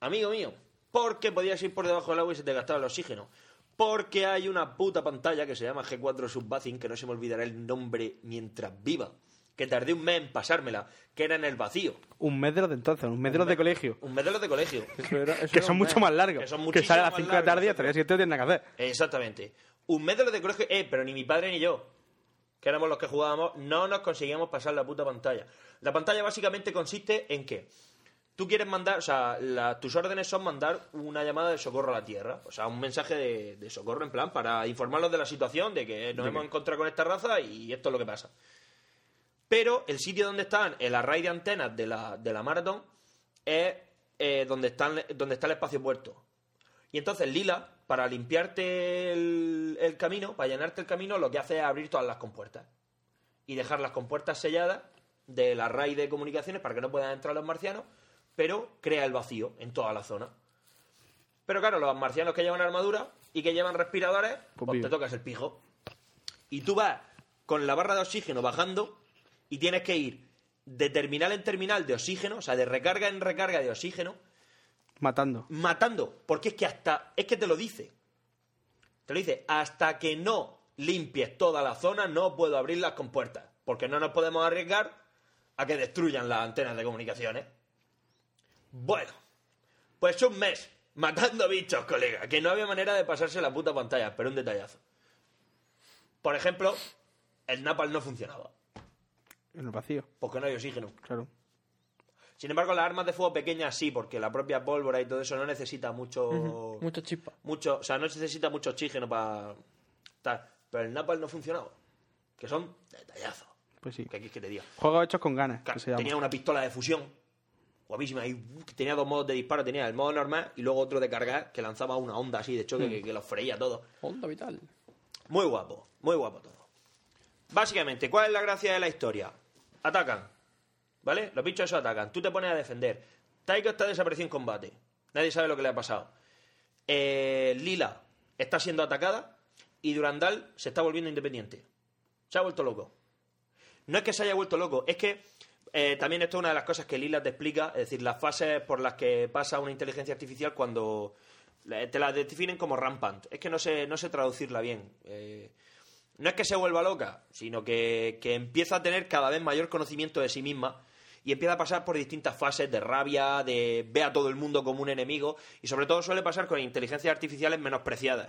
Speaker 3: amigo mío, porque podías ir por debajo del agua y se te gastaba el oxígeno. Porque hay una puta pantalla que se llama G4 Subbacing, que no se me olvidará el nombre mientras viva. Que tardé un mes en pasármela, que era en el vacío.
Speaker 2: Un mes de los de entonces, un mes de los de colegio.
Speaker 3: Un mes de los de colegio.
Speaker 2: Que son mucho más largos.
Speaker 3: Que son
Speaker 2: Que
Speaker 3: muchísimo
Speaker 2: sale a las
Speaker 3: más
Speaker 2: 5 de la
Speaker 3: largos,
Speaker 2: tarde y hasta las 7 tienen que hacer.
Speaker 3: Exactamente. Un mes de los de colegio. Eh, pero ni mi padre ni yo, que éramos los que jugábamos, no nos conseguíamos pasar la puta pantalla. La pantalla básicamente consiste en que tú quieres mandar, o sea, la- tus órdenes son mandar una llamada de socorro a la Tierra, o sea, un mensaje de, de socorro en plan para informarlos de la situación, de que nos hemos encontrado con esta raza y esto es lo que pasa. Pero el sitio donde están el array de antenas de la, de la maratón es eh, donde, están, donde está el espacio puerto. Y entonces Lila, para limpiarte el, el camino, para llenarte el camino, lo que hace es abrir todas las compuertas. Y dejar las compuertas selladas del array de comunicaciones para que no puedan entrar los marcianos, pero crea el vacío en toda la zona. Pero claro, los marcianos que llevan armadura y que llevan respiradores, pues,
Speaker 2: vive.
Speaker 3: te tocas el pijo. Y tú vas con la barra de oxígeno bajando y tienes que ir de terminal en terminal de oxígeno, o sea, de recarga en recarga de oxígeno,
Speaker 2: Matando.
Speaker 3: matando. Porque es que hasta. Es que te lo dice. Te lo dice. Hasta que no limpies toda la zona, no puedo abrir las compuertas. Porque no nos podemos arriesgar a que destruyan las antenas de comunicaciones. Bueno. Pues un mes. Matando bichos, colega. Que no había manera de pasarse la puta pantalla. Pero un detallazo. Por ejemplo, el Napal no funcionaba.
Speaker 2: En el vacío,
Speaker 3: Porque no hay oxígeno.
Speaker 2: claro.
Speaker 3: Sin embargo, las armas de fuego pequeñas sí, porque la propia pólvora y todo eso no necesita mucho
Speaker 1: Mucha chispa.
Speaker 3: mucho, o sea, no se necesita mucho oxígeno para tal. Pero el Napal no funcionaba. Que son detallazos.
Speaker 2: Pues sí.
Speaker 3: ¿Qué quieres que te diga?
Speaker 2: Juegos hechos con ganas,
Speaker 3: Claro,
Speaker 2: que se llama.
Speaker 3: Tenía una pistola de fusión. Guapísima. Y uh, tenía dos modos de disparo. Tenía el modo normal y luego otro de cargar que lanzaba una onda así de
Speaker 2: Mm.
Speaker 3: choque que, que los freía todo.
Speaker 1: Onda vital.
Speaker 3: Muy guapo. Muy guapo todo. Básicamente, ¿cuál es la gracia de la historia? Atacan. ¿Vale? Los bichos esos atacan. Tú te pones a defender. Taiko está desaparecido en combate. Nadie sabe lo que le ha pasado. Eh, Lila está siendo atacada y Durandal se está volviendo independiente. Se ha vuelto loco. No es que se haya vuelto loco, es que eh, también esto es una de las cosas que Lila te explica, es decir, las fases por las que pasa una inteligencia artificial cuando la- te la definen como rampant. Es que no sé, no sé traducirla bien. Eh, no es que se vuelva loca, sino que, que empieza a tener cada vez mayor conocimiento de sí misma y empieza a pasar por distintas fases de rabia, de ve a todo el mundo como un enemigo y sobre todo suele pasar con inteligencias artificiales menospreciadas.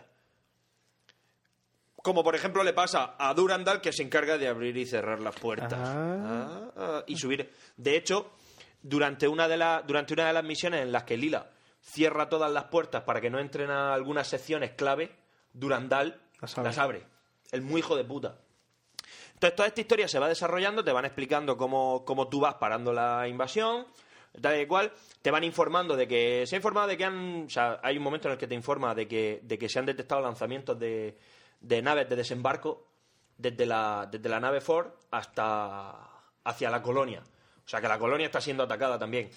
Speaker 3: Como por ejemplo le pasa a Durandal que se encarga de abrir y cerrar las puertas Ah, ah, y subir. De hecho, durante una de las durante una de las misiones en las que Lila cierra todas las puertas para que no entren a algunas secciones clave, Durandal
Speaker 2: Las
Speaker 3: las
Speaker 2: abre.
Speaker 3: abre. El muy hijo de puta. Entonces toda esta historia se va desarrollando, te van explicando cómo, cómo tú vas parando la invasión, tal y cual, te van informando de que se ha informado de que han, o sea, hay un momento en el que te informa de que, de que se han detectado lanzamientos de, de naves de desembarco desde la, desde la nave Ford hasta hacia la colonia. O sea que la colonia está siendo atacada también.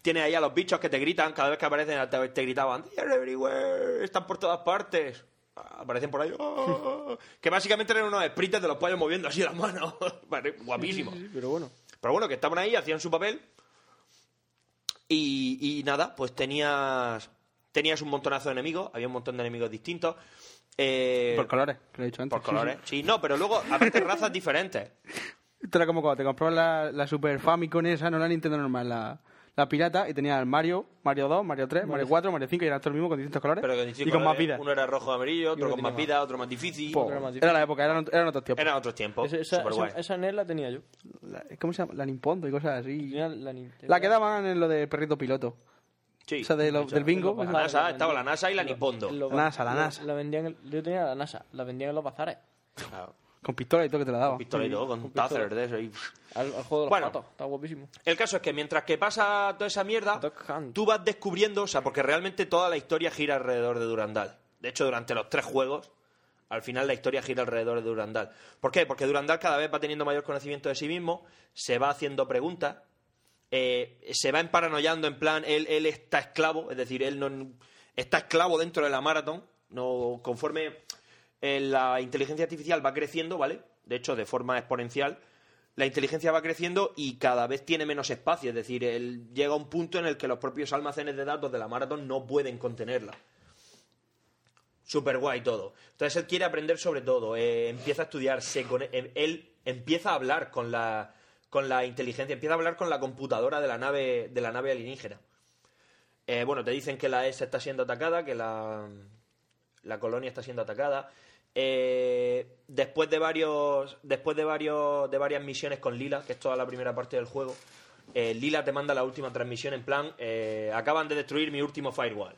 Speaker 3: Tienes ahí a los bichos que te gritan cada vez que aparecen, te, te gritaban, "They're everywhere, están por todas partes. Ah, Aparecen por ahí, "Oh". que básicamente eran unos sprites de los payos moviendo así las manos. Vale, Guapísimo.
Speaker 2: pero bueno.
Speaker 3: Pero bueno, que estaban ahí, hacían su papel. Y, y nada, pues tenías tenías un montonazo de enemigos, había un montón de enemigos distintos. Eh,
Speaker 2: Por colores, que lo he dicho antes.
Speaker 3: por colores. Sí, no, pero luego, aparte, razas diferentes.
Speaker 2: ¿Eh? Esto era como cuando te comprabas la, la Super Famicom esa, no la Nintendo normal, la, la pirata, y tenías el Mario, Mario 2, Mario 3, Mario 4, Mario 5, y eran todos los mismos con distintos colores
Speaker 3: Pero que
Speaker 2: y
Speaker 3: distintos
Speaker 2: con más
Speaker 3: colores.
Speaker 2: vida.
Speaker 3: Uno era rojo amarillo, otro
Speaker 2: uno
Speaker 3: con
Speaker 2: tenía
Speaker 3: más vida, otro más difícil.
Speaker 2: Po. Era la época, eran, eran otros tiempos.
Speaker 3: Eran otros tiempos.
Speaker 1: Esa, esa,
Speaker 3: Oh, superguay.
Speaker 1: esa- esa NES la tenía yo.
Speaker 2: La- ¿Cómo se llama? La Nimpondo y cosas así.
Speaker 1: Tenía la, Nintendo.
Speaker 2: La que daban en lo del perrito piloto.
Speaker 3: Sí.
Speaker 2: O sea, de lo- del bingo.
Speaker 3: La NASA, estaba la NASA y la Nipondo.
Speaker 1: Lo-
Speaker 2: La NASA, la
Speaker 1: lo-
Speaker 2: NASA.
Speaker 1: La vendían, en- yo tenía la NASA, la vendían en los bazares.
Speaker 3: Claro.
Speaker 2: Con pistola y todo que te la daba. Mm.
Speaker 3: Pistola y todo, con,
Speaker 1: con
Speaker 3: taser
Speaker 1: pistola.
Speaker 3: de eso. y-
Speaker 1: Al, al juego de los
Speaker 3: Bueno.
Speaker 1: patos, está guapísimo.
Speaker 3: El caso es que mientras que pasa toda esa mierda,
Speaker 1: Duck Hunt.
Speaker 3: tú vas descubriendo, o sea, porque realmente toda la historia gira alrededor de Durandal. De hecho, durante los tres juegos, al final la historia gira alrededor de Durandal. ¿Por qué? Porque Durandal cada vez va teniendo mayor conocimiento de sí mismo, se va haciendo preguntas, eh, se va emparanoyando en plan, él, él está esclavo, es decir, él no está esclavo dentro de la maratón, no conforme eh, la inteligencia artificial va creciendo, ¿vale? De hecho, de forma exponencial, la inteligencia va creciendo y cada vez tiene menos espacio, es decir, él llega a un punto en el que los propios almacenes de datos de la maratón no pueden contenerla. Super guay todo. Entonces él quiere aprender sobre todo, eh, empieza a estudiar, se cone- em- él empieza a hablar con la, con la inteligencia, empieza a hablar con la computadora de la nave, de la nave alienígena. Eh, bueno, te dicen que la ESA está siendo atacada, que la, la colonia está siendo atacada. Eh, después de varios, después de varios, de varias misiones con Lila, que es toda la primera parte del juego, eh, Lila te manda la última transmisión en plan, eh, acaban de destruir mi último firewall.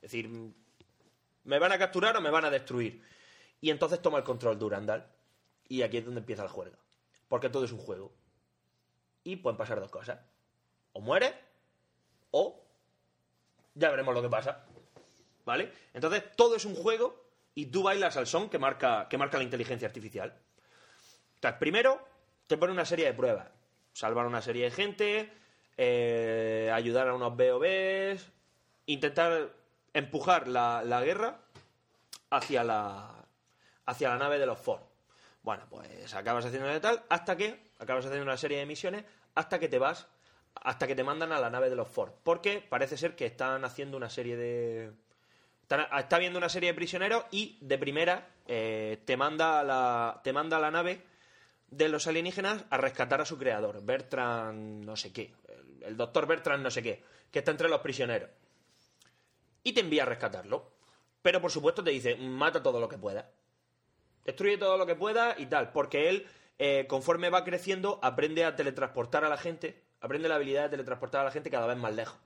Speaker 3: Es decir, me van a capturar o me van a destruir. Y entonces toma el control Durandal. Y aquí es donde empieza la juerga. Porque todo es un juego. Y pueden pasar dos cosas. O mueres, o ya veremos lo que pasa. ¿Vale? Entonces todo es un juego y tú bailas al son que marca, que marca la inteligencia artificial. Entonces, primero te pone una serie de pruebas. Salvar a una serie de gente, eh, ayudar a unos BOBs, intentar empujar la, la guerra hacia la, hacia la nave de los Ford. Bueno, pues acabas haciendo de tal hasta que acabas haciendo una serie de misiones hasta que te vas, hasta que te mandan a la nave de los Ford. Porque parece ser que están haciendo una serie de, están- Está, viendo una serie de prisioneros y de primera eh, te, manda a la, te manda a la nave de los alienígenas a rescatar a su creador, Bertrand no sé qué, el, el doctor Bertrand no sé qué, que está entre los prisioneros. Y te envía a rescatarlo. Pero por supuesto te dice, mata todo lo que pueda. Destruye todo lo que pueda y tal, porque él, eh, conforme va creciendo, aprende a teletransportar a la gente, aprende la habilidad de teletransportar a la gente cada vez más lejos.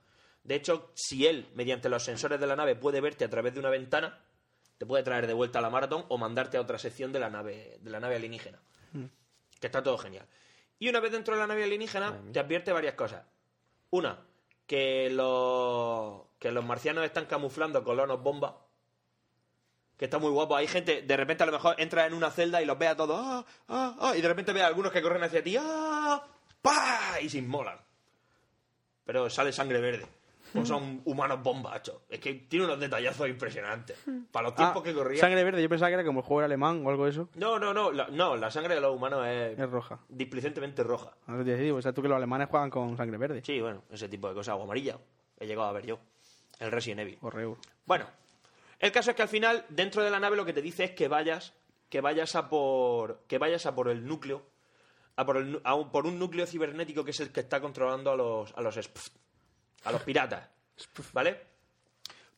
Speaker 3: De hecho, si él, mediante los sensores de la nave, puede verte a través de una ventana, te puede traer de vuelta a la maratón o mandarte a otra sección de la nave, de la nave alienígena. Que está todo genial. Y una vez dentro de la nave alienígena, te advierte varias cosas. Una, que los, que los marcianos están camuflando colonos bomba, que que está muy guapo. Hay gente, de repente a lo mejor entras en una celda y los ves a todos, ah, ah, ah, y de repente ves a algunos que corren hacia ti, ah, pa, y se inmolan. Pero sale sangre verde. O son humanos bombachos. Es que tiene unos detallazos impresionantes. Para los tiempos
Speaker 2: Ah,
Speaker 3: que corría.
Speaker 2: Sangre verde, yo pensaba que era como el juego alemán o algo de eso.
Speaker 3: No, no, no, la, no, la sangre de los humanos es,
Speaker 2: Es roja.
Speaker 3: displicentemente roja.
Speaker 2: No te digo, o sea, tú que los alemanes juegan con sangre verde.
Speaker 3: Sí, bueno, ese tipo de cosas, o amarilla, he llegado a ver yo. El Resident Evil.
Speaker 2: Horreur.
Speaker 3: Bueno, el caso es que al final, dentro de la nave, lo que te dice es que vayas, que vayas a por. que vayas a por el núcleo. A por, el nu- a un, por un núcleo cibernético que es el que está controlando a los. a los spf, a los piratas. ¿Vale?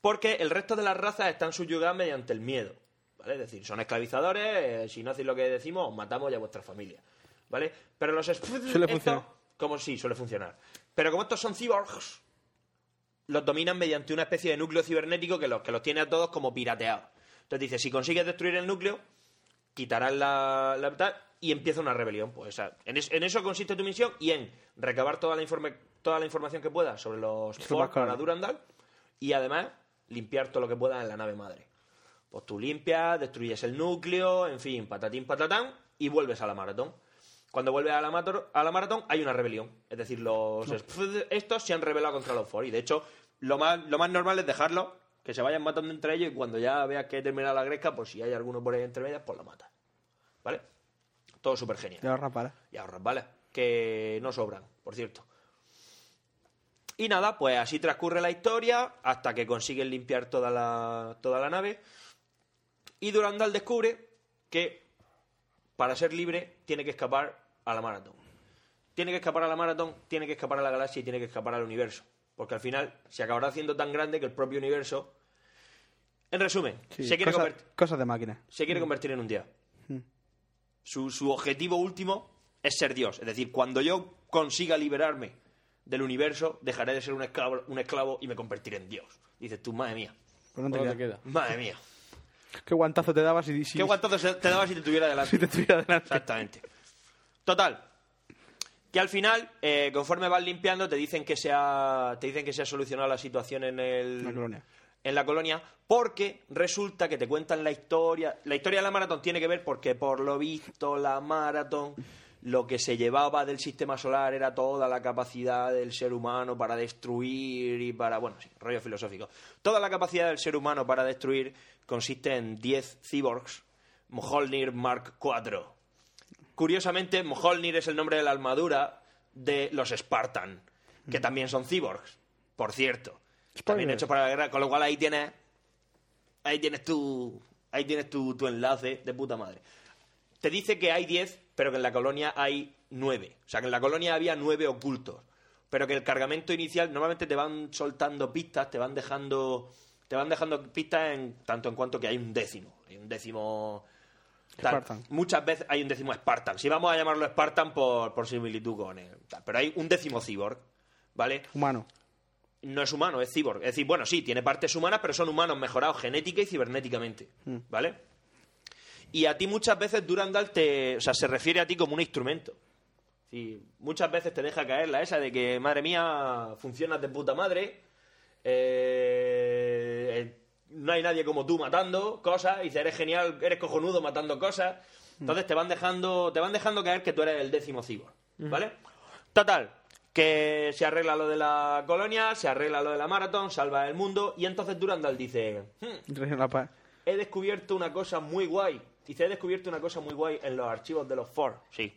Speaker 3: Porque el resto de las razas están subyugadas mediante el miedo. ¿Vale? Es decir, son esclavizadores, eh, si no hacéis lo que decimos, os matamos ya a vuestra familia. ¿Vale? Pero los spf,
Speaker 2: Suele funcionar.
Speaker 3: Como sí, suele funcionar. Pero como estos son cyborgs, los dominan mediante una especie de núcleo cibernético que los, que los tiene a todos como pirateados. Entonces dice, si consigues destruir el núcleo, quitarás la, la tal y empieza una rebelión. Pues, o sea, en, es- en eso consiste tu misión y en recabar toda la, informe- toda la información que puedas sobre los
Speaker 2: es
Speaker 3: Ford
Speaker 2: más caro.
Speaker 3: para Durandal y además limpiar todo lo que puedas en la nave madre. Pues tú limpias, destruyes el núcleo, en fin, patatín, patatán, y vuelves a la maratón. Cuando vuelves a la, mator- a la maratón hay una rebelión. Es decir, los esp- estos se han rebelado contra los Ford. Y de hecho, lo más, lo más normal es dejarlos, que se vayan matando entre ellos y cuando ya veas que he terminado la gresca, por si hay alguno por ahí entre medias, pues lo matas. ¿Vale? Todo súper genial.
Speaker 2: Te ahorras para.
Speaker 3: Y ahorras balas, que no sobran, por cierto. Y nada, pues así transcurre la historia hasta que consiguen limpiar toda la, toda la nave. Y Durandal descubre que para ser libre tiene que escapar a la maratón. Tiene que escapar a la maratón, tiene que escapar a la galaxia y tiene que escapar al universo. Porque al final se acabará haciendo tan grande que el propio universo. En resumen,
Speaker 2: Sí,
Speaker 3: se quiere
Speaker 2: cosa-
Speaker 3: convertir
Speaker 2: Cosas de máquina.
Speaker 3: se quiere convertir en un dios.
Speaker 2: Mm.
Speaker 3: Su, su objetivo último es ser dios. Es decir, cuando yo consiga liberarme del universo, dejaré de ser un esclavo, un esclavo y me convertiré en dios. Dices tú, madre mía,
Speaker 2: ¿Por dónde
Speaker 1: ¿Por
Speaker 2: queda?
Speaker 1: dónde queda?
Speaker 3: madre mía.
Speaker 2: ¿Qué guantazo te dabas si, si,
Speaker 3: ¿Qué guantazo se- te daba si te tuviera delante?
Speaker 2: si te estuviera delante?
Speaker 3: Exactamente. Total. Que al final, eh, conforme vas limpiando, te dicen que se ha, te dicen que se ha solucionado la situación en el,
Speaker 2: La colonia.
Speaker 3: en la colonia, porque resulta que te cuentan la historia. La historia de la maratón tiene que ver porque, por lo visto, la maratón lo que se llevaba del sistema solar era toda la capacidad del ser humano para destruir y para. Bueno, sí, rollo filosófico. Toda la capacidad del ser humano para destruir consiste en 10 cyborgs, Mjolnir Mark IV. Curiosamente, Mjolnir es el nombre de la armadura de los Spartan, que también son cyborgs, por cierto. También hechos para la guerra, con lo cual ahí tienes. Ahí tienes tu. Ahí tienes tu, tu enlace de puta madre. Te dice que hay 10, pero que en la colonia hay 9. O sea, que en la colonia había 9 ocultos. Pero que el cargamento inicial normalmente te van soltando pistas, te van dejando te van dejando pistas en tanto en cuanto que hay un décimo, hay un décimo tal.
Speaker 2: Spartan.
Speaker 3: Muchas veces hay un décimo Spartan. Si vamos a llamarlo Spartan por, por similitud con él. tal. Pero hay un décimo cyborg, ¿vale?
Speaker 2: Humano.
Speaker 3: no es humano, es cyborg. Es decir, bueno, sí, tiene partes humanas, pero son humanos mejorados genética y cibernéticamente. ¿Vale? Y a ti muchas veces Durandal te, o sea, se refiere a ti como un instrumento. Y muchas veces te deja caer la esa de que, madre mía, funcionas de puta madre, eh, eh, no hay nadie como tú matando cosas, y dice, eres genial, eres cojonudo matando cosas. Entonces te van dejando, te van dejando caer que tú eres el décimo cyborg, ¿vale? Total, que se arregla lo de la colonia, se arregla lo de la maratón, salva el mundo, y entonces Durandal dice, "Hmm,
Speaker 2: Región La Paz.
Speaker 3: he descubierto una cosa muy guay. Dice, he descubierto una cosa muy guay en los archivos de los Ford. Sí.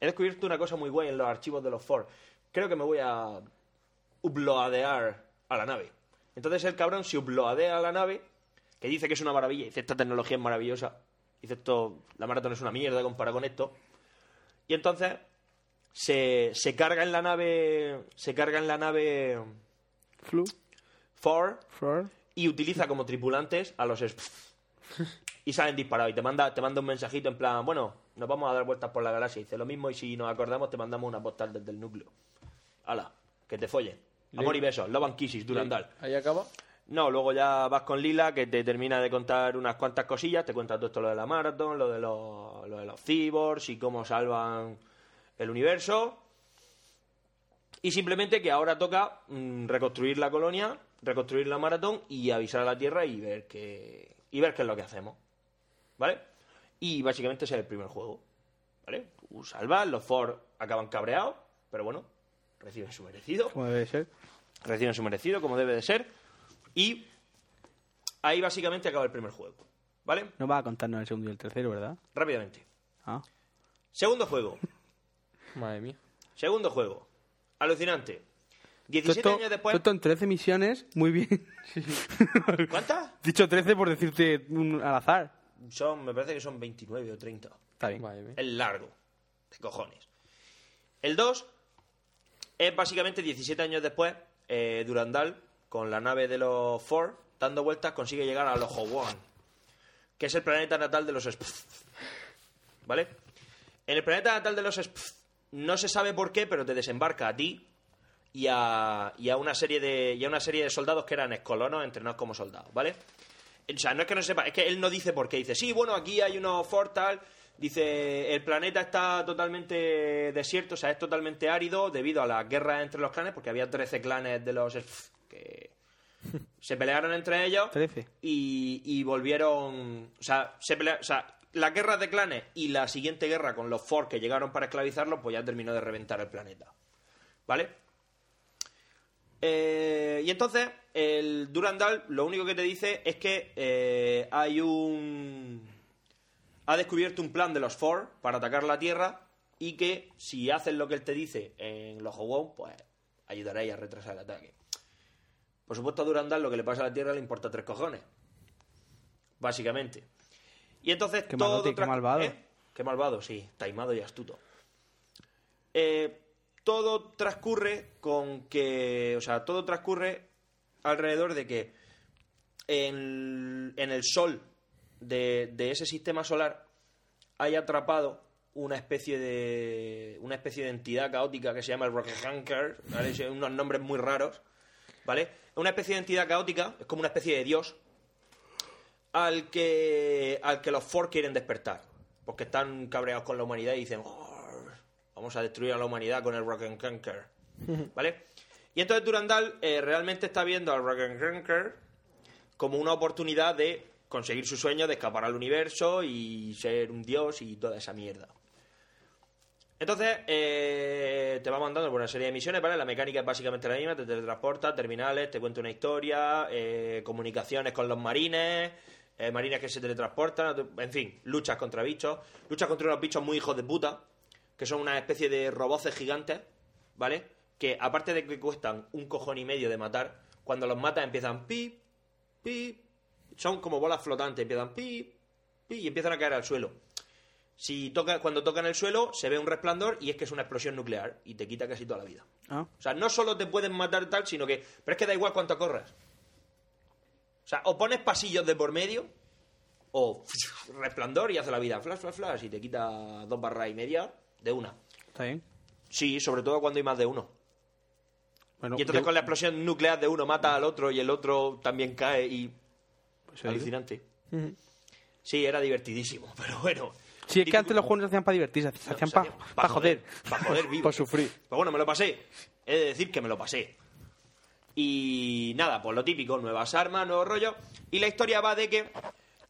Speaker 3: He descubierto una cosa muy guay en los archivos de los Ford. Creo que me voy a uploadear a la nave. Entonces el cabrón se uploadea a la nave, que dice que es una maravilla. Dice, esta tecnología es maravillosa. Dice, esto, la maratón es una mierda comparado con esto. Y entonces se, se carga en la nave, se carga en la nave
Speaker 2: Flu.
Speaker 3: Ford
Speaker 2: Flor.
Speaker 3: y utiliza como tripulantes a los es- y salen disparados y te manda te manda un mensajito en plan bueno nos vamos a dar vueltas por la galaxia y dice lo mismo y si nos acordamos te mandamos una postal desde el núcleo ala que te follen amor y besos love and kisses Durandal
Speaker 1: Ahí acaba.
Speaker 3: no, luego ya vas con Lila, que te termina de contar unas cuantas cosillas. Te cuenta todo esto lo de la maratón, lo de los, lo de los cyborgs y cómo salvan el universo. Y simplemente que ahora toca mm, reconstruir la colonia, reconstruir la maratón y avisar a la Tierra y ver qué, y ver qué es lo que hacemos. ¿Vale? Y básicamente ese es el primer juego. ¿Vale? Tú salvas, los Ford acaban cabreados, pero bueno, reciben su merecido.
Speaker 2: Como debe ser.
Speaker 3: Reciben su merecido, como debe de ser. Y ahí básicamente acaba el primer juego. ¿Vale?
Speaker 2: No vas a contarnos el segundo y el tercero, ¿verdad?
Speaker 3: Rápidamente.
Speaker 2: Ah.
Speaker 3: Segundo juego.
Speaker 1: Madre mía.
Speaker 3: Segundo juego. Alucinante. 17
Speaker 2: Todo esto-
Speaker 3: años después.
Speaker 2: todo esto en 13 misiones, muy bien.
Speaker 3: ¿Cuántas?
Speaker 2: Dicho 13 por decirte un- al azar.
Speaker 3: Son, me parece que son 29 o 30.
Speaker 2: Está bien.
Speaker 3: Es largo. De cojones. El 2 es básicamente 17 años después. eh, Durandal, con la nave de los Ford, dando vueltas, consigue llegar a los One, que es el planeta natal de los Spf. ¿Vale? En el planeta natal de los Spf, no se sabe por qué, pero te desembarca a ti y a, y a una serie de y a una serie de soldados que eran excolonos entrenados como soldados, ¿vale? O sea, no es que no sepa, es que él no dice por qué. Dice, sí, bueno, aquí hay unos fortal. Dice, el planeta está totalmente desierto, o sea, es totalmente árido debido a las guerras entre los clanes, porque había 13 clanes de los Spf que se pelearon entre ellos
Speaker 2: 13.
Speaker 3: y, y volvieron. O sea, se pelea- o sea, las guerras de clanes y la siguiente guerra con los Ford que llegaron para esclavizarlos, pues ya terminó de reventar el planeta. ¿Vale? Eh, y entonces, el Durandal lo único que te dice es que eh, hay un. Ha descubierto un plan de los Ford para atacar la Tierra y que si haces lo que él te dice en los Howon, pues ayudaréis a retrasar el ataque. Por supuesto, a Durandal lo que le pasa a la Tierra le importa tres cojones. Básicamente. Y entonces
Speaker 2: Qué
Speaker 3: todo.
Speaker 2: malote y qué
Speaker 3: tras-
Speaker 2: malvado.
Speaker 3: ¿Eh? Qué malvado, sí. Taimado y astuto. Eh, todo transcurre con que. O sea, todo transcurre alrededor de que en, en el sol de, de ese sistema solar hay atrapado una especie de una especie de entidad caótica que se llama el Rocket Hunker, ¿vale? Son unos nombres muy raros, ¿vale? Una especie de entidad caótica, es como una especie de dios al que al que los Ford quieren despertar, porque están cabreados con la humanidad y dicen, "Arr, vamos a destruir a la humanidad con el Rocket Hunker", ¿vale? Y entonces Durandal eh, realmente está viendo al Rocket Hunker como una oportunidad de conseguir su sueño de escapar al universo y ser un dios y toda esa mierda. Entonces, eh, te va mandando por una serie de misiones, ¿vale? La mecánica es básicamente la misma, te teletransporta, terminales, te cuenta una historia, eh, comunicaciones con los marines, eh, marines que se teletransportan, en fin, luchas contra bichos, luchas contra unos bichos muy hijos de puta, que son una especie de roboces gigantes, ¿vale? Que aparte de que cuestan un cojón y medio de matar, cuando los matas empiezan pip, pip, son como bolas flotantes, empiezan pip, pip y empiezan a caer al suelo. Si toca, cuando tocan el suelo se ve un resplandor y es que es una explosión nuclear y te quita casi toda la vida.
Speaker 2: Ah.
Speaker 3: O sea, no solo te pueden matar tal, sino que... Pero es que da igual cuánto corras. O sea, o pones pasillos de por medio o resplandor y hace la vida flash, flash, flash y te quita dos barras y media de una.
Speaker 2: Está bien.
Speaker 3: Sí, sobre todo cuando hay más de uno.
Speaker 2: Bueno,
Speaker 3: y entonces
Speaker 2: yo-
Speaker 3: con la explosión nuclear de uno mata al otro y el otro también cae y...
Speaker 2: pues,
Speaker 3: Alucinante.
Speaker 1: Ujú.
Speaker 3: Sí, era divertidísimo, pero bueno.
Speaker 2: Si es que antes los juegos se hacían para divertirse, se hacían
Speaker 3: se
Speaker 2: para
Speaker 3: hacían pa'
Speaker 2: joder.
Speaker 3: joder, pa' joder vivo.
Speaker 2: Para sufrir.
Speaker 3: Pero bueno, me lo pasé. He de decir que me lo pasé. Y nada, pues lo típico, nuevas armas, nuevo rollo. Y la historia va de que...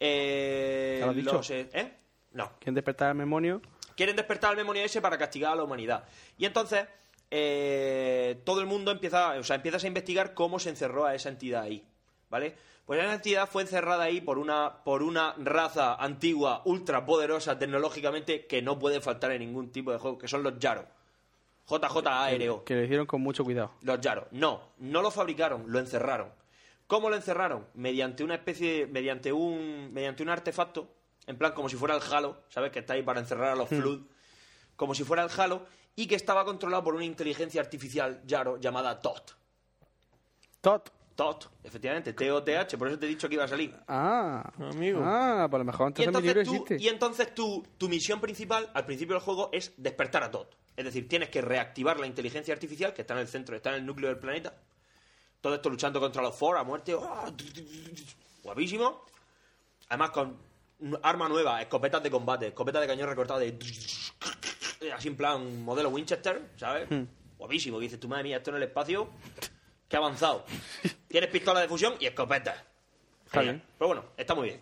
Speaker 3: Eh,
Speaker 2: ¿Ya lo has dicho?
Speaker 3: los, eh, ¿eh? No.
Speaker 2: ¿Quién despertar al memonio?
Speaker 3: Quieren despertar al demonio ese para castigar a la humanidad. Y entonces eh, todo el mundo empieza, o sea, empiezas a investigar cómo se encerró a esa entidad ahí, ¿vale? Pues esa entidad fue encerrada ahí por una, por una raza antigua, ultra poderosa tecnológicamente, que no puede faltar en ningún tipo de juego, que son los Yaro. JJARO.
Speaker 2: Que lo hicieron con mucho cuidado.
Speaker 3: Los Yaro. No, no lo fabricaron, lo encerraron. ¿Cómo lo encerraron? Mediante una especie, mediante un, mediante un artefacto, en plan como si fuera el Halo, ¿sabes? Que está ahí para encerrar a los Flood, como si fuera el Halo, y que estaba controlado por una inteligencia artificial Yaro llamada TOT.
Speaker 2: Tot.
Speaker 3: TOT, efectivamente, T-O-T-H, por eso te he dicho que iba a salir.
Speaker 2: Ah,
Speaker 1: Amigo.
Speaker 2: Ah, pues a lo mejor
Speaker 3: Y
Speaker 2: entonces, mi
Speaker 3: entonces,
Speaker 2: libro
Speaker 3: tú-
Speaker 2: existe.
Speaker 3: y entonces tú- tu misión principal al principio del juego es despertar a Todd. Es decir, tienes que reactivar la inteligencia artificial que está en el centro, está en el núcleo del planeta. Todo esto luchando contra los Ford a muerte. ¡ah! Guapísimo. Además con n- arma nueva, escopetas de combate, escopetas de cañón recortada de... Así en plan modelo Winchester, ¿sabes?
Speaker 2: Hmm.
Speaker 3: Guapísimo. Que dices, tu madre mía, esto en el espacio... Que ha avanzado. tienes pistola de fusión y escopetas. Genial.
Speaker 2: bien.
Speaker 3: Pero bueno, está muy bien.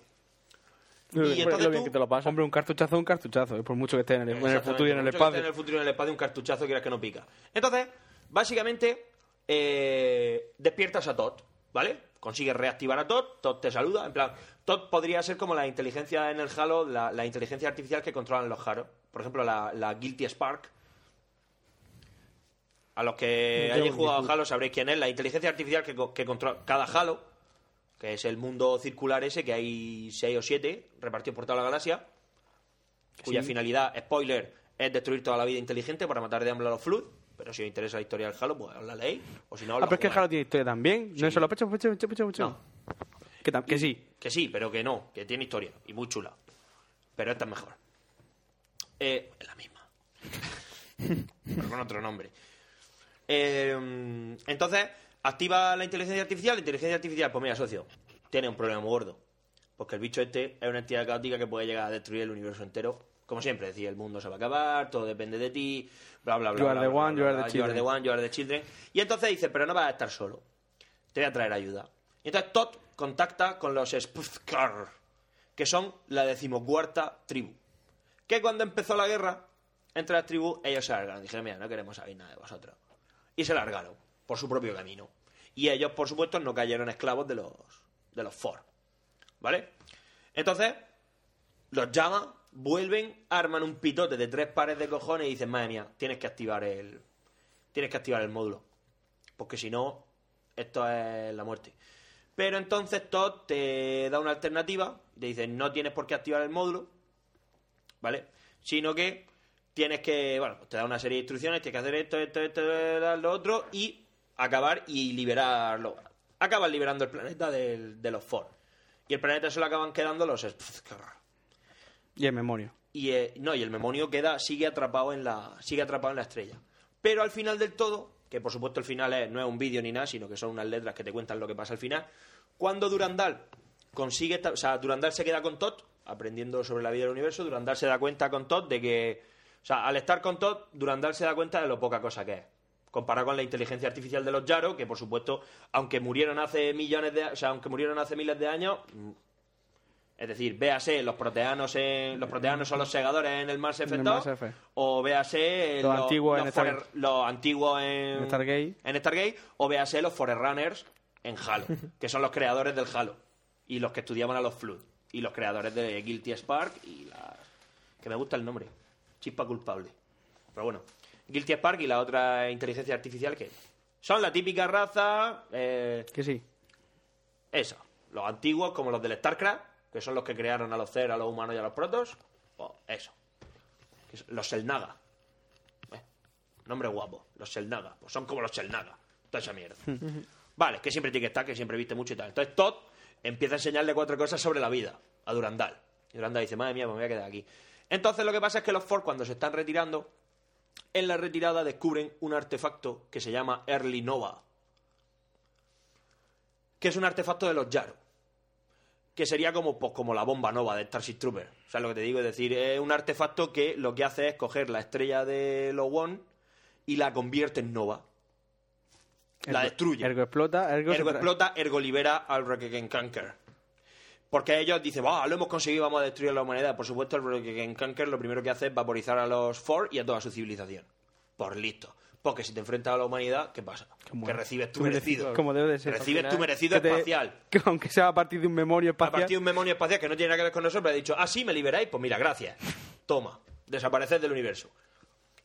Speaker 3: Y entonces
Speaker 2: lo bien
Speaker 3: tú-
Speaker 2: que te lo pasas. Hombre, un cartuchazo es un cartuchazo, eh, por mucho que esté en el, en el
Speaker 3: Exactamente,
Speaker 2: futuro y en el
Speaker 3: por mucho que esté
Speaker 2: espacio.
Speaker 3: En el futuro y en el espacio, un cartuchazo quieras que no pica. Entonces, básicamente, eh, despiertas a Todd, ¿vale? Consigues reactivar a Todd, Todd te saluda. En plan, Todd podría ser como la inteligencia en el Halo, la, la inteligencia artificial que controlan los Halo. Por ejemplo, la, la Guilty Spark. A los que
Speaker 7: Yo
Speaker 3: hayáis jugado
Speaker 7: disculpo.
Speaker 3: a Halo sabréis quién es. La inteligencia artificial que, co- que controla cada Halo, que es el mundo circular ese que hay 6 o 7 repartidos por toda la galaxia cuya
Speaker 7: Sí.
Speaker 3: finalidad, spoiler, es destruir toda la vida inteligente para matar de hambre a los Flood. Pero si os interesa la historia del Halo, pues os la leéis. O si no, os
Speaker 2: Ah,
Speaker 3: la
Speaker 2: pero es que el
Speaker 3: jugáis.
Speaker 2: Halo tiene historia también.
Speaker 3: pues,
Speaker 2: No es solo pecho, pecho, pecho, pecho, pecho. Que, tam- que sí.
Speaker 3: Que sí, pero que no, que tiene historia y muy chula. Pero esta es mejor. Eh, es la misma. pero con otro nombre. Eh, entonces, activa la inteligencia artificial. La inteligencia artificial, pues mira, socio, tiene un problema muy gordo. Porque el bicho este es una entidad caótica que puede llegar a destruir el universo entero. Como siempre, decía, el mundo se va a acabar, todo depende de ti, bla, bla, bla.
Speaker 2: You are
Speaker 3: bla,
Speaker 2: the
Speaker 3: bla, bla,
Speaker 2: one,
Speaker 3: bla,
Speaker 2: you are
Speaker 3: bla,
Speaker 2: the
Speaker 3: you are the
Speaker 2: children.
Speaker 3: one, you are the children. Y entonces dice, pero no vas a estar solo te voy a traer ayuda. Y entonces Todd contacta con los Spuzkar, que son la decimocuarta tribu. Que cuando empezó la guerra entre las tribus, ellos se largaron. Dijeron, mira, no queremos saber nada de vosotros. Y se largaron, por su propio camino. Y ellos, por supuesto, no cayeron esclavos de los, de los Ford. ¿Vale? Entonces, los llama, vuelven, arman un pitote de tres pares de cojones y dicen, madre mía, tienes que activar el. Tienes que activar el módulo. Porque si no, esto es la muerte. Pero entonces Todd te da una alternativa, te dice, no tienes por qué activar el módulo, ¿vale? Sino que tienes que, bueno, pues te da una serie de instrucciones, tienes que hacer esto, esto, esto, lo otro, y acabar y liberarlo. Acaban liberando el planeta del- de los Ford. Y el planeta se lo acaban quedando los... Spuzkar.
Speaker 2: Y en memoria.
Speaker 3: Y, eh, no, y el memonio queda, sigue atrapado en la. Sigue atrapado en la estrella. Pero al final del todo, que por supuesto el final es- no es un vídeo ni nada, sino que son unas letras que te cuentan lo que pasa al final. Cuando Durandal consigue esta- o sea, Durandal se queda con Todd, aprendiendo sobre la vida del universo, Durandal se da cuenta con Todd de que. O sea, al estar con Todd, Durandal se da cuenta de lo poca cosa que es. Comparado con la inteligencia artificial de los Yaro, que por supuesto, aunque murieron hace millones de, o sea, aunque murieron hace miles de años, es decir, véase los proteanos en- los proteanos son los segadores en el Mass Effect
Speaker 2: En el
Speaker 3: 2,
Speaker 2: Mass Effect.
Speaker 3: o véase
Speaker 2: Los antiguos en Star-
Speaker 3: forer- los antiguos en,
Speaker 2: En Stargate.
Speaker 3: en Stargate, o véase los Forerunners en Halo, que son los creadores del Halo y los que estudiaban a los Flood y los creadores de Guilty Spark y la que me gusta el nombre, Chispa culpable. Pero bueno, Guilty Spark y la otra inteligencia artificial que son la típica raza eh,
Speaker 2: Que sí.
Speaker 3: esa. Los antiguos, como los del StarCraft, que son los que crearon a los Zer, a los humanos y a los protos. o eso. Que es- Los Selnaga. Eh, nombre guapo. Los Selnaga. Pues son como los Selnaga. Toda esa mierda. Vale, que siempre tiene que estar, que siempre viste mucho y tal. Entonces Todd empieza a enseñarle cuatro cosas sobre la vida a Durandal. Y Durandal dice, madre mía, pues me voy a quedar aquí. Entonces lo que pasa es que los Ford, cuando se están retirando, en la retirada descubren un artefacto que se llama Early Nova, que es un artefacto de los Yaro, que sería como, pues, como la bomba nova de Starship Trooper. O sea, lo que te digo es decir, es un artefacto que lo que hace es coger la estrella de los One y la convierte en nova. La
Speaker 2: Ergo-
Speaker 3: destruye.
Speaker 2: Ergo explota. Ergo,
Speaker 3: Ergo
Speaker 2: se tra-
Speaker 3: explota, ergo libera al Rockegen Kanker. Porque ellos dicen, va, lo hemos conseguido, vamos a destruir a la humanidad. Por supuesto, el Rockegen Kanker lo primero que hace es vaporizar a los Ford y a toda su civilización. Por listo. Porque si te enfrentas a la humanidad, ¿qué pasa? Que recibes tu
Speaker 2: Como-
Speaker 3: merecido.
Speaker 2: Como debe de ser.
Speaker 3: Recibes tu merecido
Speaker 2: Que te-
Speaker 3: espacial.
Speaker 2: que aunque sea a partir de un memoria
Speaker 3: A
Speaker 2: espacial.
Speaker 3: partir de un memonio espacial que no tiene nada que ver con nosotros, pero ha dicho, ah, sí, me liberáis, pues mira, gracias. Toma, desapareced del universo.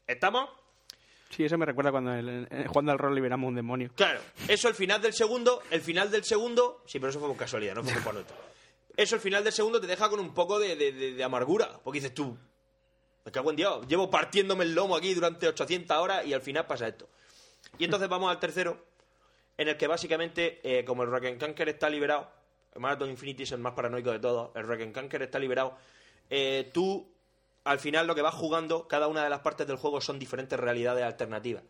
Speaker 3: ¿Estamos?
Speaker 2: Sí, eso me recuerda cuando en- en- en- jugando al rol liberamos un demonio.
Speaker 3: Claro, eso el final del segundo, el final del segundo, sí, pero eso fue por casualidad, no fue por nuestro. Eso el final del segundo te deja con un poco de, de- de- de amargura, porque dices tú, me cago en Dios, llevo partiéndome el lomo aquí durante 800 horas y al final pasa esto. Y entonces vamos al tercero, en el que básicamente, eh, como el Rock and Canker está liberado, el Marathon Infinity es el más paranoico de todos, el Rock and Canker está liberado, eh, tú al final lo que vas jugando, cada una de las partes del juego son diferentes realidades alternativas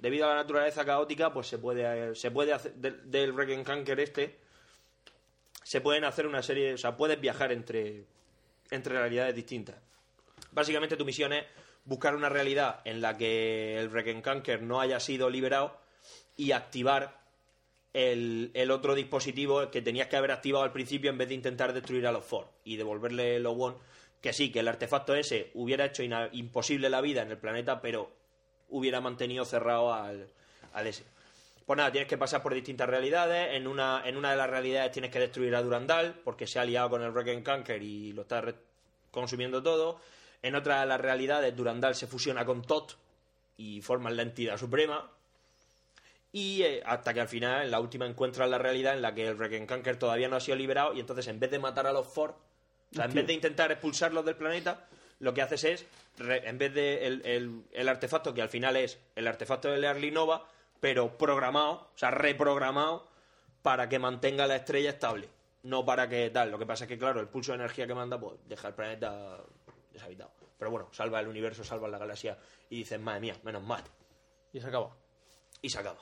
Speaker 3: debido a la naturaleza caótica, pues se puede, se puede hacer, del, del Reckenkanker este, se pueden hacer una serie, o sea, puedes viajar entre, entre realidades distintas. Básicamente tu misión es buscar una realidad en la que el Reckenkanker no haya sido liberado y activar el, el otro dispositivo que tenías que haber activado al principio en vez de intentar destruir a los Ford y devolverle los One. Que sí, que el artefacto ese hubiera hecho ina- imposible la vida en el planeta, pero hubiera mantenido cerrado al, al ese. Pues nada, tienes que pasar por distintas realidades. En una, en una de las realidades tienes que destruir a Durandal, porque se ha liado con el Rock and Conquer y lo está re- consumiendo todo. En otra de las realidades, Durandal se fusiona con Tot y forman la entidad suprema. Y eh, hasta que al final, en la última, encuentran la realidad en la que el Requencanker todavía no ha sido liberado. Y entonces, en vez de matar a los Ford, o sea, en
Speaker 2: Hostia.
Speaker 3: vez de intentar expulsarlos del planeta, lo que haces es, re- en vez de el, el- el artefacto, que al final es el artefacto de Learly Nova, pero programado, o sea, reprogramado para que mantenga la estrella estable. No para que tal. Lo que pasa es que, claro, el pulso de energía que manda, pues deja el planeta deshabitado. Pero bueno, salva el universo, salva la galaxia. Y dices, madre mía, menos mal.
Speaker 1: Y se acabó.
Speaker 3: Y se acaba.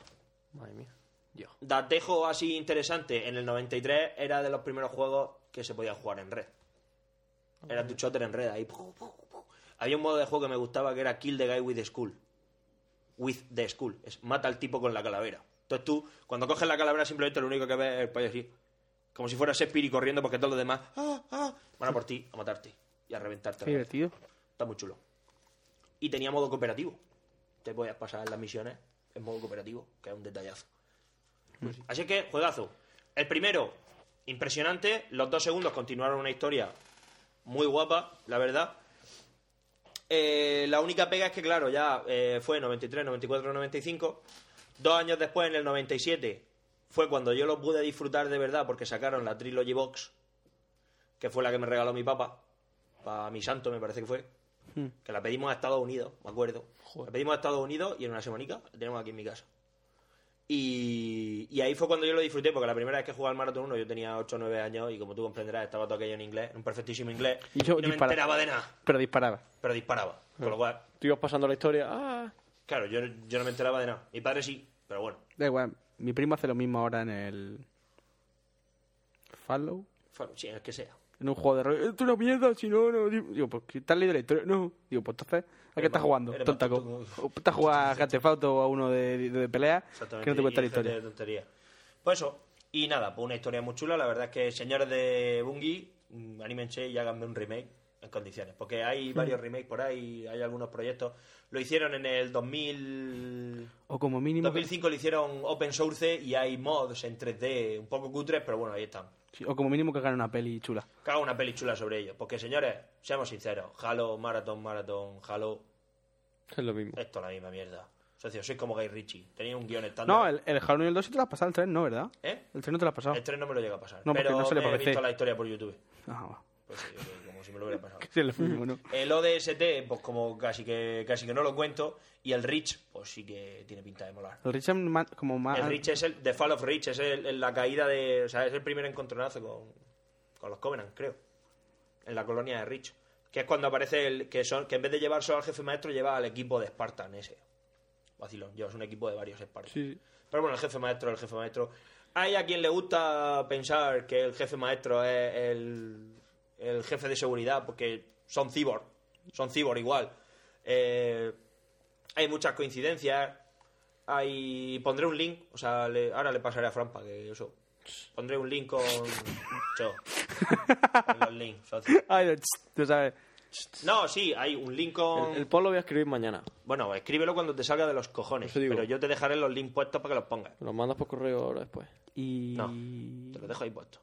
Speaker 1: Madre mía. Yo.
Speaker 3: Datejo así interesante. En el 93 era de los primeros juegos que se podía jugar en red. Era tu shooter en red ahí. pu, pu, pu. Había un modo de juego que me gustaba que era Kill the Guy with the Skull. With the Skull. Es mata al tipo con la calavera. Entonces tú, cuando coges la calavera, simplemente lo único que ves es el payo así. Como si fuera Shakespeare y corriendo porque todos los demás ah, ah, van a por ti, a matarte y a reventarte.
Speaker 2: Qué divertido.
Speaker 3: Está muy chulo. Y tenía modo cooperativo. Te podías pasar las misiones en modo cooperativo, que es un detallazo. Así que, juegazo. El primero, impresionante. Los dos segundos continuaron una historia muy guapa, la verdad. Eh, la única pega es que, claro, ya eh, fue 93, 94, 95. Dos años después, en el 97, fue cuando yo lo pude disfrutar de verdad porque sacaron la Trilogy Box, que fue la que me regaló mi papá, para mi santo, me parece que fue.
Speaker 1: Hmm.
Speaker 3: Que la pedimos a Estados Unidos, me acuerdo. La pedimos a Estados Unidos y en una semanica la tenemos aquí en mi casa. Y, y ahí fue cuando yo lo disfruté, porque la primera vez que jugué al Marathon 1 yo tenía 8 o 9 años y como tú comprenderás estaba todo aquello en inglés, en un perfectísimo inglés.
Speaker 1: Y yo
Speaker 3: no me
Speaker 1: disparaba.
Speaker 3: enteraba de nada,
Speaker 2: Pero disparaba.
Speaker 3: pero disparaba. Con
Speaker 2: Ah.
Speaker 3: lo cual,
Speaker 1: Tú ibas pasando la historia. Ah.
Speaker 3: claro, yo, yo no me enteraba de nada. Mi padre sí, pero bueno.
Speaker 2: Da igual. Mi primo hace lo mismo ahora en el. Fallow.
Speaker 3: fue- Sí, el que sea.
Speaker 2: En un juego de rol. Esto es una mierda, si no, no. Digo, pues ¿qué tal leído la historia? No. Digo, pues entonces, ¿a qué
Speaker 3: Eres
Speaker 2: estás
Speaker 3: más-
Speaker 2: jugando?
Speaker 3: eres más
Speaker 2: Tontaco.
Speaker 3: tonto.
Speaker 2: O ponte a jugar a Gatefauto o a uno de, de- de pelea.
Speaker 3: Exactamente.
Speaker 2: Que no te cuesta
Speaker 3: y
Speaker 2: la
Speaker 3: gente
Speaker 2: historia.
Speaker 3: de tontería. Pues eso. Y nada, pues una historia muy chula. La verdad es que, señores de Bungie, mm, anímense y háganme un remake en condiciones. Porque
Speaker 2: Hmm.
Speaker 3: hay varios remakes por ahí, hay algunos proyectos. Lo hicieron en el 2000...
Speaker 2: O como mínimo.
Speaker 3: 2005 lo hicieron open source y hay mods en 3D un poco cutres, pero bueno, ahí están.
Speaker 2: sí, o como mínimo que hagan una peli chula.
Speaker 3: Que haga una peli chula sobre ellos. Porque, señores, seamos sinceros. Halo, Marathon, Marathon, Halo...
Speaker 1: Es lo mismo.
Speaker 3: Esto es la misma mierda. Socio, sois como Guy Ritchie. Tenéis un guión estándar.
Speaker 2: No, el, el Halo 1 y el 2 sí te lo has pasado, el 3 no, ¿verdad?
Speaker 3: ¿Eh?
Speaker 2: El 3 no te lo has pasado.
Speaker 3: El 3 no me lo llega a pasar.
Speaker 2: No, porque
Speaker 3: pero
Speaker 2: no sale
Speaker 3: me
Speaker 2: por
Speaker 3: he
Speaker 2: PC.
Speaker 3: visto la historia por YouTube.
Speaker 2: Ah, va.
Speaker 3: Pues sí, eh, como si me lo hubiera pasado.
Speaker 2: Sí, es lo mismo, ¿no?
Speaker 3: El ODST, pues como casi que casi que no lo cuento. Y el Rich, pues sí que tiene pinta de molar.
Speaker 2: El Richard ma- ah, como más.
Speaker 3: El Rich es el The Fall of Rich, es el- el- la caída de. O sea, es el primer encontronazo con, con los Covenant, creo. En la colonia de Rich. Que es cuando aparece el. que son que en vez de llevar solo al jefe maestro, lleva al equipo de Spartan ese. Vacilón, llevas un equipo de varios Spartans.
Speaker 2: Sí, sí.
Speaker 3: Pero bueno, el jefe maestro, el jefe maestro. Hay a quien le gusta pensar que el jefe maestro es el, el jefe de seguridad, porque son cyborg, son cyborg igual. Eh, hay muchas coincidencias. Hay, pondré un link, o sea, le- ahora le pasaré a Fran para que eso. Pondré un link con. Cho. Con los links, socio.
Speaker 2: Ay, no, tss, tú sabes.
Speaker 3: No, sí, hay un link con.
Speaker 1: El, el post lo voy a escribir mañana.
Speaker 3: Bueno, escríbelo cuando te salga de los cojones.
Speaker 1: Eso digo.
Speaker 3: Pero yo te dejaré los links puestos para que los pongas.
Speaker 1: Lo mandas por correo ahora después.
Speaker 2: Y.
Speaker 3: No, te los dejo ahí puestos.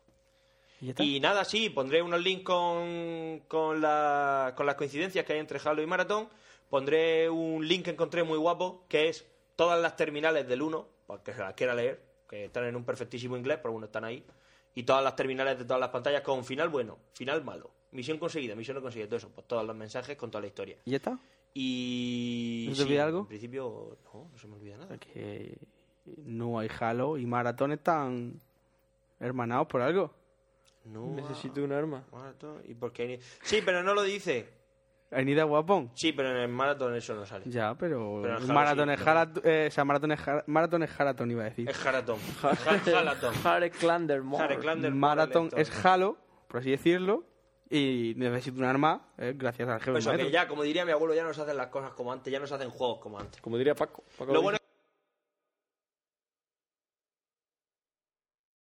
Speaker 2: ¿Y ya está?
Speaker 3: Y nada, sí, pondré unos links con, con, la- con las coincidencias que hay entre Halo y Maratón. Pondré un link que encontré muy guapo, que es todas las terminales del 1, para que se las quiera leer, que están en un perfectísimo inglés, pero bueno, están ahí. Y todas las terminales de todas las pantallas con final bueno, final malo, misión conseguida, misión no conseguida, todo eso, pues todos los mensajes con toda la historia.
Speaker 2: ¿Y ya está?
Speaker 3: Y...
Speaker 2: ¿No te olvida algo?
Speaker 3: En principio, no, no se me olvida nada.
Speaker 2: Que no hay Halo y Maratón están hermanados por algo.
Speaker 3: No,
Speaker 1: Necesito un arma.
Speaker 3: Maratón, ¿y por qué? ni- Sí, pero no lo dice.
Speaker 2: Avenida Guapón.
Speaker 3: Sí, pero en el Maratón eso no sale.
Speaker 2: Ya, pero,
Speaker 3: Pero el Halo
Speaker 2: Maratón
Speaker 3: sí,
Speaker 2: es
Speaker 3: pero-
Speaker 2: Harat- eh, o sea, Maratón es, Har- Maratón es Haratón, iba a decir.
Speaker 3: Es Haratón. Haratón.
Speaker 1: Harry Clandermore.
Speaker 3: Haratlander
Speaker 2: Maratón
Speaker 3: Morel,
Speaker 2: es
Speaker 3: esto.
Speaker 2: Halo, por así decirlo, y necesito un arma eh, gracias al jefe
Speaker 3: Pues eso,
Speaker 2: maestro.
Speaker 3: que ya, como diría mi abuelo, ya no se hacen las cosas como antes, ya no se hacen juegos como antes.
Speaker 1: Como diría Paco. Paco
Speaker 3: Lo bueno